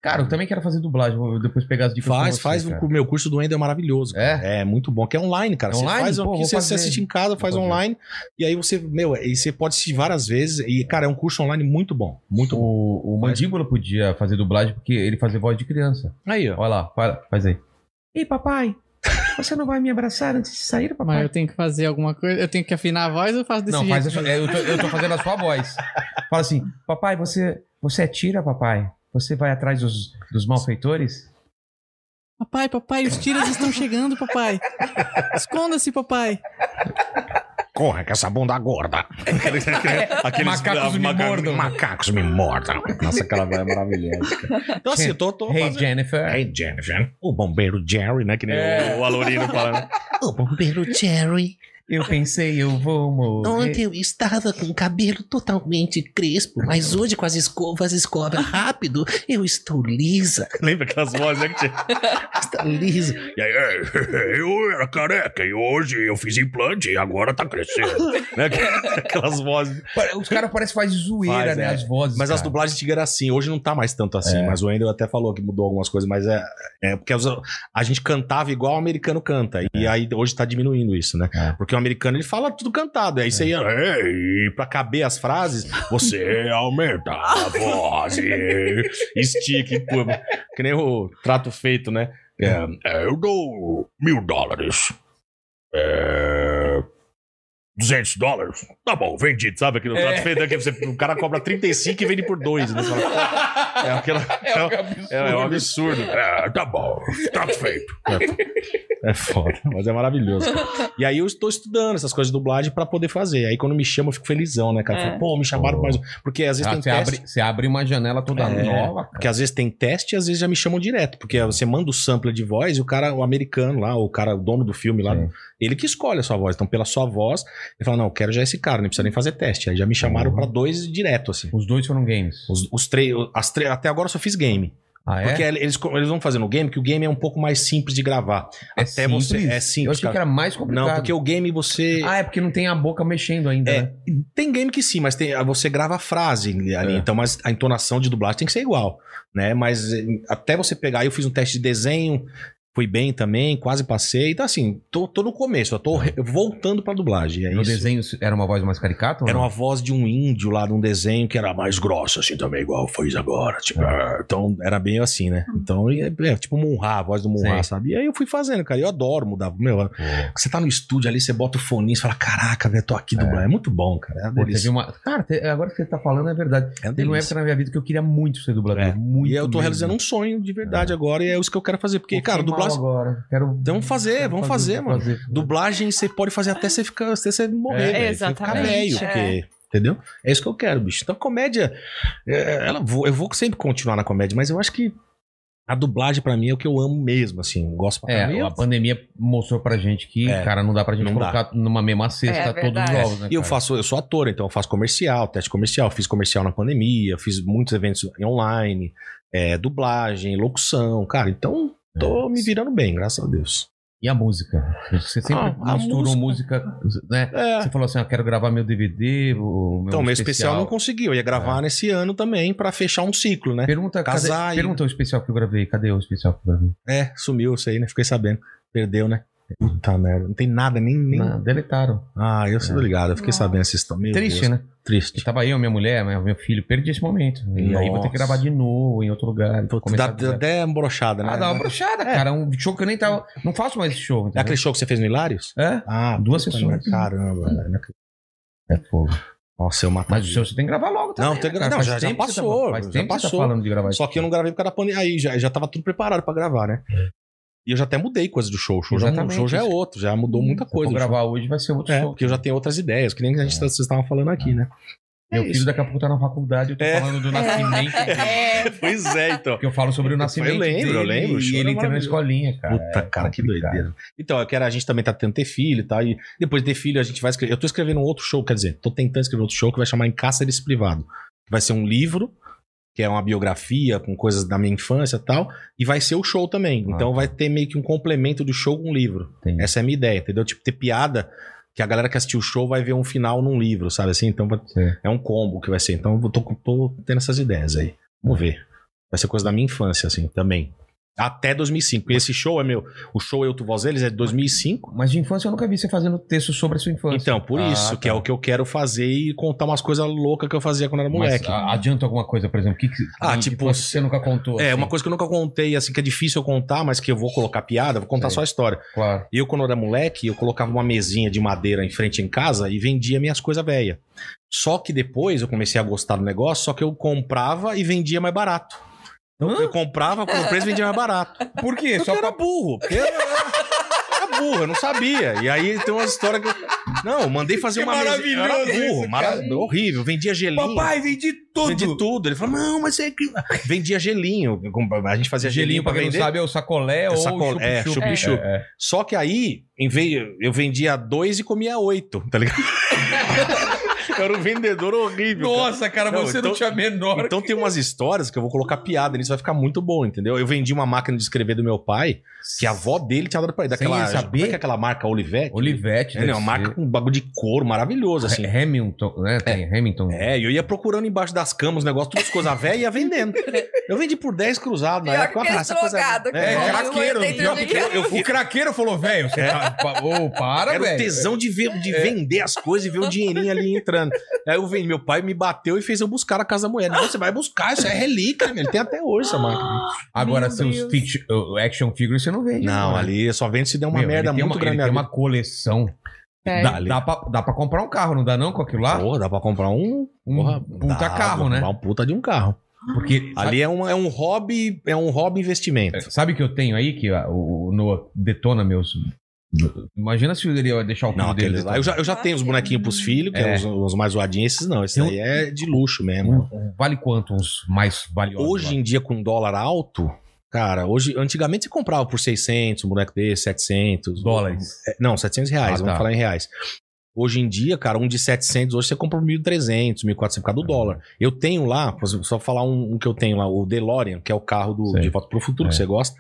C: Cara, eu também quero fazer dublagem. Vou depois pegar as dicas com
G: Faz,
C: você,
G: faz,
C: cara.
G: o meu curso do Ender é maravilhoso. cara. É? muito bom, que é online, cara.
C: É
G: Você
C: online?
G: faz
C: Pô,
G: aqui,
C: vou
G: você, você
C: fazer.
G: assiste em casa, faz
C: fazer.
G: online, e aí você, meu, e você pode assistir várias vezes, e cara, é um curso online muito bom, muito bom.
C: O, o Mandíbula podia fazer dublagem porque ele fazia voz de criança.
G: Aí, ó.
C: Olha lá, fala- faz aí. Ei, papai, você não vai me abraçar antes de sair,
D: Mas
C: papai?
D: eu tenho que fazer alguma coisa, eu tenho que afinar a voz ou eu faço desse
C: Não,
D: jeito?
C: faz a sua, é, eu, tô, eu tô fazendo a sua voz. Fala assim, papai, você, você atira, papai? Você vai atrás dos, dos malfeitores?
D: Papai, papai, os tiras estão chegando, papai. Esconda-se, papai.
J: Corra com essa bunda gorda. Aqueles,
C: É, Macacos né?
J: ah,
C: me
J: maca-
C: mordam.
J: Macacos me mordam.
G: Nossa, aquela vai é maravilhosa. cara. Então, assim, eu tô, tô
C: Hey,
G: fazendo-
C: Jennifer.
J: Hey, Jennifer. O bombeiro Jerry, né? Que nem
C: É.
J: o, o Alorino né? falando.
L: O bombeiro Jerry,
C: Eu pensei, eu vou morrer.
L: ontem eu estava com o cabelo totalmente crespo, mas hoje com as escovas escova rápido, eu estou lisa,
J: Lembra aquelas vozes né, que tinha?
L: está lisa.
J: E aí, é, eu era careca e hoje eu fiz implante e agora tá crescendo. né? Aquelas vozes.
C: Pa- Os caras parecem que faz zoeira,
G: Faz,
C: né?
G: é.
C: As vozes.
G: Mas as
C: cara.
G: dublagens antigas eram assim, hoje não tá mais tanto assim.
C: É.
G: Mas o Wendel até falou que mudou algumas coisas, mas é, é porque as- a gente cantava igual o americano canta. E aí hoje tá diminuindo isso, né?
C: É.
G: Porque o americano ele fala tudo cantado. Aí você ia. "Ei", E pra caber as frases, você aumenta a voz e estica e pô, Que nem o trato feito, né? É, é, eu dou mil dólares. É. 200 dólares? Tá bom, vendido, sabe? Aqui no
J: Tá
G: trato
C: É.
G: feito, né, que você, o cara cobra 35 e vende por 2. Né? Você fala, É, aquela, é, é, é um absurdo. É, tá bom, trato feito. É, é foda, mas é maravilhoso. E aí eu estou estudando essas coisas de dublagem pra poder fazer. Aí quando me chamam, eu fico felizão, né, cara? Eu falo,
H: É.
G: Pô, me chamaram pra mais um. Porque às vezes
C: Ah,
G: tem
C: você,
G: teste.
C: abre, você abre uma janela toda
G: É.
C: nova, cara.
G: Porque às vezes tem teste e às vezes já me chamam direto. Porque você manda o sampler de voz e o cara, o americano lá, o cara, o dono do filme lá,
C: Sim.
G: ele que escolhe a sua voz. Então, pela sua voz, ele fala: não, eu quero já esse cara, não precisa nem fazer teste. Aí já me chamaram
C: Uhum.
G: pra dois direto, assim.
C: Os dois foram games.
G: Os, os três, as três, até agora eu só fiz game.
C: Ah, é?
G: Porque eles, eles vão fazer no game, que o game é um pouco mais simples de gravar.
C: É
G: até você. É simples.
C: Eu achei que
G: cara.
C: era mais complicado.
G: Não, porque o game você.
C: Ah, é porque não tem a boca mexendo ainda,
G: É.
C: né?
G: Tem game que sim, mas tem, ah, você grava a frase ali,
C: É.
G: então, mas a entonação de dublagem tem que ser igual, né? Mas eh, até você pegar, aí eu fiz um teste de desenho, fui bem também, quase passei, então assim, tô, tô no começo, eu tô re- voltando pra dublagem, é
C: No
G: isso.
C: desenho era uma voz mais caricata? ou
G: Era
C: não?
G: uma voz de um índio lá de um desenho que era mais grossa, assim, também, igual fez agora.
C: É.
G: Tipo, ah, então era bem assim, né? Então, é, é, tipo Munra, a voz do Munra,
C: Sei.
G: sabe? E aí eu fui fazendo, cara. Eu adoro mudar. Meu,
C: É.
G: você tá no estúdio ali, você bota o foninho, você fala: Caraca, velho, tô aqui dublando. É. muito bom, cara. É uma
C: Pô, teve
G: delícia.
C: uma... Cara, te- agora que você tá falando é verdade.
G: É uma
C: Teve uma
G: delícia.
C: época na minha vida que eu queria muito ser dublador.
G: É.
C: Muito
G: E eu tô
C: mesmo.
G: realizando um sonho de verdade agora e é isso que eu quero fazer. Porque,
C: Pô,
G: cara,
C: fiquei mal
G: dublagem.
C: agora. Quero...
G: Vamos fazer,
C: quero
G: vamos fazer,
C: vou
G: mano.
C: fazer.
G: Dublagem você pode fazer até você ficar, até você morrer,
C: É,
G: velho. Você ficar
B: exatamente.
G: velho, porque- entendeu? É isso que eu quero, bicho. Então, comédia, é, ela, vou- eu vou sempre continuar na comédia, mas eu acho que a dublagem pra mim é o que eu amo mesmo, assim. eu Gosto pra caramba.
C: É,
G: E eu-
C: a pandemia mostrou pra gente que,
G: É.
C: cara, não dá pra gente
G: Não
C: colocar numa mesma cesta
H: É
C: todos os
H: verdade.
C: ovos, né?
G: E eu
C: cara?
G: faço, eu sou ator, então eu faço comercial, teste comercial, fiz comercial na pandemia, fiz muitos eventos online, é, dublagem, locução, cara. Então, tô me virando bem, graças a Deus.
C: É. E a música? Você sempre
G: Ah, a
C: misturou música, né?
G: É.
C: Você falou assim, ah, quero gravar meu DVD, o meu
G: Então, meu especial não conseguiu. Eu ia gravar nesse ano também pra fechar um ciclo, né?
C: É. Pergunta, cadê-
G: Casar e-
C: pergunta o especial que eu gravei. Cadê o especial que eu gravei?
G: É, sumiu isso aí, né? Fiquei sabendo. Perdeu, né? Puta merda. Não tem nada, nem. nem...
C: Não, deletaram. É.
G: Ah, eu sou ligado. Eu fiquei sabendo essa história. Meu
C: Triste,
G: Deus.
C: né?
G: Triste.
C: Tava eu, minha mulher, meu meu filho, perdi esse momento. E aí vou ter que
G: Nossa.
C: gravar de novo, em outro lugar.
G: Putz,
C: começar
G: dá,
C: do
G: dá
C: zero.
G: até brochada, né?
C: Ah, dá uma brochada, cara. Um show que eu nem tava. Não faço mais esse show. né?
G: É
C: entendeu?
G: aquele show que você fez no Hilários?
C: É?
G: Ah,
C: Duas
G: puta
C: sessões.
G: merda. Caramba, velho.
C: É fogo.
G: Nossa, eu matava.
C: Mas o seu você tem que gravar logo também.
G: Não, tem que
C: né, cara?
G: gravar. Não,
C: Faz
G: já, já
C: tempo que você tá-
G: passou.
C: faz
G: já
C: tempo que você
G: passou.
C: tá falando de gravar
G: Só que eu não gravei por causa da pandemia. Aí já, já tava tudo preparado pra gravar, né? E eu já até mudei coisa do show. O show, já, o
C: Exatamente.
G: show já é outro, já mudou muita
C: coisa.
G: coisa.
C: Vou gravar hoje, vai ser outro
G: É,
C: show. É.
G: porque eu já tenho outras ideias, que nem a gente, vocês estavam falando aqui, né?
C: Meu
G: é
C: filho
G: isso.
C: daqui a pouco tá na faculdade, eu tô
G: É.
C: falando do nascimento.
G: Pois é, então.
C: Porque eu falo sobre o nascimento.
G: lembro,
C: dele
G: eu lembro, o
C: E ele
G: show era
C: entra na
G: maravilhoso.
C: escolinha, cara. É
G: Puta, cara, que
C: complicado.
G: doideira. Então, eu quero, a gente também tá tentando ter filho e tal. E depois de ter filho, a gente vai escrever. Eu tô escrevendo um outro show, quer dizer, tô tentando escrever outro show que vai chamar Em Cáceres Privado. Vai ser um livro, que é uma biografia com coisas da minha infância e tal. E vai ser o show também.
C: Ah,
G: Então vai ter meio que um complemento do show com um livro.
C: Entendi.
G: Essa é a minha ideia, entendeu? Tipo, ter piada. Que a galera que assistiu o show vai ver um final num livro, sabe assim? Então vai-
C: Sim.
G: é um combo que vai ser. Então eu tô, tô tendo essas ideias aí. Vamos
C: Tá.
G: ver. Vai ser coisa da minha infância, assim, também. Até 2005. E esse show é meu. O show Eu, Tu, Voz, Eles é de 2005.
C: Mas de infância eu nunca vi você fazendo texto sobre a sua infância.
G: Então, por
C: Ah,
G: isso, que é
C: tá.
G: o que eu quero fazer e contar umas coisas loucas que eu fazia quando era
C: Mas
G: moleque.
C: a- adianta alguma coisa, por exemplo? Que que,
G: Ah,
C: de
G: tipo,
C: infância que você nunca contou.
G: é,
C: assim?
G: uma coisa que eu nunca contei, assim, que é difícil eu contar, mas que eu vou colocar piada, vou contar
C: Sei.
G: só a história.
C: É. Claro.
G: Eu, quando era moleque, eu colocava uma mesinha de madeira em frente em casa e vendia minhas coisas velhas. Só que depois eu comecei a gostar do negócio, só que eu comprava e vendia mais barato. Então, eu comprava, com o preço vendia mais barato.
C: Por quê?
G: Porque
C: Só
G: eu era
C: pra...
G: burro. Porque eu era, eu era burro, eu não sabia. E aí tem uma história que eu... Não, eu mandei fazer
C: Que
G: uma mesinha. Eu era
C: maravilhoso
G: burro,
C: isso,
G: mara-
C: cara.
G: horrível. Vendia gelinho.
C: vendi
G: Vendi tudo. Ele falou, não, mas é que... Vendia gelinho. A gente fazia gelinho,
C: Gelinho, pra
G: pra
C: quem não
G: vender.
C: sabe, é o sacolé ou
G: sacolé, é,
C: chup-chup.
G: chup-chup.
C: É, é.
G: Só que aí, em vez, eu vendia dois e comia oito, tá ligado? eu era um vendedor horrível. cara.
C: Nossa, cara,
G: Não,
C: você
G: então-
C: não tinha a menor.
G: Então tem umas histórias que eu vou colocar piada nisso, vai ficar muito bom, entendeu? Eu vendi uma máquina de escrever do meu pai, que a avó dele tinha dado pra ele.
C: Sem
G: Daquela,
C: ele saber?
G: como é que é aquela marca Olivetti?
C: Olivete,
G: É, né, uma marca com um bagulho de couro maravilhoso, assim.
C: Ha- Hamilton, né? Tem Hamilton.
G: É, e eu ia procurando embaixo das camas os negócios, todas as coisas velhas e ia vendendo. Eu vendi por 10 cruzados na
H: Pior
G: época.
H: que
G: eu
H: aquele
G: falava, "Essa coisa
H: drogado
G: é-
H: que
G: É,
H: eu
G: craque-
C: craqueiro.
H: Eu dentro
C: Pior
H: de
C: que
H: casa.
C: eu- o craqueiro falou, velho, você tá. Ô, para,
G: É. Era o
C: velho. É.
G: tesão de, ver, de vender as coisas e ver o dinheirinho ali entrando. Aí eu vendi, meu pai me bateu e fez eu buscar na casa da mulher. Não, você vai buscar, isso é relíquia, meu. Ele tem até hoje essa máquina.
C: Agora,
B: Meu
C: seus
B: Deus.
C: fict- o action figures você não vende.
G: Não,
C: né?
G: ali só vende se der uma
C: Meu,
G: merda
C: ele tem
G: muito
C: uma,
G: grande.
C: Ele tem
G: ali.
C: uma coleção.
B: É.
C: Dá, dá, pra, dá pra comprar um carro, não dá não com aquilo lá?
G: Porra, dá pra comprar um.
C: Um
G: porra,
C: puta
G: dá,
C: carro, né?
G: dá Um puta de um carro.
C: Porque sabe-
G: Ali é um, é um hobby, é um hobby investimento.
C: Sabe o que eu tenho aí que ah, o o Noah detona meus. Imagina se ele ia deixar o filho
G: Não,
C: dele.
G: aqueles lá.
C: detonar.
G: Eu já, eu já tenho os bonequinhos pros filhos, que é,
C: É.
G: os, os mais zoadinhos, esses não. Esse
C: Eu-
G: daí é de luxo mesmo.
C: Um- Vale quanto uns mais valiosos?
G: Hoje
C: lá?
G: em dia, com dólar alto, cara, hoje, antigamente você comprava por 600, um boneco desse, 700.
C: dólares.
G: É, Não, 700 reais,
C: Ah,
G: vamos
C: tá.
G: falar em reais. Hoje em dia, cara, um de 700, hoje você compra um por 1.300, 1.400 por
C: Uhum.
G: causa do dólar. Eu tenho lá, só falar um, um que eu tenho lá, o DeLorean, que é o carro do,
C: Sei.
G: de Volta pro Futuro, que
C: É.
G: você gosta.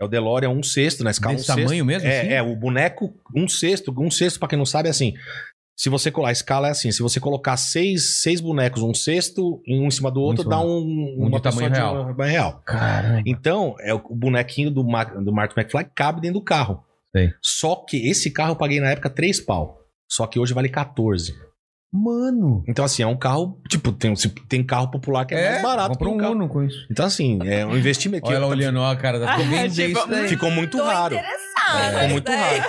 G: É o DeLorean, um sexto, né? Esse carro,
C: Desse
G: um sexto.
C: tamanho mesmo?
G: É,
C: assim?
G: é, o boneco, um sexto, um sexto, pra quem não sabe, é assim. Se você colar, a escala é assim: se você colocar seis, seis bonecos, um sexto, e um em cima do
C: Um em
G: outro,
C: cima
G: dá
C: do-
G: um,
C: um de
G: pessoa
C: tamanho real.
G: um tamanho real.
C: Caramba.
G: Então, é o o bonequinho do, Ma- do Martin McFly cabe dentro do carro.
C: Sei.
G: Só que esse carro eu paguei na época 3 pau. Só que hoje vale 14.
C: Mano.
G: Então, assim, é um carro. Tipo, tem, se- tem carro popular que é, mais barato que
C: Comprou
G: um
C: um
G: carro.
C: Uno com isso.
G: Então, assim, é um investimento. que
C: Olha ela
G: eu-
C: olhando, ó, cara, tá bem
B: Tipo,
C: isso daí.
G: Ficou muito
H: Tô
G: raro.
H: interessada.
G: Ficou muito
H: né?
G: raro.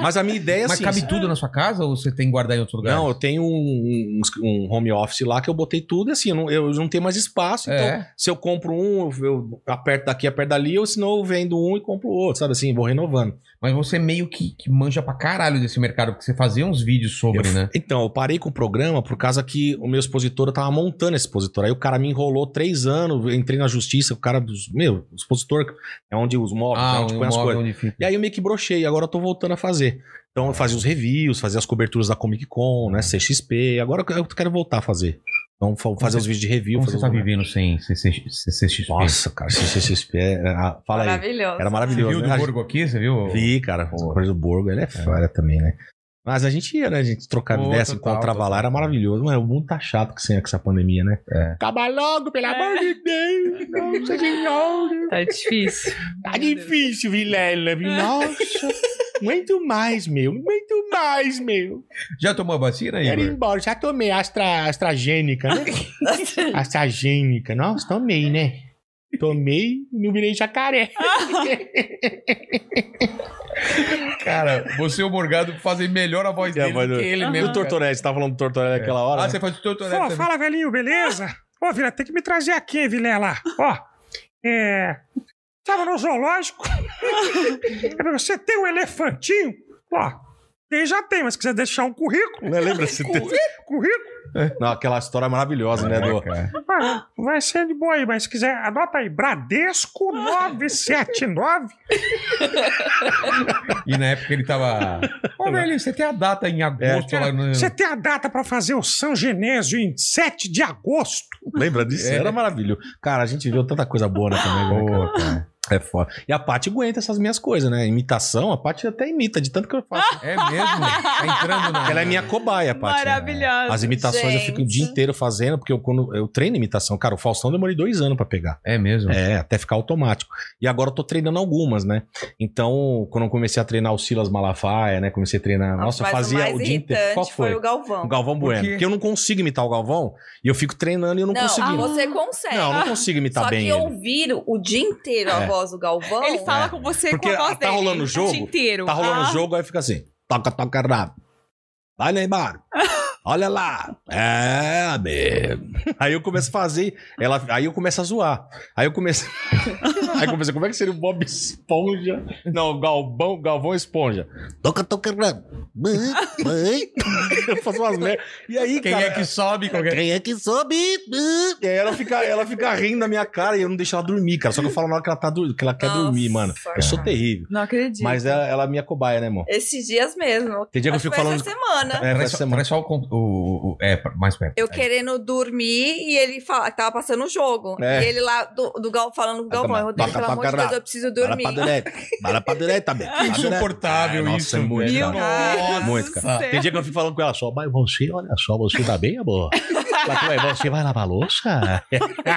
G: Mas a minha ideia é
C: Mas
G: assim.
C: cabe tudo na sua casa ou você tem que guardar em outro lugar?
G: Não, eu tenho um, um- um home office lá que eu botei tudo e assim, eu não, eu não tenho mais espaço. Então,
C: É.
G: se eu compro um, eu, eu aperto daqui, aperto dali, ou senão eu vendo um e compro outro, sabe assim, vou renovando.
C: Mas você meio que, que manja pra caralho desse mercado, porque você fazia uns vídeos sobre,
G: Eu-
C: né?
G: Então, eu parei com o programa por causa que o meu expositor, eu tava montando esse expositor. Aí o cara me enrolou três anos, eu entrei na justiça, o cara dos. Meu, o expositor é onde os móveis, é onde
C: um
G: põe as
C: imóvel
G: coisas.
C: onde fica.
G: E aí eu meio que brochei, agora eu tô voltando a fazer. Então eu fazia os reviews, fazia as coberturas da Comic Con, né, CXP, agora eu quero voltar a fazer. Vamos fa- fazer
C: você-
G: os vídeos de review.
C: Uhum. Como
G: fazer
C: você
G: os
C: tá
G: lugares.
C: vivendo sem CC CCXP?
G: Nossa, cara, CCXP era... é, Fala aí.
H: Maravilhoso.
G: Era
C: Você
G: maravilhoso.
C: viu
G: né?
C: do Borgo aqui? Você viu?
G: Vi, cara. Essa coisa do Borgo, ele é fera também, né? Mas a gente ia, né? A gente trocava
C: Pô,
G: ideia, se
C: total,
G: encontrava
C: total.
G: lá, era maravilhoso. Mano, o mundo tá chato que sem essa pandemia, né?
C: É.
G: Acaba logo, pelo amor de Deus! Não,
B: Tá difícil.
G: Tá difícil, Vilela. viu? Nossa. Muito mais, meu. Muito mais, meu.
C: Já tomou a vacina,
G: Quero ir
C: Igor?
G: embora. Já tomei astra, astragênica, né? astragênica. Nossa, tomei, né? Tomei e não virei jacaré.
C: Cara, você e o Morgado fazem melhor a voz dele do que ele mesmo.
G: o
C: cara.
G: Tortorelli, Né, você tava falando do Tortorelli naquela hora?
C: Ah,
G: né?
C: você faz o Tortorelli
M: Fala,
C: também.
M: fala, velhinho, beleza? Ô, Vila, tem que me trazer aqui, hein, Vilela? Ó, é. Tava no zoológico. Você tem um elefantinho? Ó, tem, já tem, mas se quiser deixar um currículo,
G: Né, Lembra? Você tem-
M: currículo
G: Não, aquela história maravilhosa, né? Do...
C: É. Cara.
M: ah, vai ser de boa aí, mas se quiser, anota aí, Bradesco 979.
C: E na época ele tava. Ô, velho, você tem a data em agosto lá no.
M: É. Você tem a data pra fazer o São Genésio em 7 de agosto.
G: Lembra disso?
C: É.
G: Era maravilhoso. Cara, a gente viu tanta coisa boa na comédia. né,
C: Pô, cara.
G: cara? É foda. E a Paty aguenta essas minhas coisas, né? Imitação, a Paty até imita, de tanto que eu faço.
C: É mesmo? Tá entrando na.
G: Ela é minha cobaia, Paty. né?
B: Maravilhosa.
G: As imitações eu fico o dia
H: gente.
G: inteiro fazendo, porque eu, quando eu treino imitação. Cara, o Faustão demorei dois anos pra pegar.
C: É mesmo?
G: É, até ficar automático. E agora eu tô treinando algumas, né? Então, quando eu comecei a treinar o Silas Malafaia, né? Comecei a treinar. Nossa, eu
H: mas
G: fazia
H: o mais
G: o dia
H: irritante
G: inteiro. Qual
H: foi?
G: foi?
H: o Galvão.
G: O Galvão Bueno.
C: quê?
G: Porque eu não consigo imitar o Galvão e eu fico treinando e eu não,
H: Não, ah,
G: consigo.
H: você consegue.
G: Não, eu não consigo imitar
H: Só
G: bem.
H: que
G: ele.
H: ouvir o dia inteiro a
G: É.
H: voz do Galvão.
B: Ele fala com você
G: Porque
B: com a voz
G: tá
B: dele.
G: rolando o jogo,
B: O dia inteiro.
G: Tá rolando o
B: Ah,
G: jogo, aí fica assim: toca, toca rápido. Vai, Neymar. Olha lá. É, amigo. Aí eu começo a fazer. Ela, aí eu começo a zoar. Aí eu começo. aí eu comecei, como é que seria o Bob Esponja? Não, Galvão, Galvão Esponja. né?
L: Toca, toca, rápido. mãe, mãe,
G: Eu faço umas merda. E aí,
C: Quem
G: cara.
C: é que sobe? Qualquer...
L: quem é que sobe? Mãe.
G: E aí ela fica, ela fica rindo da minha cara e eu não deixo ela dormir, cara. Só que eu falo na hora que ela, tá dur- que ela quer
H: Nossa,
G: dormir, mano. Eu sou
H: cara.
G: terrível.
B: Não acredito.
G: Mas ela, ela é minha cobaia, né, irmão?
H: Esses dias mesmo.
G: Tem dia que eu
H: Acho
G: fico
H: foi
G: falando.
H: Essa semana.
G: É,
C: Traz
G: faz
C: só,
G: semana.
C: traz só o, con- o, o- É, pra- mais perto.
H: Eu querendo dormir e ele fala, tava passando o jogo.
G: É.
H: E ele lá, do, do Gal, falando com o
G: Ah,
H: Galvão.
G: toma,
H: Rodrigo,
G: toca
H: pelo
G: pra
H: amor de
G: caralho.
H: Deus, eu preciso
G: Bala
H: dormir.
G: pra direita. Bala pra direita, amigo. Bala pra direita.
C: Insuportável
G: É, nossa,
C: isso.
G: é muito,
B: Meu
G: cara.
B: Deus
G: Muito, cara.
B: do céu.
G: Tem dia que eu fico falando com ela só, mas você, olha só, você tá bem, amor? Mas, ué, você vai lavar a louça?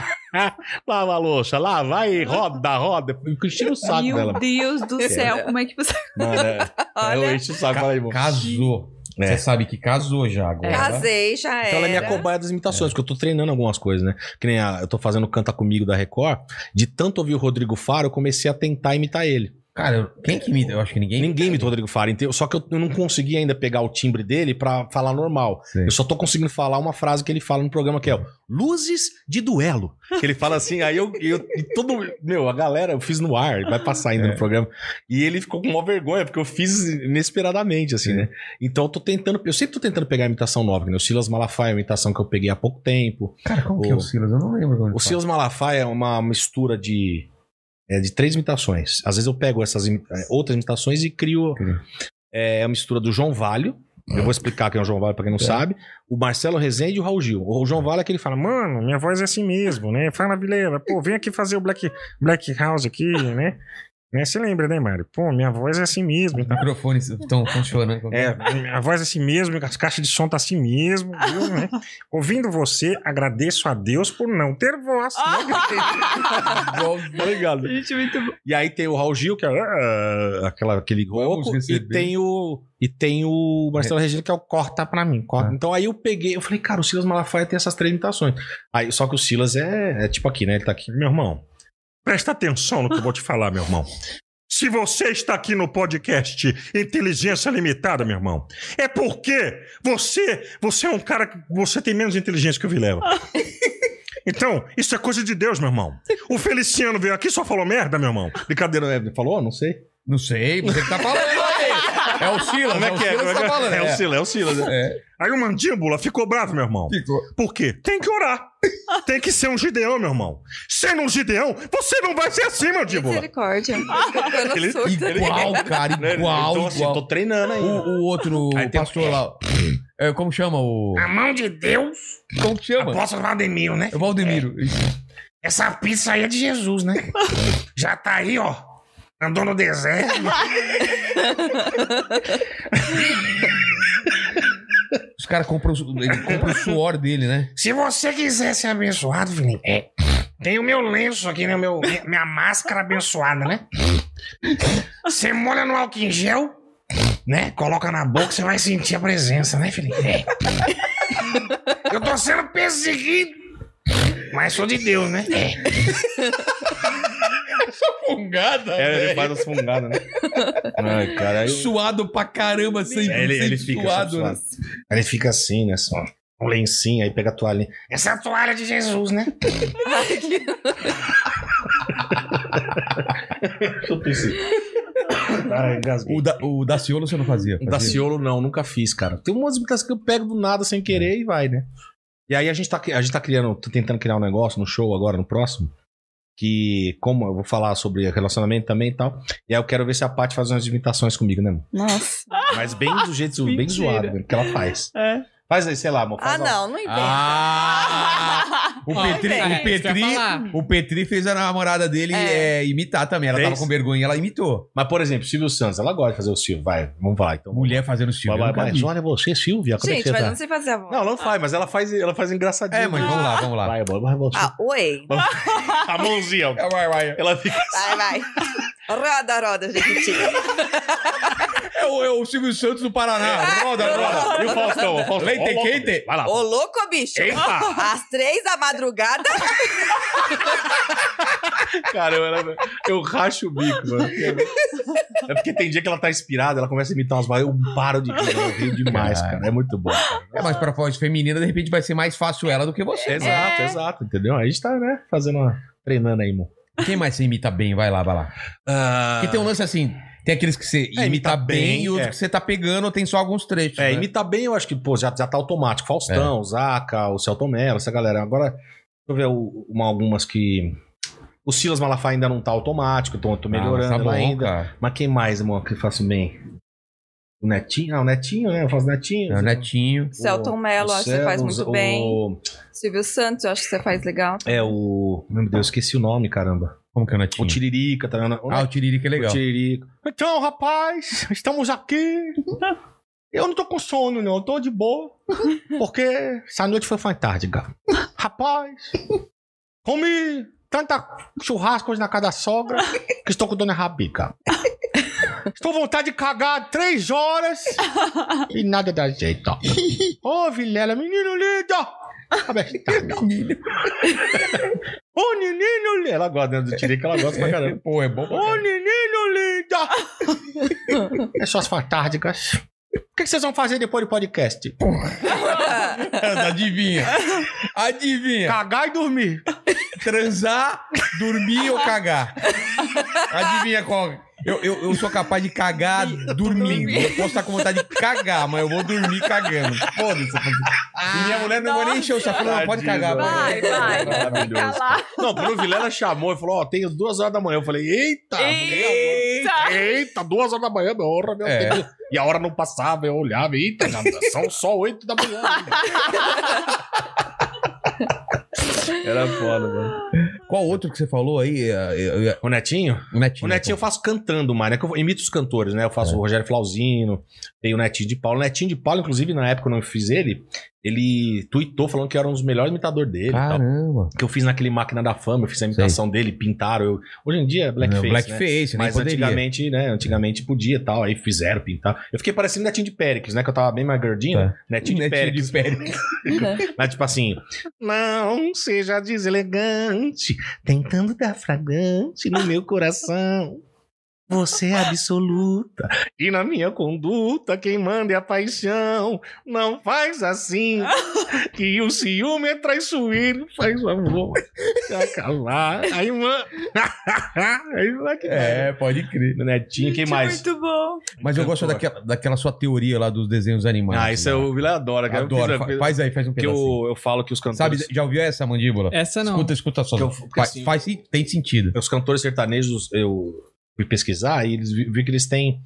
G: lava a louça, lava aí, roda, roda. Eu enchi o saco
B: Meu
G: dela.
B: Deus do céu, como é que você.
G: Mano, é, eu
H: Olha,
G: enchi o saco,
C: Ca-
G: fala aí, irmão.
C: Casou.
G: É.
C: Você sabe que casou já agora.
H: casei, já era.
G: Então ela é minha cobaia das imitações, porque eu tô treinando algumas coisas, né? Que nem a- eu tô fazendo Canta Comigo da Record. De tanto ouvir o Rodrigo Faro, eu comecei a tentar imitar ele.
C: Cara, eu- quem que imita? Eu acho que ninguém.
G: Ninguém imita o Rodrigo Faro inteiro, só que eu eu não consegui ainda pegar o timbre dele pra falar normal.
C: Sim.
G: Eu só tô conseguindo falar uma frase que ele fala no programa que é ó, Luzes de Duelo. Que ele fala assim, aí eu, eu e todo, meu, a galera, eu fiz no ar, vai passar
C: É.
G: ainda no programa. E ele ficou com uma vergonha, porque eu fiz inesperadamente,
C: É.
G: assim, né? Então eu tô tentando, eu sempre tô tentando pegar a imitação nova, né? O Silas Malafaia é uma imitação que eu peguei há pouco tempo.
C: Cara, como que é o Silas? Eu não lembro como ele
G: O
C: fala.
G: Silas Malafaia é uma mistura de é, de três imitações. Às vezes eu pego essas imi- é, outras imitações e crio
C: Crio.
G: é, a mistura do João Valho. Eu vou explicar quem é o João Valho pra quem não sabe. O Marcelo Rezende e o Raul Gil. O João Valho é aquele que fala, mano,
M: Mano, minha voz é assim mesmo, né? Fala, Vilela, pô, vem aqui fazer o Black, Black House aqui, né? Né, Você lembra, né, Mário? Pô, minha voz é assim mesmo.
C: Os microfones estão funcionando.
M: É, a voz é assim mesmo, as caixas de som tá assim mesmo, viu, né? Ouvindo você, agradeço a Deus por não ter voz.
G: tá ligado?
B: Gente, muito bom.
G: E aí tem o Raul Gil, que é ah, aquela, aquele rouco, e
C: receber.
G: tem o e tem o Marcelo Regina, que é o corta pra mim. corta.
C: Ah.
G: Então aí eu peguei, eu falei, cara, o Silas Malafaia tem essas três imitações. Aí, só que o Silas é, é tipo aqui, né? Ele tá aqui, meu irmão.
M: Presta atenção no que eu vou te falar, meu irmão. Se você está aqui no podcast Inteligência Limitada, meu irmão, é porque você, você é um cara que você tem menos inteligência que o Vilela. Então, isso é coisa de Deus, meu irmão. O Feliciano veio aqui e só falou merda, meu irmão.
G: Brincadeira, né? Ele falou? Não sei.
C: Não sei, você que tá falando aí. É o Silas,
G: Como é que
C: o
G: é?
C: Silas
G: Como
C: que
G: é
C: tá
G: que
C: falando.
G: é? É o Silas, é o Silas. né?
C: É.
M: Aí o Mandíbula ficou bravo, meu irmão.
C: Ficou.
M: Por quê? Tem que orar. Tem que ser um gideão, meu irmão. Sendo um gideão, você não vai ser assim, Mandíbula.
H: Misericórdia. Eu não
G: Ele-
H: sou, tá ligado?
C: Igual, cara,
G: Né?
C: igual,
G: então, assim,
C: igual.
G: tô treinando aí.
C: O, o outro
G: Aí tem-
C: pastor lá. É, como chama o.
N: A mão de Deus.
C: Como que chama?
N: Apóstolo Valdemiro, né?
C: É Valdemiro.
N: Essa pizza aí é de Jesus, né? Já tá aí, ó. Andou no deserto.
C: Os caras compram o- ele compra o suor dele, né?
N: Se você quiser ser abençoado, Felipe, é, tem o meu lenço aqui, né? o Meu, minha, minha máscara abençoada, né? Você molha no álcool em gel, né? Coloca na boca, você vai sentir a presença, né, Felipe? É. Eu tô sendo perseguido, mas sou de Deus, né? É.
C: Fungada.
G: É, ele faz as fungadas, né? Ai, cara.
C: Suado pra caramba, sempre.
G: É, ele, ele fica
C: suado. né?
G: suado. Aí ele fica assim, né? Só um lencinho, aí pega a toalha.
N: Essa é a toalha de Jesus, né?
C: o, da, o Daciolo você não fazia?
G: O
C: fazia?
G: Daciolo não, nunca fiz, cara. Tem umas imitações que eu pego do nada sem
C: É.
G: querer e vai, né? E aí a gente tá, cri- a gente tá criando, tô tentando criar um negócio no show agora, no próximo. Que, como eu vou falar sobre relacionamento também e tal. E aí eu quero ver se a Paty faz umas imitações comigo, né, mano?
H: Nossa.
G: Mas bem do jeito bem
H: Mentira.
G: zoado, mesmo, que ela faz.
H: É.
G: Faz aí, sei lá, amor.
H: Ah,
G: faz
H: não, não inventa.
C: O
H: Ó,
C: Petri,
H: é,
C: o,
H: isso que eu
C: Petri,
H: ia falar.
C: o Petri fez a namorada dele é, imitar também. Ela
G: Fez?
C: tava com vergonha, ela imitou.
G: Mas, por exemplo, Silvio Santos, ela gosta de fazer o Silvio, vai, vamos falar então.
C: Mulher fazendo Silvio.
G: Vai,
C: eu nunca
G: vai,
C: vi.
G: vai. Olha você, Silvia, como é que
H: Gente,
G: você
H: mas
G: tá?
H: eu não sei fazer a voz.
G: Não, ela não faz, mas ela faz, ela faz engraçadinho.
C: É, mas vamos lá, vamos lá.
G: Vai, vai, vai, vai.
H: Ah, oi.
G: A mãozinha. ó.
C: É, Vai, vai.
G: Ela fica
H: Vai, vai. Roda, roda, gente.
C: É o, é o Silvio Santos do Paraná. Roda, roda.
G: E o Faustão, o Faustão.
C: Leite
G: Ó, louco.
C: quente.
G: Vai lá.
H: Ô, louco, bicho.
G: Eita.
H: Às três da madrugada.
G: Cara, eu, era- eu racho o bico, mano. É porque tem dia que ela tá inspirada, ela começa a imitar umas vozes, eu paro de rir, eu rio demais, cara. É muito bom. cara.
C: É, mas pra voz feminina, de repente, vai ser mais fácil ela do que você. né?
G: Exato, exato, entendeu? Aí a gente tá, né, fazendo uma... treinando aí, Ah. irmão.
C: Quem mais você imita bem? Vai lá, vai lá. Porque tem um lance assim, tem aqueles que você É, imita, bem,
G: É, bem,
C: e outros
G: é.
C: que você tá pegando, tem só alguns trechos.
G: É,
C: né? É.
G: imitar bem, eu acho que, pô, já, já tá automático. Faustão, Zaca, o Celton Mello, essa galera. Agora, deixa eu ver o- uma- algumas que. O Silas Malafaia ainda não tá automático, tô, tô
C: Ah, mas
G: melhorando
C: tá bom,
G: lá ainda.
C: cara.
G: Mas quem mais, amor, que eu faço bem? O Netinho? Ah, o Netinho, né? Eu faço Netinho.
C: É, o Netinho.
H: Celton Mello, acho que você faz muito bem. Silvio Santos, eu acho que você faz legal.
G: É o. Meu Deus, esqueci o nome, caramba.
C: Como que é o Netinho?
G: O Tiririca, tá ligado?
C: Ah, o Tiririca é legal.
G: O Tiririca. Então, rapaz, estamos aqui. Eu não tô com sono, não. Eu tô de boa. Porque essa noite foi fantástica. Rapaz, comi tanta churrasco hoje na casa da sogra que estou com dona Rabica. Estou com vontade de cagar três horas e nada dá jeito. Ô, Vilela, menino lindo! Abestada. Ô, menino lindo! Ela gosta, né? Do Tiririca, ela gosta pra caramba.
C: Pô, é bom pra
G: Ô, menino lindo! Pessoas fantásticas. é O que que vocês vão fazer depois do podcast? tá
C: Adivinha. Adivinha.
G: Cagar e dormir.
C: Transar, dormir ou cagar? Adivinha qual? Eu, eu, eu sou capaz de cagar dormindo. Eu posso estar com vontade de cagar, mas eu vou dormir cagando. Foda-se. e minha mulher não vai nem encher o saco. Não, pode cagar.
G: Vai,
C: pô.
G: vai. É Maravilhoso. Não, quando o Vilela chamou e falou, ó, tem as duas horas da manhã. Eu falei, eita! Eita! Eita, duas horas da manhã, meu honra, meu
C: É.
G: Deus. E a hora não passava, eu olhava, eita, já são só oito da manhã. Era foda, mano.
C: Qual outro que você falou aí? É,
G: O Netinho?
C: O Netinho. É.
G: O Netinho eu faço cantando mais, né? Que eu imito os cantores, né? Eu faço o Rogério Flauzino, tem o Netinho de Paulo. O Netinho de Paulo, inclusive, na época quando eu fiz ele, ele tweetou falando que eu era um dos melhores imitadores dele. e tal.
C: Caramba.
G: Que eu fiz naquele Máquina da Fama, eu fiz a imitação dele, pintaram. eu- Hoje em dia é blackface.
C: Não, blackface,
G: né?
C: nem
G: Mas
C: poderia.
G: antigamente, né? Antigamente podia e tal. Aí fizeram pintar. Eu fiquei parecendo Netinho de Péricles, né? Que eu tava bem mais gordinho.
C: Tá.
G: Netinho, de
C: Netinho
G: Péricles.
C: de Péricles.
G: Mas tipo assim,
N: Não seja deselegante, tentando dar fragante no meu coração. Você é absoluta.
J: Tá.
G: E na minha conduta, quem manda é a paixão. Não faz assim. que o ciúme é traiçoeiro. Faz o amor. Se
C: Tá
G: acabar. Aí, mano. Aí, lá que
C: É, pode crer. é
G: Netinho, quem mais?
H: Muito bom.
C: Mas eu gosto daquela, daquela sua teoria lá dos desenhos animais.
G: Ah, isso é o Vila adora, cara. Eu
C: Adoro.
G: fiz a-
C: Fa- Faz aí, faz um
G: Que
C: pedacinho.
G: eu, eu falo que os
C: Sabe,
G: cantores.
C: já ouviu essa mandíbula?
D: Essa não.
C: Escuta, escuta só.
G: Que eu- que
C: faz,
G: assim-
C: faz sim- tem sentido.
G: os cantores sertanejos, eu fui pesquisar e eles vi, vi que eles têm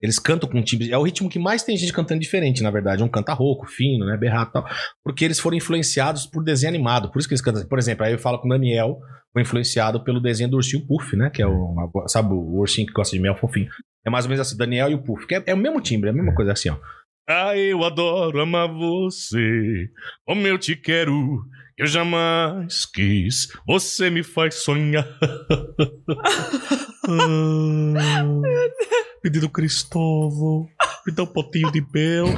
G: Eles cantam com timbres. É o ritmo que mais tem gente cantando diferente, na verdade. Um canta rouco, fino, né? Berrato e tal. Porque eles foram influenciados por desenho animado. Por isso que eles cantam. assim. Por exemplo, aí eu falo com o Daniel, foi influenciado pelo desenho do ursinho Puff, né? Que é o. Sabe, o ursinho que gosta de mel fofinho. É mais ou menos assim, Daniel e o Puff. Que é, é o mesmo timbre, é a mesma coisa assim, ó.
J: Ah, eu adoro amar você. Como eu te quero, eu jamais quis. Você me faz sonhar. ah, pedido Cristóvão, me dá um potinho de mel.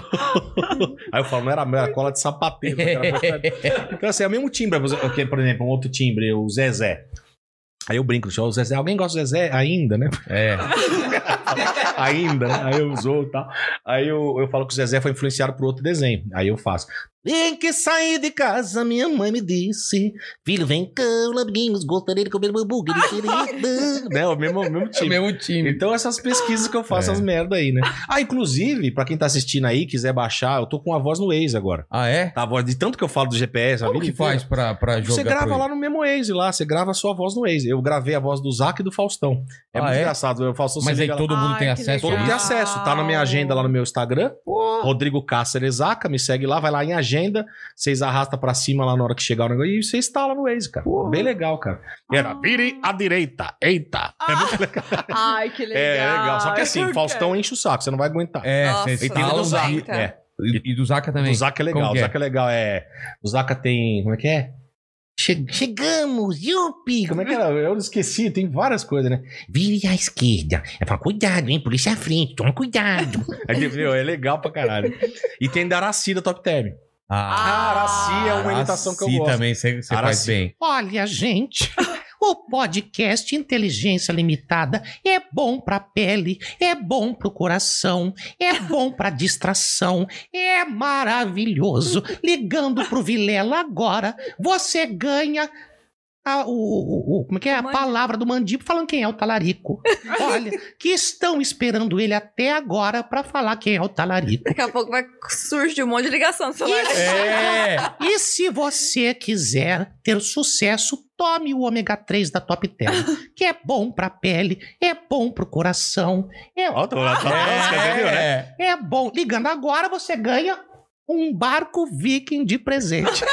G: Aí eu falo, não era mel, era cola de sapateiro. né, que era pra- então, assim, é o mesmo timbre. Porque, por exemplo, um outro timbre, o Zezé. Aí eu brinco no show, o Zezé. Alguém gosta do Zezé ainda, né? É. ainda, né? Aí eu usou e tal. Aí eu, eu falo que o Zezé foi influenciado por outro desenho. Aí eu faço.
L: Tem que sair de casa, minha mãe me disse. Filho, vem cá, labrinhos, gostaria de comer meu hambúrguer. querida."
G: né? O mesmo, o mesmo time. Então, essas pesquisas que eu faço, as merda aí, né? Ah, inclusive, pra quem tá assistindo aí, quiser baixar, eu tô com a voz no Waze agora.
C: Ah, é?
G: Tá a voz de tanto que eu falo do GPS. Como
C: que faz pra, pra jogar?
G: Você grava
C: pro-
G: lá no mesmo Waze, lá. Você grava a sua voz no Waze. Eu gravei a voz do Zac e do Faustão. É
C: Ah,
G: muito
C: é?
G: engraçado. O Faustão
C: Mas
G: se
C: aí
G: liga lá.
C: todo mundo Ai, tem que acesso a
G: Todo mundo tem
C: isso?
G: acesso. Tá na minha agenda lá no meu Instagram. Rodrigo Cáceres Zaca, me segue lá, vai lá em agenda. Vocês arrasta pra cima lá na hora que chegar o negócio. E você instala no Waze, cara. Bem legal, cara. Era, vire à direita. Eita.
C: Ah.
G: É muito legal.
B: Ai, que legal.
G: É, legal. Só que assim,
B: Eu
G: Faustão enche o saco, você não vai aguentar.
C: É,
B: Nossa,
C: você
G: E tem o
C: instala
G: do
C: o
G: Zaca.
C: Zaca.
G: É.
C: E, e do Zaca também.
G: O Zaca é legal.
C: Como
G: O
C: que é?
G: Zaca é legal. É. O Zaca tem. Como é que é? Che- Chegamos, yupi! Como é que era? Eu esqueci, tem várias coisas, né? Vire à esquerda. É pra cuidado, hein? Polícia à frente, toma cuidado. É, que, meu, é legal pra caralho. E tem da Araci da Top Term.
C: Ah,
G: Araci é uma imitação que eu
C: Araci
G: gosto.
C: também, você você faz
G: Araci.
C: bem.
L: Olha, gente, o podcast Inteligência Limitada é bom pra pele, é bom pro coração, é bom pra distração, é maravilhoso. Ligando pro Vilela agora, você ganha a, o, o- o- como é que é? a palavra do Mandipo falando quem é o talarico. Olha, que estão esperando ele até agora pra falar quem é o talarico.
H: Daqui a pouco vai surge um monte de ligação no celular.
G: É.
L: É. E se você quiser ter sucesso, tome o ômega 3 da Top Term, que é bom pra pele, é bom pro coração. É,
C: né?
L: é bom. Ligando agora, você ganha um barco viking de presente.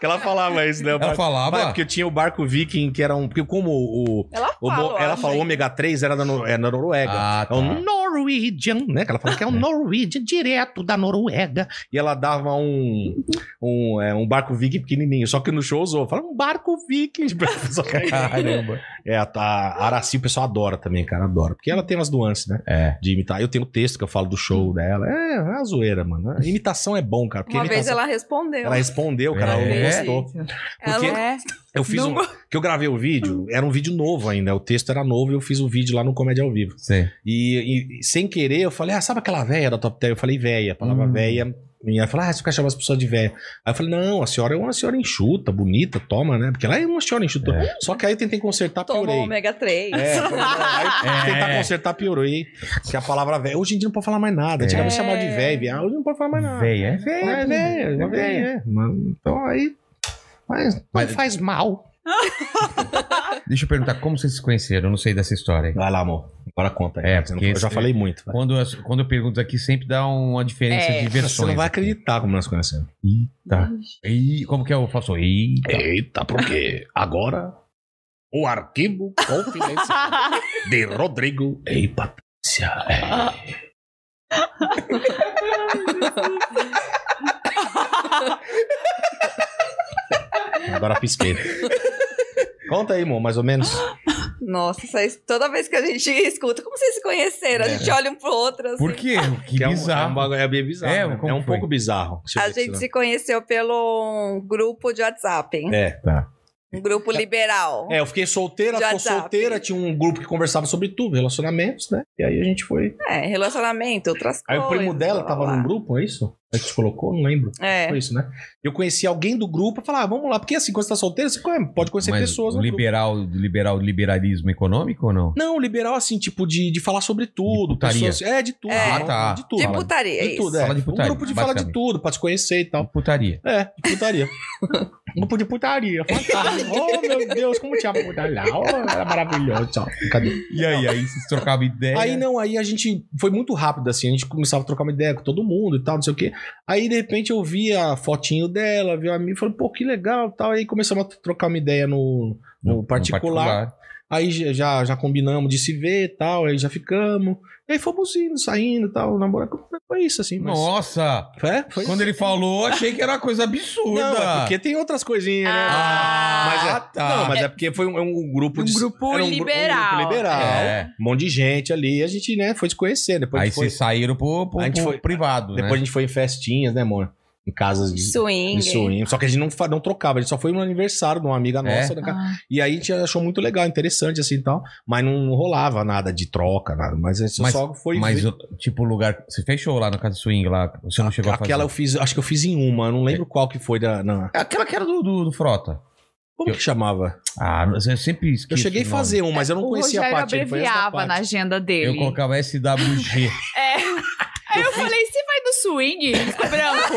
G: Que ela falava isso, né? Ela
C: falava?
G: porque tinha o barco viking, que era um. Porque como o. o-
L: Ela
G: o,
L: fala, eu
G: ela
L: acho,
G: falou
L: hein?
G: ômega 3 era da, no- é da Noruega. Ah,
C: tá.
L: Norwegian, né? Que ela fala que é um Norwegian direto da Noruega.
G: E ela dava um, um, é, um barco viking pequenininho. Só que no show usou. Fala um barco viking. Só que-
C: Caramba.
G: É, a, a Araci o pessoal adora também, cara. Adora. Porque ela tem umas doenças, né? É. De imitar. Eu tenho o texto que eu falo do show dela. É, é uma zoeira, mano. Imitação é bom, cara. porque
H: Uma vez
G: imitação-
H: ela respondeu.
G: Ela respondeu, cara.
H: É.
G: Ela não gostou. Porque
H: Ela é.
G: eu fiz
H: Não
G: um.
H: go-
G: Que eu gravei o vídeo, era um vídeo novo ainda. O texto era novo e eu fiz o vídeo lá no Comédia ao Vivo.
C: Sim.
G: E, e sem querer, eu falei, ah, sabe aquela véia da Top 10? Eu falei, véia, a palavra
C: Hum.
G: véia. E ela falou, ah, você fica chamando as pessoas de véia. Aí eu falei, não, a senhora é uma senhora enxuta, bonita, toma, né? Porque ela é uma senhora enxuta. Só que aí eu tentei consertar,
H: Tomou
G: piorei.
H: um, ômega 3.
G: É, tá foi-
C: É.
G: Tentar consertar piorei. Que a palavra véia. Hoje em dia não pode falar mais nada. Antigamente
H: É.
G: chamava de véia, viado. Hoje não pode falar mais nada.
C: Véia, é
G: véia. É véia, é véia. Então aí. Mas,
L: Não faz mal.
C: Deixa eu perguntar como vocês se conheceram. Eu não sei dessa história.
G: Vai lá, amor. Agora conta aí.
C: É,
G: Você não-
C: porque
G: eu já
C: esse-
G: falei muito. vai.
C: Quando, as- quando eu pergunto aqui, sempre dá um, uma diferença
G: É.
C: de versões.
G: Você não vai acreditar como nós conhecemos.
C: Eita. E como que é o faço? Eita.
J: Eita, porque agora o arquivo confidencial de Rodrigo e Patrícia.
C: é.
G: Agora pisquei. Conta aí, amor, mais ou menos.
H: Nossa, isso aí, toda vez que a gente escuta, como vocês se conheceram? A gente olha um pro outro. Assim.
C: Por quê? Que,
G: é um-
C: bizarro.
G: é um bagulho- é bem bizarro,
C: É,
G: né?
C: como
G: É um
C: foi?
G: pouco bizarro. tipo Deixa eu
H: A
G: ver se
H: gente
G: eu-
H: se conheceu pelo um grupo de WhatsApp, hein?
G: É, tá.
H: Um grupo liberal.
G: É, eu fiquei solteira,
H: De
G: ficou
H: WhatsApp.
G: solteira, tinha um grupo que conversava sobre tudo, relacionamentos, né? E aí a gente foi.
H: É, relacionamento, outras
G: Aí
H: coisas.
G: o primo dela
H: blá,
G: tava
H: blá, blá.
G: num grupo, é isso? A gente colocou, não lembro.
H: É.
G: Foi isso, né? Eu conheci alguém do grupo e falei, ah, vamos lá, porque assim, quando você tá solteira, você conhe- pode conhecer
C: Mas
G: pessoas.
C: o
G: no grupo.
C: liberal, liberal, liberalismo econômico ou não?
G: Não, liberal assim, tipo de, de falar sobre tudo.
C: putaria.
G: pessoas- é, de tudo.
C: É.
G: de tudo,
C: Ah, tá.
G: De tudo.
C: De
H: putaria,
G: De
H: é
G: tudo,
H: isso.
G: é.
C: Fala de putaria,
G: um grupo de falar de
C: basicamente.
G: tudo, pra se conhecer e tal.
C: Putaria.
G: É, de putaria.
L: Grupo de putaria. Fantástico. oh, meu Deus, como tinha putaria. Oh, era maravilhoso. Tchau. Cadê?
C: E aí, aí vocês trocavam ideia.
G: Aí não, aí a gente foi muito rápido assim, a gente começava a trocar uma ideia com todo mundo e tal, não sei o quê. Aí de repente eu vi a fotinho dela, viu a minha, falei, pô, que legal, tal. Aí começamos a trocar uma ideia no, no, particular.
C: particular.
G: Aí já- já já combinamos de se ver e tal, aí já ficamos. Aí fomos indo, saindo e tal, namorando. Foi isso assim, mas
C: Nossa!
G: É, foi
C: Quando ele falou, achei que era uma coisa absurda.
G: Não, é porque tem outras coisinhas, né? Ah, mas é,
C: tá.
G: Não, mas é porque foi um, é um grupo de.
B: grupo
G: era gru-
B: liberal.
G: liberal.
C: É.
G: Um monte de gente ali. E a gente, né, foi se conhecer. Depois
C: Aí
G: foi,
C: vocês saíram pro, pro-
G: A gente
C: pro
G: foi-
C: privado,
G: depois a
C: né?
G: gente foi em festinhas, né, amor? Em casas de.
H: Swing.
G: de swing. Só que a gente não, fa- não trocava, a gente só foi no aniversário de uma amiga
C: É?
G: nossa. da ca-
B: Ah.
G: E aí a gente achou muito legal, interessante assim e tal. Mas não, não rolava nada de troca, nada. Mas a gente
C: Mas-
G: só foi.
C: Mas,
G: ver.
C: tipo, o lugar... Você fechou lá no Casa Swing, lá. Você não chegou
G: Aquela
C: a
G: eu
C: fazer. É.
G: fiz, acho que eu fiz em uma, eu não lembro qual que foi da. na-
C: Aquela que era do, do, do Frota.
G: Como que chamava?
C: Ah, mas eu sempre esqueço
G: Eu cheguei a
C: o nome.
G: fazer um, mas eu não
B: o
G: conhecia a
B: Rogério
G: parte. ele foi essa
B: abreviava
G: parte.
B: na agenda
C: Eu
B: dele.
C: colocava SWG.
B: É. Aí eu falei, você vai no swing? Ele Ficou branco.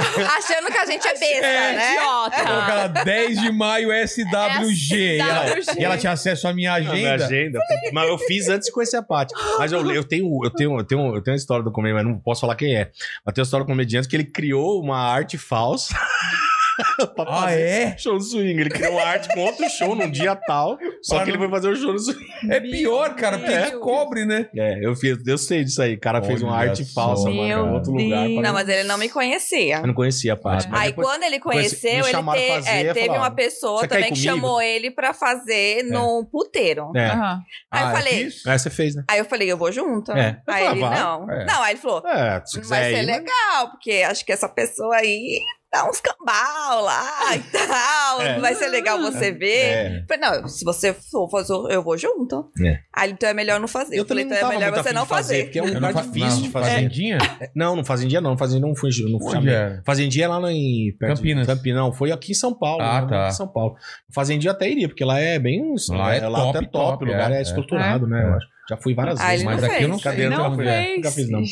H: Achando que a gente é besta, né?
C: Eu
B: Idiota.
C: colocava 10 de maio
H: É assim,
G: É
C: SWG. E ela,
B: SWG.
C: e ela tinha acesso à minha
G: Não, minha
C: agenda.
G: agenda. Mas eu fiz antes de conhecer a Paty. Mas eu, eu, tenho, eu, tenho, eu, tenho, eu tenho uma história do comediante, mas não posso falar quem é. Mas tem uma história do comediante que ele criou uma arte falsa. pra
C: Ah,
G: fazer
C: é?
G: Show no swing. Ele criou uma arte com outro show num dia tal. Só que ele foi fazer o show no swing.
C: É pior, cara, porque
B: Meu
C: ele cobre, né?
G: É, eu, fiz, eu sei disso aí. O cara fez uma
C: Olha
G: arte
C: só,
G: falsa, mano,
B: Meu
G: em outro lugar.
B: Deus.
G: Pra...
H: Não, mas ele não me conhecia.
G: Eu não conhecia a Paty. mas
H: Aí
G: depois-
H: quando ele
G: conheci- me
H: conheceu, ele
G: chamaram
H: te-
G: pra fazer,
H: é,
G: eu
H: teve
G: falava,
H: uma pessoa
G: "Você quer ir
H: também que
G: comigo?"
H: chamou ele pra fazer num puteiro.
G: É.
B: Aham.
H: Aí
C: Ah,
H: eu falei,
C: fiz?
G: Aí você fez, né?
H: aí eu falei, eu vou junto.
G: É.
H: Aí
G: Eu
H: ele,
G: falava,
H: não.
C: é.
H: Não, aí ele falou,
G: É, se quiser
H: vai ser
G: ir, mas-
H: legal, porque acho que essa pessoa aí dá uns cambal lá e tal.
G: É.
H: Vai ser legal você ver.
G: É.
H: Eu Falei, não, se você for fazer, eu vou junto.
G: É.
H: Aí ele, então é melhor não fazer. Eu, falei, então é melhor
G: muito
H: você
G: afim
H: não
G: de fazer,
H: fazer.
G: porque é um
C: Eu não
G: lugar
C: fa-
G: difícil
C: não,
G: de fazer. É.
C: Fazendinha?
G: Não, não Fazendinha não. Fazendinha não foi. Não foi
C: Onde é?
G: Fazendinha é lá na- em perto de
C: Campinas.
G: Campinas. Não, foi aqui em São Paulo.
C: Ah,
G: né?
C: tá.
G: Em São Paulo. Fazendinha até iria, porque lá é bem.
C: Lá é top,
G: até
C: top,
G: O lugar
C: é,
G: é,
C: é.
G: estruturado, né? Eu acho. Já fui várias
H: Ah,
G: vezes.
H: ele
G: mas-
C: Mas
H: não
C: aqui eu não
H: fez.
C: sei.
G: Cadê?
C: então,
B: Não
C: né?
B: fez.
G: Nunca fiz, não.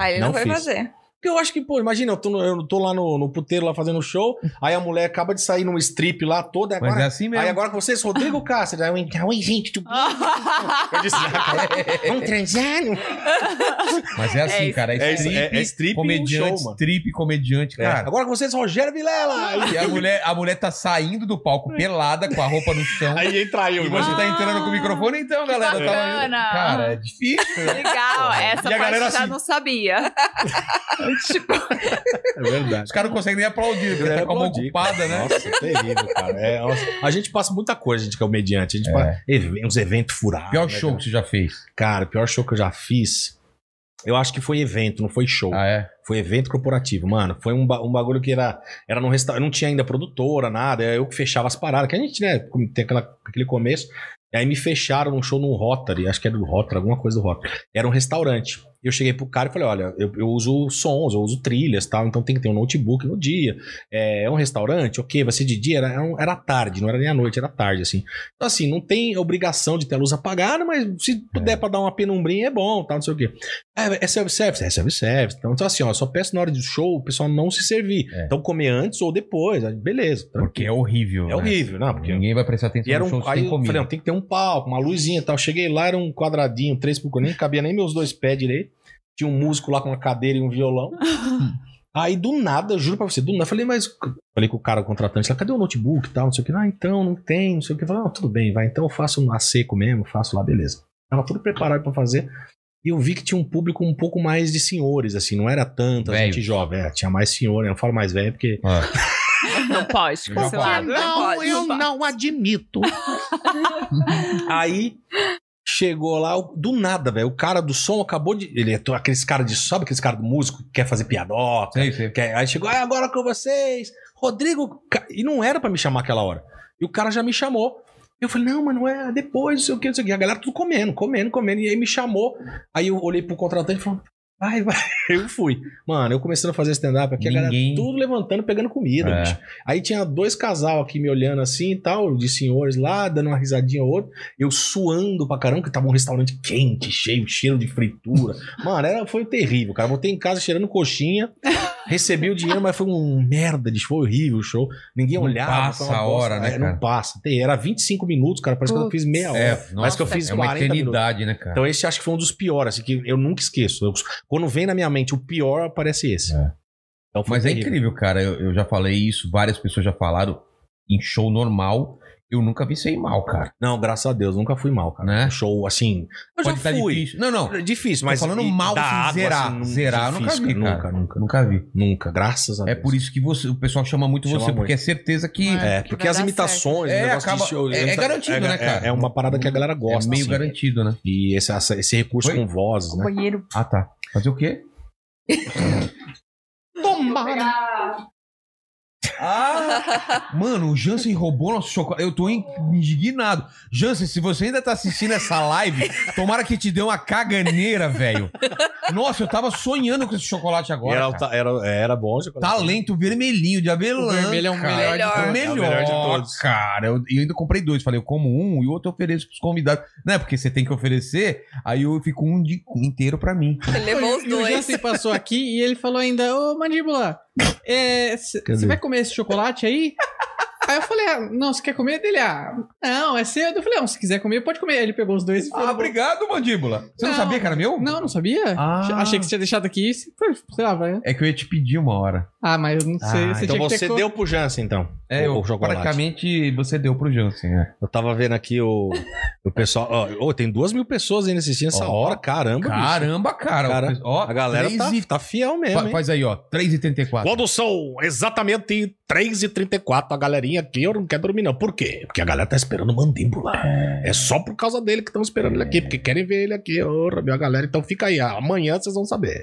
H: Aí ele
G: Não
H: não, foi
G: fiz.
H: fazer.
G: Porque eu acho que, pô, imagina, eu tô, no- eu tô lá no, no puteiro lá fazendo show, aí a mulher acaba de sair num strip lá toda.
C: Mas é
G: Agora,
C: assim mesmo.
G: aí agora com vocês, Rodrigo Cáceres. Aí eu, então, oi, gente, tudo bem?
B: Ah,
G: Eu disse,
N: Vamos transar? não?
C: Mas é assim,
B: isso.
C: cara. É,
G: é, isso,
C: strip,
G: é, é strip e um
C: comediante,
G: show, mano.
C: strip, comediante,
G: É.
C: cara.
G: Agora com vocês, Rogério Vilela.
C: E a mulher, a mulher tá saindo do palco pelada, com a roupa no chão.
G: Aí entra eu, né?
C: E
G: imagina.
C: você tá entrando com o microfone, então, galera. eu tava-
B: bacana.
C: Cara, é difícil. né?
B: Ah. Legal, essa
C: E a
B: parte
C: galera
B: eu já
C: assim-
B: não sabia. tipo,
G: É verdade.
C: Os caras não conseguem nem aplaudir, porque tá com a mão
G: Aplaudir,
C: ocupada,
G: cara.
C: né?
G: Nossa, é terrível, cara. É, nossa. A gente passa muita coisa, a gente que é comediante. A gente
C: É.
G: passa even- uns eventos furados.
C: Pior
G: né,
C: show que você já fez.
G: Cara? Cara, pior show que eu já fiz. Eu acho que foi evento, não foi show.
C: Ah, é?
G: Foi evento corporativo, mano. Foi um, ba- um bagulho que era, era num restaurante. Não tinha ainda produtora, nada. era Eu que fechava as paradas. Que a gente, né, como tem aquela- aquele começo. E aí me fecharam num show no Rotary. Acho que era do Rotary, alguma coisa do Rotary. Era um restaurante. Eu cheguei pro cara e falei: olha, eu, eu uso sons, eu uso trilhas tal. Então tem que ter um notebook no dia. É, é um restaurante, ok, vai ser de dia. Era, era, um- era tarde, não era nem à noite, era tarde, assim. Então, assim, não tem obrigação de ter a luz apagada, mas se puder pra dar uma penumbrinha é bom, tal, não sei o quê. É, é self-service, é self-service. Então, então, assim, ó, eu só peço na hora do show o pessoal não se servir.
C: É.
G: Então, comer antes ou depois, aí beleza.
C: Porque é horrível.
G: É
C: né?
G: horrível, não, porque...
C: Ninguém vai prestar atenção
G: E era
C: no
G: um,
C: show se
G: aí
C: tem
G: eu falei,
C: comida.
G: não, tem que ter um palco, uma luzinha e tal. Cheguei lá, era um quadradinho, três por nem cabia nem meus dois pés direito. Tinha um músico lá com uma cadeira e um violão. aí do nada, juro pra você, do nada, eu falei, mas. Falei com o cara, o contratante lá, cadê o notebook e tal? Não sei o que. Ah, então, não tem, não sei o que. Eu falei, não, tudo bem, vai, então eu faço um a seco mesmo, faço lá, beleza. Tava tudo preparado pra fazer. E eu vi que tinha um público um pouco mais de senhores, assim, não era tanta
C: Velho.
G: gente jovem, é, tinha mais senhor, né? eu não falo mais velho porque
C: Ah,
B: não pode,
C: Eu já
B: cancelado.
L: Não,
B: pode,
L: eu
B: pode.
L: não admito.
G: Aí chegou lá, o- do nada, velho. O cara do som acabou de. Ele é to- aqueles cara de. Sabe aqueles cara do músico que quer fazer piadoca?
C: sei, sei.
G: Quer, aí chegou, ah, agora com vocês, Rodrigo. Ca-" E não era pra me chamar aquela hora. E o cara já me chamou. Eu falei, não, mas não é depois, não sei o que, não sei o que. A galera tudo comendo, comendo, comendo. E aí me chamou. Aí eu olhei pro contratante e falei, vai, vai. Eu fui. Mano, eu começando a fazer stand-up aqui, a
C: Ninguém-
G: galera tudo levantando, pegando comida,
C: É.
G: bicho. Aí tinha dois casal aqui me olhando assim e tal, de senhores lá, dando uma risadinha ou outra. Eu suando pra caramba, que tava um restaurante quente, cheio, cheiro de fritura. Mano, era, foi terrível, cara. Voltei em casa cheirando coxinha. Recebi o dinheiro, mas foi um merda, disso, foi horrível o show. Ninguém
C: Não
G: olhava.
C: passa
G: foi uma
C: a
G: bosta.
C: hora, né,
G: É,
C: cara?
G: Não passa. Tem- Era 25 minutos, cara. Parece que eu
C: Putz.
G: fiz meia hora.
C: É,
G: parece
C: nossa,
G: que eu fiz
C: é uma
G: 40 minutos.
C: eternidade, né, cara?
G: Então esse acho que foi um dos piores, assim, que eu nunca esqueço. Eu- quando vem na minha mente o pior, aparece esse.
C: É.
G: Então foi
C: Mas é
G: terrível.
C: incrível, cara. Eu, eu já falei isso, várias pessoas já falaram em show normal. Eu nunca vi ser mal, cara. Né?
G: Não, graças a Deus, nunca fui mal, cara. Um Show assim. Eu
C: Pode
G: já
C: tá
G: fui.
C: difícil. Não, não.
G: É
C: Tô
G: difícil, mas.
C: falando
G: e-
C: mal,
G: da
C: assim,
G: água,
C: zerar,
G: não- é
C: zerar, eu nunca
G: difícil,
C: vi, cara.
G: Nunca, nunca.
C: Nunca vi.
G: Nunca, graças a
C: É por isso que você- o pessoal chama muito
G: Chama
C: você,
G: muito.
C: porque é certeza que.
G: É, porque as imitações, o
C: é,
G: negócio de
C: acaba-
G: show-
C: é, é garantido,
G: é-
C: né, cara?
G: É, é uma parada que a galera gosta. assim.
C: É meio
G: garantido,
C: né?
G: E esse, essa- esse recurso
C: Oi?
G: com vozes, né?
B: Banheiro.
C: Ah, tá. Fazer o quê?
L: Tomara.
G: Ah!
C: Mano, o Jansen roubou nosso chocolate. Eu tô in- indignado. Jansen, se você ainda tá assistindo essa live, tomara que te dê uma caganeira, velho. Nossa, eu tava sonhando com esse chocolate agora.
G: era,
C: cara.
G: era, era bom.
C: Talento Tá vermelhinho de avelã.
D: O vermelho é o
C: cara.
D: melhor de todos.
C: É o melhor,
D: É o melhor de todos.
C: Cara, eu, e eu ainda comprei dois. Falei, eu como um e o outro eu ofereço pros convidados. Não é porque você tem que oferecer, aí eu fico um de- inteiro pra mim.
H: Ele levou os
D: E o
H: dois.
D: Jansen passou aqui e ele falou ainda, ô mandíbula, é, você
C: Cadê?
D: vai comer esse chocolate aí? Aí eu falei, ah, não, você quer comer? Dele, ah, não, é cedo. Eu falei, não, se quiser comer, pode comer. Aí Ele pegou os dois e falou.
C: Ah, obrigado, mandíbula. Você não, sabia que era meu?
D: Não, não sabia.
C: Ah.
D: Achei que você tinha deixado aqui, sei lá, vai.
C: É que eu ia te pedir uma hora.
D: Ah, mas eu não sei.
G: Ah,
D: você
G: então
D: tinha que ter
G: você
D: co-
G: deu pro Jansen, então.
C: É,
G: o,
C: eu,
G: o chocolate.
C: praticamente você deu pro Jansen, é.
G: Eu tava vendo aqui o, o pessoal. Ó, ô, tem duas mil pessoas ainda assistindo essa
C: Ó.
G: hora. Caramba, bicho.
C: Caramba, cara.
G: Cara,
C: Ó,
G: a galera
C: três
G: tá,
C: e-
G: tá fiel mesmo.
C: Fa-
G: hein?
C: Faz aí, ó. 3,34.
J: Quando são exatamente 3h34, a galerinha aqui, eu não quero dormir, não. Por quê? Porque a galera tá esperando o mandíbula. É só por causa dele que estão esperando ele aqui, porque querem ver ele aqui. Ô, minha galera, então fica aí. Amanhã vocês vão saber.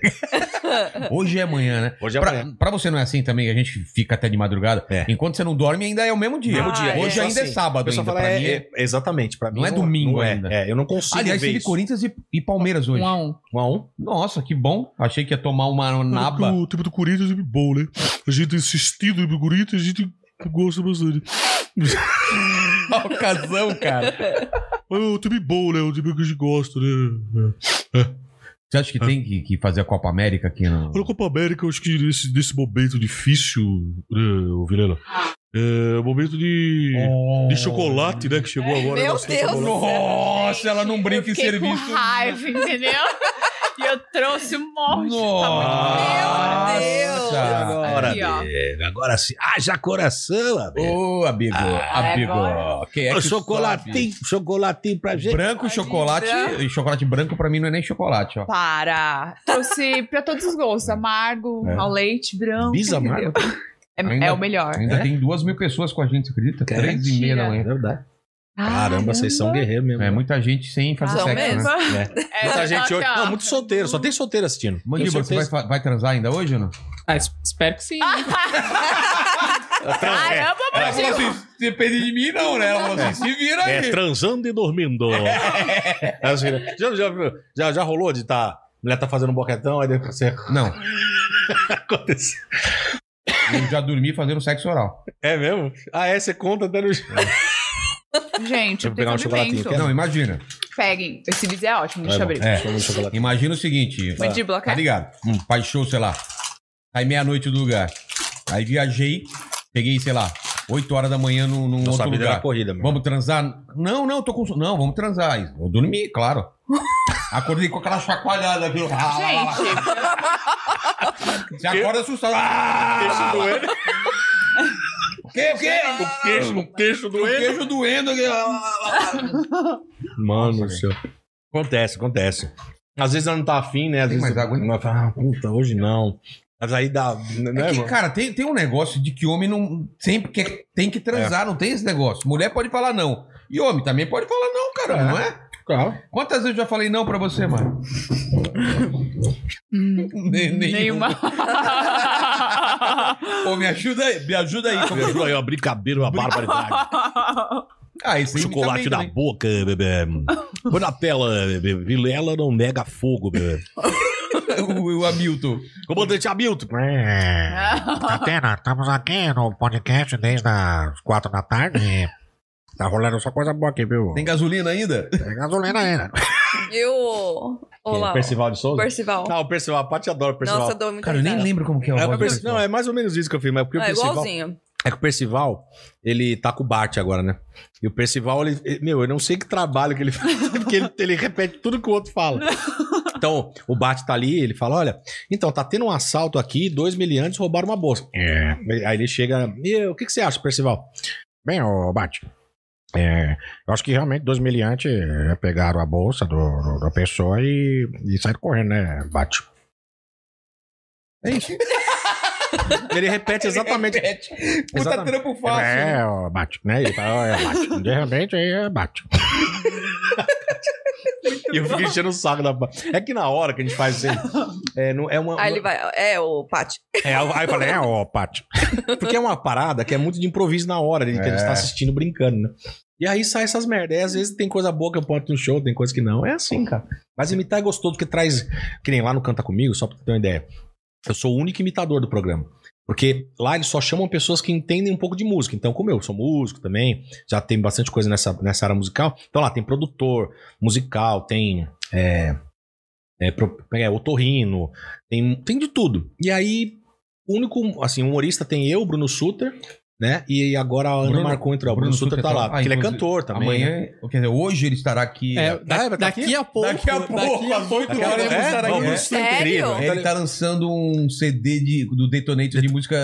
C: Hoje é amanhã, né?
G: Hoje é
C: pra,
G: amanhã. É.
C: Pra você não é assim também, que a gente fica até de madrogada. Enquanto você não dorme, ainda é o mesmo dia.
G: Mesmo
D: Ah,
G: dia.
C: Hoje
G: Eu
C: ainda
G: sou
C: é
G: assim. O
C: sábado.
G: pessoal
C: Ainda.
G: fala,
C: pra
G: é,
C: mim é-
G: é- exatamente. Pra mim
C: Não é domingo
G: não é.
C: ainda.
G: É, eu não consigo
C: Aliás,
G: ver
C: teve
G: isso.
C: Corinthians e, e Palmeiras hoje.
D: Um a um.
G: Um a um?
C: Nossa, que bom. Achei que ia tomar uma naba.
O: O tempo do Corinthians é bom, né? A gente tem assistido o Corinthians, a gente gosta bastante.
C: Olha o casão, cara.
O: É um time bom, né? É um time que a gente gosta, né?
C: Você acha que tem que, que fazer a Copa América aqui? No...
O: Olha, a Copa América, eu acho que nesse, nesse momento difícil, né, ô Vilela? É o momento de, de chocolate, né? Que chegou agora.
B: Meu
O: nossa,
B: Deus
O: chocolate.
B: do céu,
C: Nossa, ela não brinca em
B: Fiquei com
C: serviço.
B: raiva, entendeu? e eu trouxe um monte. Tá muito... Meu Deus!
G: Agora,
B: Aqui, ó.
G: amigo, agora sim. Haja coração, amigo.
C: Ô, amigo, amigo. Quem é
G: Ô,
C: que
G: chocolatinho, chocolatinho pra gente.
C: Branco, chocolate.
B: branco.
C: E chocolate branco pra mim não é nem chocolate, ó.
B: Para! Trouxe pra todos os gostos. Amargo,
C: É.
B: ao leite, branco.
C: Bis
B: entendeu?
C: amargo.
B: É,
C: Ainda-
B: é o melhor.
C: Ainda
B: É?
C: tem duas mil pessoas com a gente, você acredita?
B: É.
C: Três e meia da manhã.
G: É verdade.
B: Caramba,
G: vocês são guerreiros mesmo.
C: É muita gente sem fazer
G: São
C: sexo,
G: mesmo?
C: né?
G: É. Muita gente hoje. Não, muito solteiro. Só tem solteiro assistindo.
C: Mandíbula, você vai, fa- vai transar ainda hoje ou não?
D: Ah, espero que sim.
B: Caramba,
C: Ela falou assim, depende de mim não, né? Ela falou assim, se vira aí. É.
J: É, transando e dormindo.
G: Aí você vira, já, já, viu? já, já rolou de tá. A mulher tá fazendo um boquetão, aí depois você.
C: Não.
G: Aconteceu.
C: Eu já dormi fazendo sexo oral. É.
G: É mesmo? Ah, é? Você conta até no. Deixa
B: Gente,
G: eu
B: tem
G: pegar um chocolatinho.
B: condimento.
G: quer?
C: Não, imagina.
B: Peguem. Esse bis é ótimo, deixa eu abrir.
C: É.
G: um
C: Imagina o seguinte.
B: Mandíbula,
C: tá
B: quer?
C: ligado? Faz show, sei lá. Aí meia-noite do lugar. Aí viajei, peguei, sei lá, 8 horas da manhã num, num
G: Nossa, a
C: outro
G: vida
C: lugar.
G: era corrida, meu.
C: Vamos transar? Não, não, tô com sono. Não, vamos transar. Aí Eu dormi, claro. Acordei com aquela chacoalhada aqui.
B: Gente,
C: Você acorda assustado. Ah! O quê? O quê? O
J: queixo, o queixo
C: doendo. O queixo doendo. aqui.
G: Mano do céu. Acontece, acontece. Às vezes ela não tá afim, né? Às vezes ela fala, ah, puta, hoje não. Mas aí dá. Né,
C: É que,
G: mano?
C: cara, tem, tem um negócio de que homem não sempre quer, tem que
G: É.
C: transar, não tem esse negócio. Mulher pode falar não. E homem também pode falar não, cara, não é?
G: Claro.
C: Quantas vezes eu já falei não pra você, mano? Nem-
B: nenhuma.
C: Pô, me ajuda aí, me ajuda aí.
J: Me ajuda aí, ó, brincadeira, uma barbaridade.
C: Ah, esse aí me
J: Chocolate
C: também,
J: na
C: também.
J: boca, bebê. Põe na tela, bebê. Vilela não nega fogo, bebê.
C: o, o Hamilton.
J: Comandante Hamilton. É.
N: Atena, estamos aqui no podcast desde as quatro da tarde. e Tá rolando só coisa boa aqui, viu?
C: Tem gasolina ainda?
N: Tem gasolina ainda.
H: E o Olá.
G: É, Percival de Souza?
H: Percival.
G: Não, o Percival, a Paty adora o Percival.
H: Nossa, eu dou muita
G: Cara, eu nem
H: risada.
G: lembro como que é o
H: É,
G: voz
H: o Perci-
G: desse Não, é mais ou menos isso que eu fiz, mas porque o
H: É
G: Percival...
H: igualzinho.
G: É que o Percival, ele tá com o Bart agora, né? E o Percival, ele, ele- meu, eu não sei que trabalho que ele faz, porque ele, ele repete tudo que o outro fala. Então, o Bart tá ali, ele fala: olha, então, tá tendo um assalto aqui, dois miliantes roubaram uma bolsa. É. Aí ele chega, e o que, que você acha, Percival? Bem, ô Bart, é, eu acho que realmente dois miliantes é, pegaram a bolsa do- do- da pessoa e, e saíram correndo, né, Bart? É isso. Ele repete exatamente.
C: Puta trampo fácil.
G: É,
C: né?
G: ó, bate, né? Ele fala, ó, é, bate. De repente, aí é bate. E eu fiquei enchendo o saco da. É que na hora que a gente faz isso aí. É, não, é uma.
H: Aí ele vai, é o Paty.
G: É, aí eu falei, é, ó, Paty. Porque é uma parada que é muito de improviso na hora, ali, que a gente
M: É.
G: tá assistindo brincando, né? E aí sai essas merdas. E às vezes tem coisa boa que eu ponto no show, tem coisa que não. É assim, cara. Mas imitar é gostoso, porque traz. Que nem lá no Canta Comigo, só pra você ter uma ideia. Eu sou o único imitador do programa. Porque lá eles só chamam pessoas que entendem um pouco de música. Então, como eu sou músico também, já tem bastante coisa nessa, nessa área musical. Então lá tem produtor musical, tem. é, é, pro- é, otorrino, tem, tem de tudo. E aí, o único, assim, humorista tem eu, Bruno Suter, né? E agora a Ana
C: Bruno-
G: marcou entre o Bruno, Suter, tá lá,
C: Ah,
G: porque ele é
C: inclusive,
G: cantor também.
C: Amanhã, é
G: né?
C: quer dizer, hoje ele estará aqui.
G: É,
C: Ah,
G: da-
C: vai estar
G: daqui a pouco,
C: Daqui a
G: daqui
C: pouco,
G: a
C: às
G: pouco,
C: 8 horas, né?
G: é?
C: ele estará aqui.
G: Vamos,
D: né?
G: Sério? incrível.
C: Ele tá está lançando um CD de, do Detonator de música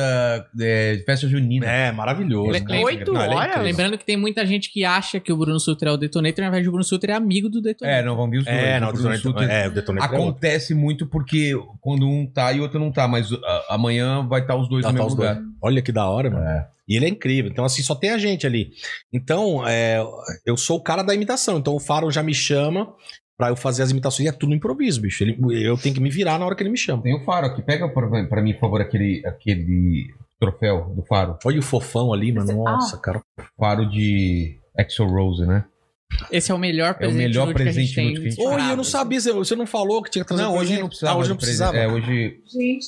C: é, de festa junina.
G: É, maravilhoso.
D: Lembrando que tem muita gente que acha que o Bruno Sutter é o Detonator, na verdade o Bruno Sutter é amigo do Detonator.
C: É, não, vamos ver os dois.
G: É, não,
C: O
G: o
C: Bruno
G: Detonator-
C: Sutter-
G: é, o Detonator é outro.
C: Acontece muito porque quando um tá e o outro não tá, mas a- amanhã vai estar os dois
G: Tá,
C: no
G: tá
C: mesmo
G: os
C: lugar.
G: dois. Olha que da hora, mano. E ele é incrível. Então, assim, só tem a gente ali. Então, é, eu sou o cara da imitação. Então, o Faro já me chama pra eu fazer as imitações. E é tudo improviso, bicho. Ele- eu tenho que me virar na hora que ele me chama.
C: Tem o Faro aqui. Pega pra, pra mim, por favor, aquele, aquele troféu do Faro.
G: Olha o fofão ali, mano. Nossa, cara.
C: Faro de Axel Rose, né?
D: Esse é o melhor
C: É o
D: presente
C: melhor
D: inútil
C: presente
D: que a
C: inútil que a
D: gente
C: gente
D: tem. assim.
G: Oi, eu não sabia. Você você não falou que tinha que trazer
C: Não, hoje
G: presente?
C: não precisava.
G: Ah, hoje não
C: de presente.
G: precisava.
C: É, hoje.
B: Gente,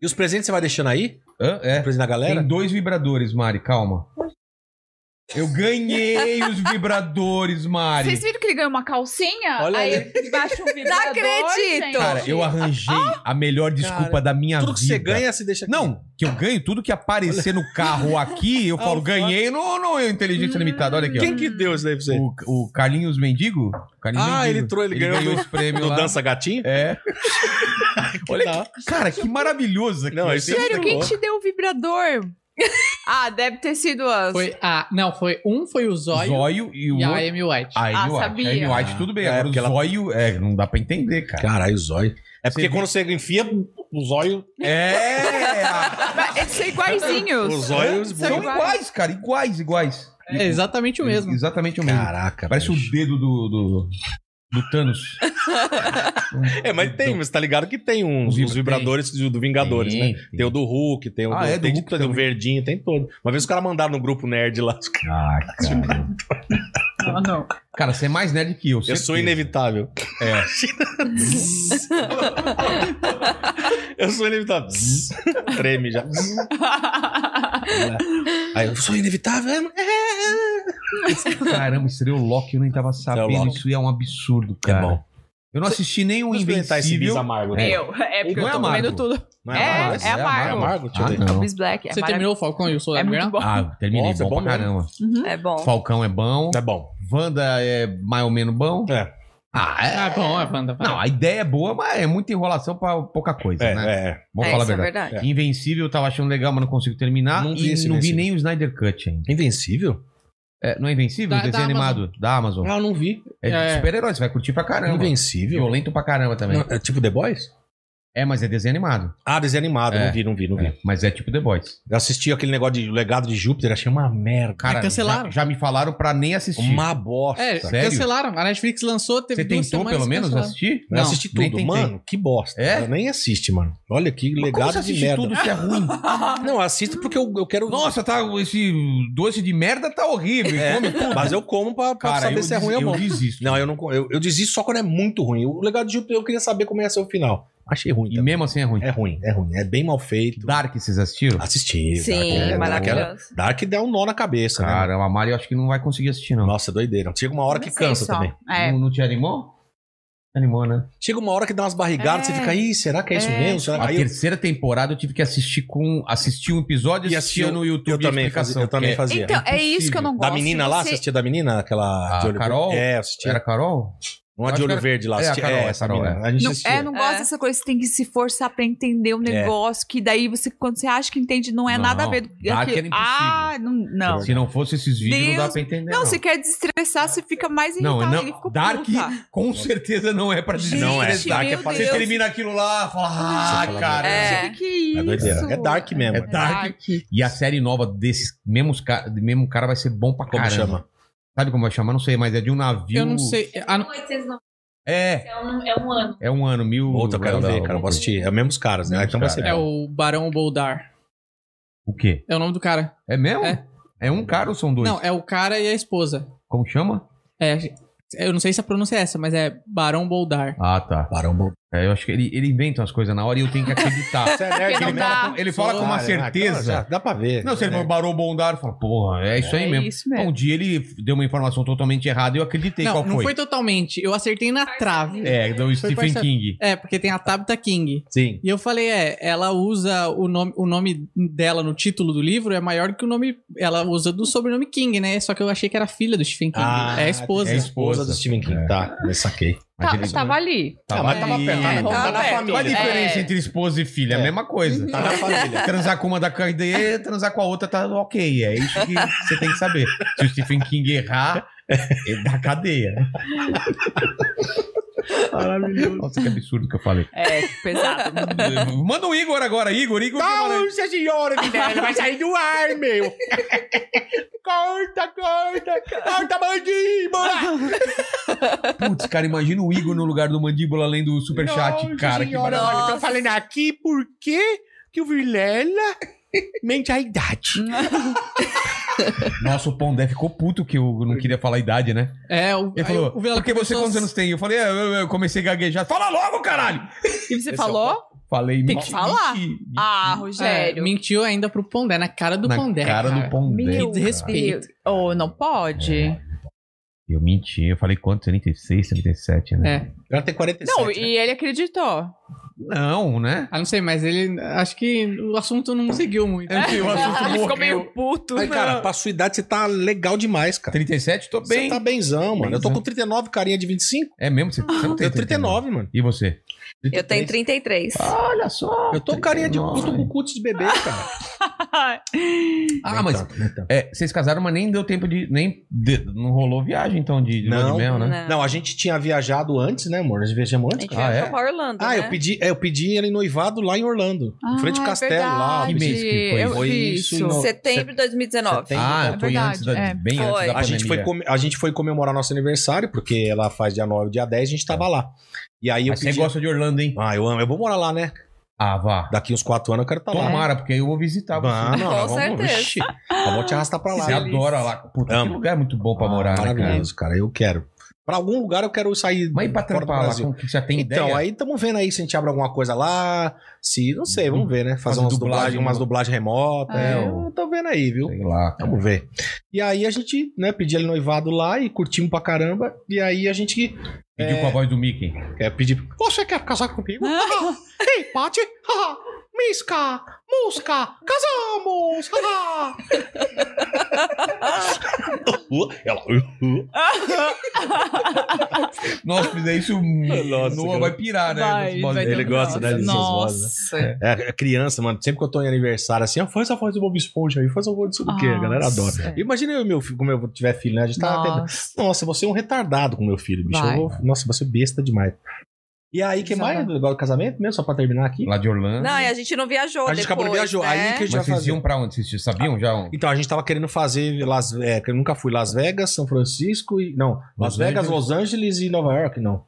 G: E os presentes você vai deixando aí?
C: Hã? É.
G: Presente da galera?
C: Tem dois vibradores, Mari, calma. Eu ganhei os vibradores, Mari.
B: Vocês viram que ele ganhou uma calcinha?
C: Olha
B: aí
C: aí.
B: ele baixa o vibrador,
H: Não acredito.
B: gente.
C: Cara, eu arranjei a melhor desculpa
G: Cara,
C: da minha
G: tudo que
C: vida.
G: você ganha, você deixa aqui.
C: Não, que eu ganho tudo que aparecer no carro aqui, eu falo, ganhei no, no Inteligência Limitada. Olha aqui,
G: Hum. Quem
C: ó.
G: que deu isso daí pra você?
C: O, o Carlinhos Mendigo? Carlinhos
G: Ah,
C: Mendigo.
G: ele entrou, ele ganhou
C: ganhou
G: do-
C: os prêmios
G: do
C: lá.
G: Dança Gatinho?
C: É.
G: da
C: Olha,
G: hora.
C: que, cara, que maravilhoso aqui.
G: Não, isso é
B: Sério, quem te deu o vibrador? ah, deve ter sido as...
D: Foi a, não, foi um foi o Zóio,
C: Zóio e o
D: a
C: outro-
D: Amy White.
C: A Amy
D: Ah,
C: White.
D: sabia.
C: A Amy White, tudo bem.
G: É,
C: Agora o
G: porque ela-
C: zóio, é, não dá pra entender, cara.
G: Caralho, o zóio. É
C: Você
G: porque quando você enfia o zóio.
C: É!
B: Mas Eles são iguaizinhos.
G: Os olhos
B: São
C: São iguais, cara. Iguais, iguais.
D: É exatamente o mesmo.
C: Exatamente o mesmo.
G: Caraca.
C: Parece um o dedo do, do, do Thanos.
G: É, mas
C: Então-
G: tem, mas tá ligado que tem uns, os vibradores do, do Vingadores,
C: Tem,
G: né? Tem o do Hulk, tem o
C: Ah,
G: do,
C: é, do
G: tem de
C: Hulk
G: tudo, tem o verdinho, tem todo. Uma vez os caras mandaram no grupo nerd lá. os caras-
C: Ah,
G: Ah,
B: Não, não.
C: Cara, você é mais nerd que eu.
G: Eu sou inevitável.
C: É.
G: Eu sou inevitável. Zzz. Treme já. Zzz. Aí eu sou
C: Tá
G: inevitável.
C: É. Caramba, seria o Loki, eu nem tava sabendo. Isso é um absurdo, cara. Eu não assisti nem o
G: Deixa eu experimentar esse
C: Invencível.
G: bis amargo, né?
C: é.
B: Eu. É porque
C: Não
B: eu
C: é
B: tô
C: amargo.
B: comendo tudo.
G: Não
B: é,
G: é
B: é,
G: amargo, é
B: amargo.
G: amargo, deixa eu
C: Ah,
G: ver.
B: É
C: não.
B: o Miss Black. É
D: Você terminou o Falcão e o Soldado
B: É muito
D: Invernal?
B: bom.
C: Ah, terminei.
G: Nossa, é
C: bom,
G: bom
C: pra
G: mesmo.
C: caramba.
B: É bom.
C: Falcão é bom.
G: É bom.
C: Wanda é mais ou menos bom.
G: É.
C: Ah, é.
D: Ah, bom, é banda. vai.
C: Não, a ideia é boa, mas é muita enrolação pra pouca coisa,
G: É,
C: né?
G: é.
C: Vamos
H: É,
C: falar a
H: isso é
C: verdade.
H: verdade.
C: Invencível eu tava achando legal, mas não consigo terminar.
G: Não vi
C: e
G: esse
C: não vi
G: Invencível.
C: nem o Snyder Cut ainda.
G: Invencível?
C: É, não é Invencível?
D: Da-
C: o desenho
D: da Amazon.
C: animado da Amazon.
G: Ah, eu não vi.
C: É de
D: É.
C: super-herói, você vai curtir pra caramba.
G: Invencível?
C: Violento pra caramba também.
G: Não, é tipo The Boys?
C: É, mas é desenho animado.
G: Ah, desenho animado.
C: É.
G: Não vi, não vi, não vi.
C: É, mas é tipo The Boys.
G: Eu assisti aquele negócio de legado de Júpiter, achei uma merda.
C: Cara,
D: É, cancelaram.
C: Já, já me falaram pra nem assistir.
G: Uma bosta.
D: É,
C: Sério?
D: cancelaram. A Netflix lançou, teve
C: Você
D: duas
C: tentou
D: semanas
C: pelo
D: e
C: menos
D: cancelaram.
C: assistir?
G: Eu
D: Não,
G: assisti
C: nem
G: tudo,
C: tentei.
G: mano. Que bosta.
C: É?
G: Eu nem assiste, mano. Olha que
C: Mas como você
G: legado de
C: assiste
G: merda.
C: tudo se é ruim?
G: Não, eu assisto porque eu, eu quero.
C: Nossa, tá, esse doce de merda tá horrível.
G: É,
C: Come tudo.
G: mas eu como pra, pra
C: Cara,
G: saber
C: eu
G: se é
C: des-
G: ruim ou
C: eu
G: bom.
C: desisto.
G: Não, eu não. co- Eu, eu desisto só quando é muito ruim. O legado de Júpiter, eu queria saber como ia ser o final. Achei ruim.
C: E
G: também.
C: mesmo assim é ruim.
G: É ruim, é ruim. É bem mal feito.
C: Dark, vocês assistiram?
G: Assisti.
H: Sim,
G: Dark, é
H: maravilhoso.
G: Dark dá um nó na cabeça, né?
C: Cara, a Mari eu acho que não vai conseguir assistir, não.
G: Nossa, doideira. Chega uma hora que
B: Não sei
G: cansa
B: só.
G: também.
B: É.
C: Não, não te animou? Animou, né?
G: Chega uma hora que dá umas barrigadas,
C: É.
G: você fica, ih, será que é isso
C: É.
G: mesmo? Será que
C: A
G: aí eu-
C: terceira temporada eu tive que assistir com. Assistir um episódio e assistia no YouTube.
G: Eu também
C: a explicação,
G: fazia. Eu também
C: que
G: fazia.
B: Então, é isso que eu não
G: Da
B: gosto,
G: menina lá,
B: você-
G: você assistia da menina?
C: A
G: Aquela. de olho
C: Carol?
G: verde? É, eu
C: Ah,
G: assistia.
C: Era a Carol?
G: Uma
C: Acho
G: de
C: que
G: olho
C: era-
G: verde lá.
C: É, a
G: assistia-
C: Carol,
G: é,
C: é a
G: essa
C: Carol,
G: menina.
C: é.
G: A gente
B: Não,
G: assistia.
B: é, não gosto dessa coisa, você tem que se forçar pra entender o negócio, que daí você, quando você acha que entende, não é nada a ver. do-
C: Dark era impossível.
B: Ah, não. não.
C: Se não fosse esses vídeos, não dá
B: Deus-
C: pra entender.
B: Não, você quer desestressar, você fica mais irritado.
C: Não,
B: ele
C: não.
B: ficou
C: Dark
B: puta.
C: com certeza não é pra dizer.
G: Não é, Dark é
C: Dark
G: meu pra-
C: Você termina aquilo lá, fala,
G: Você
C: ah,
G: fala,
C: cara.
B: É, que, que
G: É doideira.
B: isso?
G: É dark mesmo.
C: É dark. E a série nova desses mesmos cara, mesmo cara vai ser bom pra
G: Como
C: caramba.
G: chama?
C: Sabe como vai chamar? Não sei, mas é de um navio.
D: Eu não sei. Ah, não-
C: É.
I: É um, é um ano.
C: É um ano, mil.
G: Puta, eu quero ver, cara. Eu vou assistir. É os mesmos caras,
C: Ah,
G: né? Então vai ser.
D: É
G: bom.
D: o Barão Boldar.
C: O quê?
D: É o nome do cara.
C: É mesmo? É, um cara ou são dois?
D: Não, é o cara e a esposa.
C: Como chama?
D: É, eu não sei se a pronúncia é essa, mas é Barão Boldar.
C: Ah, tá. É, eu acho que ele, ele inventa umas coisas na hora e eu tenho que acreditar.
D: Você é nerd
C: Porque ele
D: mesmo.
C: fala, com, ele fala
D: Sou
C: com uma
D: otário, né?
C: certeza.
G: Aquela Ah, então já- dá pra ver.
C: Não, se ele
G: É.
C: for barou bondar, eu falo, porra, é isso
D: É
C: aí mesmo.
D: isso mesmo.
C: Um dia ele deu uma informação totalmente errada e eu acreditei
D: não,
C: qual
D: não
C: foi.
D: foi totalmente. Eu acertei na trave.
C: É, do
D: Foi
C: Stephen
D: parcial-
C: King.
D: É, porque tem a Tabitha King.
G: Sim.
D: E eu falei, é, ela usa o nome, o nome dela no título do livro é maior do que o nome. Ela usa do sobrenome King, né? Só que eu achei que era filha do Stephen King.
G: Ah,
D: é a esposa.
G: É a esposa do Stephen King. Tá, eu saquei.
C: Mas
B: Tá-
C: ele-
B: Tava ali.
C: Tá,
G: mas tava perto, tá na- tá na família.
C: Qual a diferença
B: É.
C: entre esposa e filha? É a mesma coisa.
G: Tá na família.
C: Transar com uma da cadeia, transar com a outra tá ok. É isso que você tem que saber. Se o Stephen King errar,
J: é
C: ele dá cadeia.
J: né?
C: Maravilhoso. Nossa, que absurdo que eu falei.
B: É, pesado.
C: Manda o Igor agora, Igor. Igor
L: Nossa senhora, Vilela, É, vai sair do ar, meu. corta, corta, corta, mandíbula.
C: Putz, cara, imagina o Igor no lugar do mandíbula além do superchat,
L: Nossa
C: cara. Que
L: senhora, olha,
C: maravilha.
L: eu tô falando aqui porque que o Vilela mente a idade.
C: Nossa, o Pondé ficou puto que eu não queria falar a idade, né?
D: É, o,
C: Ele falou,
D: aí o Vilela
C: porque você
D: começou
C: quantos
D: a-
C: anos tem? Eu falei, "É, eu, eu comecei a gaguejar. Fala logo, caralho! é
B: E você falou?
C: Falei,
B: Tem
C: "Menti,
B: que falar.
C: menti."
B: Ah,
D: É,
B: Rogério.
D: mentiu ainda pro Pondé, na cara do
C: Na
D: Pondé.
C: cara do Pondé,
D: Que
C: cara.
D: desrespeito.
B: Ou não pode?
C: Eu menti, eu falei quanto? 36, 37, né?
D: É.
G: Ela tem 47.
B: Não, e ele acreditou.
C: Não, né?
D: Ah, não sei, mas ele. Acho que o assunto não seguiu muito.
G: É,
D: É.
B: Ele ficou meio puto.
G: Mas, assim, cara,
B: né?
G: pra sua idade você tá legal demais, cara.
C: 37, tô
G: Você
C: bem.
G: tá benzão, mano. Eu tô
C: Benzão.
G: com 39, carinha de 25.
C: É mesmo? Você, você não tem
G: Eu 39, mano.
C: E você?
H: Eu tenho 33.
C: Olha só.
G: Eu tô carinha de. Eu tô com cutis de bebê, cara.
C: Ah, mas é, vocês casaram, mas nem deu tempo de... Nem de- não rolou viagem, então, de, de lua de
G: Não,
C: mel, né?
G: não. a gente tinha viajado antes, né, amor? Nós viajamos antes,
H: Eu
G: cara.
C: é?
H: ia pra Orlando,
G: Ah,
H: né?
G: eu pedi, é, eu pedi ela em noivado lá em Orlando. em
H: Ah,
G: frente ao
H: é
G: castelo lá.
H: verdade. Que mês que foi Eu vi isso.
G: no-
H: Setembro de 2019.
G: setembro. Ah,
H: é
G: foi
H: verdade.
G: antes da-
H: é.
C: bem
H: foi.
G: a gente, foi come- a gente foi comemorar nosso aniversário, porque ela faz dia 9, dia 10, a gente tava lá. E aí
C: Tá.
G: eu
C: Mas você gosta de Orlando, hein?
G: Ah, eu amo. Eu vou morar lá, né?
C: Ah, vá.
G: Daqui uns 4 anos eu quero estar tá lá.
C: Tomara, porque aí eu vou visitar você.
G: Ah, não, nós vamos, vixi, eu vou te arrastar pra lá.
C: Você adora lá. Puta, que
J: É
C: lugar muito bom pra morar, né, cara?
G: Maravilhoso, cara. Eu quero. Pra algum lugar eu quero sair
C: Mas e pra
G: fora do
C: trampar lá,
G: Brasil.
C: com que já tem ideia?
G: Então, aí estamos vendo aí se a gente abre alguma coisa lá. Se, não sei, vamos ver, né? Fazer
C: Fazer
G: umas
C: Uhum. dublagem,
G: dublagens, umas dublagens remotas.
C: É,
G: eu tô vendo aí, viu?
C: Sei lá, cara.
G: Vamos ver. E aí a gente, né, pediu ele noivado lá e curtimos pra caramba. E aí a gente.
C: Pediu
G: é,
C: com a voz do Mickey.
G: É, pedi.
L: Você quer casar comigo? Ah, Ei, Paty! Ah, Misca! Musca! Casamos! Ah.
J: Ela.
C: Nossa, mas é isso. Nossa, Noah
G: cara.
C: vai pirar, né?
B: Vai,
C: Nossa,
B: vai
C: voz-
G: Ele gosta, né?
C: assim.
G: dessas vozes, né?
B: Nossa.
G: É, a criança, mano, sempre que eu tô em aniversário assim, ó, faz a voz do Bob Esponja aí, faz a voz do que, a galera
B: Nossa.
G: adora. Imagina eu e meu filho, como eu tiver filho, né? A gente tá
B: Nossa.
G: tendo- Nossa, você é um retardado com meu filho, bicho.
B: Vai.
G: Eu vou- Nossa, você é besta demais. E aí, que mais do negócio do casamento mesmo, só pra terminar aqui?
C: Lá de Orlando.
H: Não, e a gente não viajou
G: A gente acabou
H: depois,
G: de viajar. Aí
H: né?
G: que a
C: Mas
G: gente vai
C: vocês
G: fazer.
C: iam pra onde? Vocês sabiam já? onde?
G: Então, a gente tava querendo fazer Las é, que eu nunca fui Las Vegas, São Francisco e. Não, Las
C: Los
G: Vegas,
C: Angeles.
G: Los Angeles e Nova York, não.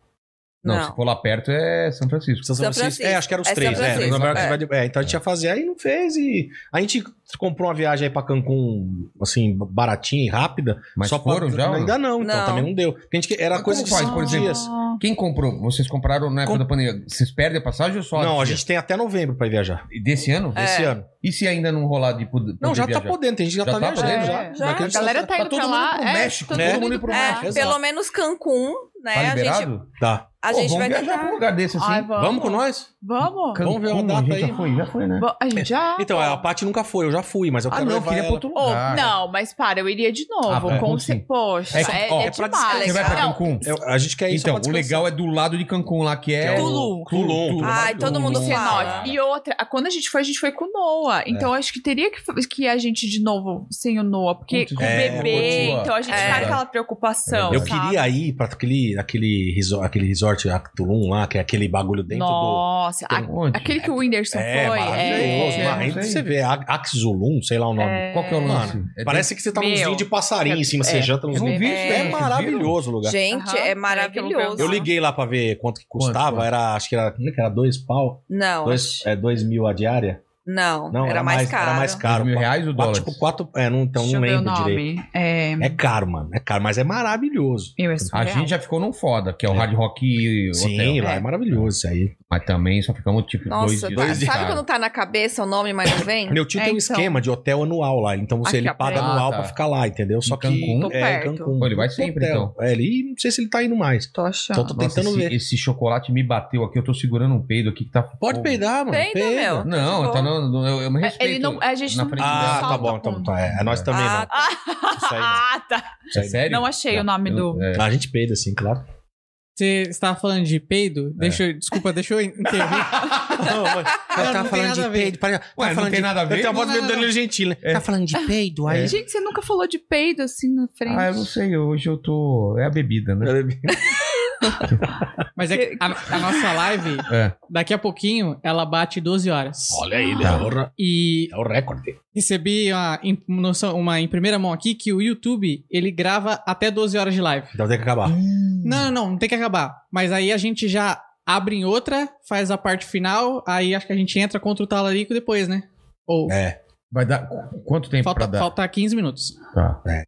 C: Não,
H: Não.
C: se for lá perto é São Francisco.
G: São Francisco. É, acho que eram os
H: É São
G: três, né?
H: Francisco,
G: Nova York,
H: é.
G: você vai de- é, então a gente ia fazer, aí não fez e. A gente comprou uma viagem aí pra Cancún, assim, baratinha e rápida.
C: Mas foram
G: pra...
C: já ou não? Ah.
G: Ainda não, então
H: Não.
G: também não deu. Porque a gente... era
C: Mas
G: coisa
C: como
G: de
C: faz,
G: cinco
C: por exemplo?
G: dias.
C: Quem comprou? Vocês compraram na época da pandemia? Vocês perdem a passagem ou só?
G: Não, a gente tem até novembro pra viajar.
C: E Desse ano?
H: É. Desse
G: ano.
C: E se ainda não rolar de pod- poder
G: Não, já tá
C: viajar?
G: podendo, tem gente que já,
C: Já
G: tá,
C: tá
G: viajando
C: podendo,
G: já.
B: Já,
G: Daqui
B: a
G: gente
B: galera tá indo
C: todo
B: pra
C: mundo
B: lá.
C: pro
B: é,
C: México,
B: todo
G: né?
B: mundo indo pro
H: É,
B: México.
H: pelo menos Cancún, né?
C: Tá
H: a gente.
C: liberado? Tá.
H: a gente
C: vamos
H: vai
C: viajar
H: tentar.
C: pra um lugar desse assim.
H: Ai,
C: vamos.
H: vamos.
C: com nós?
B: Vamos.
C: Vamos ver uma
G: Cancún,
C: data
G: a gente
C: aí.
G: já foi, já foi, né?
B: Vo- A gente já.
G: Então, a Paty nunca foi, eu já fui, mas eu
C: Ah,
G: quero
C: não,
G: levar
C: queria
G: ela.
C: pra outro
B: Ô, Oh, não, mas para, eu iria de novo.
C: Ah,
B: com
C: Cancún,
B: ce-
C: sim.
B: Poxa, é, é,
C: ó,
B: demais.
C: Você vai pra
B: Não,
C: Cancún?
G: a gente quer ir só
C: Então,
G: pra
C: o legal é do lado de Cancún lá, que é...
G: Que é
C: o-
G: Tulum.
C: Tulum.
B: Ai, todo mundo
C: Tulum.
B: fala. E outra, a- quando a gente foi, a gente foi com o Noah.
G: É.
B: Então acho que teria que, que ir a gente de novo sem o Noah, porque com o
G: é,
B: bebê,
G: continua.
B: então a gente
G: É.
B: tá com aquela preocupação.
G: Eu
B: sabe?
G: queria ir pra aquele, aquele, resort, aquele resort a Tulum lá, que é aquele bagulho dentro
B: Nossa,
C: um
B: a-
G: Onde?
B: aquele que o Whindersson
G: do. É,
B: foi.
G: maravilhoso.
B: é...
G: mas aí você vê, A- Axulum, sei lá o nome.
B: É. Qual que é o lance?
G: Mano,
B: É
G: parece
B: dentro-
G: que você tá num
B: Meu.
G: ninho de passarinho em cima, você
B: É.
G: janta uns
B: Eu vi
G: ninhos.
B: isso,
G: É,
B: gente,
G: maravilhoso o lugar.
H: Gente,
B: Aham,
H: é
B: maravilhoso.
G: Eu liguei lá pra ver quanto que custava, era, acho que era, como é que era, dois pau?
H: Não,
G: Dois, é, dois mil a diária?
H: não, era, mais, caro.
G: Era mais caro. mil reais o dólar? Tipo quatro, é, não, então
H: Deixa
G: não
H: eu ver o
G: lembro
H: nome.
G: direito.
B: É...
G: É caro, mano, é caro, mas é maravilhoso.
C: A gente já ficou num foda, que é o Hard Rock
G: Sim,
C: Hotel.
G: lá é maravilhoso isso aí.
C: Mas também só ficamos, tipo, dois
H: Nossa,
C: dias.
H: tá- sabe quando tá na cabeça o nome, mas não vem?
G: Meu tio
H: É,
G: tem um
H: então.
G: esquema de hotel anual lá, então você
H: Aqui,
G: ele
H: ó,
G: paga
H: peraí.
G: anual
H: Ah, tá.
G: pra ficar lá, entendeu? Só que
C: Cancún? Tô
G: é,
C: perto.
G: Cancún.
C: Pô, ele vai sempre, então.
G: Hotel. É, ele não sei se ele tá indo mais.
H: Tô achando.
G: Então tô
C: Nossa,
G: tentando
C: esse,
G: ver.
C: esse chocolate me bateu aqui, eu tô segurando um peido aqui que tá.
G: Pode peidar, mano.
H: Peida, peida. meu.
C: Não,
H: Tá de boa.
C: tá não, não, eu, eu me
B: É,
C: respeito.
B: Ele não, a gente
C: na
B: não
C: frente
G: Ah,
B: dela.
G: tá bom, então tá. É, é nós também
B: Ah,
G: não.
B: tá.
G: aí
B: Ah, tá.
C: é
G: Isso aí
B: Não achei o nome do.
G: É. A gente peida, assim, claro.
D: Você estava falando de peido? Deixa eu, desculpa, deixa eu intervir.
G: Não, mas
D: Não, não
G: tava
D: tem
G: falando
D: nada a
G: de
D: ver.
G: peido. Para,
C: Tá
D: Ué, não tem nada a ver?
G: Eu tenho a voz
D: Não,
G: do
D: não, não.
G: Danilo Gentili, né? Tá falando
B: É.
G: de peido aí.
B: Gente, você nunca falou de peido assim na frente.
C: É. Ah, eu não sei, hoje eu tô. É a bebida, né?
D: Mas é que a, a nossa live,
C: É.
D: daqui a pouquinho, ela bate 12 horas.
G: Olha
C: Ah.
G: aí,
D: Tá.
G: é o re-
D: E
G: é o recorde.
D: recebi uma, em- noção- uma em primeira mão aqui que o YouTube, ele grava até 12 horas de live.
G: Então tem que acabar.
C: Hum.
D: Não, não, não tem que acabar. Mas aí a gente já abre em outra, faz a parte final, aí acho que a gente entra contra o talarico depois, né? Ou
G: É.
C: Vai dar. Quanto tempo
D: falta,
C: pra dar?
D: falta 15 minutos.
C: Tá.
G: É.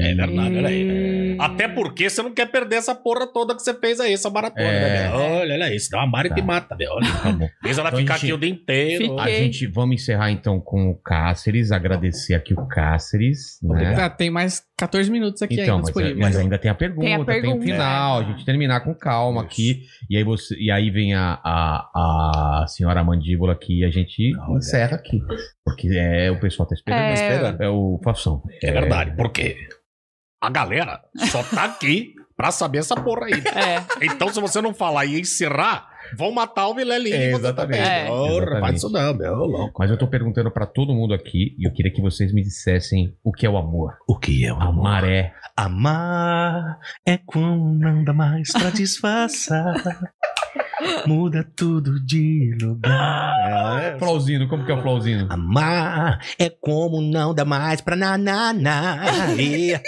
G: É, Bernardo, olha
C: Hum.
G: aí. Até porque você não quer perder essa porra toda que você fez aí, essa maratona.
C: É.
G: né, meu? Olha, olha isso. Dá uma mara e te mata, meu. Olha. Deixa ela
C: Então,
G: ficar
C: gente,
G: aqui o dia inteiro.
C: A gente vamos encerrar então com o Cáceres, agradecer aqui o Cáceres,
G: É.
C: né?
D: Tá, tem mais 14 minutos aqui
C: Então,
D: ainda
C: mas,
D: disponível.
C: mas ainda tem a pergunta, tem, o
D: pergunta. É.
C: final, a gente terminar com calma aqui. E aí, você, e aí vem a, a, a senhora mandíbula aqui e a gente encerra aqui. Porque é, o pessoal tá esperando.
G: É.
C: É o Fafção.
G: É verdade, porque a galera só tá aqui pra saber essa porra aí.
B: É.
G: Então, se você não falar e encerrar, vão matar o Vilelinho.
C: É, exatamente.
G: É. Porra, faz
C: Exatamente.
G: isso não, meu louco.
C: Mas eu tô perguntando pra todo mundo aqui e eu queria que vocês me dissessem o que é o amor.
G: O que é o
C: amor? Amar é.
I: Amar é quando não dá mais pra disfarçar. Muda tudo de
G: Ah,
I: lugar.
C: Flauzino, como que é o Flauzino?
I: Amar é como não dá mais pra nananá. E-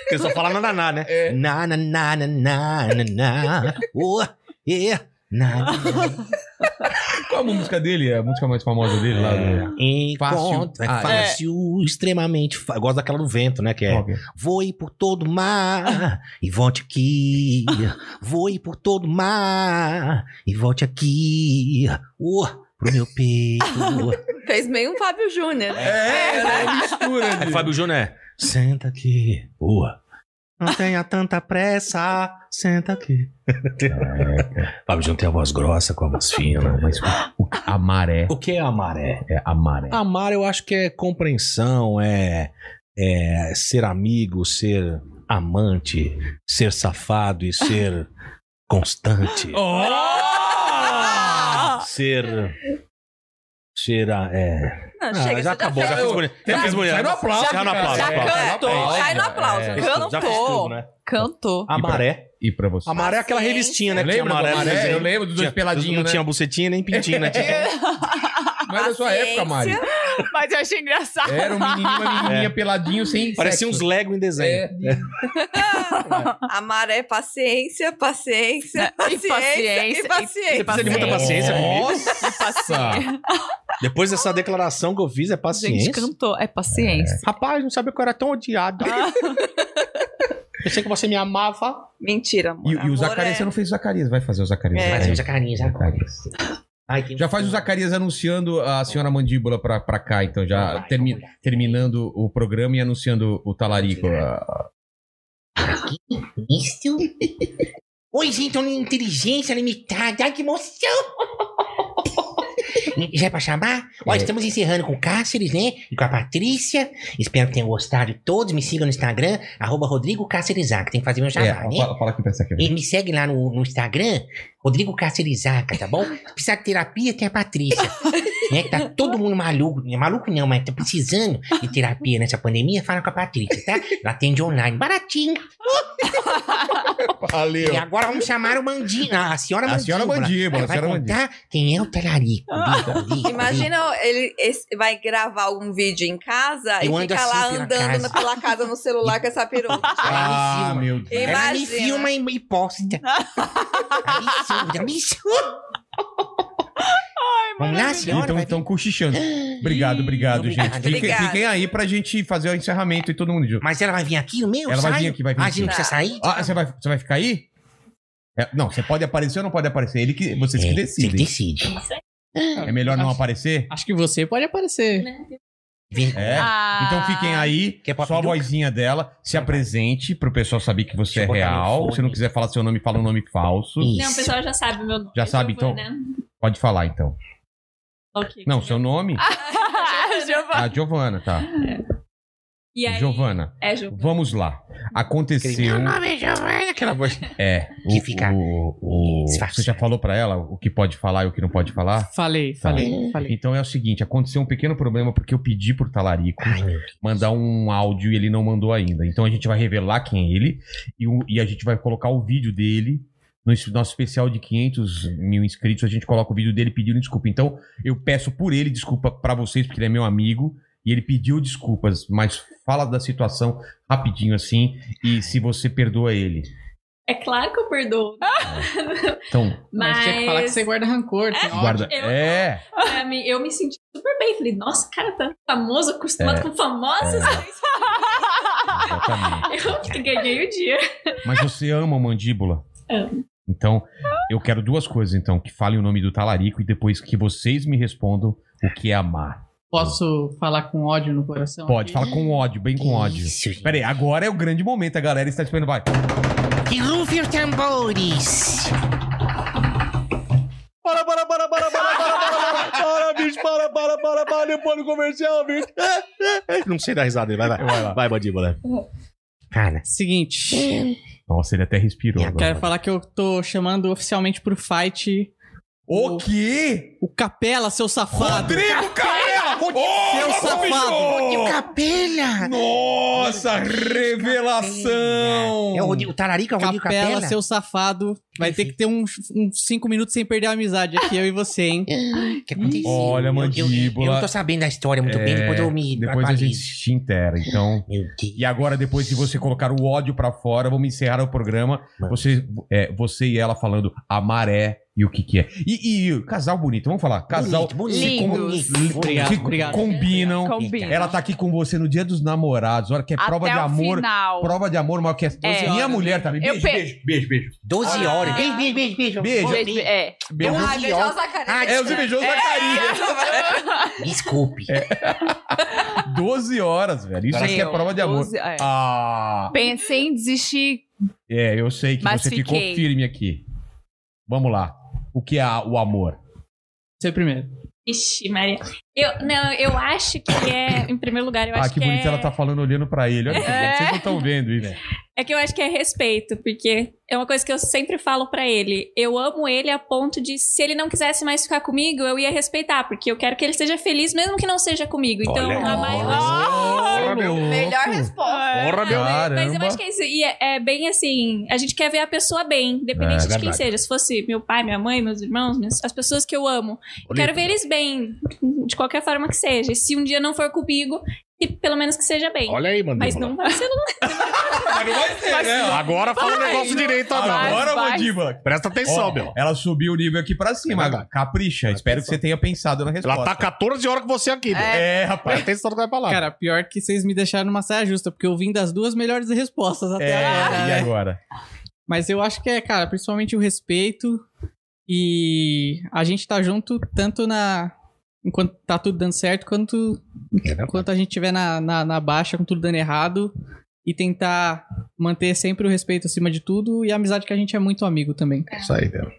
G: Porque só fala nananá, né?
L: É.
I: Na, na, na, na, na, na, na. Oh, e- na,
C: Qual a música dele? É A música mais famosa dele lá do.
I: Encontro, é
C: Ah,
I: fácil, extremamente fácil.
G: Eu gosto daquela do vento, né? Que é.
I: Vou ir por todo o mar e volte aqui. Vou ir por todo o mar e volte aqui. Oh, pro meu peito.
H: Fez meio um Fábio Júnior.
C: É,
I: né?
C: mistura.
G: Aí Fábio Júnior é.
I: Senta aqui.
G: Boa.
I: Não tenha tanta pressa. Senta aqui.
G: Fábio Júnior tem a voz grossa com a voz fina. né?
C: Mas o, o, amar é.
G: O que é amar é?
C: É amar é.
G: Amar eu acho que é compreensão, é, é ser amigo, ser amante, ser safado e ser constante.
C: Oh.
B: Oh!
G: Ser. Ser. a- É...
H: Não,
G: Ah,
H: chega,
G: já
H: você
G: acabou, já
H: fez-
G: fiz bonito.
H: Já-
G: Já fiz bonito.
H: sai no aplauso,
G: Já no
H: cara.
G: aplauso.
H: Já
G: aplauso.
H: cantou,
G: É,
H: sai no aplauso,
G: é, fiz tudo, Já fiz
H: cantou.
G: tudo, né?
B: Cantou.
G: A
I: é.
G: maré.
C: E pra você?
G: A maré é aquela revistinha, né? que tinha
C: Lembra do
G: amarelo,
C: Maré?
G: desenho.
C: Eu lembro dos dois
G: Tinha-
C: peladinhos,
G: Não
C: né?
G: tinha bucetinha nem pintinho, né? Tinha-
C: Mas
G: é
C: da sua época, Mari.
B: Mas eu achei engraçado.
I: É
C: Era um menininho, uma
H: É.
C: menininha peladinho sem
G: Parecia uns Lego em desenho.
H: Amar é paciência, paciência,
B: É, E
H: paciência,
B: paciência,
H: e paciência.
G: Você precisa de muita paciência comigo.
B: paciência.
G: Depois dessa declaração que eu fiz, é paciência.
B: Gente, cantou. É paciência. Ah.
G: Rapaz, não sabia que eu era tão odiado. Pensei que você me amava.
H: Mentira, amor.
C: E, e o
H: Amor
C: Zacarias,
H: é-
C: você não fez o Zacarias, vai fazer o Zacarias.
H: É.
C: Vai
H: Fazer o
I: Zacarias
C: Já faz o Zacarias anunciando a senhora Mandíbula pra, pra cá, então, já termi- Ah. terminando o programa e anunciando o talarico. a-
I: Isso? Oi, gente, eu tenho então, inteligência limitada. Ai, que emoção! Já é pra chamar? Ó,
N: É.
I: estamos encerrando com o Cáceres, né? E com a Patrícia. Espero que tenham gostado todos. Me sigam no Instagram, arroba Rodrigo Cáceres Zaca. Tem que fazer meu
C: É,
I: jabá, né?
C: fala, fala que pensa aqui.
I: E me segue lá no, no Instagram, Rodrigo Cacerizaca, tá bom? Se precisar de terapia, tem a Patrícia. né? Que tá todo mundo maluco. Maluco não, mas tá precisando de terapia nessa pandemia, fala com a Patrícia, tá? Ela atende online, baratinho.
C: Valeu.
I: E agora vamos chamar o Mandíbula. A senhora
C: A
I: Mandíbula.
C: senhora Mandíbula,
I: Ela
C: a
I: vai
C: senhora
I: contar quem é o talarico. Bico, bico, bico.
H: Imagina ele esse- vai gravar algum vídeo em casa
I: Eu
H: e
I: ando
H: fica lá
I: assim pela
H: andando
I: casa.
H: na- pela casa no celular com essa peruca.
C: Ah, meu Deus.
I: Ela me
H: Imagina.
I: filma e me posta. Absurdo, absurdo. Vamos lá, senhora?
C: Então, então cochichando. Obrigado, obrigado, gente. Fiquem,
I: Obrigada.
C: fiquem aí pra gente fazer o encerramento e todo mundo junto.
I: Mas ela vai vir aqui no meio?
C: Ela vai
I: Saio?
C: vir aqui, vai vir
I: Ah, a
C: aqui.
I: gente não precisa sair?
C: Ah, você vai, você vai ficar aí? É, não, você pode aparecer ou não pode aparecer. Ele que, vocês que decidem. Ele
I: É, decide.
C: É melhor não aparecer?
D: Acho que você pode aparecer.
K: Né?
C: É.
D: Ah.
C: Então fiquem aí,
I: é
C: só a vozinha dela, se apresente pro pessoal saber que você é real. Se não quiser falar seu nome, fala um nome falso.
K: Não, o pessoal já sabe o meu nome.
C: Já sabe, então?
K: Giovanna.
C: Pode falar, então.
K: Ok.
C: Não, seu nome?
K: Ah, Giovanna.
C: A Giovana, tá.
K: É. E aí?
C: Giovana.
K: É, Giovana.
C: Vamos lá. Aconteceu.
I: Aquela voz.
C: É. Que fica. você já falou pra ela o que pode falar e o que não pode falar?
D: Falei, falei, falei.
C: Então é o seguinte, aconteceu um pequeno problema porque eu pedi pro Talarico mandar um áudio e ele não mandou ainda. Então a gente vai revelar quem é ele e, o- e a gente vai colocar o vídeo dele no es- nosso especial de 500 mil inscritos. A gente coloca o vídeo dele pedindo desculpa. Então eu peço por ele desculpa pra vocês porque ele é meu amigo e ele pediu desculpas, mas fala da situação rapidinho assim e se você perdoa ele.
K: É claro que eu perdoo. Ah!
C: Então
K: Mas, É,
D: Mas tinha que falar que você guarda rancor. tem
C: guarda.
K: Eu-
C: É.
K: pra mim, eu me senti super bem. Falei, nossa, cara tá famoso, acostumado
C: É.
K: com famosos.
C: É.
K: Eu fiquei- ganhei o dia.
C: Mas você ama o mandíbula.
K: Amo.
C: Então, eu quero duas coisas, então. Que falem o nome do talarico e depois que vocês me respondam o que é amar.
D: Posso falar com ódio no coração?
C: Pode, fala com ódio, bem com ódio. Pera aí, agora é o grande momento, a galera está esperando. Vai.
I: É Que rufem os tambores.
N: Para, para, para, para, para, para, para, para, para, bicho, para, para, para, para, depois do comercial, bicho.
G: Não sei dar risada aí, vai, vai. Vai, mandíbula.
I: Cara.
D: Seguinte.
C: Nossa, ele até respirou. agora.
D: Quero falar que eu tô chamando oficialmente pro fight.
C: O, quê?
D: O Capela, seu safado.
N: Rodrigo Capela!
D: Seu safado!
I: Rodrigo Capela!
C: Nossa, revelação!
I: É o, Rodrigo- o Talarico é o Rodrigo
D: Capela,
I: Capela?
D: seu safado. Vai ter que ter uns 5 minutos sem perder a amizade aqui, eu e você, hein?
I: O que aconteceu?
C: Olha,
I: Eu- eu-
C: mandíbula.
I: Eu não tô sabendo da história muito bem,
C: É,
I: depois eu me
C: Depois a
I: atualizo.
C: gente se inteira, então. E agora, depois de você colocar o ódio pra fora, vamos encerrar o programa. Você, é, você e ela falando a maré e o que que é. E, e casal bonito, vamos falar. Casal
I: Bonito, bonito,
C: se
I: Lindos.
C: li-
I: Obrigado,
C: se
I: obrigado.
C: combinam.
I: Combinam.
C: Ela tá aqui com você no dia dos namorados. Olha que é
B: Até
C: prova de
B: o
C: amor.
B: final.
C: Prova de amor maior que essa.
B: É.
C: Minha mulher também.
B: Eu
C: Beijo,
B: pe-
C: beijo, beijo, beijo.
I: 12 horas. Beijo, beijo, beijo, beijo.
C: Beijo.
B: Beijo, é.
C: Beijo.
B: Ah, beijou o
I: Ah,
B: Zacarias.
C: É, você beijou o
B: Zacarias.
I: Desculpe.
C: 12 É. horas, velho. Isso
B: Meu,
C: aqui é prova de amor.
B: 12 é.
C: Ah.
B: Pensei em desistir.
C: É, eu sei que
B: Mas
C: você ficou
B: fiquei.
C: firme aqui. Vamos lá. O que é o amor?
D: Você primeiro.
K: Ixi, Maria. Eu, não, eu acho que é, em primeiro lugar, eu
C: Ah,
K: acho
C: que
K: que,
C: bonito
K: é,
C: ela tá falando olhando pra ele. Olha que
K: É.
C: bonito. Vocês não estão vendo isso.
K: é que eu acho que é respeito, porque é uma coisa que eu sempre falo pra ele. Eu amo ele a ponto de, se ele não quisesse mais ficar comigo, eu ia respeitar, porque eu quero que ele seja feliz, mesmo que não seja comigo. Então,
N: Olha aí.
K: a maior...
N: Porra, meu.
H: Melhor resposta.
N: Porra, meu.
K: Mas eu acho que é isso. E é, é bem assim, a gente quer ver a pessoa bem,
N: É,
K: independente de quem
N: verdade.
K: seja. Se fosse meu pai, minha mãe, meus irmãos, minhas- as pessoas que eu amo. Eu
N: Olívia.
K: quero ver eles bem, de qualquer forma que seja. E se um dia não for comigo, que pelo menos que seja bem.
G: Olha aí, Mandíbula.
K: Mas não vai ser
C: Mas
K: é
C: não vai ser, né?
G: é, Agora fala o negócio direito
J: Tá
G: agora.
C: Agora, Mandíbula.
G: Presta atenção,
C: Ó,
G: meu. É
C: Ela subiu o nível aqui pra cima. Capricha. Espero que você tenha pensado na resposta.
G: Ela tá 14 horas com você aqui, meu.
C: É, rapaz.
G: Presta atenção no que vai falar.
D: Cara, pior que vocês me deixaram numa saia justa, porque eu vim das duas melhores respostas até agora.
C: E
D: né?
C: agora?
D: Mas eu acho que é, cara, principalmente o respeito e a gente tá junto tanto na. Enquanto tá tudo dando certo,
G: É,
D: quanto enquanto a gente tiver na, na, na baixa, com tudo dando errado. E tentar manter sempre o respeito acima de tudo e a amizade que a gente é muito amigo também.
G: Isso aí, velho.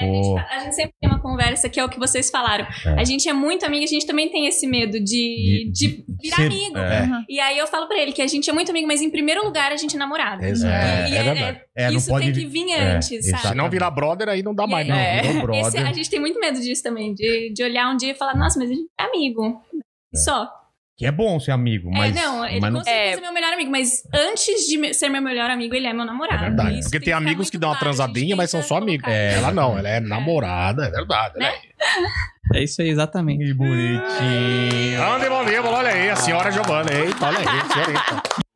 C: É
K: A gente sempre tem uma conversa que é o que vocês falaram.
D: É.
K: A gente é muito amigo, a gente também tem esse medo de, de, virar
G: ser-
K: amigo.
G: é.
K: E aí eu falo pra ele que a gente é muito amigo, mas em primeiro lugar a gente é namorado.
G: Exato.
K: E é- é- isso tem que vir
C: é,
K: antes, sabe?
G: Se não virar brother, aí
J: Tá
G: não dá mais,
K: E
G: não.
K: é-
G: Virou
J: um
K: esse- a gente tem muito medo disso também, de, de olhar um dia e falar, nossa, mas a gente é amigo. Só.
C: Que é bom ser amigo, mas.
K: é, não, ele
C: mas
K: com certeza é meu melhor amigo, mas antes de me- ser meu melhor amigo, ele é meu namorado.
G: Verdade. Porque tem amigos que dão uma transadinha, mas são só amigos. ela não, ela é namorada, é verdade. olha aí.
D: É isso aí, exatamente.
C: Que bonitinho.
G: Ande Mandíbula, olha aí, a senhora Giovanna. Eita, olha aí, senhorita.